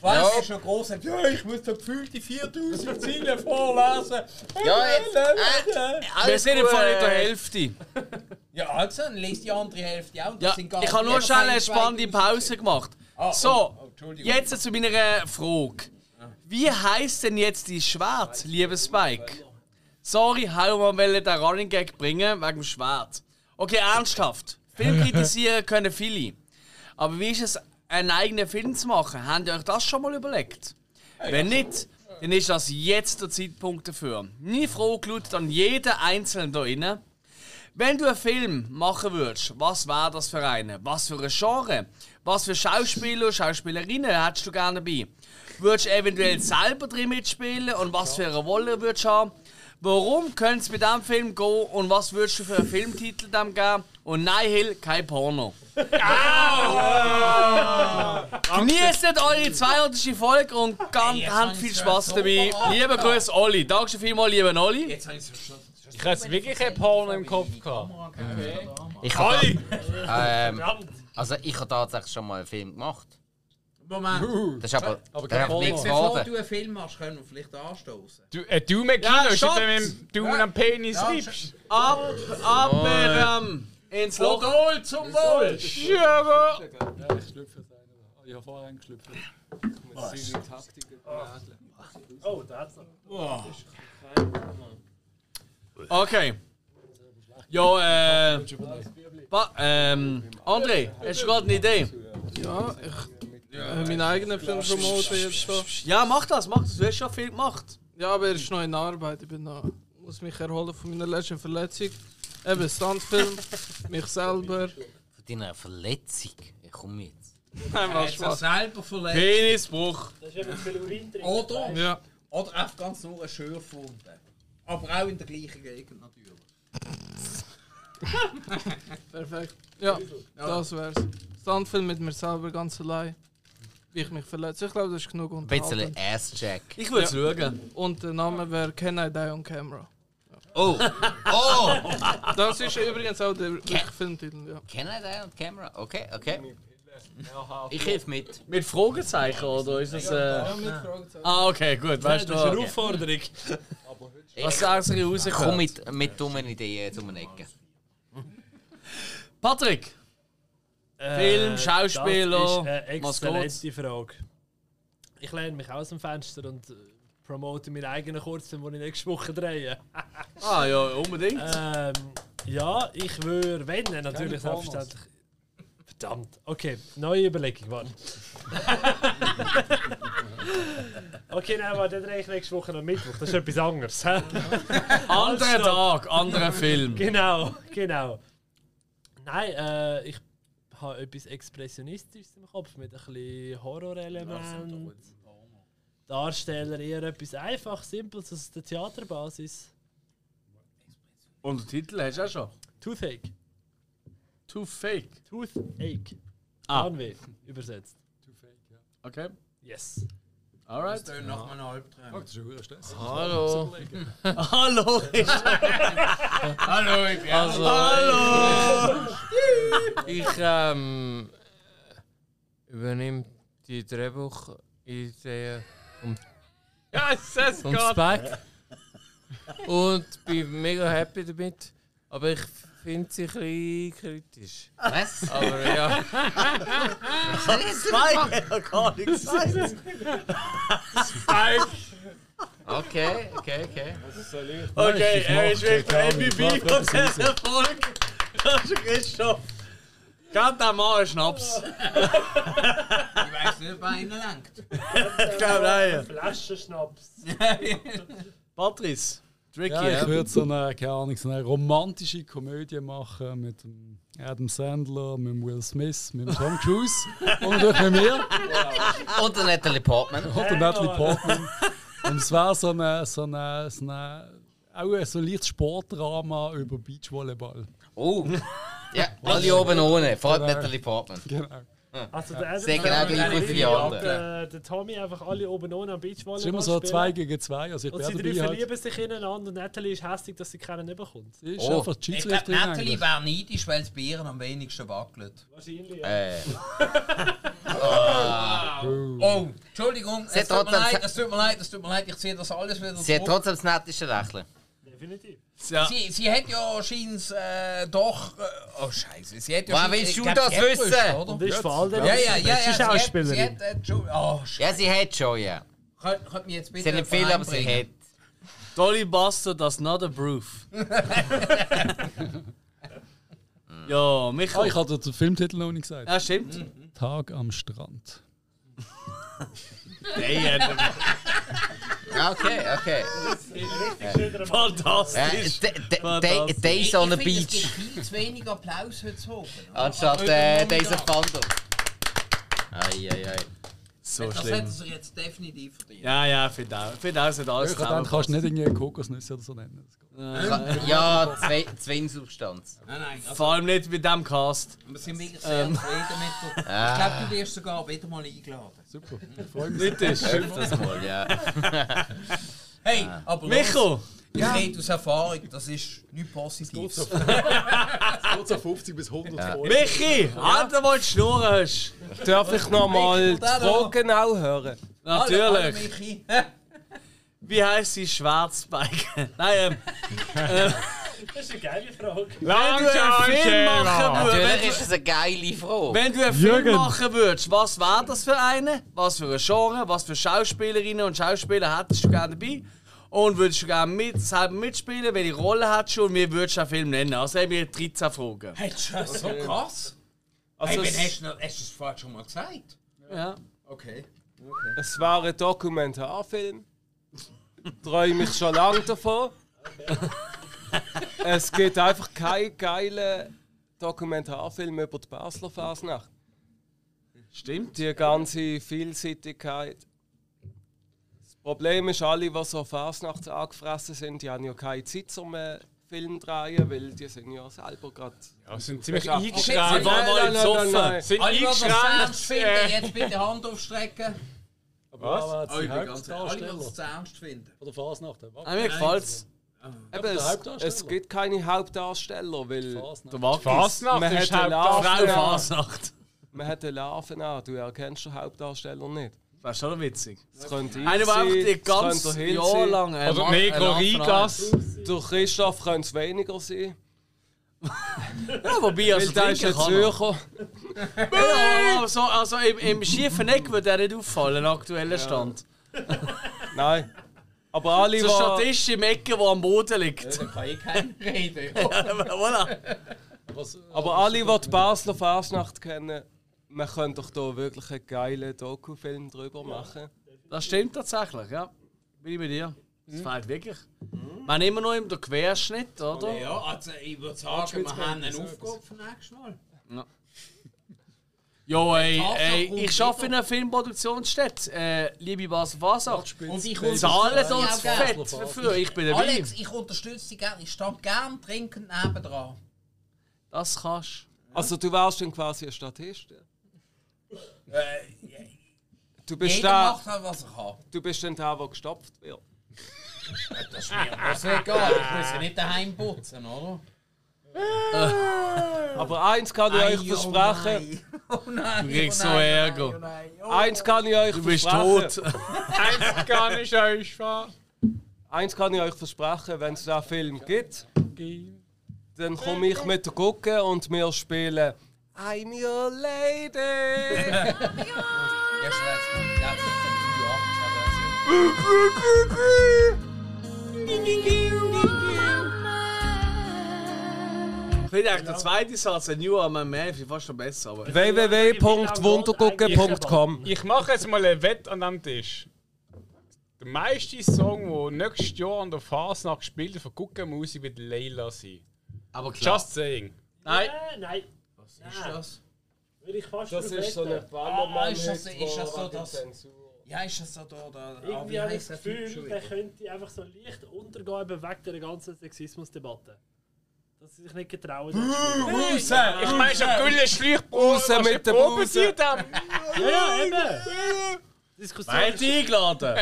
D: Weil es ist noch groß, ja, ich muss da gefühlt die 4000 Ziele vorlesen.
B: Ja, jetzt.
D: Äh,
A: Wir
B: Alles
A: sind im
B: gut.
A: Fall in der Hälfte.
D: Ja, also, dann lest die andere Hälfte auch. und das
A: Ja,
D: sind gar
A: ich habe nur
D: nicht-
A: schnell eine spannende Pause gemacht.
D: Ah, oh, oh,
A: So,
D: Entschuldigung.
A: jetzt zu meiner Frage. Wie heißt denn jetzt die Schwert, lieber Spike? Sorry, hau mal wollte den Running Gag bringen wegen dem Schwert. Okay, ernsthaft. Film kritisieren können viele. Aber wie ist es, einen eigenen Film zu machen? Habt ihr euch das schon mal überlegt? Wenn nicht, dann ist das jetzt der Zeitpunkt dafür. Meine Frage lautet an jeden Einzelnen da drinnen. Wenn du einen Film machen würdest, was wäre das für einen? Was für ein Genre? Was für Schauspieler und Schauspielerinnen hättest du gerne dabei? Würdest du eventuell selber drin mitspielen und was für eine Rolle würdest du haben? Warum könnte es mit diesem Film gehen und was würdest du für einen Filmtitel dem geben? Und nein, Hill, kein Porno. Genießt eure zwei unterschiedlichen Folgen und ganz, habt viel Spaß dabei. Liebe Grüße, Olli. Dankeschön vielmals, lieber Olli. oh, Jetzt habe ich
H: Ich habe jetzt wirklich einen Porno im Kopf gehabt.
B: Ich hab da, ähm, also ich habe tatsächlich schon mal einen Film gemacht.
D: Moment.
B: Das ist aber,
D: Aber
B: der hat
D: bevor,
B: nichts
D: bevor
B: geworden.
D: du einen Film machst, können wir vielleicht anstoßen.
H: Du, ein Daumen Kino ist nicht, wenn du mit dem Daumen am Penis
D: Ja,
H: liebst.
A: Ab, ab,
H: Moin.
A: ähm, ins Loch. Wohl zum Wohl.
H: Schürber!
E: Ja, ich schlüpfe jetzt einen. Ah, Ich habe vorher einen geschlüpft.
B: Ah.
G: Oh, da hat's noch.
A: Boah. Okay. Ja, äh. Ba, ähm. André, hast du gerade eine Idee?
I: Ja, ich. Äh, meinen eigenen Film promote jetzt so.
A: Ja, mach das, mach das. Du hast schon viel gemacht.
I: Ja, aber er ist noch in Arbeit. Ich bin noch, muss mich erholen von meiner letzten Verletzung. Eben Standfilm, mich selber.
B: Von deiner Verletzung. Ich komme jetzt.
I: Nein,
D: Er
I: war
D: hat sich
I: Spaß.
D: selber verletzt.
A: Penisbruch.
G: Das ist eben viel Urin drin.
D: Oder?
I: Ja.
D: Oder einfach ganz nur eine Schürfwunde. Aber auch in der gleichen Gegend natürlich.
I: Perfekt. Ja, das wär's. Standfilm mit mir selber ganz allein. Wie ich mich verletze. Ich glaube, das ist genug
B: Ein bisschen
I: unterhalten.
B: Ass-Jack.
A: Ich würde es schauen.
I: Und der Name wäre Can I Die on Camera.
B: Oh! Oh!
I: Das ist übrigens auch der wirkliche Filmtitel, ja.
B: Can I die on camera? Okay, okay. Ich helfe mit.
A: Mit Fragezeichen, oder? Ist das. Äh... Ah, okay, gut, weißt du.
G: Das ist eine Aufforderung.
A: Was sagst du raus?
B: Komm mit, mit dummen Ideen zu einer Ecke.
A: Patrick! Film, Schauspieler,
G: Das ist eine
H: äh,
A: was geht's?
G: exzellente Frage. Ich lehne mich aus dem Fenster und äh, promote meinen eigenen Kurzfilm, den ich nächste Woche drehe.
A: Ah, ja, unbedingt.
G: Ähm, ja, ich würde, wenn, dann natürlich
E: Keine Pornos.
G: selbstverständlich. Verdammt. Okay, neue Überlegung, warte. okay, nein, warte, dann drehe ich nächste Woche am Mittwoch. Das ist etwas anderes. hä?
A: Anderer Tag, anderer Film.
G: Genau, genau. Nein, äh, ich habe etwas Expressionistisches im Kopf mit ein bisschen Horrorelement. Darsteller eher etwas einfach, simples aus der Theaterbasis.
A: Und den Titel hast du auch schon.
G: Toothache.
A: Too fake.
G: Toothache.
A: Ah.
G: Zahnweh, übersetzt.
A: Okay,
G: Yes.
A: alright.
D: Das ist nach einem Albtraum.
E: Das ist ein Stress.
B: Hallo.
A: Hallo!
D: Hallo, ich bin
J: Also,
A: Hallo!
J: ich ähm, übernehme die Drehbuchidee vom,
H: Ja, es
J: vom Spike und bin mega happy damit. Aber ich finde sie ein bisschen kritisch.
B: Was?
J: Aber ja,
A: Spike hat ja gar nichts gesagt.
B: Okay, okay, okay.
C: eh,
A: Okay, er ist wirklich der MVP von diesem Erfolg. Das ist Christoph. Gebt dem Mann einen Schnaps.
D: Ich weiß nicht, ob er ihn lenkt.
A: Ich glaube, nein.
G: Flaschenschnaps.
A: Patrice, tricky,
E: Ja, ich
A: ja?
E: würde so eine, keine Ahnung, so eine romantische Komödie machen mit dem Adam Sandler, mit dem Will Smith, mit dem Tom Cruise und natürlich mit mir
B: Und der Natalie Portman.
E: und dem Natalie Portman. Und es wäre so eine, so eine, so eine, auch ein so ein leichtes Sportdrama über Beachvolleyball.
B: Oh. Ja, alle oben ohne. Vor allem Natalie Portman.
E: Genau.
G: Also der Adam
B: Sehr genau
G: Sandler
B: gleich wie
G: hat
B: die anderen.
G: Der, der Tommy einfach alle oben ohne am Beachvolleyball
E: Es ist immer so
G: spielen.
E: zwei gegen zwei, also ich
G: Und
E: bin
G: sie drei
E: auch dabei halt.
G: verlieben sich ineinander und Natalie ist hässlich, dass sie keinen bekommt.
E: Sie ist
B: Oh.
E: einfach die
D: Ich glaube,
E: Schiedsrichterin
D: Natalie
E: eigentlich.
D: wäre neidisch, weil das Bier am wenigsten wackelt.
G: Wahrscheinlich.
B: Äh.
D: Oh, Entschuldigung,
B: Sie
D: es
B: hat
D: tut mir
B: trotzdem-
D: leid, es tut mir leid, es tut mir leid, ich ziehe das alles wieder
B: Sie hat
D: zurück.
B: trotzdem das netteste Lächeln.
G: Definitiv.
A: Ja.
D: Sie, sie hat ja scheint äh, doch... Äh, oh Scheiße, sie hat ja...
B: Woher
D: scheint-
B: willst
D: ich
B: du
D: glaub,
B: das
D: sie hat
B: wissen?
G: Und
D: gewusst, oder?
G: ist vor allem
D: Ja, ja, ja, ja,
G: sie ist
D: sie hat- Sie
G: Schauspielerin.
D: hat, äh, Entschuldigung, oh, Scheiße.
B: Ja, sie hat schon, ja.
D: Könnt, könnt mich jetzt bitte
B: Sie hat nicht viel, aber sie
D: reinbringen?
B: hat.
A: Dolly Buster does not approve. ja,
E: Ah, ich
A: Michael.
E: hatte den Filmtitel noch nicht gesagt.
A: Ja, stimmt.
E: Tag am Strand.
A: Nein,
B: Ah, Okay, okay.
A: Fantastisch.
B: Äh, d- d- Fantastisch. d- Days on the
D: Ich finde,
B: Beach.
D: Es gibt viel zu wenig Applaus heute zu oben. oh,
B: Anstatt äh, Days of Thunder. Eieiei.
A: So
D: das
A: schlimm.
D: hätten sie jetzt definitiv verdient.
A: Ja, ja, für da, für da sind alles
E: Alles dann kannst du nicht irgendwie Kokosnüsse oder so nennen.
A: zusammenpasst.
B: Äh, Ja, Zwe- Zwillingsubstanz.
D: Nein, nein. Also,
A: Vor allem nicht mit dem Cast.
D: wir sind wirklich sehr
A: Ähm.
D: zufrieden mit dir.
B: Ah.
D: Ich glaube, du wirst sogar wieder mal eingeladen.
E: Super.
A: freue mich. Nicht ist.
B: Öfters mal, ja.
D: Hey,
B: Ah.
D: aber
A: Micho!
D: los. Ich rede aus Erfahrung, das ist nichts Positives.
E: Es geht so 50 bis 100
B: Ja.
E: Folgen.
A: Michi! Halt mal die Schnur! hast.
C: Darf ich nochmal die
D: Modell.
C: Fragen auch hören?
B: Oh,
D: Hallo,
A: Natürlich!
D: Michi.
A: Wie heisst sie Schwarzbeige? Nein, ähm.
G: Das ist eine geile Frage.
A: wenn du einen Film machen
B: Natürlich
A: würdest.
B: ist das eine geile Frage.
A: Wenn du einen Film machen würdest, was wäre das für eine? Was für ein Genre? Was für Schauspielerinnen und Schauspieler hättest du gerne dabei? Und würdest du gerne mit, selber mitspielen? Welche Rolle hättest du? Und wie würdest du den Film nennen? Also haben wir 13 Fragen.
D: Hättest du das so krass?
C: Also
D: hey,
C: es-
D: wenn hast du noch- hast du es vorher schon mal gesagt?
A: Ja.
D: Okay.
C: Es war ein Dokumentarfilm. Träume mich schon lange davon. es gibt einfach keinen geilen Dokumentarfilm über die Basler Fasnacht.
A: Stimmt.
C: Die ganze Vielseitigkeit. Das Problem ist, alle, die so Fasnachts angefressen sind, die haben ja keine Zeit zum äh, Film zu drehen, weil die sind ja selber gerade.
H: Ja, sind ziemlich
C: Ja.
H: eingeschränkt.
A: Sie waren mal
C: Nein, nein, nein,
A: besoffen.
C: nein, nein.
H: Sind
D: Alle, die das
H: eingeschränkt.
D: ernst finden, jetzt bitte Hand aufstrecken.
E: Aber
H: Was?
E: was? Die
D: Alle, die das
E: Hauptdarsteller
D: ernst finden.
E: von der Fasnacht. Was?
A: Ah, mir gefällt's.
E: Ah.
C: Eben, es,
E: Hauptdarsteller?
C: es gibt keine Hauptdarsteller, weil.
E: Fasnacht.
A: Der Wackis.
H: Fasnacht
C: Man
H: ist
C: hat eine
A: Frau
C: Larve.
H: Hauptdarsteller.
A: Fasnacht.
C: Man hat eine Larven an, du erkennst den Hauptdarsteller nicht.
A: Das ist schon noch witzig.
C: Das könnte ich
A: Einer, der einfach
C: sein,
A: die
C: das
A: ganze
C: könnte der Hill
A: Jahr
C: sein.
A: lang. äh,
H: Oder
A: Mann- äh,
H: Negro
A: Larven
H: Rigas.
C: Durch Christoph könnte es weniger sein.
A: hat. Ja, wobei, also
C: Weil der ist
A: trinken
C: ein
A: kann er.
C: Zürcher.
A: Ja, aber so, also im, im schiefen Eck würde er nicht auffallen, aktueller Stand.
C: Nein. Aber alle,
A: So ein
C: die...
A: Statist im Ecken, der am Boden liegt.
D: Dann kann ich keinen reden. äh,
A: voilà.
C: Aber alle, die die Basler Fasnacht kennen, man könnte doch da wirklich einen geilen Dokufilm drüber machen.
A: Das stimmt tatsächlich, ja. Bin ich bei dir. Das
C: Hm?
A: fehlt wirklich. Man immer noch im der Querschnitt, oder?
D: Hm? Ja, also ich würde sagen, wir haben eine Aufgabe für nächstes Mal.
A: Jo, ey,
D: Tatsache
A: ey,
D: kommt
A: ich arbeite in
D: wieder.
A: einer Filmproduktionsstätte. Äh, liebe Basel Fasnacht.
D: Und ich
A: Zahlen
D: unterstütze
A: uns
D: dich auch gerne.
A: fett dafür. Ich bin dabei.
D: Alex, ich unterstütze dich gerne. Ich stand gern trinkend nebendran.
A: Das kannst
C: Also du wärst dann quasi ein Statist. ja?
D: Äh,
C: Du bist,
D: Jeder
C: der,
D: macht halt, was er kann.
C: du bist dann der, der gestopft wird.
D: Das ist mir was egal. Ich muss ja nicht daheim putzen, oder?
C: Aber eins kann ich
D: Ei,
C: euch versprechen.
D: Oh nein. Oh nein.
A: Du kriegst
D: oh
A: so
D: nein,
A: Ärger.
D: Oh nein, oh nein, oh nein.
C: Eins kann ich euch
A: du. Du bist
C: versprechen.
A: tot.
H: Eins kann ich euch fahren.
C: Eins kann ich euch versprechen, wenn es da Film gibt, dann komme ich mit gucken und wir spielen I'm your lady.
D: Ja, schon jetzt. Ja, das ist eine 3-8-Version.
A: Ich finde eigentlich der zweite Satz, ein New Arm Man, ist fast noch besser. Aber
C: www.wundergucke.com
H: Ich mache jetzt mal ein Wett an dem Tisch. Der meiste Song, der nächstes Jahr an der Fasnacht gespielt wird, von Guckenmusik, wird Leila sein.
A: aber
H: Just saying.
A: Nein,
G: Äh, nein.
D: Was ist das?
G: Würde ich fast
C: Das ist so eine
G: verwenden.
C: Ballermann.
D: Ah, ist das- ist das so das- Ja, ist das so da? da ah,
G: Irgendwie habe ich
D: heisst
G: das
D: der Typ schon
G: Gefühl, der
D: wieder?
G: könnte einfach so leicht untergehen eben wegen dieser ganzen Sexismusdebatte. Dass sie sich nicht getrauen. das zu spielen.
H: Raus! Ich meine, schon gülle Schleichbrause
C: Raus mit der Brause.
G: ja, ja, eben! Diskussion.
A: Wer hat dich eingeladen?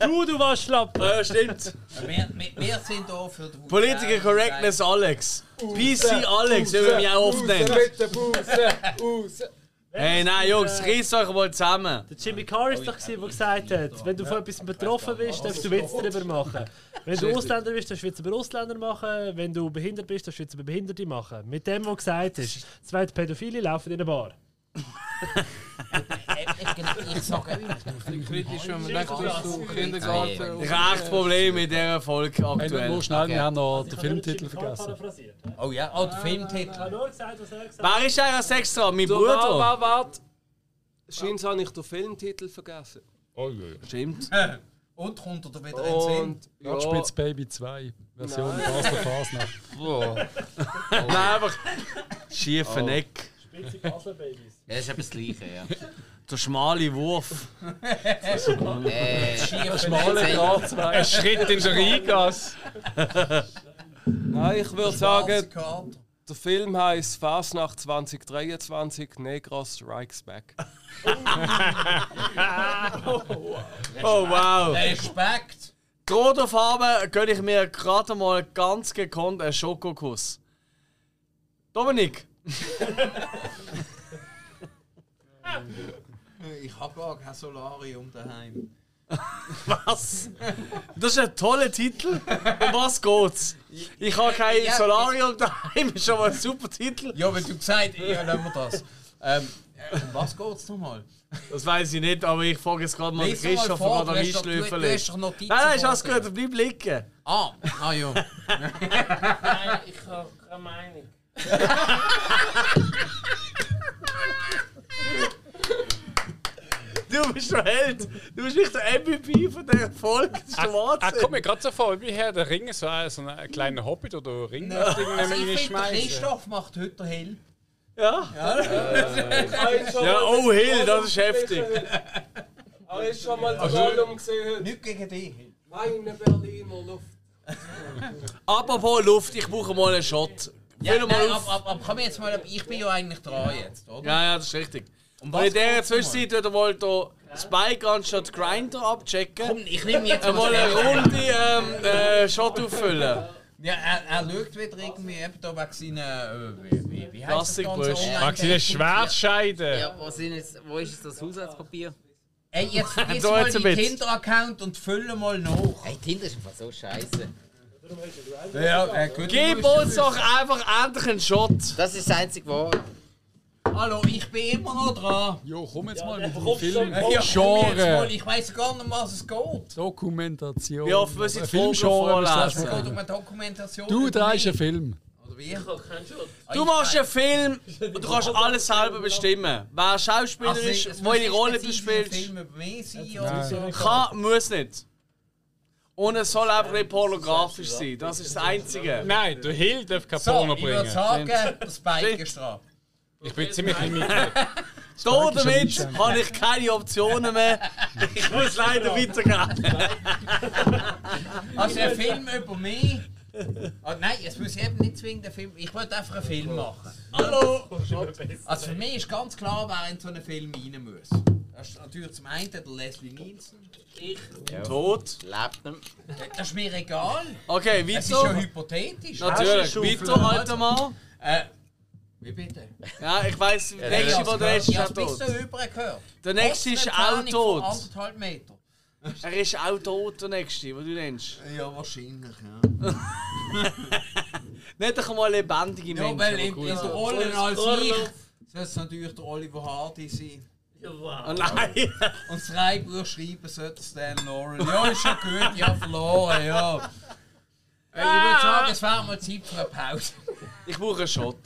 G: Du, du Waschlappen!
A: ja, stimmt.
D: Wir, wir, wir sind da für die
A: Political Correctness Alex. PC Alex, wir müssen mich auch aufnehmen.
C: Mit der Buße,
A: Hey, nein, Jungs, reiss euch mal zusammen.
G: Der Jimmy Carr ist doch, gewesen, der gesagt hat, wenn du von etwas betroffen bist, darfst du Witze darüber machen. Wenn du Ausländer bist, darfst du Witze über Ausländer machen. Wenn du behindert bist, darfst du Witze über Behinderte machen. Mit dem, was gesagt ist, zwei Pädophile laufen in eine Bar.
D: Äh, Ich, ich sage immer, du
I: Kritisch, wenn man denkt, dass du Kindergarten
A: Ich habe echt Probleme mit dieser Folge
E: Hey,
A: aktuell.
E: nur schnell, wir haben noch den Filmtitel vergessen.
D: Oh ja, oh, der Filmtitel.
G: habe nur gesagt, was er gesagt
A: Wer ist eigentlich das extra? Mein
C: Warte,
A: Bruder?
C: warte, warte. Scheint habe ich den Filmtitel vergessen.
H: Oh, ja, ja.
A: Stimmt.
D: Und kommt oder wieder
C: Und, ja.
F: Ratspitz Baby 2, Version
C: Nein.
F: Basler Fasnacht.
B: Boah.
A: Nein, einfach schiefe
B: Oh.
A: Eck.
G: Spitze Basler-Babys.
B: Ja, das ist etwas das Gleiche, ja.
A: Der schmale Wurf.
B: Äh,
C: Schiefe
H: schmale
C: Eck.
H: Grazweg. Ein Schritt in der Rheingasse.
C: Nein, ich würde
D: Schwarze
C: sagen,
D: Kater.
C: der Film heißt Fasnacht 2023, Negros Strikes Back.
A: Oh wow.
D: Respekt.
A: Gerade auf Farbe gönne ich mir gerade mal ganz gekonnt einen Schokokuss. Dominik,
D: Ich habe gar kein Solarium daheim.
A: was? Das ist ein toller Titel. Um was geht's? Ich habe kein
D: Ja.
A: Solarium daheim, ist schon mal ein super Titel.
D: Ja, weil du gesagt hast, ja, lassen wir das. Ähm, äh, um was geht es nochmal?
A: Das weiß ich nicht, aber ich frage jetzt gerade mal
D: Lies doch mal
A: Christoph,
D: vor,
A: ob er da
D: du hast doch- du-
A: reinschlüpfen
D: du hast doch
A: Nein,
D: Notizen
A: nein, ist alles
D: vorbereitet.
A: gut, bleib liegen.
D: Ah, ah ja.
I: Nein, ich habe keine Meinung.
A: Du bist der Held. Du bist nicht der MVP von dieser Folge. Das ist der
H: Ah, kommt
A: Wahnsinn.
H: mir gerade so vor, wie her der Ring so ein, so ein kleiner Hobbit oder Ring
D: Nein.
H: irgendwie
D: Also ich finde, der
H: reinschmeißen.
D: Christoph macht heute den hell.
A: Ja.
I: Ja,
A: Ja, oh Hill, das ist heftig. Also,
I: Aber ich schon mal den Gollum gesehen.
D: Nicht gegen dich. Hill.
I: Meine Berliner Luft.
A: Apropos Luft, ich brauche mal einen Shot.
D: Ja,
A: Füll mal
D: nein,
A: auf.
D: ab, ab, ab, komm jetzt mal ab. Ich bin ja eigentlich dran jetzt, oder?
A: Ja, ja, das ist richtig.
D: Um
A: Und in dieser
D: geht's
A: Zwischenzeit würde mal hier Spike anstatt Grinder
D: nochmal?
A: abchecken.
D: Komm, ich nehme jetzt
A: Äh, Mal eine
D: schnell-
A: Runde ähm, äh, Shot auffüllen.
D: Ja, er, er schaut wieder irgendwie eben da wegen seinen. Äh, wie, wie, wie heisst das
A: Plastikbrüsten.
D: ganze Online-
H: Mag sie eine Schwertscheide?
B: Ja, wo, sind jetzt, wo ist jetzt das Haushaltspapier?
D: Ey, jetzt vergiss
A: Da
D: mal
A: jetzt ein
D: deinen
A: Witz.
D: Tinder-Account und fülle mal nach.
B: Ey, Tinder ist einfach so scheiße.
D: Ja, äh, gut.
A: Gib uns doch einfach endlich einen Shot.
B: Das ist das einzige Wort.
D: Hallo, ich bin immer noch dran.
F: Jo, komm jetzt mal mit dem
G: kommst
F: Film.
D: Ja, komm jetzt
F: Genre.
D: mal, Ich weiß gar nicht, um was es geht.
F: Dokumentation.
A: Wie oft müssen wir die
F: Filmgenre,
A: Folge
F: das
A: vorlesen?
F: heißt,
D: Geht um eine Dokumentation.
F: Du
D: über
F: drehst
D: mich.
F: einen Film.
D: Oder wie?
I: Ich habe keinen Schutz.
A: Du machst einen Film und du kannst alles selber bestimmen. Wer Schauspieler
D: Also, es
A: ist,
D: muss
A: welche
D: nicht
A: Rolle du
D: spezifisch ein
A: spielst.
D: Film über mich sein oder so.
A: Kann, muss nicht. Und es soll einfach nicht pornografisch sein. Das ist das Einzige.
H: Nein, der Hill darf kein
D: So,
H: Porno
D: ich würde
H: bringen.
D: sagen, das Bike ist dran.
H: Ich bin ziemlich limitiert.
A: So, damit habe ich keine Optionen mehr. Ich muss leider weitergehen.
D: Also ein Film über mich. Ah, nein, es muss eben nicht zwingend ein Film. Ich wollte einfach einen Film machen. Hallo! Also für mich ist ganz klar, wer in so einen Film rein muss. Das ist natürlich zum einen der Leslie Nielsen.
A: Tot.
B: Lebt nicht.
D: Das ist mir egal.
A: Okay,
D: Es ist ja
A: weiter.
D: hypothetisch.
A: Natürlich. halt Weiter, alter Mann.
D: Äh, wie bitte?
A: Ja, ich weiss, der nächste, der der nächste
D: Ich
A: ist
D: habe
A: auch
D: bis
A: tot.
D: da rüber gehört.
A: Der nächste ist auch
D: Entfernung von
A: tot.
D: Anderthalb Meter.
A: Er ist auch tot, der nächste, den du nennst.
D: Ja, wahrscheinlich, ja.
A: Nicht einmal lebendige
D: Ja,
A: Menschen.
D: weil
A: aber
D: in, in
A: gut.
D: der Rolle als ich soll es natürlich der Oliver Hardy sein.
A: Oh nein!
D: Und das Drehbuch schreiben sollte Stan Laurel. Ja, ist schon gut, ja, verloren, ja. Äh, Ich würde sagen, es wäre mal Zeit für eine Pause.
A: Ich brauche einen Shot.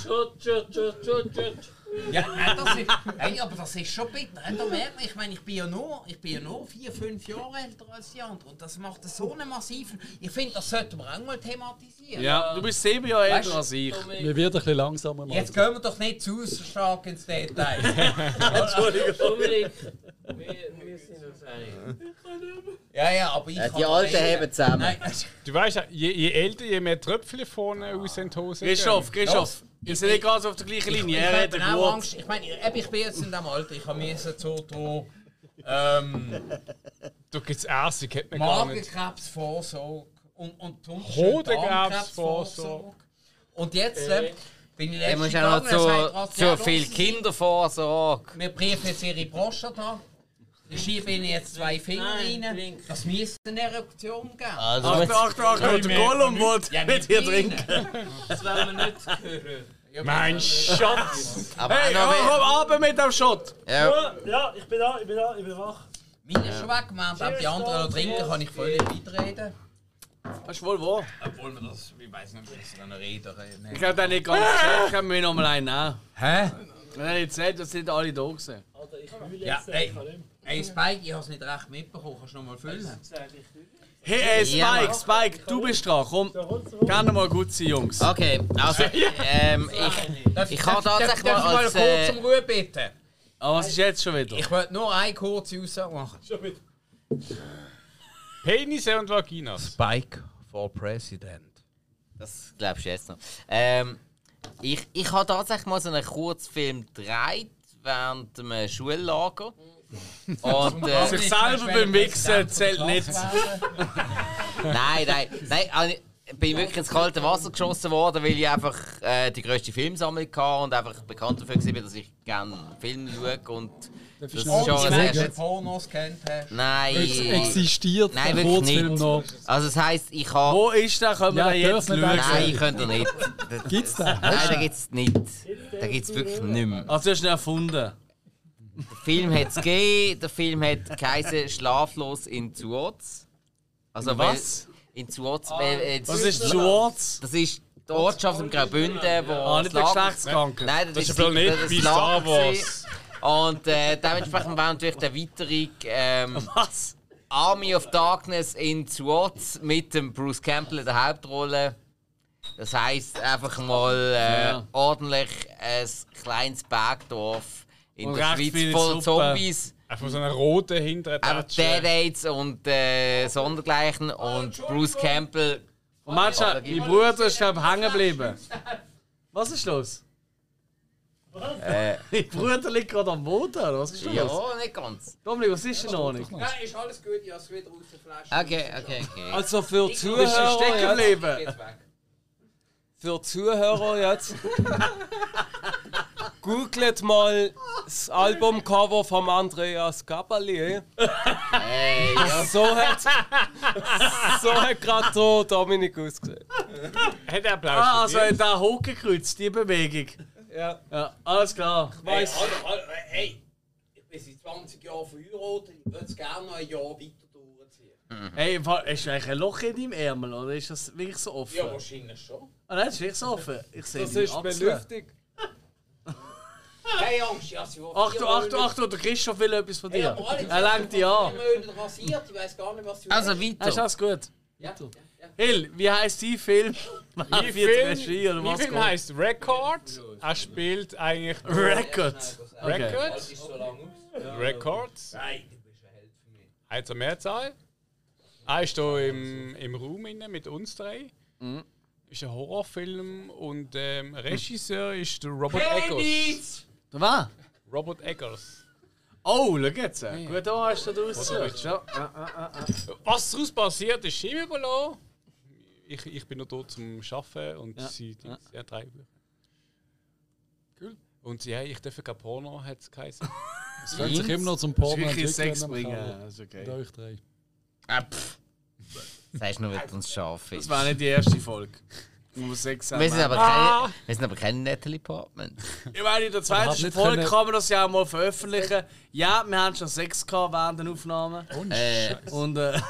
I: Schutz, Schutz, Schutz, Schutz, Schutz.
D: Ja, äh, das ist, hey, aber das ist schon bitter. Äh, Da merkt man, ich meine, ich bin ja nur, ich bin ja nur vier, fünf Jahre älter als die anderen. Und das macht so einen massiven. Ich finde, das sollten wir auch mal thematisieren.
A: Ja, du bist sieben Jahre
D: Weißt
A: älter
D: du-
A: als ich.
F: Wir werden ein bisschen langsamer machen.
D: Jetzt gehen wir doch nicht zu stark ins Detail.
I: Dominik, wir, wir sind uns einig.
D: Ja, ja, aber ich. kann
B: Die
D: doch
B: Alten
D: reden.
B: heben zusammen.
D: Nein, also,
H: Du weißt, ja, je, je älter, je mehr Tröpfchen vorne aus den Hosen. gehen.
A: Christoph, Christoph, wir sind nicht ganz auf der gleichen Linie.
D: ich
A: Er hat
D: habe
A: einen
D: auch
A: Gurt.
D: Angst. Ich meine, ich- ich bin jetzt in dem Alter, ich habe mir so durch ähm,
H: Du gibt's Essig, hat man gar nicht.
D: Magenkrebsvorsorge und, und
H: Hodenkrebsvorsorge.
D: Und jetzt äh, bin ich
B: Er
D: letztens
B: muss ja noch
D: gegangen, es hat
B: zu,
D: gerade
B: zu
D: sehr
B: viel
D: los.
B: Kindervorsorge.
D: Wir prüfen jetzt ihre Prostata. Ich schiebe ihnen jetzt zwei Finger rein. Das müsste eine Erektion geben.
B: Also,
A: Achtung, Achtung, Achtung, der Gollum wird
D: Ja,
A: mit dir
D: meinen.
A: trinken.
I: Das wollen wir nicht hören.
H: Mein Schatz!
B: aber
A: Hey, oh,
B: auch noch
A: komm ab mit dem Shot!
B: we- ja.
G: Ja, ich bin da, ich bin da, ich bin wach.
D: Meine ist schon weg, während die anderen noch trinken, kann ich völlig mitreden.
A: Das ist wohl wahr.
D: Obwohl wir das, ich weiß nicht, ob wir noch reden
A: Ich
D: können.
A: glaube, der nicht ganz gesagt, können wir noch mal einen nehmen.
D: Hä?
A: Er hat nicht gesagt, dass nicht alle da waren.
G: Alter, ich heule
D: Ja,
G: jetzt.
D: ey, ey, Spike, ich habe es nicht recht mitbekommen. Kannst du nochmal füllen?
A: Hey, ey, Spike, Spike, du bist dran. Komm, gerne mal gut sein, Jungs.
B: Okay, also, ähm, ich, ich kann tatsächlich mal
D: mal
B: als...
D: kurz um
B: Äh,
D: Ruhe bitten?
A: Aber Ah, was ist jetzt schon wieder?
D: Ich wollte nur eine kurze Aussage machen. Schon wieder.
H: Penisse und Vaginas.
J: Spike for President.
B: das glaubst du jetzt noch. Ähm, ich, ich habe tatsächlich mal so einen Kurzfilm gedreht während einem Schullager. Und, äh,
A: Sich selber beim Mixen zählt nicht.
B: nein, nein, nein. also Ich bin wirklich ins kalte Wasser geschossen worden, weil ich einfach äh, die grösste Filmsammlung hatte und einfach bekannt dafür war, dass ich gerne Filme schaue. Und das ist schon ein
D: Wenn
B: sehr
D: du Pornos kennt hast.
B: Nein.
D: Ex-
E: existiert
B: Nein,
E: der
B: wirklich
E: Kurzfilm
B: nicht.
E: noch?
B: Also das heisst, ich habe...
A: Wo ist der? Können wir
E: Ja,
A: den
E: dürfen
A: jetzt
E: wir
A: schauen?
E: den
B: Nein, könnt ihr nicht.
E: Gibt's den?
B: Nein, den gibt es nicht. Den gibt es wirklich nicht mehr.
A: Also, du hast ihn erfunden.
B: Der Film hat es gegeben, der Film hat geheißen «Schlaflos in Zuoz». Also
A: In
B: weil-
A: was?
B: In Zuoz. weil- äh,
A: Was ist Zuoz?
B: Das ist die Ortschaft im Graubünden, wo...
A: Ah,
B: das
A: nicht der
B: Lager-
A: Geschlechtskrankheit.
B: Nein, das,
H: Das ist
B: ein
H: ein Planet
B: das
H: wie
B: Lager
H: Star Wars.
B: gewesen. Und äh, dementsprechend war natürlich die Erweiterung ähm,
A: Was?
B: Army of Darkness in Zuoz mit dem Bruce Campbell in der Hauptrolle. Das heißt einfach mal äh,
A: Ja.
B: ordentlich ein kleines Bergdorf in
A: Und
B: der
A: recht
B: Schweiz
A: viel
B: voll
A: Suppe.
B: Zombies.
H: Einfach so einen roten hinter
B: Einfach Dead-Aids und äh, Sondergleichen und Bruce Campbell.
A: Und meinst du, mein Bruder ist glaub, hängen geblieben? Was ist los?
B: Äh,
A: Mein Bruder liegt gerade am Boden, oder was ist
B: ja,
A: los?
B: nicht ganz.
A: Dominik, was ist denn noch nicht?
D: Nein, ist alles gut, ich habe es wieder aus der Flasche.
B: Okay, okay, okay.
C: Also für die
A: Du bist
C: Zuhörer
A: stecken
C: jetzt,
A: geblieben.
C: für die Zuhörer jetzt. Googlet mal das Albumcover von Andreas Gabalier.
B: Hey, ja.
C: So hat, so hat gerade der Dominik ausgesehen.
H: Hat er Applaus
A: Ah, also hat er hochgekreuzt, die Bewegung.
C: Ja.
A: Ja, alles klar.
D: Hey, hallo, hallo, hey, ich bin seit 20 Jahren verheiratet, ich würde es gerne noch ein Jahr weiter durchziehen.
A: Hey, im Fall- hast du eigentlich ein Loch in deinem Ärmel, oder ist das wirklich so offen?
D: Ja, wahrscheinlich schon.
A: Ah, nein, das ist wirklich so offen. Ich sehe
C: Das
A: die
C: ist
A: Achseln.
C: belüftig.
D: Keine Angst, ich habe sie vor
A: Achtung, Achtung, Achtung, der Christoph will etwas von dir.
D: Alex,
A: Er lenkt dich an.
D: Monate rasiert, ich weiß gar nicht, was du
B: Also
A: Hast du
B: weiter.
A: das gut?
D: Ja, ja, ja.
A: Hill, wie heisst dein Film?
H: Mein
A: Wie die Regie oder
H: Film, mein
A: was?
H: Film heisst Record. Er spielt eigentlich
A: Record. Okay.
H: Record.
D: ist so lange aus.
H: Records.
D: Nein, du bist ein Held für mich.
H: Eins an Mehrzahl. Er ist hier im, im Raum inne mit uns drei.
A: Mhm.
H: Ist ein Horrorfilm und ähm, Regisseur ist der Robert Eggers.
A: Der war?
H: Robert Eggers.
A: Oh, schau jetzt. Gut, da hast du das rausgesucht. Ja.
H: Was daraus passiert, ist ihm überlassen. Ich, ich bin noch da zum Arbeiten und sie ja. ja, drei Bücher. Cool. Und ja, ich darf kein Porno, hat es geheißen.
E: Es könnte sich immer noch zum Porno
A: Wirklich
E: entwickeln.
A: Sex
E: am
A: bringen.
E: Keller.
A: Ist
E: Mit
A: okay.
E: euch drei.
B: Ah, pff. Das heißt nur, wenn uns scharf ist.
A: Das war nicht die erste Folge. Nummer 6
B: Wir sind aber keine, wir sind aber keine Natalie Portman.
A: Ah! Ich meine, in der
E: hat
A: zweiten
E: nicht
A: Folge
E: können-
A: kann man das ja auch mal veröffentlichen. Ja, wir haben schon Sex gehabt während der Aufnahme.
E: Oh,
B: Äh,
A: Und äh,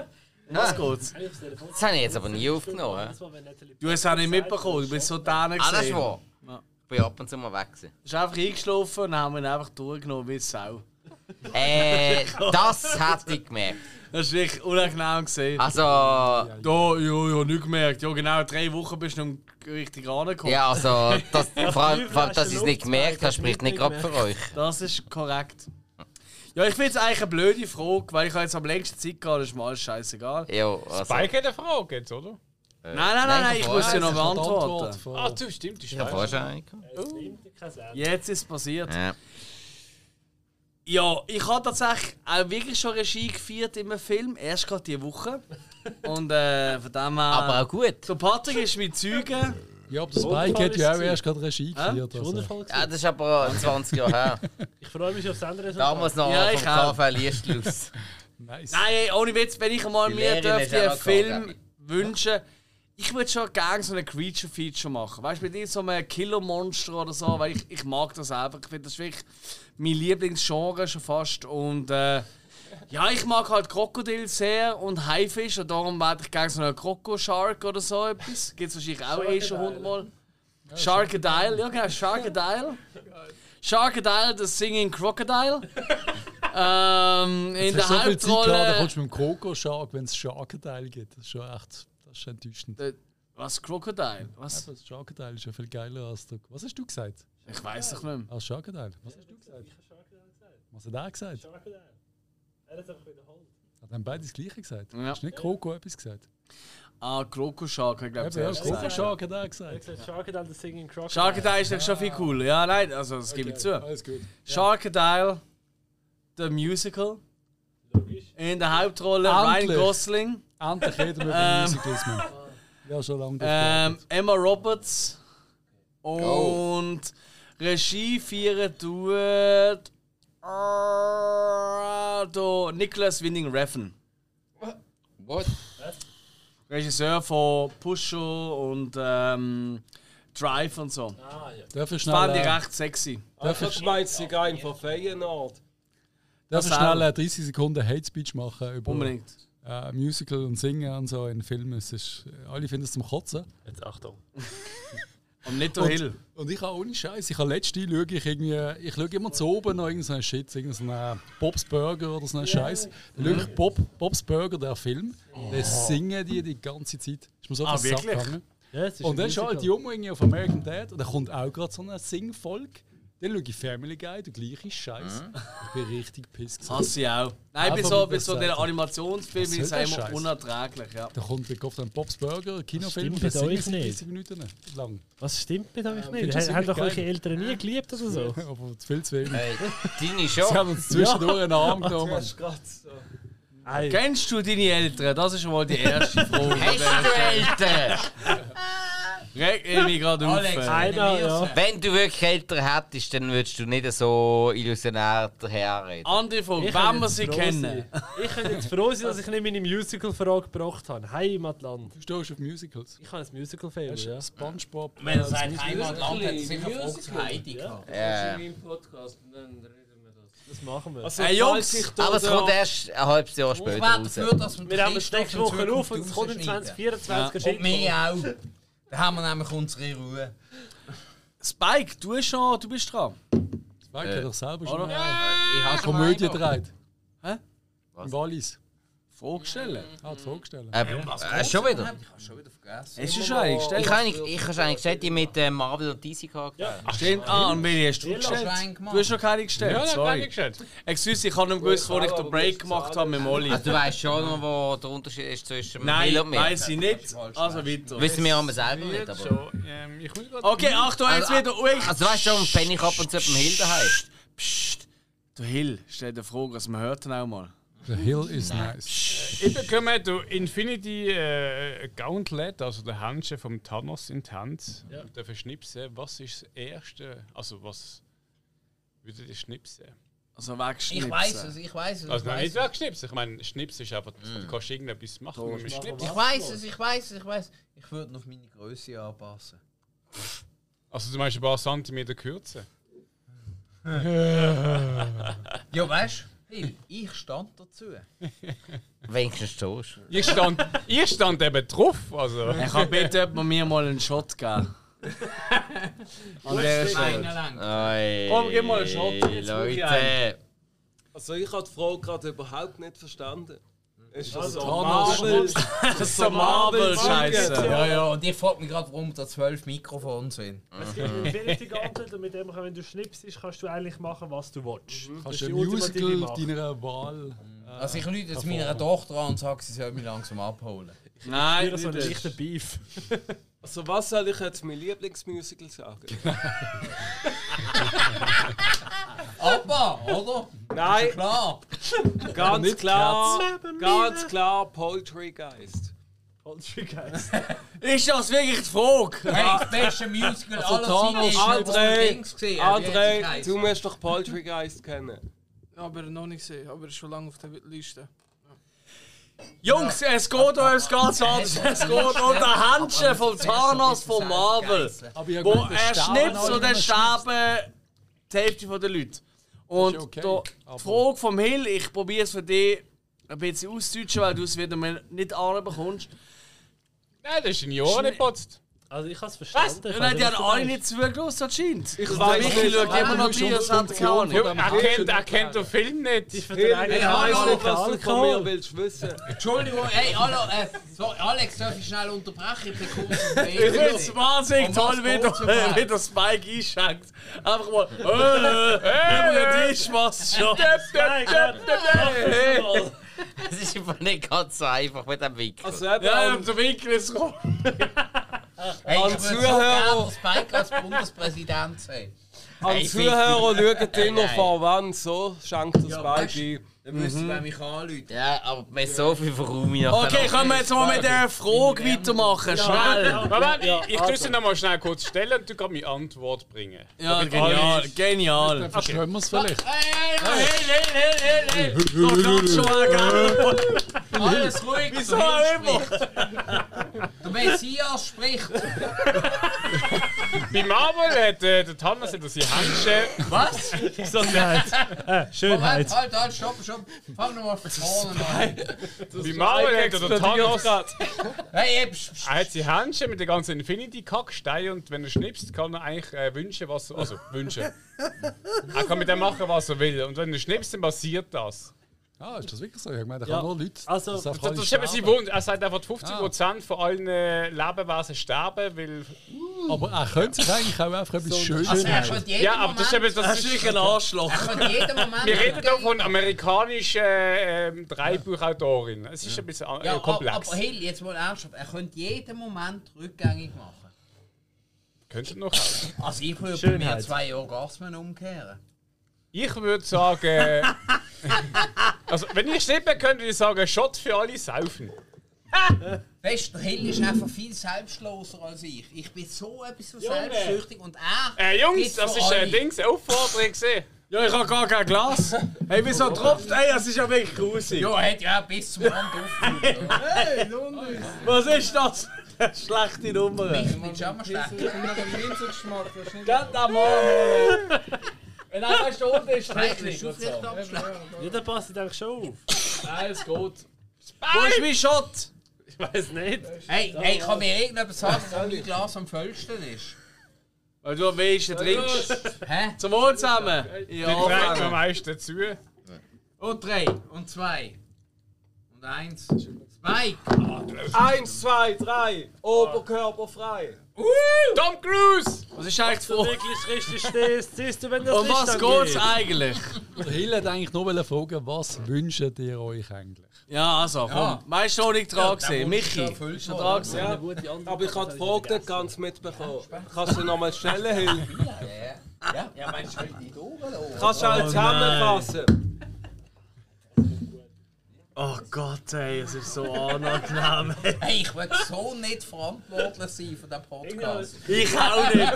A: was geht's?
B: Ah. das habe ich jetzt aber nie aufgenommen.
A: Du hast es auch nicht mitbekommen, du bist so da gesehen.
B: Ah, das ist wahr.
A: Ja.
B: Ich bin ab und zu mal weg. gewesen.
A: Du bist einfach eingeschlafen und haben ihn einfach durchgenommen wie Sau.
B: Äh, das hätte ich gemerkt.
A: Das ist wirklich unangenehm gesehen.
B: Also,
A: Da, ja, ja, nicht gemerkt. Ja, genau, drei Wochen bist du noch richtig angekommen.
B: ja, also, das, vor allem, vor allem dass ich es nicht gemerkt habe, spricht nicht gerade für euch.
A: Das ist korrekt. Ja, ich finde es eigentlich eine blöde Frage, weil ich habe jetzt am längsten Zeit gehabt, das ist mir alles scheißegal.
B: Ja, also, äh,
H: Spike hat eine Frage jetzt, oder?
A: Nein, nein, nein, nein, ich
B: Nein,
A: muss ja
B: das
A: noch
E: Antwort
A: beantworten.
E: von
H: Ah, du, stimmt, du
B: ich habe
H: Spike.
B: vorher schon eine gehabt.
A: Jetzt ist es passiert.
B: Ja.
A: Ja, ich habe tatsächlich auch wirklich schon Regie gefeiert in einem Film, erst gerade diese Woche. Und äh, von dem her...
B: Aber auch gut.
A: Der Patrick ist mein Zeuge.
E: Ja, aber der Spike hat ja auch erst gerade Regie geführt. Also.
G: Wundervoll. gewesen.
B: Ja, das ist aber 20 Jahre her.
G: Ich freue mich aufs andere.
B: Damals noch
A: Ja, ich auch.
B: vom KV Liestschluss.
E: Nice.
A: Nein, ey, ohne Witz, wenn ich einmal
B: Die
A: mir
B: Lehrerin ist
A: dürfte
B: auch
A: einen
B: noch
A: Film
B: gegangen.
A: wünschen ich würde schon gerne so einen Creature-Feature machen. Weißt du, mit irgend so einem Killer-Monster oder so, weil ich, ich mag das einfach. Ich finde, das ist wirklich mein Lieblingsgenre schon fast. Und äh, ja, ich mag halt Krokodil sehr und Haifisch und darum hätte ich gerne so einen Kroko-Shark oder so etwas. Gibt es wahrscheinlich auch eh schon hundertmal. Sharkadile, ja genau, Sharkadile. Sharkadile, The Singing Crocodile. ähm, in
E: Jetzt
A: der
E: hast du so viel Zeit gehabt, da
A: Hauptrolle.
E: kommst du mit dem Koko-Shark, wenn es Shark-Teil gibt. Das ist schon echt das ist schon enttäuschend.
A: Was, Crocodile? Was?
E: Ja, das Shark-Teil ist ja viel geiler als du. Was hast du gesagt?
A: Ich weiß doch nicht
E: mehr. Als Shark-Teil. Was, hast du- was hat er gesagt?
G: Er hat einfach wiederholt.
E: Hat haben beide das Gleiche gesagt? Hast du nicht Koko etwas gesagt?
A: Ah, Krokoshark, ich glaube,
E: Eben, ja, Koko-Shark hat er gesagt.
G: Sharkadile, The Singing Crocodile.
A: Sharkadile ist doch schon viel cooler. Ja, nein, also das gebe ich zu.
E: Alles gut.
A: Sharkadile, The Musical. In der Hauptrolle
E: Endlich.
A: Ryan Gosling.
E: Endlich reden wir über
A: Ähm,
E: Musicals, Mann. Ja, schon lange.
A: Ähm, Emma Roberts. Und
E: Go.
A: Regie führen tut. Ah, da, Nicholas Winning Refn.
O: What?
A: Regisseur von Pusher und ähm, Drive und so. Ah, ja.
E: Darf
A: Fand
E: ich schnell,
A: ich
E: äh,
A: recht sexy.
E: Darf
C: Ich meine, sie gehen von Feyenoord.
E: Darf ich
A: Das
E: schnell
A: auch.
E: äh, 30 Sekunden Hate Speech machen über
A: Unbedingt.
E: Äh, Musical und Singen und so in Filmen? Es ist, äh, alle finden es zum Kotzen.
G: Jetzt Achtung.
A: Am Netto
E: und,
A: Hill.
E: Und ich habe ohne Scheiß, ich habe letzte schaue ich irgendwie, ich schaue immer zu oben noch irgendeinen Shit, irgendeinen äh, Bob's Burger oder so einen Scheiß. Dann schaue ich Bob, Bob's Burger, der Film, dann singen die die ganze Zeit. Ist mir so
A: Oh. Ah,
E: auf den Sack
A: wirklich?
E: gegangen.
A: Ja, es ist ein
E: und dann schalte
A: Musical.
E: ich um irgendwie auf American Dad und dann kommt auch gerade so ein Singvolk. Dann schaue ich Family Guy, der gleiche Scheiß. Ich bin richtig piss. gewesen.
A: Hasse ich Mhm. auch. Nein, bei
E: Einfach
A: so,
E: weil
A: bei
E: das
A: so
E: sagt.
A: den Animationsfilmen
E: Was
A: ist es
E: soll der
A: einfach
E: Scheiß?
A: unerträglich. Ja.
E: Da kommt dann kommt ein Bob's Burger, ein Kinofilm,
G: stimmt mit
E: dann singen
G: euch
E: sie
G: nicht?
E: 30 Minuten lang.
G: Was stimmt mit euch
E: Ähm,
G: nicht?
E: findest du
G: Haben haben
E: das
G: doch
E: geil?
G: eure Eltern nie geliebt oder
A: Also.
G: so?
E: Aber viel zu wenig.
B: Hey, deine
E: Sie haben uns zwischendurch einen Arm genommen.
G: Ei.
A: Kennst du deine Eltern? Das ist schon mal die erste Frage.
B: Hast du Eltern?
A: Reg mich gerade auf.
B: Alex,
A: Einer, ja.
B: Wenn du wirklich Eltern hättest, dann würdest du nicht so illusionär daherreden.
A: Andere Frage,
G: Ich
A: wenn
G: könnte
A: wir
G: jetzt
A: sie
G: froh
A: kennen.
G: sein. Ich könnte jetzt froh sein, dass ich nicht meine Musical-Frage gebracht habe. Heimatland. Du
E: stehst auf Musicals?
G: Ich habe ein Musical-Fail,
E: Hast du
G: ja.
E: Spongebob.
G: Wenn er
E: äh,
G: sagt
E: das
G: Heimatland, hat
E: Musical-
G: er sicher
J: Fox Heidi gehabt.
B: Ja.
J: Das ist in meinem Podcast und dann reden wir das.
G: Das machen wir.
B: Hey, Jungs, aber es kommt erst ein halbes Jahr später raus.
G: Wir haben es nächste Woche auf und es kommt in 2024
D: Und mir auch. Da haben wir nämlich unsere Ruhe.
A: Spike, du bist schon, du bist dran. Äh,
E: Spike hat doch selber schon
A: Oder?
E: mal
A: Ja.
E: eine Komödie gedreht.
A: Hä?
E: Im Wallis.
A: Frage stellen.
E: Ah, die Frage stellen.
B: Äh, äh, schon wieder?
D: Ich habe schon wieder vergessen.
A: Hast du schon eine gestellt?
B: Ich habe eigentlich- ich habe schon eigentlich gestellt, die mit äh, Marvel und DC gehabt.
A: Stimmt. Ah, und welche hast du gestellt? Du hast noch keine gestellt.
B: Ja, ich habe
A: sorry.
B: keine gestellt.
A: Excuse, ich habe nicht gewusst, wo ich den Break gemacht habe mit Molly.
B: Also, du weißt schon noch, wo der Unterschied ist zwischen
A: Nein,
B: Will und mir.
A: weiss ich nicht. Also weiter.
B: Wissen wir aber selber nicht.
A: Jetzt
B: Aber.
A: schon.
H: Ähm, ich muss grad-
A: Okay, Achtung, jetzt
B: Also,
A: wieder. Ui.
B: Also, weißt du, schon, penne ich ab und zu beim Hill daheim.
A: Der Hill stellt eine Frage, also man hört ihn auch mal.
E: Der Hill ist nice.
H: Ich bekomme du Infinity äh, Gauntlet, also der Handschuh vom Thanos in die Hand.
G: Ja.
H: Und dafür schnipsen, was ist das Erste? Also, was würde ihr schnipsen?
A: Also, wegschnipsen.
D: Ich weiss es, ich weiss es,
H: Also,
D: ich
H: nein,
D: weiss
H: nicht wegschnipsen. Ich meine, schnipsen ist einfach,
A: Mm.
H: du kannst irgendetwas machen
D: Ich
H: mit dem Schnips.
D: weiß es, ich weiß es, ich weiß. Ich würde ihn auf meine Größe anpassen.
H: Also, du meinst ein paar Zentimeter kürzer.
D: Ja, weißt du, Hill, ich stand dazu.
B: Wenigstens stehst
H: Ich stand, ich stand eben drauf. Also.
A: Ich kann bitte jemand mir mal einen Shot geben. An der Stelle.
B: Oi,
A: Komm, gib mal einen Shot, jetzt hol ich einen.
B: Leute.
C: Also ich habe die Frage gerade überhaupt nicht verstanden. Ist das
D: Also,
C: so
D: Thanos
C: Marvel?
D: schmutzt.
C: Ist das so Marvel?
A: Scheiße.
D: Ja, ja, und ich frage mich gerade, warum da zwölf Mikrofone sind.
G: Es gibt einen Infinity Gauntlet und mit dem, wenn du schnipsest, kannst du eigentlich machen, was du willst.
B: Mhm.
G: Das
E: Hast
G: ist
E: du
G: die
E: ein
G: ultimative
E: Musical
G: Macht.
E: deiner Wahl? äh,
D: Also ich rufe jetzt meiner
E: hervor?
D: Tochter an und sage, sie soll mich langsam abholen.
A: Nein,
G: Ich spüre so einen nicht. leichten
C: Beef. Also was soll ich jetzt mein Lieblingsmusical sagen?
D: Genau. Opa, oder?
C: Nein.
D: Ist ja klar.
C: Ganz
D: Nicht
C: klar,
D: Katz.
C: ganz klar, Poultrygeist.
G: Poultrygeist.
A: Ist das wirklich die Frage?
D: Hey, das beste Musical aller Zeiten ist auf
C: André,
D: Dings gesehen, wie hat's
C: André,
D: geheißen?
C: du musst doch Poultrygeist kennen.
I: Aber noch nicht gesehen, aber schon lange auf der Liste.
A: Jungs, es geht um etwas ganz anderes. Es geht um den Handschuh vom Thanos von Marvel.
E: Aber ja,
A: Wo
E: gut,
A: er
E: das
A: schnipst
E: Sterben
A: und dann
E: auch
A: sterben äh, die Hälfte der Leute. Und
E: Das ist okay,
A: da, die Frage vom Hill, ich probiere es für dich ein bisschen auszudeutschen, weil du es wieder mal nicht anbekommst.
H: Nein, das ist in Jahren
A: Schni-
H: geputzt.
G: Also ich habe es verstanden. Also,
A: Nein,
G: Ich
A: nein, die
G: habe
A: haben alle nicht zugelassen, anscheinend.
G: Ich
A: Der
G: weiß
A: Michi
G: nicht.
A: schaut immer noch
G: Nein,
A: rein, das hat keine Ahnung.
H: Er kennt, er kennt den Film nicht. Ich
D: Hey, hallo, was du von mir
C: willst wissen.
D: Entschuldigung, hey, hallo, äh, so, Alex, darf ich schnell unterbrechen? Ich bin kurz auf dem
A: Ich
D: Weg.
A: finde es wahnsinnig
D: Um
A: toll,
D: was
A: wie
D: geht's
A: der,
D: überhaupt?
A: wie der Spike einschenkt. Einfach mal, äh, äh, ich mach's schon.
B: Es ist einfach nicht ganz so einfach mit dem Winkel.
C: Also,
A: eben, Ja, ähm, der Winkel ist rum.
D: Hey,
C: An
D: ich würde so gerne
C: Zuhörer,
D: den Spike als Bundespräsident sehen.
C: an
D: Hey,
C: Zuhörer schaut immer
D: Nein.
C: vor wann, so schenkt das Spike
D: Dann müsste mhm. mich anrufen.
B: Ja, aber bei so viel Verraumung
A: Okay, können wir jetzt mal mit der Frage weitermachen,
H: Moment, Moment,
A: schnell.
H: ich tue sie nochmal schnell kurz stellen und du kannst meine Antwort bringen.
A: Ja,
H: Damit
A: genial,
H: alle-
A: genial. Dann
H: verstehen
E: wir es vielleicht.
A: hey, hey, hey, hey, hey, hey, hey,
D: Alles ruhig,
A: Wieso
D: der
A: auch
D: Himmel
A: immer?
D: spricht. Der Messias spricht.
H: Bei Marvel hat äh, der Thomas hat seine Handschellen.
D: Was?
H: Gesundheit. Äh,
D: Moment, halt, halt, stopp, stopp. Fang nochmal von vorne an.
H: Bei Marvel hat er den Thanos.
D: Hey, ey,
H: Er hat seine Händchen mit den ganzen Infinity-Kacksteinen und wenn er schnipst, kann er eigentlich äh, wünschen, was er. Also, wünschen. er kann mit dem machen, was er will. Und wenn er schnipst, dann passiert das.
E: Ah, ist das wirklich so? Ich meine, da
H: Ja.
E: kann nur Leute.
H: Also,
E: das
H: das,
E: darf
H: das
E: alle
H: ist eben sein
E: sterben.
H: Wunsch. Er sagt einfach, 50% von allen äh, Lebewesen sterben, weil.
E: Aber er könnte sich eigentlich auch einfach etwas Schönes
H: Also, er
E: nehmen.
H: könnte jeden Ja, aber das ist Moment- eben- das ist-
A: natürlich ein Arschloch.
H: Wir reden hier von amerikanischen äh, Drehbuchautorin. Es ist ein bisschen äh,
D: Ja, aber,
H: komplex.
D: aber Hill, jetzt mal ernsthaft. Er könnte jeden Moment rückgängig machen.
H: Könntest du noch auch?
D: Also ich würde bei
H: Schönheit.
D: mir zwei Orgasmen umkehren.
H: Ich würde sagen. also, wenn ich schnippen könnte, würde ich sagen: Shot für alle saufen.
D: Weißt du, der Hill ist einfach viel selbstloser als ich. Ich bin so etwas von
H: Junge.
D: selbstsüchtig und er.
H: Äh, Jungs,
D: gibt's
H: das
D: für
H: ist ein
D: alle.
H: Dings, eine Aufforderung. gewesen.
A: Ja, ich hab gar kein Glas. Hey, wieso tropft? Ey, das ist ja wirklich grusig.
D: Ja, er hat ja bis zum Rand aufgehört.
A: Hey, Was ist das? Schlechte Nummer.
D: Ich bin schon mal schlecht.
A: Geht am Morgen. Wenn einer ist, unten ist
G: Technik und so. Ja, dann passe ich eigentlich schon auf.
A: Nein, es geht. Wo ist mein Shot?
G: Ich weiß nicht.
D: Hey, hey, kann mir irgendjemand sagen, wo mein Glas am vollsten ist?
A: Weil du am wenigsten trinkst.
D: Hä?
A: Zum Wohl zusammen. Ja,
H: Die trägt am
A: Anfang.
H: meisten zu.
D: Und Oh, drei und zwei. Und eins. Spike!
C: Eins, zwei, drei, Oberkörper frei.
H: Tom Cruise!
A: Was ist eigentlich
G: Wenn du wirklich richtig stehst, siehst du, wenn das nicht dann geht.
E: Der Hill hat eigentlich nur wollen fragen, was wünscht ihr euch eigentlich?
A: Ja, also, komm.
E: Ja.
A: Meinst du noch nicht
E: Ja,
A: dran
E: der
A: gesehen?
E: muss
A: Michi,
E: schon erfüllt
A: ist noch
E: worden.
A: dran gesehen?
C: Ja, aber ich habe die Frage nicht ganz mitbekommen. Kannst du nochmal schneller hin?
D: Ja, ja, meinst du, die Ohren
C: Kannst du halt zusammenfassen?
A: Oh Gott, ey, es ist so angenehm.
D: Hey, ich will so nicht verantwortlich sein für diesen Podcast.
A: Ich auch nicht.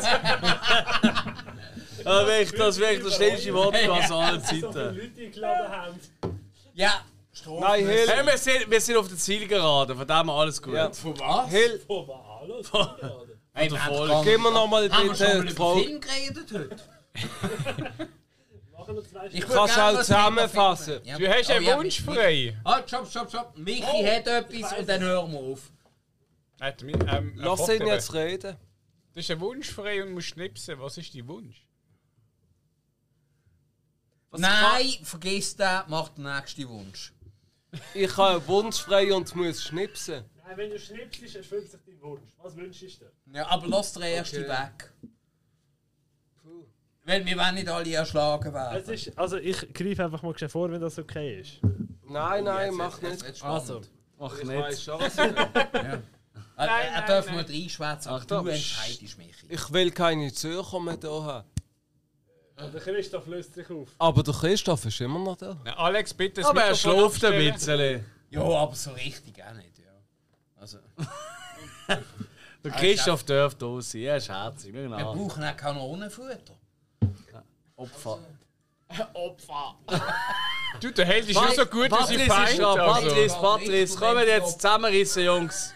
A: Ja, wirklich, das ist wirklich der schlimmste Podcast aller Zeiten.
G: Leute eingeladen haben.
D: Ja,
C: Nein, Hill.
A: Hey, wir, sind, wir sind auf der Zielgerade, von dem alles gut.
C: Ja.
A: Von
D: was?
C: Hill.
G: Von was?
A: Hey, der Folge.
C: Gehen wir nochmal
D: Haben wir
C: bitte
D: schon mal
C: die
D: über
C: Frage.
D: Film geredet heute?
C: Kannst du
G: Ich
D: würd gerne
C: halt
D: das Thema
C: zusammenfassen?
D: finden. Ja.
H: Du hast einen
D: Oh, ja,
H: Wunsch
D: Michi.
H: frei.
D: Halt, stopp, stopp, stopp. Michi
G: Oh,
D: hat
G: ich
D: etwas
G: weiß
D: und dann hören wir auf.
H: Hat mir, ähm,
C: Lass
H: Vorteil.
C: ihn jetzt reden.
H: Du hast einen Wunsch frei und musst schnipsen. Was ist dein Wunsch?
D: Nein, vergiss den, mach den nächsten Wunsch.
C: Ich habe einen Wunsch frei und muss schnipsen.
G: Nein, wenn du schnipselst, erfüllt sich dein Wunsch. Was wünschst du dir?
D: Ja, aber lass den ersten
C: Okay.
D: weg. Weil wir wollen nicht alle erschlagen
G: Es
D: werden.
G: ist, also ich greife einfach mal schnell vor, wenn das okay ist.
D: Oh,
C: Nein, nein, mach nicht.
G: Also,
A: Mach
C: Ich
A: nicht.
C: weiß schon, was ich
D: Er, er darf nur reinschwätzen, aber du entscheidest, Michi.
C: Ich will keine Zürcher mehr hier haben.
G: und der Also Christoph löst sich auf.
C: Aber der Christoph ist immer noch da.
H: Na, Alex, bitte das
A: Aber er
H: Mikrofon
A: schläft ein
H: abstellen.
A: bisschen.
D: Ja, aber so richtig auch nicht. Ja. Also,
A: Der Christoph dürfte da sein, er ist herzig.
D: wir
A: Genau.
D: brauchen auch Kanonenfutter.
A: Opfer.
G: Opfer!
H: Du, der Held ist nur so gut, dass ich
A: Patrice ist
H: feind.
A: da, Patrice,
H: Also.
A: Patrice, kommen jetzt zusammenrissen, Jungs.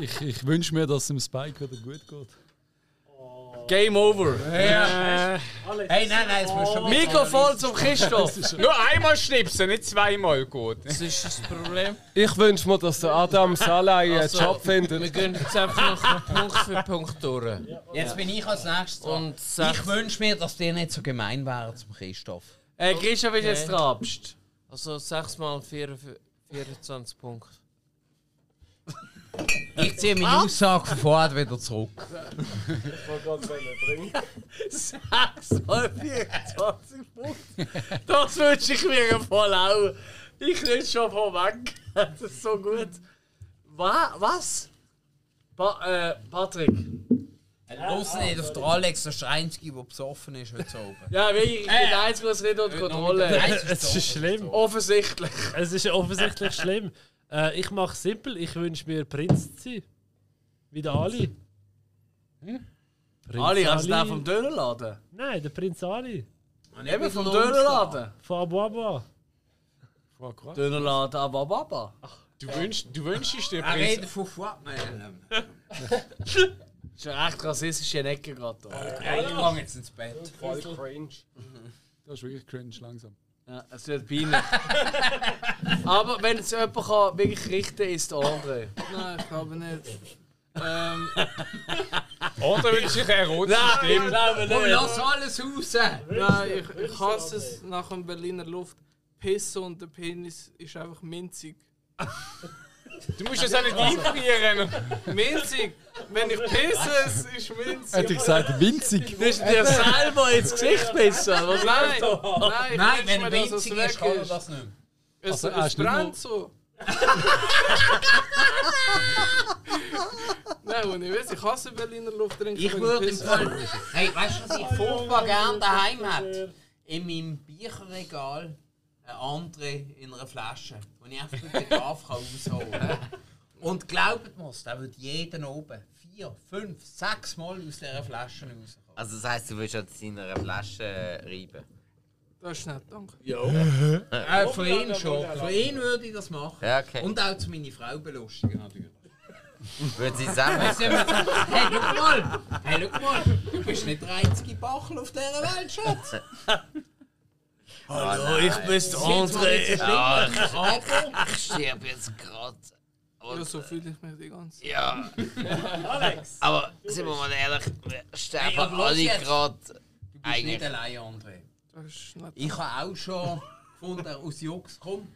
E: Ich, ich wünsche mir, dass es dem Spike wieder gut geht.
A: Game over.
H: Ja.
D: Hey, nein, nein, es muss schon wieder-
A: Mikrofon zum Christoph.
H: Äh, Nur einmal schnipsen, nicht zweimal gut.
I: Das ist das Problem.
C: Ich wünsche mir, dass der Adam Salai einen
J: Also,
C: Job findet.
J: Wir gehen jetzt einfach noch Punkt für Punkt durch.
D: Jetzt bin ich als nächstes dran.
J: Und
D: ich wünsche mir, dass die nicht so gemein wären zum Christoph.
A: Äh, Christoph ist jetzt dran. Abst.
J: Also 6 mal 4, 24 Punkte.
D: Ich ziehe meine
J: Ah.
D: Aussage von vorher wieder zurück.
A: Sechs mal 24 Punkte. Das wünsche ich mir im Fall auch. Ich rede schon von weg. Das ist so gut. Wa was? Pa äh, Patrick.
D: Äh, Los nicht auf der Alex, das ist der Einzige, der besoffen ist heute oben.
A: Ja, wirklich, ich bin
D: Äh.
A: der Einzige, der es nicht unter Kontrolle hat.
G: es ist schlimm.
A: Offensichtlich.
G: Es ist offensichtlich schlimm. Äh, ich mache simpel. Ich wünsche mir Prinz zu sein. Wie der Ali.
D: Hm?
G: Prinz
A: Ali, hast du den vom Dönerladen?
G: Nein, der Prinz Ali.
A: Eben vom Dönerladen.
G: Von Abu Abba.
A: Dönerladen Abababa.
H: Du wünschst, du wünschst dir
D: Er
H: Prinz-
D: redet von Fuatman.
A: Das ist eine recht rassistische Ecke gerade da.
D: Äh, Ich gehe jetzt ins Bett.
C: Voll cringe.
F: Das ist wirklich cringe langsam.
A: Ja, es wird peinlich. Aber wenn es jemand kann, wirklich richten ist der andere.
I: Nein, ich glaube nicht. Ähm,
H: Oder wünschst du dich ein rotes System?
D: Und lass alles raus!
I: nein, ich, ich hasse es nach dem Berliner Luft. Pissen und der Penis ist einfach minzig.
H: Du musst es auch nicht einfrieren.
I: Minzig! Wenn ich pisse, es ist minzig.
F: Hätte ich gesagt, winzig.
A: Du Äh, musst
E: eh,
A: dir selber ins Gesicht pissen. Was
I: Nein,
A: läuft da?
I: nein, ich
D: Nein,
I: wünsch
D: wenn
I: mir,
D: er
I: dass es
D: winzig
I: weg
D: ist, kann er
I: ist.
D: das nicht mehr.
I: Es,
F: Also, er
I: es
F: ist nicht
I: brennt
F: mal-
I: so. Nein, und ich weiß, ich hasse Berliner Luft drin.
D: Ich würde im Fall. Hey, weißt du, was ich furchtbar gerne daheim hätte? In meinem Bücherregal eine andere in einer Flasche, die ich einfach den Bedarf kann rausholen kann. Und glaubt mir, da wird jeden oben vier, fünf, sechs Mal aus dieser Flasche rauskommen.
B: Also das heisst, du willst an seiner Flasche äh, reiben.
I: Das ist nicht, danke.
D: Äh, für ihn schon. Für ihn würde ich das machen.
B: Ja, okay.
D: Und auch zu meiner Frau belustigen natürlich.
B: Würden sie zusammen?
D: Jetzt haben wir gesagt, Hey, schau mal! Hey, schau mal! Du bist nicht der einzige Bachel auf dieser Welt, Schatz!
B: Oh,
A: Hallo, ich bin der andere.
B: Ja, ich,
D: Aber...
B: ich sterbe jetzt gerade.
I: Ja, so fühle ich mich die ganze Zeit.
B: Ja,
G: Alex!
B: aber sind wir mal ehrlich, wir sterben
D: Hey, aber los
B: alle
D: jetzt.
B: gerade.
D: Du bist nicht
B: Eigentlich.
D: allein, André.
I: Das ist nicht
D: Ich habe auch schon gefunden, aus Jux, komm.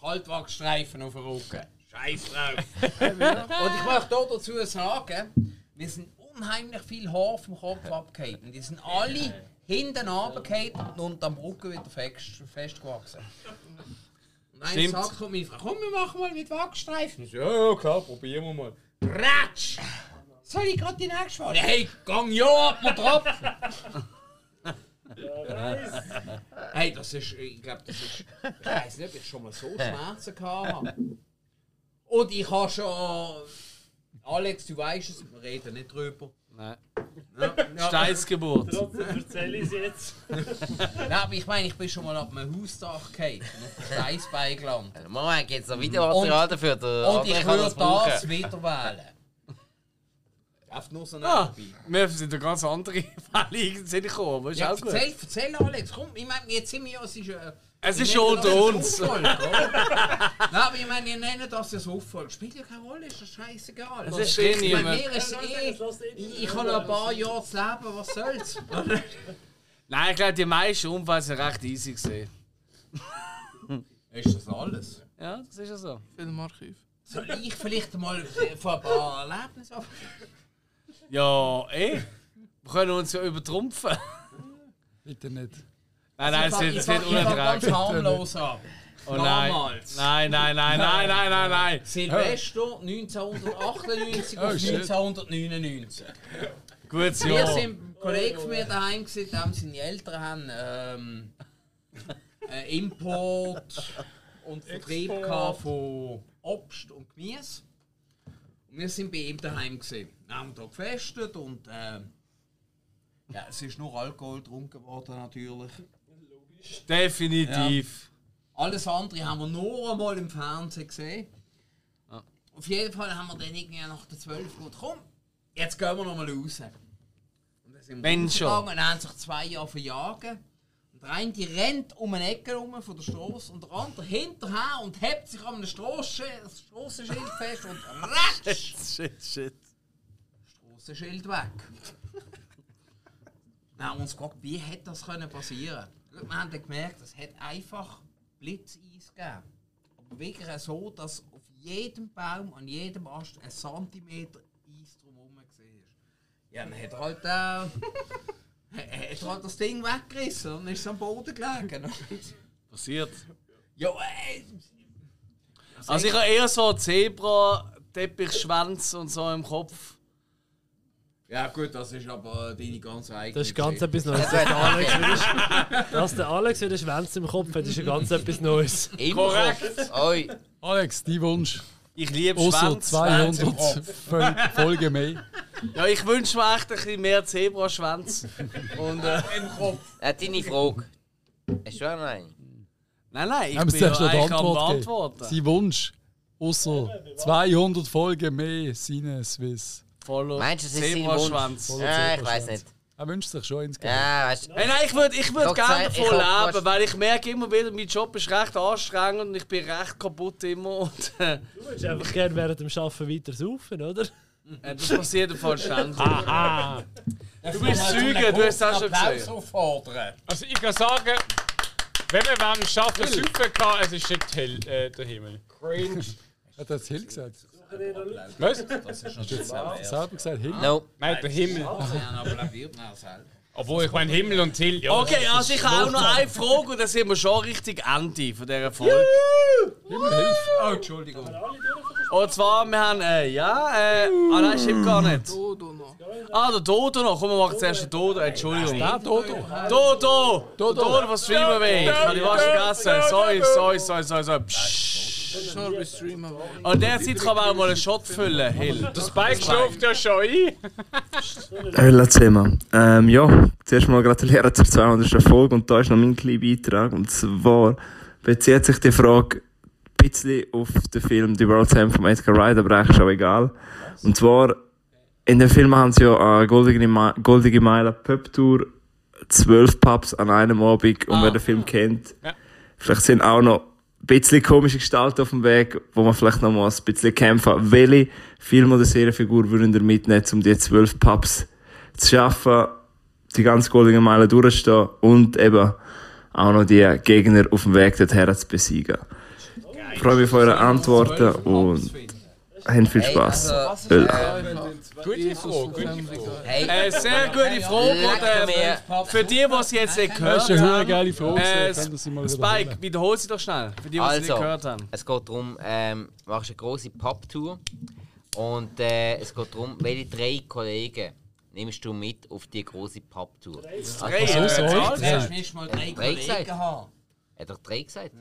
D: Kaltwachsstreifen auf den Rücken. Scheiß drauf. Und ich möchte auch dazu sagen, wir sind unheimlich viel Haar vom Kopf abgehalten. Die sind alle hinten runtergehalten und am Rücken wieder fest, festgewachsen. Nein, sagt kommt meine Frau, komm, wir machen mal mit Wachsstreifen. Ich so, Ja, ja, klar, probieren wir mal. Ratsch! Soll ich gerade die nächste Frage? Hey, gang ja ab und drauf! Hey, das ist, ich glaube, das ist, ich weiß nicht, ob ich schon mal so Schmerzen gehabt habe. Und ich habe schon, Alex, du weißt es, wir reden nicht drüber.
A: Nein.
D: Ja, ja,
A: Steinsgeburt.
G: Trotzdem erzähle ich es jetzt.
D: Nein, aber ich meine, ich bin schon mal ab einem Hausdach gefallen und auf das Steinsbein gelandet.
B: Moment, gibt es noch Videomaterial dafür? Der
D: Und
B: andere
D: ich
B: kann
D: würde
B: brauchen.
D: das wieder wählen. Auf nur so
A: Ah,
D: nebenbei.
A: wir sind da ganz andere Fälle in den gekommen. aber Ist
D: Ja,
A: auch gut.
D: erzähl, erzähl, Alex, komm, ich meine, jetzt sind wir ja, es ist ja...
A: Es
D: wir
A: ist
D: nennen
A: schon
D: das
A: unter
D: ein
A: uns.
D: Auffolg, oder? Nein, aber ich meine, ihr nennt das ja Auffolg. Spielt ja keine Rolle, ist ja scheißegal.
A: Es ist eh
D: Ich meine,
A: niemand.
D: mir ist eh... Ich, ich habe noch ein paar Jahre zu leben, was soll's?
A: Nein, ich glaube, die meisten Unfälle sind recht easy gesehen.
D: Ist das alles?
A: Ja, das ist ja so.
I: Filmarchiv.
D: Soll ich vielleicht mal von ein paar Erlebnissen ab...
A: Ja, eh. Wir können uns ja übertrumpfen.
F: Bitte nicht.
A: Nein, nein, es wird,
D: Ich
A: es
D: fange
A: wird
D: ganz
A: unerträglich.
D: harmlos an.
A: Oh nein.
D: Damals.
A: Nein, nein, nein, nein, nein, nein, nein. Oh,
D: Silvester 1998 auf 1999.
A: Gutes
D: Wir
A: Jahr.
D: sind ein Kollege von mir daheim gewesen, da haben seine Eltern haben, ähm, äh, Import und Vertrieb gehabt von Obst und Gemüse. Und wir sind bei ihm daheim gewesen. Wir haben da gefestet und ähm, ja, es ist nur Alkohol getrunken worden natürlich.
A: Definitiv.
D: Alles andere haben wir nur einmal im Fernsehen gesehen. Auf jeden Fall haben wir dann irgendwie nach der 12 Uhr gedacht, komm, jetzt gehen wir nochmal raus. Und dann sind wir
A: Wenn
D: rausgegangen
A: schon.
D: Und haben sich zwei Jahre verjagen. Und der eine die rennt um eine Ecke herum von der Straße und der andere hinterher und hebt sich an einem Straßenschild fest und ratsch!
A: shit, shit.
D: Straßenschild weg. Wir haben uns gefragt, wie hätte das können passieren können. Wir haben dann gemerkt, es hat einfach Blitzeis gegeben. Aber wirklich so, dass auf jedem Baum, an jedem Ast ein Zentimeter Eis drumherum gesehen ist. Ja, dann hat er halt, äh, er hat halt das Ding weggerissen und ist am Boden gelegen.
A: Passiert.
D: ja, äh,
A: Also ich habe eher so Zebra, Teppichschwanz und so im Kopf.
D: ja gut, das ist aber deine ganz eigene
G: Das ist ganz etwas
D: Geschichte.
G: Neues. Dass der Alex wieder, dass der Alex wieder Schwänze im Kopf hat, ist ja ganz etwas Neues.
E: Korrekt.
B: Oi.
E: Alex, dein Wunsch.
A: Ich liebe
E: Außer
A: Schwänze, Schwänze im
E: 200 Fol- Folgen mehr.
A: Ja, ich wünsche mir echt ein bisschen mehr Zebraschwänze. Und, äh, Im Kopf.
B: Äh, deine Frage. Hast du auch noch eine?
A: Nein, nein, ich
E: Nein, aber
A: bin
E: sie
A: ja
E: hast du die
A: eigentlich am
E: Antwort gegeben. oh
A: Antworten.
E: Sein Wunsch. Außer 200 Folgen mehr seine Swiss.
A: Voller
B: Meinst du, es ist sein
A: Zebraschwanz.
B: Wunsch? Ja, ich weiss nicht.
E: Er wünscht sich schon ins
B: Ja, weißt du.
A: Hey, nein, ich würde ich würd
B: Doch,
A: gerne
B: sag, ich
A: davon
B: hab
A: leben, weil ich merke immer wieder, mein Job ist recht anstrengend und ich bin recht kaputt immer. Und, äh,
G: Du würdest einfach gerne während dem Arbeiten weiter saufen, oder?
A: äh, das passiert im Fall ständig.
G: Ah, Aha.
A: Du bist
H: halt
A: Zeuge, du hast das schon gesehen.
D: auffordern.
H: Also ich kann sagen, wenn man beim Schaffen super kann, es ist nicht hell, äh, der Himmel.
E: Cringe. Hat das Hill gesagt?
H: Was?
D: Das ist
E: Hast du jetzt selber gesagt Hill? Ah.
B: No.
H: Nein, der Himmel. ne? Obwohl, ich meine Himmel und Hill, ja.
A: Okay, also ich habe auch noch eine Frage und dann sind wir schon richtig Ende von dieser Folge.
E: Himmel hilf.
D: Oh, Entschuldigung.
A: Und zwar, wir haben, äh, ja, äh, ah nein, stimmt gar nicht.
I: Dodo noch.
A: Ah, der Dodo noch. Komm, wir machen zuerst den Dodo. äh, Entschuldigung. Der Dodo. Dodo! Dodo, Dodo was streamen wir? Ich habe die was vergessen. Sorry, sorry, sorry, sorry. sorry. Psch.
I: Das ist nur bei Streamen.
A: Und derzeit kann man auch mal einen Shot füllen, Hill.
H: Das Bike schläft ja schon ein.
P: Hallo zusammen. Ähm, ja, zuerst mal gratulieren zur 200. Folge und da ist noch mein kleiner Beitrag. Und zwar bezieht sich die Frage ein bisschen auf den Film The World's End von Edgar Wright, aber eigentlich ist auch egal. Und zwar, in dem Film haben sie ja eine Goldige, Ma Goldige Meile Pub Tour, zwölf Pubs an einem Abend und wer den Film kennt, vielleicht sind auch noch ein bisschen komische Gestalten auf dem Weg, wo man vielleicht noch mal ein bisschen kämpfen kann. Welche Film- oder Serienfigur würden ihr mitnehmen, um die zwölf Pubs zu schaffen, die ganz goldenen Meilen durchzustehen und eben auch noch die Gegner auf dem Weg dorthin zu besiegen? Ich freue mich auf eure Antworten und habt viel Spaß.
H: also, äh,
B: Genau.
H: Gute Frage, gute Frage.
A: Äh, sehr gute Frage. Und, äh, für die, die sie jetzt nicht gehört
E: Das ist eine hure geile Frage,
A: Äh,
E: können wir sie mal
A: Spike,
E: wiederholen.
A: wiederhol sie doch schnell. Für die, die sie nicht gehört haben.
B: Also, Es geht darum, ähm, du machst eine grosse Pub-Tour und äh, es geht darum, welche drei Kollegen nimmst du mit auf die grosse Also, Pub-Tour?
A: Drei? So, so,
D: Du sollst nicht mal drei Kollegen
B: gesagt.
D: haben.
B: Hat doch drei gesagt?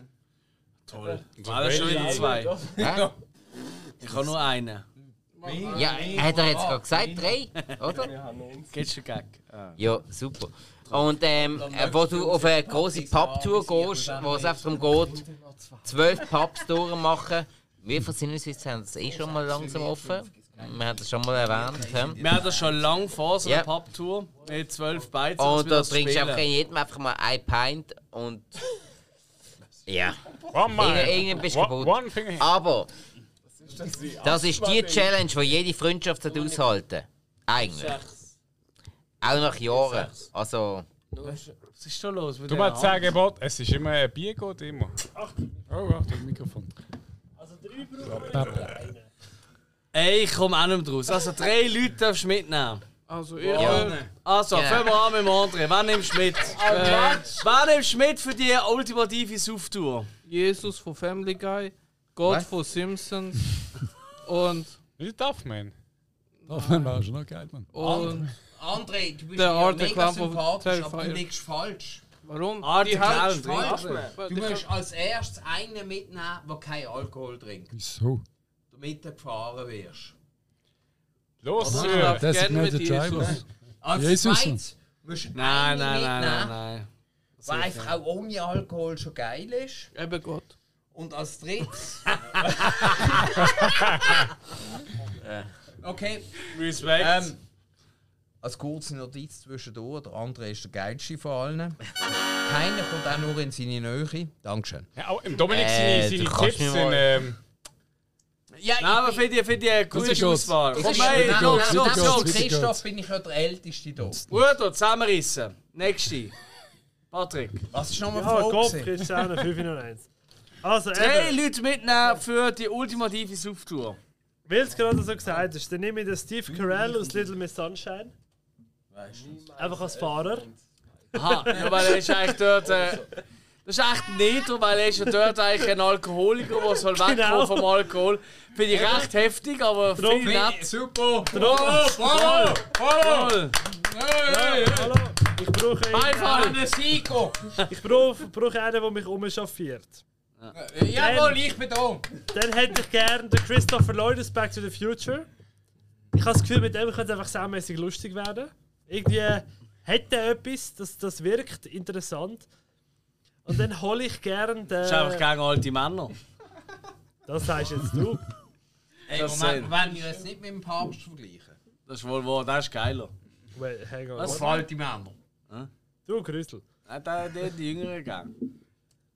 A: Toll. Alle schon wieder zwei.
B: Hä?
A: Ich habe nur einen.
B: Ja, hat er jetzt gerade gesagt, drei, oder?
A: Geht schon Äh, gag.
B: Ja, super. Und ähm, äh, wo du auf eine große Pub-Tour gehst, wo es einfach darum geht, zwölf Pubs machen. Wir von Sinneswitz haben das eh schon mal langsam offen. Wir haben das schon mal erwähnt. hm?
A: Wir haben das schon lange vor, so eine
B: Ja.
A: Papptour mit 12 äh, Bytes. dass
B: Und
A: wir
B: da
A: das
B: trinkst du
A: spielen.
B: einfach in jedem einfach mal ein Pint und. Ja.
H: One
B: Irgend-
H: mile.
B: Irgendwann bist du
H: One,
B: kaputt.
H: one finger.
B: Aber das ist die Challenge, die jede Freundschaft hat aushalten Eigentlich. Auch nach Jahren. Also.
A: Was ist da los? mit
H: Du
A: der
H: mal
A: Hand?
H: sagen, Bot, es ist immer ein Bier geht immer. Oh ja, das Mikrofon.
E: Also
A: Ey, ich komme auch nicht mehr draus. Also, drei Leute darfst du mitnehmen.
I: Also, ich.
A: Ja. Also,
Q: Genau.
B: Ja.
A: fangen wir an mit dem anderen. Wen nimmst du mit? äh, wen nimmst du mit für die ultimative Sauftour?
I: Jesus von Family Guy, Gott
B: Was?
I: von Simpsons und,
H: Nicht Duffman.
E: Duffman war schon noch geil, Mann.
I: und
D: André, du bist
I: Der
D: ja
I: alte
D: mega
I: Clown von
D: sympathisch, aber du
I: Terrifier.
D: liegst falsch.
I: warum?
A: Arte
I: Die
A: Clown,
I: haben
A: drin.
D: Du musst als erstes einen mitnehmen, der keinen Alkohol trinkt,
E: Wieso?
D: damit du gefahren wirst.
H: Los, Sir.
D: Oder?
E: Designated Driver.
D: Als
E: Jesus.
D: zweites musst du
A: Nein, nein,
D: einen
A: nein, nein,
D: mitnehmen,
A: nein.
D: der einfach auch ohne Alkohol schon geil ist.
I: eben Gott.
D: Und als drittes. okay,
A: Respekt.
D: ähm,
Q: Als kurze Notiz zwischendurch, der andere ist der geilste von allen. Keiner kommt auch nur in seine Nähe. Dankeschön.
H: Ja, auch im Dominik seine,
Q: Äh,
H: seine
Q: du kannst
H: Tipps
Q: mir
H: sind.
Q: mal-
H: Ähm,
Q: Ja,
A: Nein, aber für die, für die gute Auswahl.
Q: Ich
A: Komm,
Q: bin
A: hey, los, los, los.
Q: Christoph bin ich ja der Älteste hier.
A: Bruder, zusammenrissen. Nächste. Patrick.
Q: Was ist
G: Ja, Kopf, Christiane, 5 in 1. Also,
A: Drei
G: eben.
A: Leute mitnehmen für die ultimative Sauftour.
G: Weil es gerade so gesagt ist, dann nehme ich den Steve Carell aus Little Miss Sunshine. Einfach als Fahrer.
A: Aha, ja, weil er ist eigentlich dort. Äh, das ist echt nieder, weil er ist ja dort eigentlich ein Alkoholiker, der soll wegkommen
G: Genau.
A: vom Alkohol. Finde ich recht heftig, aber
G: Drum-
A: viel nett.
Q: Super!
G: Drum- Voll. Voll. Ja, hallo. Ich brauche
A: Beifall.
G: einen. Ich brauche, brauche einen, der mich umschaffiert.
A: Eh,
Q: Äh, jawohl, ich bin da.
G: Dann hätte ich gerne den Christopher Lloyd aus Back to the Future. Ich habe das Gefühl, mit dem könnte es einfach saumässig lustig werden. eh, Irgendwie hätte er etwas, das, das wirkt interessant. Und dann hole ich gerne den...
A: Das ist einfach gegen alte Männer.
G: Das sagst jetzt du.
Q: Ey,
A: Das
Q: Moment,
A: sind-
Q: wenn wir es nicht mit dem Papst vergleichen.
A: Das ist wohl wahr, das ist geiler.
G: Wait, hang on.
Q: Was für alte Männer?
G: Du, Grüssel.
A: Nein, der, Ah, der die Jüngeren gegangen.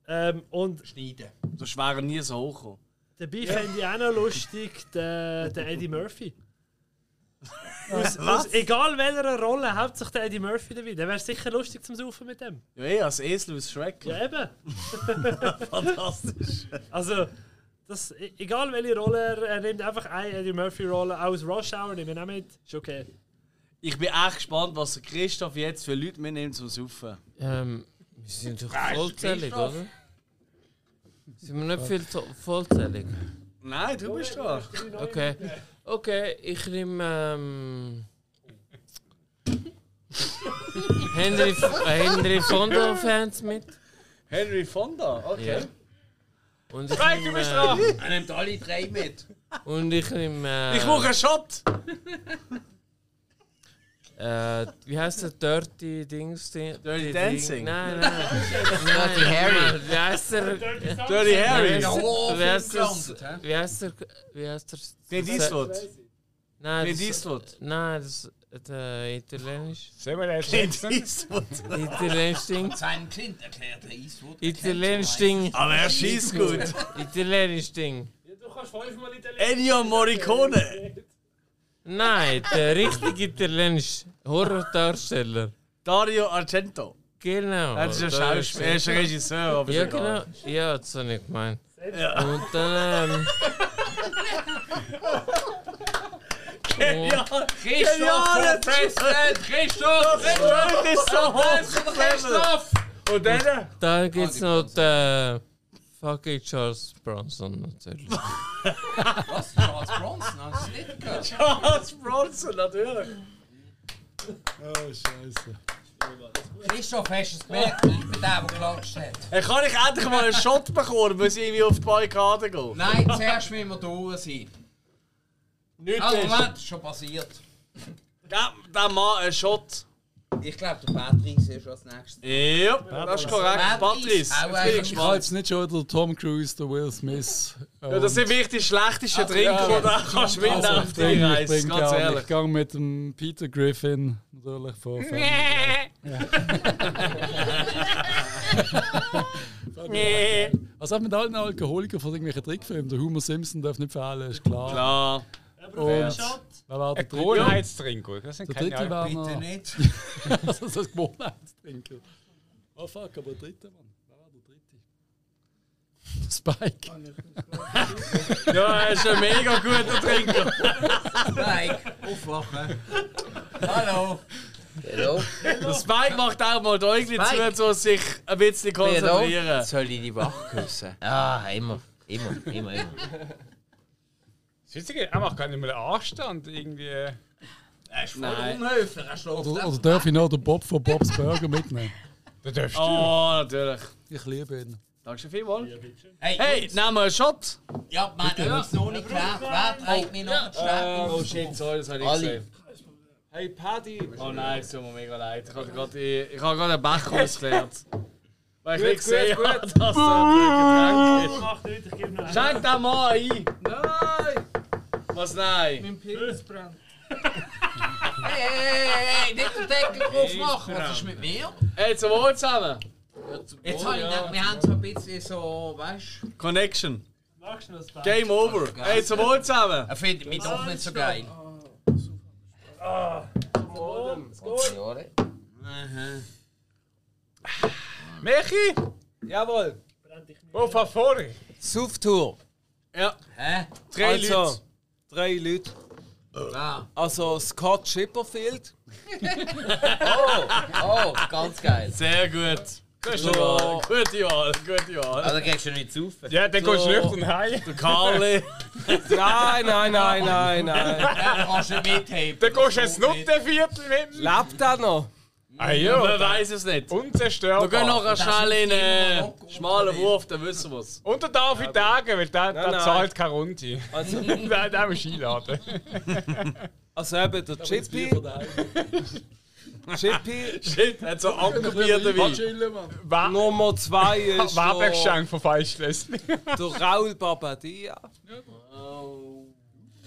G: Ähm, und...
Q: Schneiden.
A: Sonst wären nie so hochgekommen.
G: Dabei fände ich auch noch lustig den, den Eddie Murphy.
A: Was?
G: aus, aus, egal welcher Rolle, hauptsächlich der Eddie Murphy dabei. Der wäre sicher lustig zum Saufen mit dem.
A: Ja, eh, als Esel aus Shrek.
G: Ja, eben.
A: Fantastisch.
G: Also, das, e- egal welche Rolle er, er nimmt, einfach eine Eddie Murphy-Rolle. Auch aus Rush Hour nehmen wir auch mit. Ist okay.
A: Ich bin echt gespannt, was der Christoph jetzt für Leute mitnimmt zum Saufen.
J: Ähm, wir sind doch
A: Weißt du,
J: vollzählig,
A: Christoph?
J: oder? Sind wir nicht viel zu- vollzählig?
A: Nein, du bist da.
J: Okay. Okay, ich nehme. Ähm, Henry, äh, Henry Fonda Fans mit.
A: Henry Fonda, okay.
J: Und ich
A: Frank, du
J: nehme,
A: bist dran!
J: ähm,
Q: Er nimmt alle drei mit.
J: Und ich nehme. Äh,
A: Ich brauche einen Shot!
J: Äh, wie heißt der Dirty Dings? Dirty
A: Dancing?
J: Nein, nein.
A: Dirty Harry.
J: Wie heißt der?
A: Dirty Harry.
J: Wie heißt der?
A: Gelandet, hä?
J: Wie heißt der? Wie heißt der?
A: Clint Eastwood.
J: Nein,
A: Clint
J: das-
A: Eastwood.
J: Nein, das ist äh, italienisch.
H: Samuel
Q: Clint Jackson? Eastwood.
J: Italienisch Ding.
Q: Sein Kind erklärt der Eastwood.
J: Italienisch Ding.
A: Aber er Ah, schießt gut.
J: Italienisch Ding.
G: Du kannst fünfmal
A: Ennio Morricone!
J: Nein, der richtige italienische Horrordarsteller.
A: Dario Argento.
J: Genau.
A: Er ist ein Schauspieler, er ist ein Regisseur, aber
J: Ja,
A: ist
J: genau.
A: egal.
J: Ja, das habe ich gemeint.
A: Ja.
J: Und dann. Ähm,
A: Genial!
Q: Genial, Christoph! Christoph! Christoph!
A: Das ist so hoch!
Q: Christoph!
A: Und dann?
J: Dann gibt es noch den fucking Charles Bronson natürlich.
Q: Was? Charles Bronson? Hast du es nicht gehört?
A: Charles Bronson, natürlich!
E: Ah,
Q: Oh, Scheiße. Christoph, hast du es gemerkt? Ich bin der, der gelatscht hat.
A: Hey, Äh, kann ich endlich mal einen Shot bekommen? Muss ich irgendwie auf die Barrikade gehen?
Q: Nein, zuerst müssen wir durch sein.
A: Nicht
Q: Also,
A: ist-
Q: Moment, schon passiert.
A: Gib dem Mann einen Shot.
Q: Ich glaube, der Patrice ist schon als nächstes.
A: Ja, das ist korrekt. Patrice,
E: Ah,
Q: Auch
A: jetzt bin ich
Q: eigentlich-
E: Ich habe
A: gespannt.
E: jetzt nicht schon der Tom Cruise, der Will Smith. Ähm,
A: Ja, das sind wirklich die schlechtesten Trinker, die du kannst mitnehmen auf die Reise, ganz ehrlich.
E: Ich gehe mit dem Peter Griffin natürlich vor. Family Guy. Ja.
A: Nee.
E: Was hat mit alten Alkoholikern von irgendwelchen Trickfilmen? Der Homer Simpson darf nicht fehlen, ist klar.
A: Klar. Er braucht einen Shot.
E: wer war der
H: Ein
E: dritte?
H: Gewohnheitstrinker, das
E: Der
H: sind keine
E: dritte war
H: Alkohol-
E: noch-
H: Bitte nicht.
E: das ist das Gewohnheitstrinker. Oh fuck, aber der dritte Mann. Wer war der dritte? Spike.
A: Ja, er ist ein mega guter Trinker.
Q: Spike, aufwachen. Hallo.
A: Hallo. Der Spike macht auch mal die Augen zu, um sich ein bisschen konzentrieren.
J: Soll ich die Wach küssen? Ah, immer. Immer, immer, immer.
H: Das Witzige, er macht gar nicht mehr Anstand irgendwie. Er
Q: ist voll unhöflich, er schläft
E: Oder, oder darf ich noch
B: nou
E: den Bob von Bob's Burger mitnehmen?
H: Da darfst
A: du. Oh, natürlich.
E: Ich liebe ihn.
A: Dankeschön vielmals.
Q: Hey,
A: hey
Q: Jungs.
A: nehmen wir einen Shot.
Q: Ja, man,
A: Bitte.
Q: das ist noch nicht geklärt. Wer trägt mir noch den
A: Ähm,
Q: Schlepp
A: oh shit, sorry, das habe ich
Q: Alle.
A: gesehen. Hey Paddy! Oh nein, es tut mir mega leid. Ich habe gerade ich habe gerade einen Becher ausgeleert. Weil ich
G: Gut,
A: nicht gesehen
G: gut,
A: habe,
G: gut.
A: dass das ein
G: Das macht
A: Getränk
G: nichts, ich gebe noch einen.
A: ist. Schenk den mal ein!
I: Nein!
A: Was nein?
I: Mein Penis brennt.
Q: Hey, hey, hey,
D: Nein, nicht den Deckel drauf machen. Was ist mit mir?
A: Hey, zum Wohl zusammen!
D: Jetzt
Q: oh,
D: habe ich gedacht, wir haben so ein bisschen so, weißt du.
A: Connection.
D: Magst du noch das
A: Game over.
Q: Oh
A: Hey, zum Wohl zusammen.
L: Er findet mich doch nicht so geil.
D: Ah,
H: Michi! Jawohl! Wo fahr vor?
C: Sauftour.
A: Ja.
C: Hä?
A: Drei
C: also,
A: Leute.
C: Drei Leute.
D: Ah.
C: Also Scott Chipperfield.
D: oh,
C: oh, ganz geil.
A: Sehr gut. Das ist
C: So.
A: eine Wahl. Gute Wahl, gute Wahl.
C: Also kriegst du nicht zu.
H: Ja, dann gehst du nüchtern heim.
A: Der Karli.
H: nein, nein, nein, nein,
C: Ja, kannst du
H: nein. Dann gehst du ins Nuttenviertel mit mir.
C: Lebt er noch?
H: Ah, ja.
A: Man weiß es nicht.
H: Unzerstörbar.
A: Wir gehen nachher schnell in einen schmalen Wurf, dann wissen wir es.
H: Und der darf ich tagen, weil der, der
C: Nein, nein.
H: zahlt keine Runde.
C: Also-
H: den, den musst du einladen.
C: Also eben der Chippy. Chippy.
A: Shit, hat so angebierten Wein.
C: Nummer 2 ist.
H: Werbegeschenk von Feinschlössli.
C: der- Der Raul Babadia.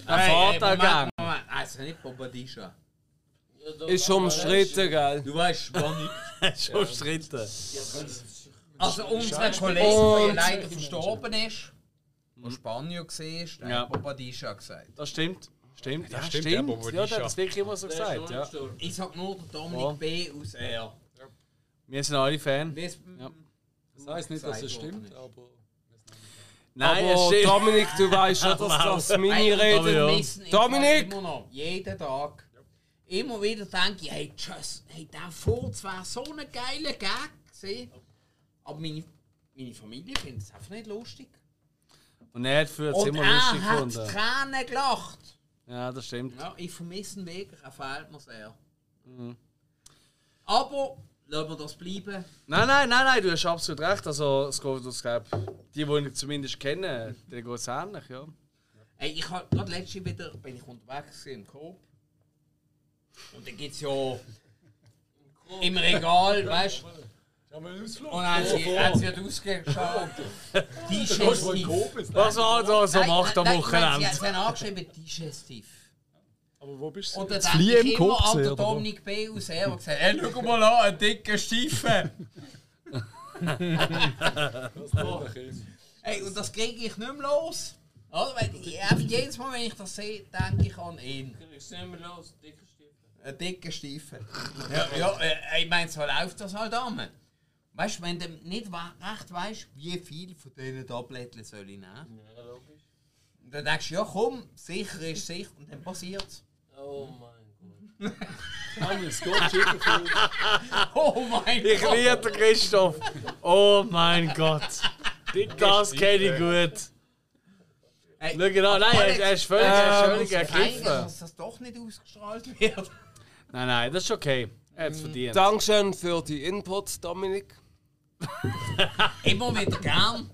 A: Ein Vatergang.
D: Moment, also nicht Bobadisha.
C: Ist umstritten, gell?
D: Du weißt, wann
A: ich. Schon umstritten.
D: Also
L: Unser
D: unsere
L: Kollege,
H: Oh,
L: der ja
D: Kollegen.
L: leider verstorben ist, der Spanier war,
A: Ja.
L: hat Bobadisha gesagt.
A: Das stimmt. Stimmt, ja,
H: stimmt,
A: stimmt.
H: der
A: Ja,
H: Bobadisha.
A: der hat das wirklich immer so gesagt. Ja.
D: Ich sag nur der Dominik
A: Ja.
D: B. aus R.
A: Wir sind alle Fan.
D: Das,
E: Das heisst nicht, dass es stimmt, aber.
A: Nein,
C: Aber
A: es stimmt.
C: Dominik, du weißt schon, dass das meine Rede Dominik!
D: Immer noch, jeden Tag. Immer wieder denke ich, hey, tschüss, hey, der Furz wäre so ein geiler Gag gewesen. Aber meine, meine Familie findet es einfach nicht lustig.
A: Und er hat für
D: Und
A: immer
D: er
A: lustig
D: hat
A: gefunden.
D: Tränen gelacht.
A: Ja, das stimmt. Mhm.
D: Ja, ich vermisse ihn wirklich, er fehlt mir sehr. Aber, lassen wir das bleiben.
A: Nein, nein, nein, nein, du hast absolut recht. Also, es geht, es geht, die, die ihn zumindest kennen, denen geht es ähnlich, ja.
D: Ey, ich hab gerade letztens wieder, bin ich unterwegs gewesen im Coop. Und dann gibt's ja im Regal, weißt du, und dann hat sie, hat sie ausgeschaut. Digestiv.
A: Was er da so
D: Nein,
A: macht am
D: nein, nein, Sie
A: Wochenende.
D: hat sie haben angeschrieben, Digestiv.
E: Aber wo bist
D: Und
E: du?
D: dann
E: jetzt?
D: denke ich immer an den Dominik B. aus R und gesagt, hey, schau mal an, ein dicker Steifen. Ey, und das kriege ich nicht mehr los. Oder? Weil ich, einfach jedes Mal, wenn ich das sehe, denke ich an ihn.
J: Ich sehe mir los, dicker Stiefel.
D: Ein dicker Stiefel. ja, ja äh, ich meine, so läuft das halt an. Weißt du, wenn du nicht we- recht weißt, wie viel von diesen Tabletten soll ich nehmen,
J: Ja, logisch.
D: und dann denkst du, ja komm, sicher ist sicher, und dann passiert es.
J: Oh mein Gott.
D: Oh mein
A: Ich
D: Gott!
A: liebe den Christoph. Oh mein Gott. Das kenne ich gut.
D: Ey,
A: Schau ihn an, nein, er ist- er ist völlig,
D: Ehm,
A: er
D: Äh,
A: ist völlig
D: Feige,
A: ergriffen.
D: dass das doch nicht ausgestrahlt wird.
A: Nein, nein, das ist okay. Er hat es verdient.
C: Mm, Dankeschön für die Inputs, Dominik.
D: Immer wieder gern.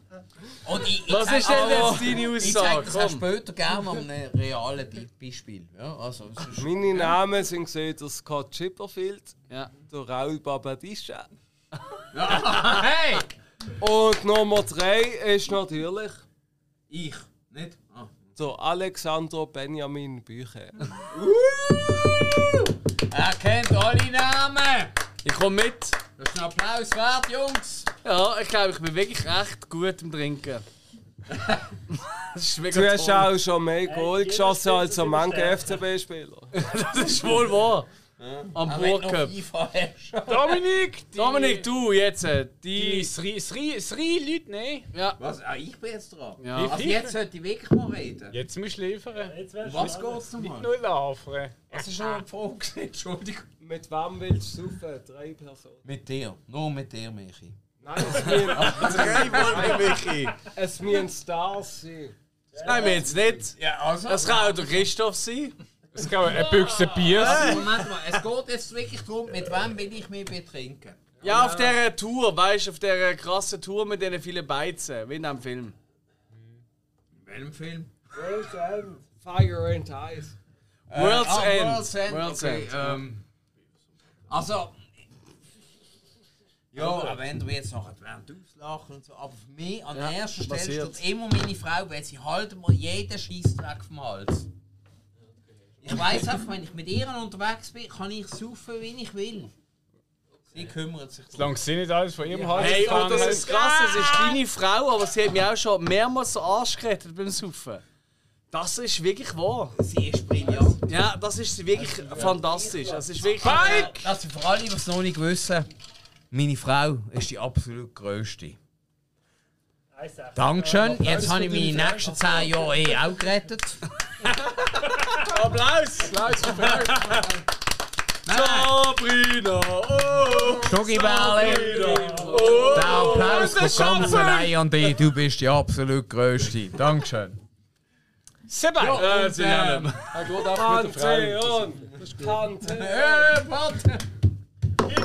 D: Und ich, ich
A: Was
D: zeig-
A: ist denn
D: aber
A: jetzt deine
D: Ich zeige
A: Aussage?
D: das auch
A: Komm.
D: später gerne an einem realen Be- Beispiel. Ja, also, es ist-
C: Meine Namen sind gesehen der Scott Chipperfield,
A: Ja.
C: der Raul Babadisha.
D: ja, hey!
C: Und Nummer 3 ist natürlich
D: Ich, nicht? Ah.
C: der Alexander Benjamin Bücher.
D: Er kennt alle Namen!
A: Ich komme mit.
D: Das ist ein Applaus wert, Jungs!
A: Ja, ich glaube, ich bin wirklich recht gut im Trinken. das ist mega
C: Du hast
A: toll.
C: auch schon mehr Goal geschossen als so manche FCB-Spieler.
A: Das ist wohl wahr. Am
D: Auch wenn du noch
A: Burgcup.
D: FIFA hast.
H: Dominik! Die,
A: Dominik, du jetzt. äh,
H: Die
A: Die.
H: drei drei- drei Leute ne? nehmen.
A: Ja.
D: Was? Ah, ich bin jetzt dran.
A: Ja.
D: Also jetzt sollte ich wirklich mal reden.
H: Jetzt musst du liefern.
R: Jetzt wär's
D: Was geht's nochmal?
H: Nur laufen.
D: Das ist schon eine Frage, gewesen, Entschuldigung.
C: Mit wem willst du saufen? Drei Personen.
L: Mit dir, nur mit dir, Michi.
C: Nein, es müssen,
A: Drei Wochen, Michi.
C: es müssen Stars sein.
A: Nein, wir jetzt nicht.
D: Ja, also.
A: Das kann auch der Christoph sein.
H: Es kann eine Büchse Bier.
D: Also, Moment mal, es geht jetzt wirklich darum, mit wem bin ich mich betrinken.
A: Ja, auf dieser Tour, weißt du, auf dieser krassen Tour mit diesen vielen Beizen, wie in diesem Film.
D: In welchem Film?
C: World's End. Fire and Ice.
A: World's
D: ah,
A: End.
D: World's End.
A: World's
D: okay,
A: End.
D: Ähm, also. Ja, aber wenn du jetzt nachher während auslachen und so, aber für mich an
A: Ja,
D: erster Stelle
A: passiert.
D: steht immer meine Frau, weil sie halt mal jeden Scheißdreck vom Hals. Ich
I: Ich weiss einfach, wenn ich mit ihr unterwegs bin, kann ich saufen, wie ich will. Sie kümmert sich
H: Solange sie nicht alles von ihrem Hals
A: Hey, und
H: halt
A: das ist krass, das ist deine Frau, aber sie hat mich auch schon mehrmals so Arsch gerettet beim Saufen. Das ist wirklich wahr.
I: Sie ist brillant.
A: Ja, das ist wirklich fantastisch. Das ist wirklich.
D: Also für alle, die es noch nicht wissen, meine Frau ist die absolut grösste. Dankeschön, jetzt habe ich meine nächsten 10 Jahre eh auch gerettet.
A: Applaus! Applaus für Sabrina! Oh!
D: Schogibärli!
A: Oh!
D: Der
A: das
D: Applaus kommt
A: ist
D: ganz
A: Schatzel!
D: allein an dich, du bist die absolut grösste. Dankeschön.
H: Seba!
D: Ja,
H: Äh,
D: und, ähm, Äh,
H: Silvana.
D: er geht einfach mit der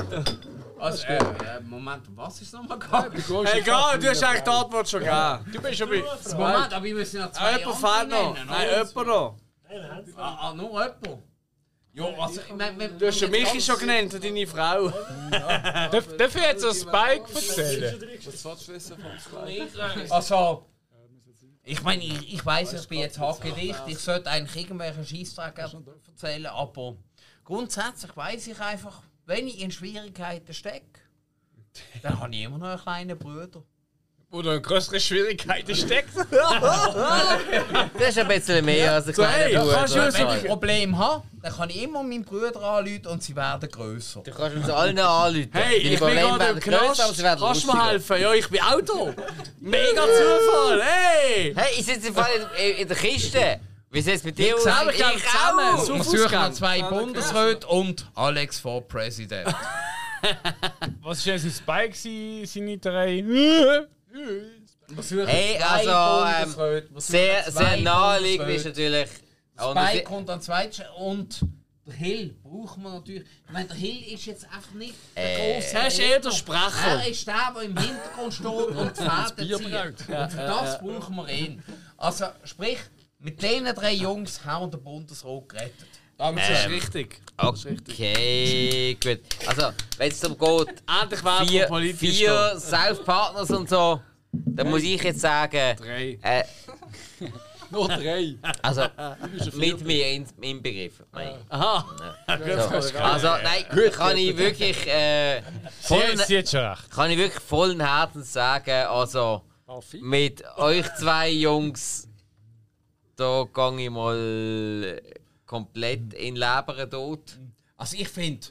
D: Frau.
I: Also, äh, äh, Moment, was ist nochmal gegangen?
A: Egal, du hast eigentlich die Antwort schon gegeben. Du bist schon bei.
I: Moment, aber ich muss ja noch
D: Ah,
I: zwei
A: Jemand
I: andere
A: fehlt noch.
I: nennen,
A: Nein,
I: oder?
A: jemand noch.
I: Ah, ah, nur jemand? Ja, also, ich meine... wenn-
A: Du hast ja
I: wenn
A: Michi schon genannt und deine Frau.
H: Dafür hat es Spike erzählen.
S: Was willst du wissen vom
D: Also, ich meine, ich, ich weiß, ich bin jetzt hackedicht, ich sollte eigentlich irgendwelchen Scheissdreck erzählen, aber grundsätzlich weiß ich einfach, wenn ich in Schwierigkeiten stecke, dann habe ich immer noch einen kleinen Bruder.
H: Oder in größere Schwierigkeiten steckt.
B: Das ist ein bisschen mehr als ein
D: So,
B: kleiner
D: hey,
B: Bruder.
D: kannst du wenn ich ein Problem habe, dann kann ich immer meinen Bruder anrufen und sie werden grösser. Du
B: kannst uns allen anrufen.
A: Hey, ich bin gerade im Knast. Kannst du mir helfen? Ja, ich bin auch da. Mega Zufall, hey!
B: Hey, ich sitze im Fall in, in der Kiste. Wie sieht es mit dir
D: Ich
B: aus?
D: sag, ich glaub,
B: auch.
D: Wir suchen noch zwei Bundesräte und Alex vor Präsident.
H: Was war denn Spike sie- seine drei?
B: Hey, also, ähm, sehr, sehr naheliegend ist natürlich. Und
D: Spike
B: es-
D: kommt an zweiten und
I: Der Hill braucht man natürlich. Ich meine, der Hill ist jetzt einfach nicht
B: Äh.
I: der große.
A: Er ist eher der Sprecher.
I: Er ist der, der im Hintergrund steht und die
D: Das
I: Fäden
D: Bier
I: zieht.
D: braut.
I: Und für das brauchen wir ihn.
D: ihn. Also, sprich, mit diesen drei Jungs haben wir den Bundesrat gerettet.
B: Ähm,
A: Das
B: Ehm,
A: ist richtig.
B: Okay, gut. Also, wenn es darum geht,
A: Endlich werden wir
B: vier,
A: politisch
B: vier
A: da.
B: Self-Partners und so, dann muss ich jetzt sagen.
A: Drei.
B: Äh,
E: Nur drei.
B: also,
E: bist ein
B: mit mir in, inbegriffen. meine ich.
A: Aha.
B: Ja.
A: Gut.
B: So. Also, nein, kann ich wirklich. Äh, vollen,
H: Sie hat schon recht.
B: kann ich wirklich vollen Herzens sagen, also, mit euch zwei Jungs, da gehe ich mal komplett in Leber tot.
D: Also, ich finde.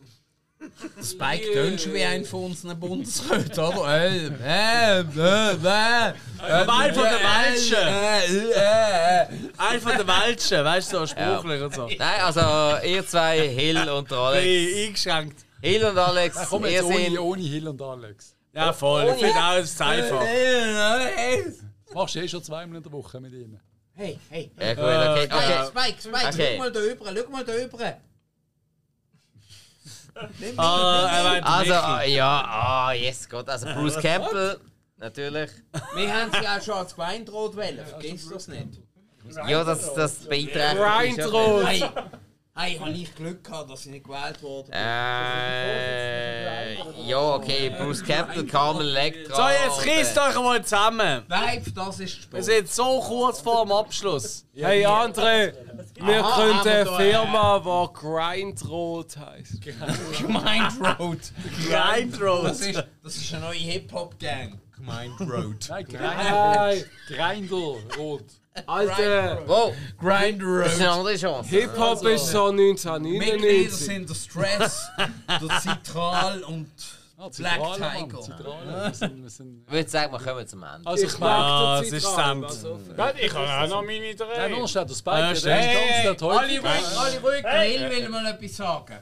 D: Spike tönt schon wie ein von unseren Bundesräten, oder? Äh, äh, äh, äh.
A: Ein von den Welschen.
D: Äh, äh.
A: Ein von den Welschen, weißt du, so spruchlich und so.
B: Nein, also ihr zwei, Hill und der
A: Hey,
B: Alex.
A: eingeschränkt.
B: Hill und Alex,
E: Ja, komm
B: ihr
E: jetzt
B: seid. Äh,
E: ohne, ohne Hill und Alex.
A: Ja, voll. Ich finde auch, es ist einfach.
I: Eh,
E: Das machst du eh schon zweimal in der Woche mit ihnen.
I: Hey, hey.
B: Ah, Ja, gut, okay.
A: Äh,
I: Spike,
B: okay.
I: Spike, Spike,
B: Okay.
I: schau mal da rüber, schau mal da rüber.
B: Ah,
A: er meint
B: also,
A: Michi.
B: ah, ja, ah, yes, Gott. Also
D: Äh,
B: Bruce Campbell, natürlich.
I: Wir haben sie auch schon als Weintraut wählen, vergiss das nicht.
B: Ja, das, das beeinträchtigt mich schon.
A: Reintraut.
I: Hey, hey, habe ich Glück gehabt, dass ich nicht gewählt wurde.
B: Äh, ja, okay, Bruce Campbell, Carmen Electra.
A: So, jetzt reißt euch mal zusammen.
I: Weib, das ist Sport.
A: Wir sind so kurz vor dem Abschluss.
C: Hey André, wir
I: Aha,
C: gründen eine
I: aber da-
C: Firma, die Grindroad heisst.
D: Mindroad.
A: Grindroad.
I: Das ist, das ist eine neue Hip-Hop-Gang.
D: Mindroad.
E: Nein,
C: Nein,
E: Greindl, rot.
C: Alter,
B: Wow, das ist Also, eine
D: Grindroad.
B: andere Chance.
C: Hip-Hop ist so
D: Mitglieder
C: 1999.
D: sind der Stress, der Zitral und Black
E: Zitrale, Mann,
D: Tiger.
E: Zitrale. Wir sind- wir sind-
B: Ich würde sagen, wir kommen zum Ende.
C: Also ich
A: Ah,
C: mag
A: es
C: den
A: ist
C: Zitral.
A: Samt.
C: also-
H: Gut, Ich habe auch noch meine
E: Nein,
H: drei. Äh,
E: nur steht der
A: Ah,
E: Spike. Der
A: stimmt.
E: ist ganz der
D: Alle ruhig,
E: Teufel.
D: alle ruhig, der Hill will mal etwas sagen.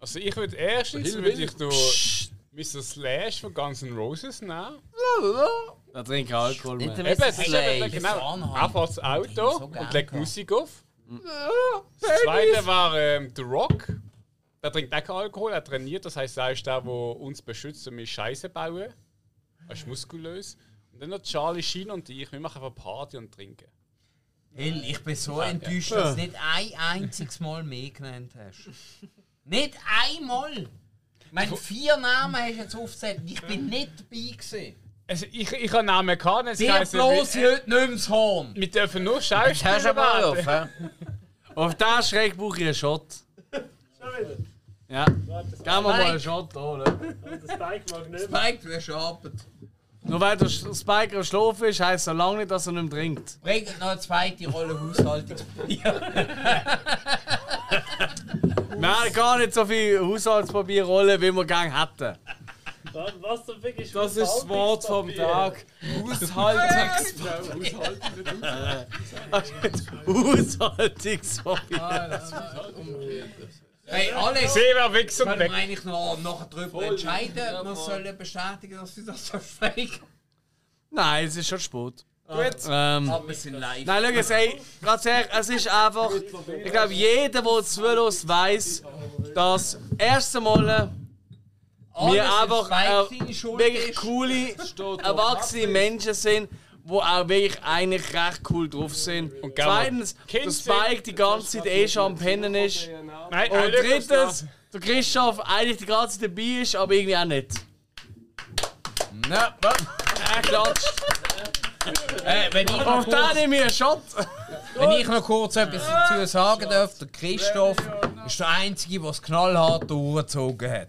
H: Also ich würde erstens
E: Hill
H: würde
E: will.
H: ich durch Mr. Slash von Guns N' Roses nehmen.
A: Da trinke ich Alkohol
B: Nicht
A: mehr.
B: der
H: Eben,
B: Mr.
H: das ist eben
B: Slay.
H: genau. Einfach das Auto und legt Musik auf. Das
C: Dennis.
H: zweite war ähm, The Rock. Der trinkt auch keinen Alkohol, er trainiert. Das heißt, er ist der, der uns beschützt und wir Scheiße bauen. Er ist muskulös. Und dann noch Charlie Sheen und ich. Wir machen einfach Party und trinken.
D: Hill, ich bin so enttäuscht, dass du nicht ein einziges Mal mehr genannt hast. Nicht einmal! Ich meine, vier Namen hast du jetzt aufgezählt und ich bin nicht dabei gewesen.
H: Also ich, ich habe Namen gehabt, jetzt
D: Dir
H: heisst es,
D: bloß
H: wir,
D: heute nicht mehr das Horn.
H: wir dürfen nur
B: Hörst du
H: Schauspieler
B: mal auf,
H: werden.
B: hä?
A: Auf diesen Schreck brauche ich einen Shot.
C: Schon wieder.
A: Ja. Geben wir mal einen Shot da, oder?
C: Der Spike mag nicht.
D: Spike, du hast Arbeit.
A: Nur weil der Sch- Spike am Schlafen ist, heisst das noch lange nicht, dass er nicht mehr trinkt.
D: Bringt noch eine zweite Rolle Haushaltungspapier.
A: Wir haben gar nicht so viele Haushaltspapierrollen, wie wir gerne hätten.
C: Was zum Fick ist
I: Das ist das Wort vom Tag. Haushaltungspapier.
A: Haushaltungspapier.
D: Hey, Alex!
H: Sehr Wichs und
D: Können
H: weg.
D: wir eigentlich noch, noch darüber entscheiden, ob wir
I: Mann.
D: sollen bestätigen, dass du das so fake
A: Nein, es ist schon spät.
D: Gut.
A: Ähm,
D: Aber wir sind live.
A: Nein, schau jetzt, ey, ganz ehrlich, es ist einfach. Ich glaube, jeder, der zuhört, weiß, dass das erste Mal
D: Alles
A: wir
D: ist
A: einfach
D: Spike,
A: äh,
D: seine Schuld
A: wirklich
D: ist.
A: coole,
D: Steht da.
A: erwachsene Menschen sind, die auch wirklich eigentlich recht cool drauf sind.
H: gerne mal
A: Zweitens,
H: Kind
A: dass
H: sind.
A: Spike die ganze Zeit eh schon am Pennen ist.
H: Nein,
A: Und
H: Glück aufs
A: drittens, der Christoph eigentlich die ganze Zeit dabei ist, aber irgendwie auch nicht.
D: Na,
A: er klatscht.
D: Äh, wenn ich noch
A: Auf
D: kurz-
A: den nehme ich einen Shot.
D: Wenn ich noch kurz etwas dazu sagen darf, der Christoph ist der Einzige, der es knallhart durchgezogen hat.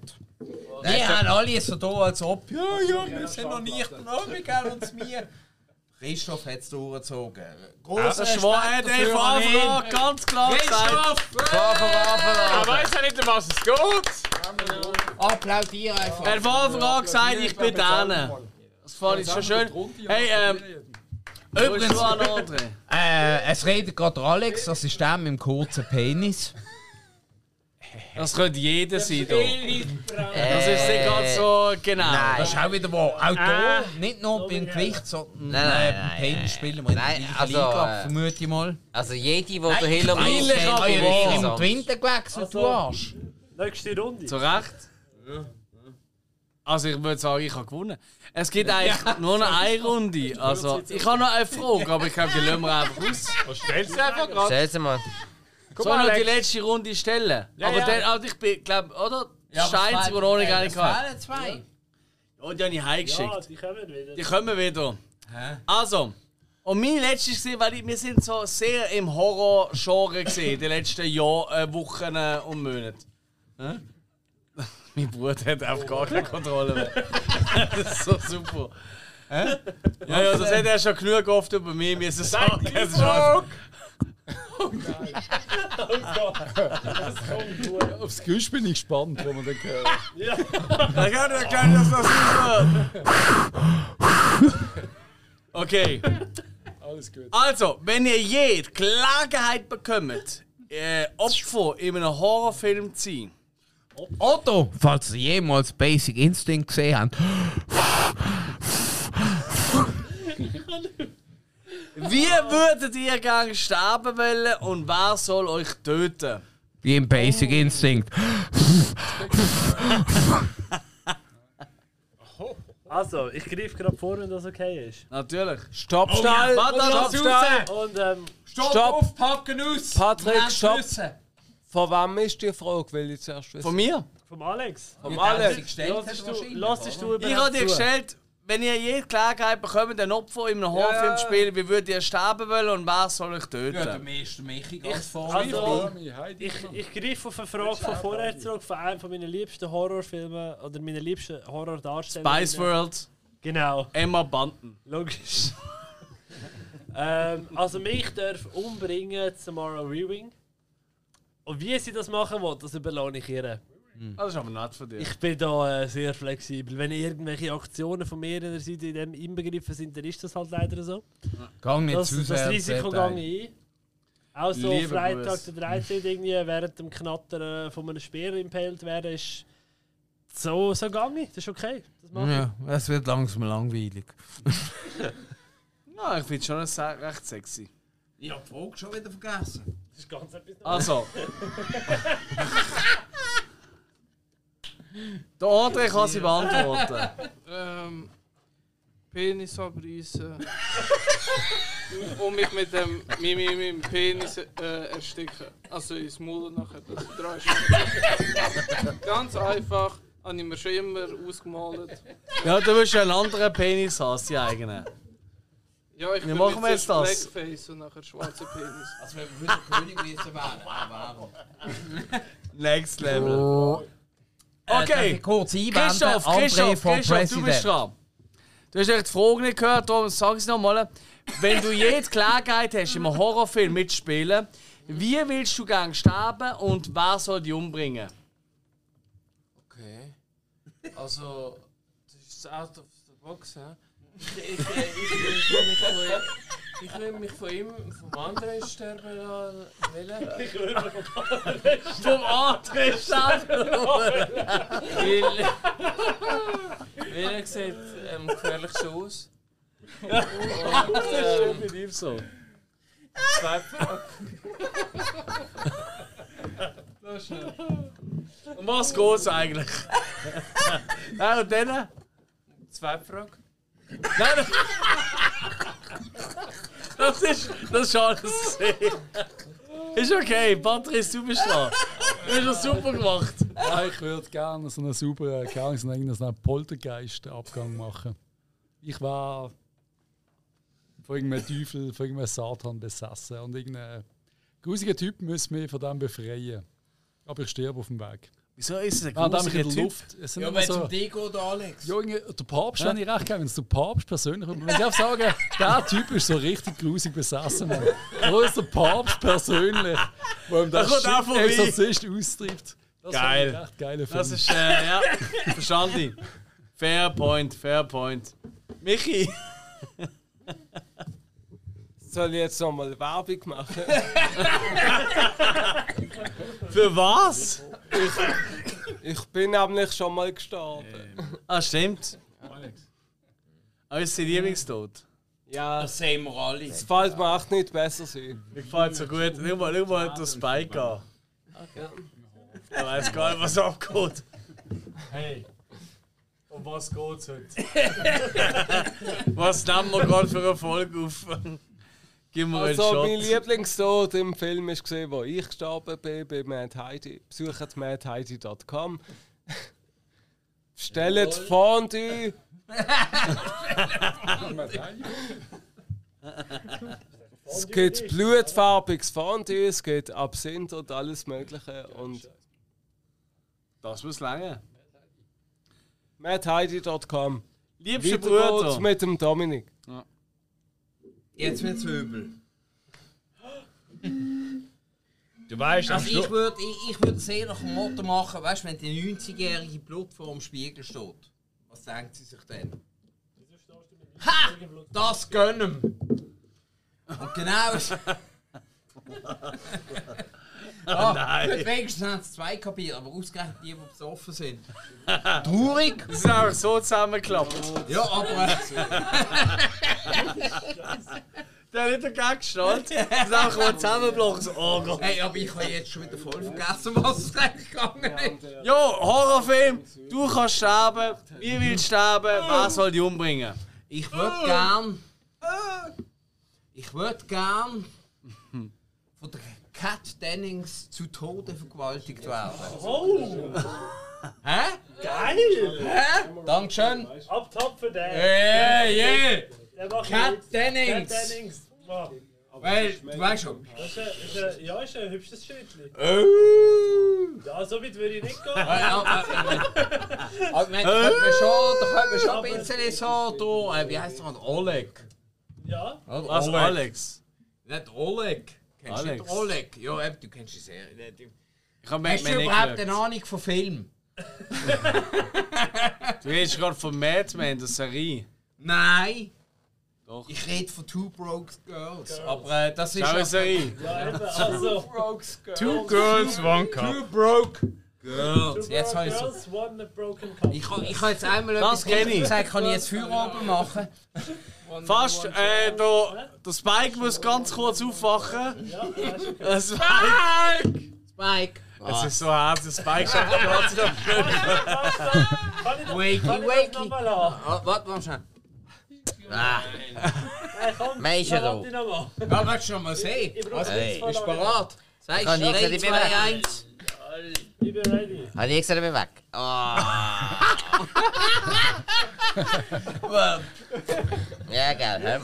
D: Wir haben alle so da, als ob, ja, ja, wir sind noch nicht dran, wir geben uns Mühe. Christoph hat es durchgezogen. Großer
A: Das war er
D: Respekt
A: von
D: dafür
A: Anfang
D: an
A: an
D: ihn.
A: ganz klar gesagt.
D: Christoph! Er
H: weiß ja nicht, um was es geht.
D: Applaudier einfach.
A: Er hat von Anfang an gesagt, ich bin der. Das fand ich schon schön. Hey, ähm. Übrigens,
D: Übrigens-
A: noch ein anderer.
D: Äh, es redet gerade Alex, das ist der mit dem kurzen Penis.
A: Das könnte jeder sein. Da. Das ist nicht ganz
B: Äh,
A: so genau. Ah.
D: Nein. Das ist auch wieder wahr. Auch da, nicht nur beim Gewicht, sondern
B: Nein, nein,
D: äh,
B: nein,
D: beim Penis
B: nein.
D: spielen wir in der
B: Nein,
D: gleichen
B: also,
D: Liga,
B: äh,
D: vermute ich mal.
B: Also jede, die der
D: Nein,
B: Hiller
D: freilich, aber ihr im Winter gewechselt,
G: Also,
B: gewechselt,
D: du Arsch.
C: Nächste
G: Äh.
C: Runde.
A: Zu Recht? Also ich würde sagen, ich habe gewonnen. Es gibt eigentlich nur noch eine Runde. Also ich habe noch eine Frage, aber ich glaube, die lassen wir einfach aus.
H: Stell sie einfach
B: Stell sie mal.
A: Guck
H: Guck
A: Soll
H: mal,
A: noch die
H: Alex.
A: letzte Runde stellen?
H: Ja,
A: aber
H: ja.
A: Dann, also ich bin, glaube, oder?
D: Ja,
A: Das ist
D: aber
A: der einzige, der noch nicht eine
D: es
A: hatte.
D: fehlen zwei.
A: Oh, die habe ich
G: Ja,
A: heimgeschickt.
G: die kommen wieder.
A: Die kommen wieder. Also, und meine letzte war, weil ich- wir sind so sehr im Horror-Genre gesehen, die letzten Jahr, äh, Wochen äh, und Monate. Hä? mein Bruder hat einfach gar keine Kontrolle mehr. das ist so super. Hä? Ja, ja, das hat er schon genug oft über mich müssen sagen. Das ist einfach-
E: Aufs Geräusch bin ich gespannt, wo man dann gehört.
C: Ja.
A: Ich kann ja gleich, dass das nicht wird. Okay.
E: Alles gut.
A: Also, wenn ihr je die Gelegenheit bekommt, äh, Opfer in einem Horrorfilm zu sein,
D: Otto, falls ihr jemals Basic Instinct gesehen habt.
A: wie würdet ihr gerne sterben wollen und wer soll euch töten?
D: Wie im Basic Instinct.
G: Also, ich greife gerade vor, wenn das okay ist.
A: Natürlich.
G: Stopp,
A: schnell. Warte, lass raus.
G: Und ähm,
C: Stopp,
G: Stopp.
C: packen aus!
G: Wir
C: Patrick,
G: haben
C: stopp!
G: Schlüsse.
C: Von wem ist die Frage, will ich zuerst wissen?
A: Von mir?
G: vom Alex.
C: Vom Alex.
G: Lassest du, lassest du
A: Ich habe dir
G: zu?
A: gestellt, wenn ihr je die Gelegenheit bekommt, ein Opfer in einem Horrorfilm zu spielen, wie würdet ihr sterben wollen und wer soll euch töten?
D: Ja, der Meister Michi ganz vorne.
G: Also,
E: Heidi,
G: ich, ich greife auf eine Frage von vorher zurück, von einem meiner liebsten Horrorfilme oder meiner liebsten Horrordarsteller.
A: Spice World.
G: Genau.
A: Emma Banten.
G: Logisch. ähm, also mich darf umbringen Samara Rewing. Und wie sie das machen will, das überlasse ich ihr.
D: Hm.
A: Das ist aber nett von dir.
G: Ich bin da äh, sehr flexibel. Wenn irgendwelche Aktionen von mir in der Seite in dem inbegriffen sind, dann ist das halt leider so.
D: Gang nicht
G: das,
D: zu sehr
G: das
D: ins
G: Risiko
D: Detail.
G: gehe ich ein. Auch so
D: Lieber
G: Freitag
D: Gruß.
G: der 13. irgendwie während dem Knattern äh, von einem Speer impaled werden, ist so, so gegangen. Das ist okay. Das mache ich.
D: Ja, es wird langsam langweilig.
A: Ja, Ah, ich finde schon sehr- recht sexy.
D: Ich hab die Frage schon wieder vergessen.
G: Das ist ganz etwas
A: Also. Der André kann sie beantworten.
I: ähm, Penis abreißen. und mich mit dem mit meinem Penis äh, ersticken. Also ins Maul und nachher das Dreieck. Ganz einfach. Habe ich mir schon immer ausgemalt.
A: Ja, du wirst ja einen anderen Penis haben, als die eigenen.
I: Ja, ich
A: Wie machen wir
I: bin
A: jetzt
I: zuerst
A: das?
I: Blackface und nachher schwarzer Penis.
D: Also wenn wir wieder König müssen werden. aber-
A: Next Level.
D: Äh, darf
A: Okay.
D: ich kurz einwenden?
A: Christoph,
D: André
A: Christoph,
D: for
A: Christoph, du bist
D: President.
A: dran. Du hast echt die Frage nicht gehört, darum sag ich es nochmal. Wenn du jede Gelegenheit hast, im Horrorfilm mitzuspielen, wie willst du gern sterben und wer soll dich umbringen?
J: Okay. Also, das ist out of the box, hä? Ich, ich, ich, will mich von, ich will mich von ihm, vom anderen sterben lassen. wollen.
G: Ich will mich vom anderen Vom anderen sterben lassen.
J: Weil, weil er sieht am gefährlichsten aus.
G: Ja, das ist
J: ähm,
A: definitiv so.
J: Zwei Fragen.
G: Das ist schön.
A: Um was geht es eigentlich? Nein, und dann?
J: Zwei Fragen.
A: Nein, das ist, das ist alles. gewesen. Ist okay, Patrice, du bist dran. Du hast das super gemacht.
E: Ja, ich würde gerne so einen sauberen, keine Ahnung, so einen- so einen Poltergeist-Abgang machen. Ich war von irgendeinem Teufel, von irgendeinem Satan besessen und irgendein grusiger Typ muss mich von dem befreien. Aber ich sterbe auf dem Weg.
A: Wieso ist es ein
E: Während Ah, ich in
A: grusiger
E: der
A: Typ?
E: Luft. Es sind
A: Ja,
E: immer
A: wenn's
E: so,
A: um
E: der
A: dich
D: geht, Alex.
E: Ja, irgendwie- der Papst,
A: Ja.
E: wenn ich recht habe, wenn es der Papst persönlich wenn ich darf sagen, der Typ ist so richtig grusig besessen. Mann. Wo ist der Papst persönlich, wo ihm
A: Da
E: das
A: kommt auch
E: Schiff
A: vorbei.
E: Exorzist austrifft? Das
A: Geil.
E: fand ich Echt geiler Film.
A: Das ist, äh, ja, verstanden. Fair point, fair point. Michi!
C: Soll ich jetzt nochmal Werbung machen?
A: Für was?
C: Ich, ich bin nämlich schon mal gestorben.
I: Ähm.
A: Ah, stimmt. Aber ist sein Lieblingstod?
C: Ja.
D: Das sehen wir alle.
C: Es fällt mir echt nicht besser sein.
A: Mir gefällt so gut. Schau mal, schau mal den Spike an.
C: Ja.
A: Er weiß gar nicht, was abgeht.
C: Hey.
A: Um was geht's heute? was nehmen wir gerade für Erfolg auf? Gib mir
C: Also, mein
A: einen Shot.
C: Lieblingstod im Film war, gewesen, wo ich gestorben bin, bei Mad Heidi. Besucht madheidi.com. Bestellt
G: Jawohl.
C: Fondue. es gibt blutfarbiges Fondue, es gibt Absinth und alles Mögliche. Und
A: Das muss länger.
C: madheidi.com.
A: Liebster
C: Weiter
A: Bruder.
C: geht's mit dem Dominik.
D: Jetzt wird's übel.
H: Du weißt, am
D: Also ich
H: Schluss.
D: würde ich, ich würd sehr nach dem Motto machen, weißt wenn der 90-jährige Blut vor dem Spiegel steht, was denkt sie sich denn? Ha! Das gönnen! Und genau so-
G: Oh
D: Ah,
G: nein.
D: gut, wenigstens haben sie zwei kapiert, aber ausgerechnet die, die besoffen sind.
A: Traurig? Das ist auch so zusammengeklappt.
D: Ja, aber.
A: Der hat nicht den Gag geschnallt. Das ist auch kurz zusammengebrochen. So, Oh Gott.
D: Hey, aber ich habe jetzt schon wieder voll vergessen, was es eigentlich gegangen ist.
A: Jo, Horrorfilm, du kannst sterben, wir will sterben, wer soll dich umbringen?
D: Ich würde gern. Ich würde gern. von der Cat Dennings zu Tode vergewaltigt werden.
G: Oh!
D: Hä?
G: Geil!
D: Hä? Dankeschön!
G: Abtapfen den!
D: Yeah, yeah.
G: Der macht
D: Cat
G: nichts.
D: Dennings.
G: Cat Dennings! Wow.
D: Weil, du weißt schon.
G: Das ist ein, ist ein, ja, ist ein hübsches Schildchen.
A: Äh.
G: Ja, so weit würde ich nicht gehen.
D: Aber man könnte mir schon, da könnte man schon ein bisschen so, du, äh, wie heißt der andere? Oleg.
G: Ja?
D: Oder
A: Was, Alex?
D: Nicht Oleg. Kennst du
A: Alex.
D: nicht Oleg? Ja, eben, du kennst die Serie. nicht.
A: Ich hab
D: Hast
A: Mad
D: du
A: Men nicht
D: überhaupt
A: geschaut.
D: eine Ahnung von Film?
A: Du redest gerade von Mad Men, der Serie.
D: Nein.
A: Doch.
D: Ich rede von Two Broke Girls, aber äh, das ist...
A: Schau eine Serie.
G: Ja, eben, also.
D: Two Broke Girls.
G: Two Girls,
H: One
G: Cup.
D: Two Broke Girls.
G: Two
D: Jetzt
G: broke
D: habe ich so...
G: Girls, one broken cup.
D: Ich, kann- ich habe jetzt einmal
A: Das
D: etwas
A: kenn
D: richtig
A: ich.
D: gesagt, kann ich jetzt Feierabend machen?
A: Fast, äh, der, der Spike muss ganz kurz aufwachen. Äh, Spike!
D: Spike!
A: Es ist so hart, der Spike schafft gerade noch
D: Wakey,
G: Kann ich das
D: wakey!
G: nochmal an?
D: Ah, Warte mal schnell. Ah.
G: Hey, komm,
D: Meischer
G: verrat
D: da.
G: dich noch mal.
D: Ja, willst du noch mal sehen?
G: Ich brauch
D: Also,
G: jetzt
D: bist du
G: Vorlage.
D: bereit? Sagst
G: Kann
D: du
G: ich
D: drei,
G: nicht
D: zwei,
G: mehr-
D: eins?
G: Ich bin ready.
B: Habe ich extra nicht mehr weg. Ah. ja, gell. hä?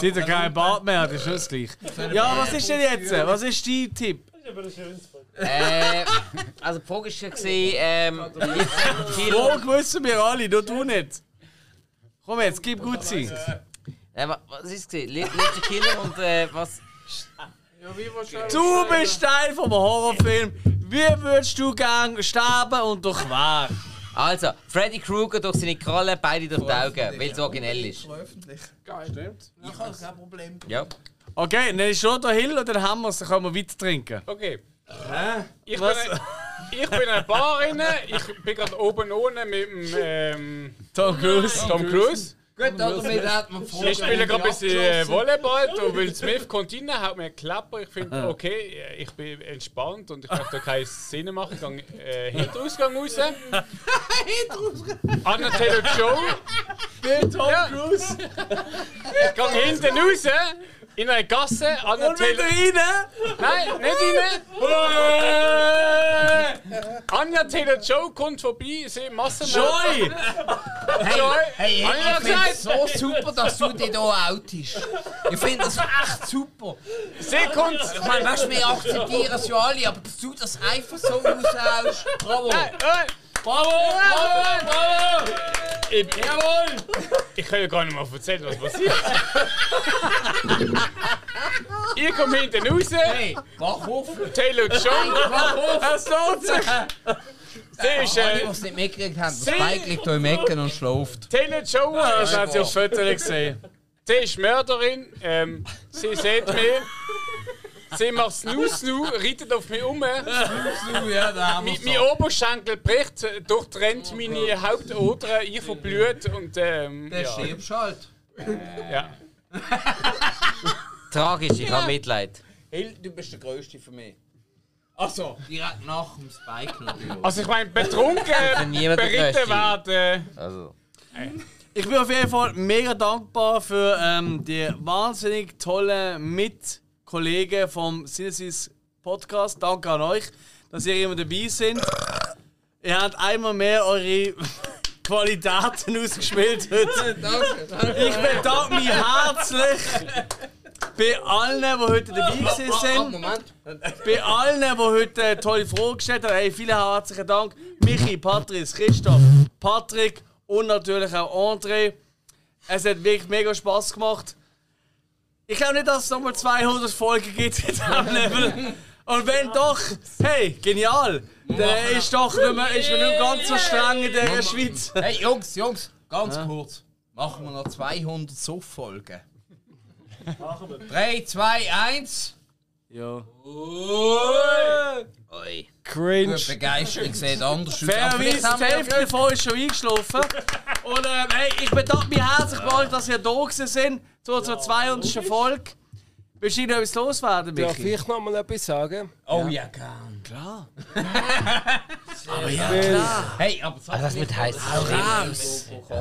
A: Seid ihr kein Bart mehr, das ist schon das Gleiche. Ja, was ist denn jetzt? Was ist dein Tipp?
N: Das ist aber ein schönes Volk.
B: äh, also die Frage war, ähm,
A: Die Frage wissen wir alle, nur du nicht. Komm jetzt, gib gut sein.
B: äh, wa- was ist es? Little Killer und äh, was?
I: Ja, wie wahrscheinlich.
A: Du bist Teil vom Horrorfilm. Wie würdest du gern sterben und durch wer?
B: Also, Freddy Krueger durch seine Kralle, beide durch die Augen, weil es originell ist.
I: Veröffentlicht. Geil. Stimmt.
D: Ich habe kein Problem.
B: Ja.
A: Okay, dann ist schon der Hill und dann haben wir es, dann können wir weiter trinken.
H: Okay.
A: Hä?
H: Ich
A: Was?
H: bin, ich bin in einer Bar rein, ich bin gerade oben ohne mit dem ähm,
A: Tom Cruise.
H: Tom Cruise.
Q: Gut, also damit hat man vorher
H: Ich spiele gerade ein bisschen äh,
Q: abgeschlossen.
H: Volleyball, der Will Smith kommt rein, haut mir einen Klapper. Ich finde,
A: Ah.
H: okay, ich bin entspannt und ich möchte da keine Szene machen. Ich gehe äh, hinter Ausgang raus. Anna Taylor Joe.
A: Der er Tom Cruise.
H: Ich gehe hinten raus, in eine Gasse, an
A: Und wieder rein?
H: Nein, nicht rein! Anja Taylor Joe kommt vorbei, sie Massen.
Q: Joy! Hey, hey, hey,
H: Anja
Q: ich finde
H: gesagt!
Q: es so super, dass du dich hier outest. Ich finde das echt super.
H: Sie kommt-
Q: Ich meine, weißt du, wir akzeptieren es ja alle, aber dass du das einfach so raushaust, bravo!
H: Bravo!
Q: Bravo! Bravo!
H: Ich, Jawohl! Ich kann ja gar nicht mal erzählen, was passiert. ich komme hinten raus. Hey,
Q: wach auf!
H: Taylor Joe.
Q: Hey, wach auf!
H: Es lohnt sich! Sie ist.
Q: Alle, die
H: Äh,
Q: es nicht mitgekriegt haben,
H: Sie-
Q: der Spike liegt hier im Ecken und schläft.
H: Taylor Joe,
Q: Ja,
H: das hat sie auf
A: Fotos
H: gesehen. Sie ist Mörderin, ähm, sie sieht mich. Sie macht Snoo Snoo, reitet auf mich um.
Q: Snoo Snoo, ja, da haben
H: Mein,
Q: wir's
H: mein
Q: doch.
H: Oberschenkel bricht, äh, durchtrennt meine Hauptodern, ich verblüht und. Ähm,
Q: Der stirbst halt.
H: Ja.
B: Tragisch, ich habe Mitleid.
Q: Hill, du bist der Größte für mich.
A: Also.
Q: Achso, direkt nach dem Spike natürlich.
H: Also, ich meine, betrunken,
A: Wenn niemand der
H: beritten
A: Größte.
H: werden.
B: Also.
A: Ich bin auf jeden Fall mega dankbar für ähm, die wahnsinnig tollen Mitkollegen vom Sinnesis Podcast. Danke an euch, dass ihr immer dabei seid. Ihr habt einmal mehr eure Qualitäten ausgespielt heute.
Q: Danke, danke.
A: Ich bedanke mich herzlich bei allen, die heute dabei gewesen sind.
Q: Moment.
A: Bei allen, die heute eine tolle Fragen gestellt haben, hey, vielen herzlichen Dank. Michi, Patrice, Christoph, Patrick und natürlich auch André. Es hat wirklich mega Spass gemacht. Ich glaube nicht, dass es nochmal 200 Folgen gibt in diesem Level. Und wenn doch, hey, genial! Der ist doch nicht mehr, ist mir nicht mehr ganz so streng in der Schweiz.
Q: Hey Jungs, Jungs, ganz kurz. Machen wir noch 200 Suff-Folgen.
N: Machen wir.
Q: 3, 2, 1.
A: Ja.
Q: Oi.
A: Cringe.
Q: Gut, Begeisterung sieht anders aus. Aber
A: Fairerweise,
Q: vielleicht haben
A: die
Q: wir ja
A: Hälfte
Q: Glück.
A: davon ist schon eingeschlafen. Und ähm, hey, ich bedanke mich herzlich bei euch, dass ihr da gewesen sind. Zu unserer 200. Folge. Willst du noch etwas loswerden,
C: Darf
A: Michi?
C: ich noch mal etwas sagen?
A: Oh
Q: ja,
C: gern.
A: Klar.
C: aber
Q: ja,
C: klar.
Q: Hey, aber Ah, sag
B: das mit heißen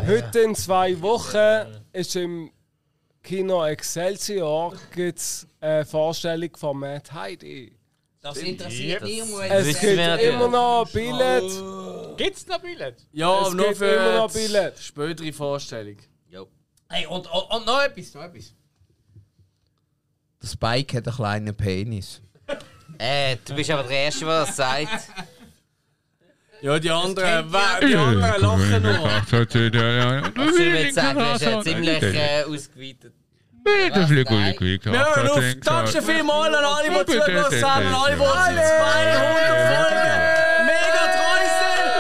C: Heute in zwei Wochen ist im Kino Excelsior gibt's eine Vorstellung von Matt Heidi.
Q: Das interessiert
C: Das
Q: niemanden.
C: Es gibt immer noch Billets.
H: Gibt's noch Billett?
A: Ja,
C: Es
A: aber nur
C: gibt
A: für
C: immer noch
A: die
C: Billett.
A: spätere Vorstellung.
Q: Hey, und, und, und noch etwas, noch etwas.
B: Der Spike hat einen kleinen Penis. Äh, du bist aber der Erste, der das sagt.
A: Ja, die anderen,
B: we- die anderen lachen nur. Was soll ich jetzt sagen? Das ist ja ziemlich äh, ausgeweitet.
T: Das liegt gut, gut.
A: Wir hören auf. Danke vielmals an alle, die zugelassen haben, an alle, die uns in 200 Folgen mega treu sind.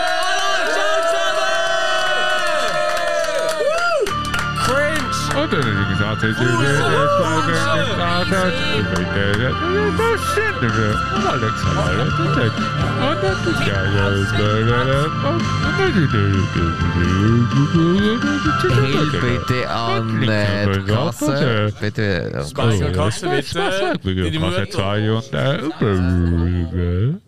A: Hallo, ciao zusammen! Cringe!
T: Und dann hätte ich gesagt, hätte ich mir das Morgen gestartet. Ich hätte das Shit dafür. Alex hat alles entdeckt. Und das ist ja das Böse.
B: Hilf bitte an äh, die Kasse. Bitte. äh,
T: Speicherkasse, bitte. Ich bin die Mutter.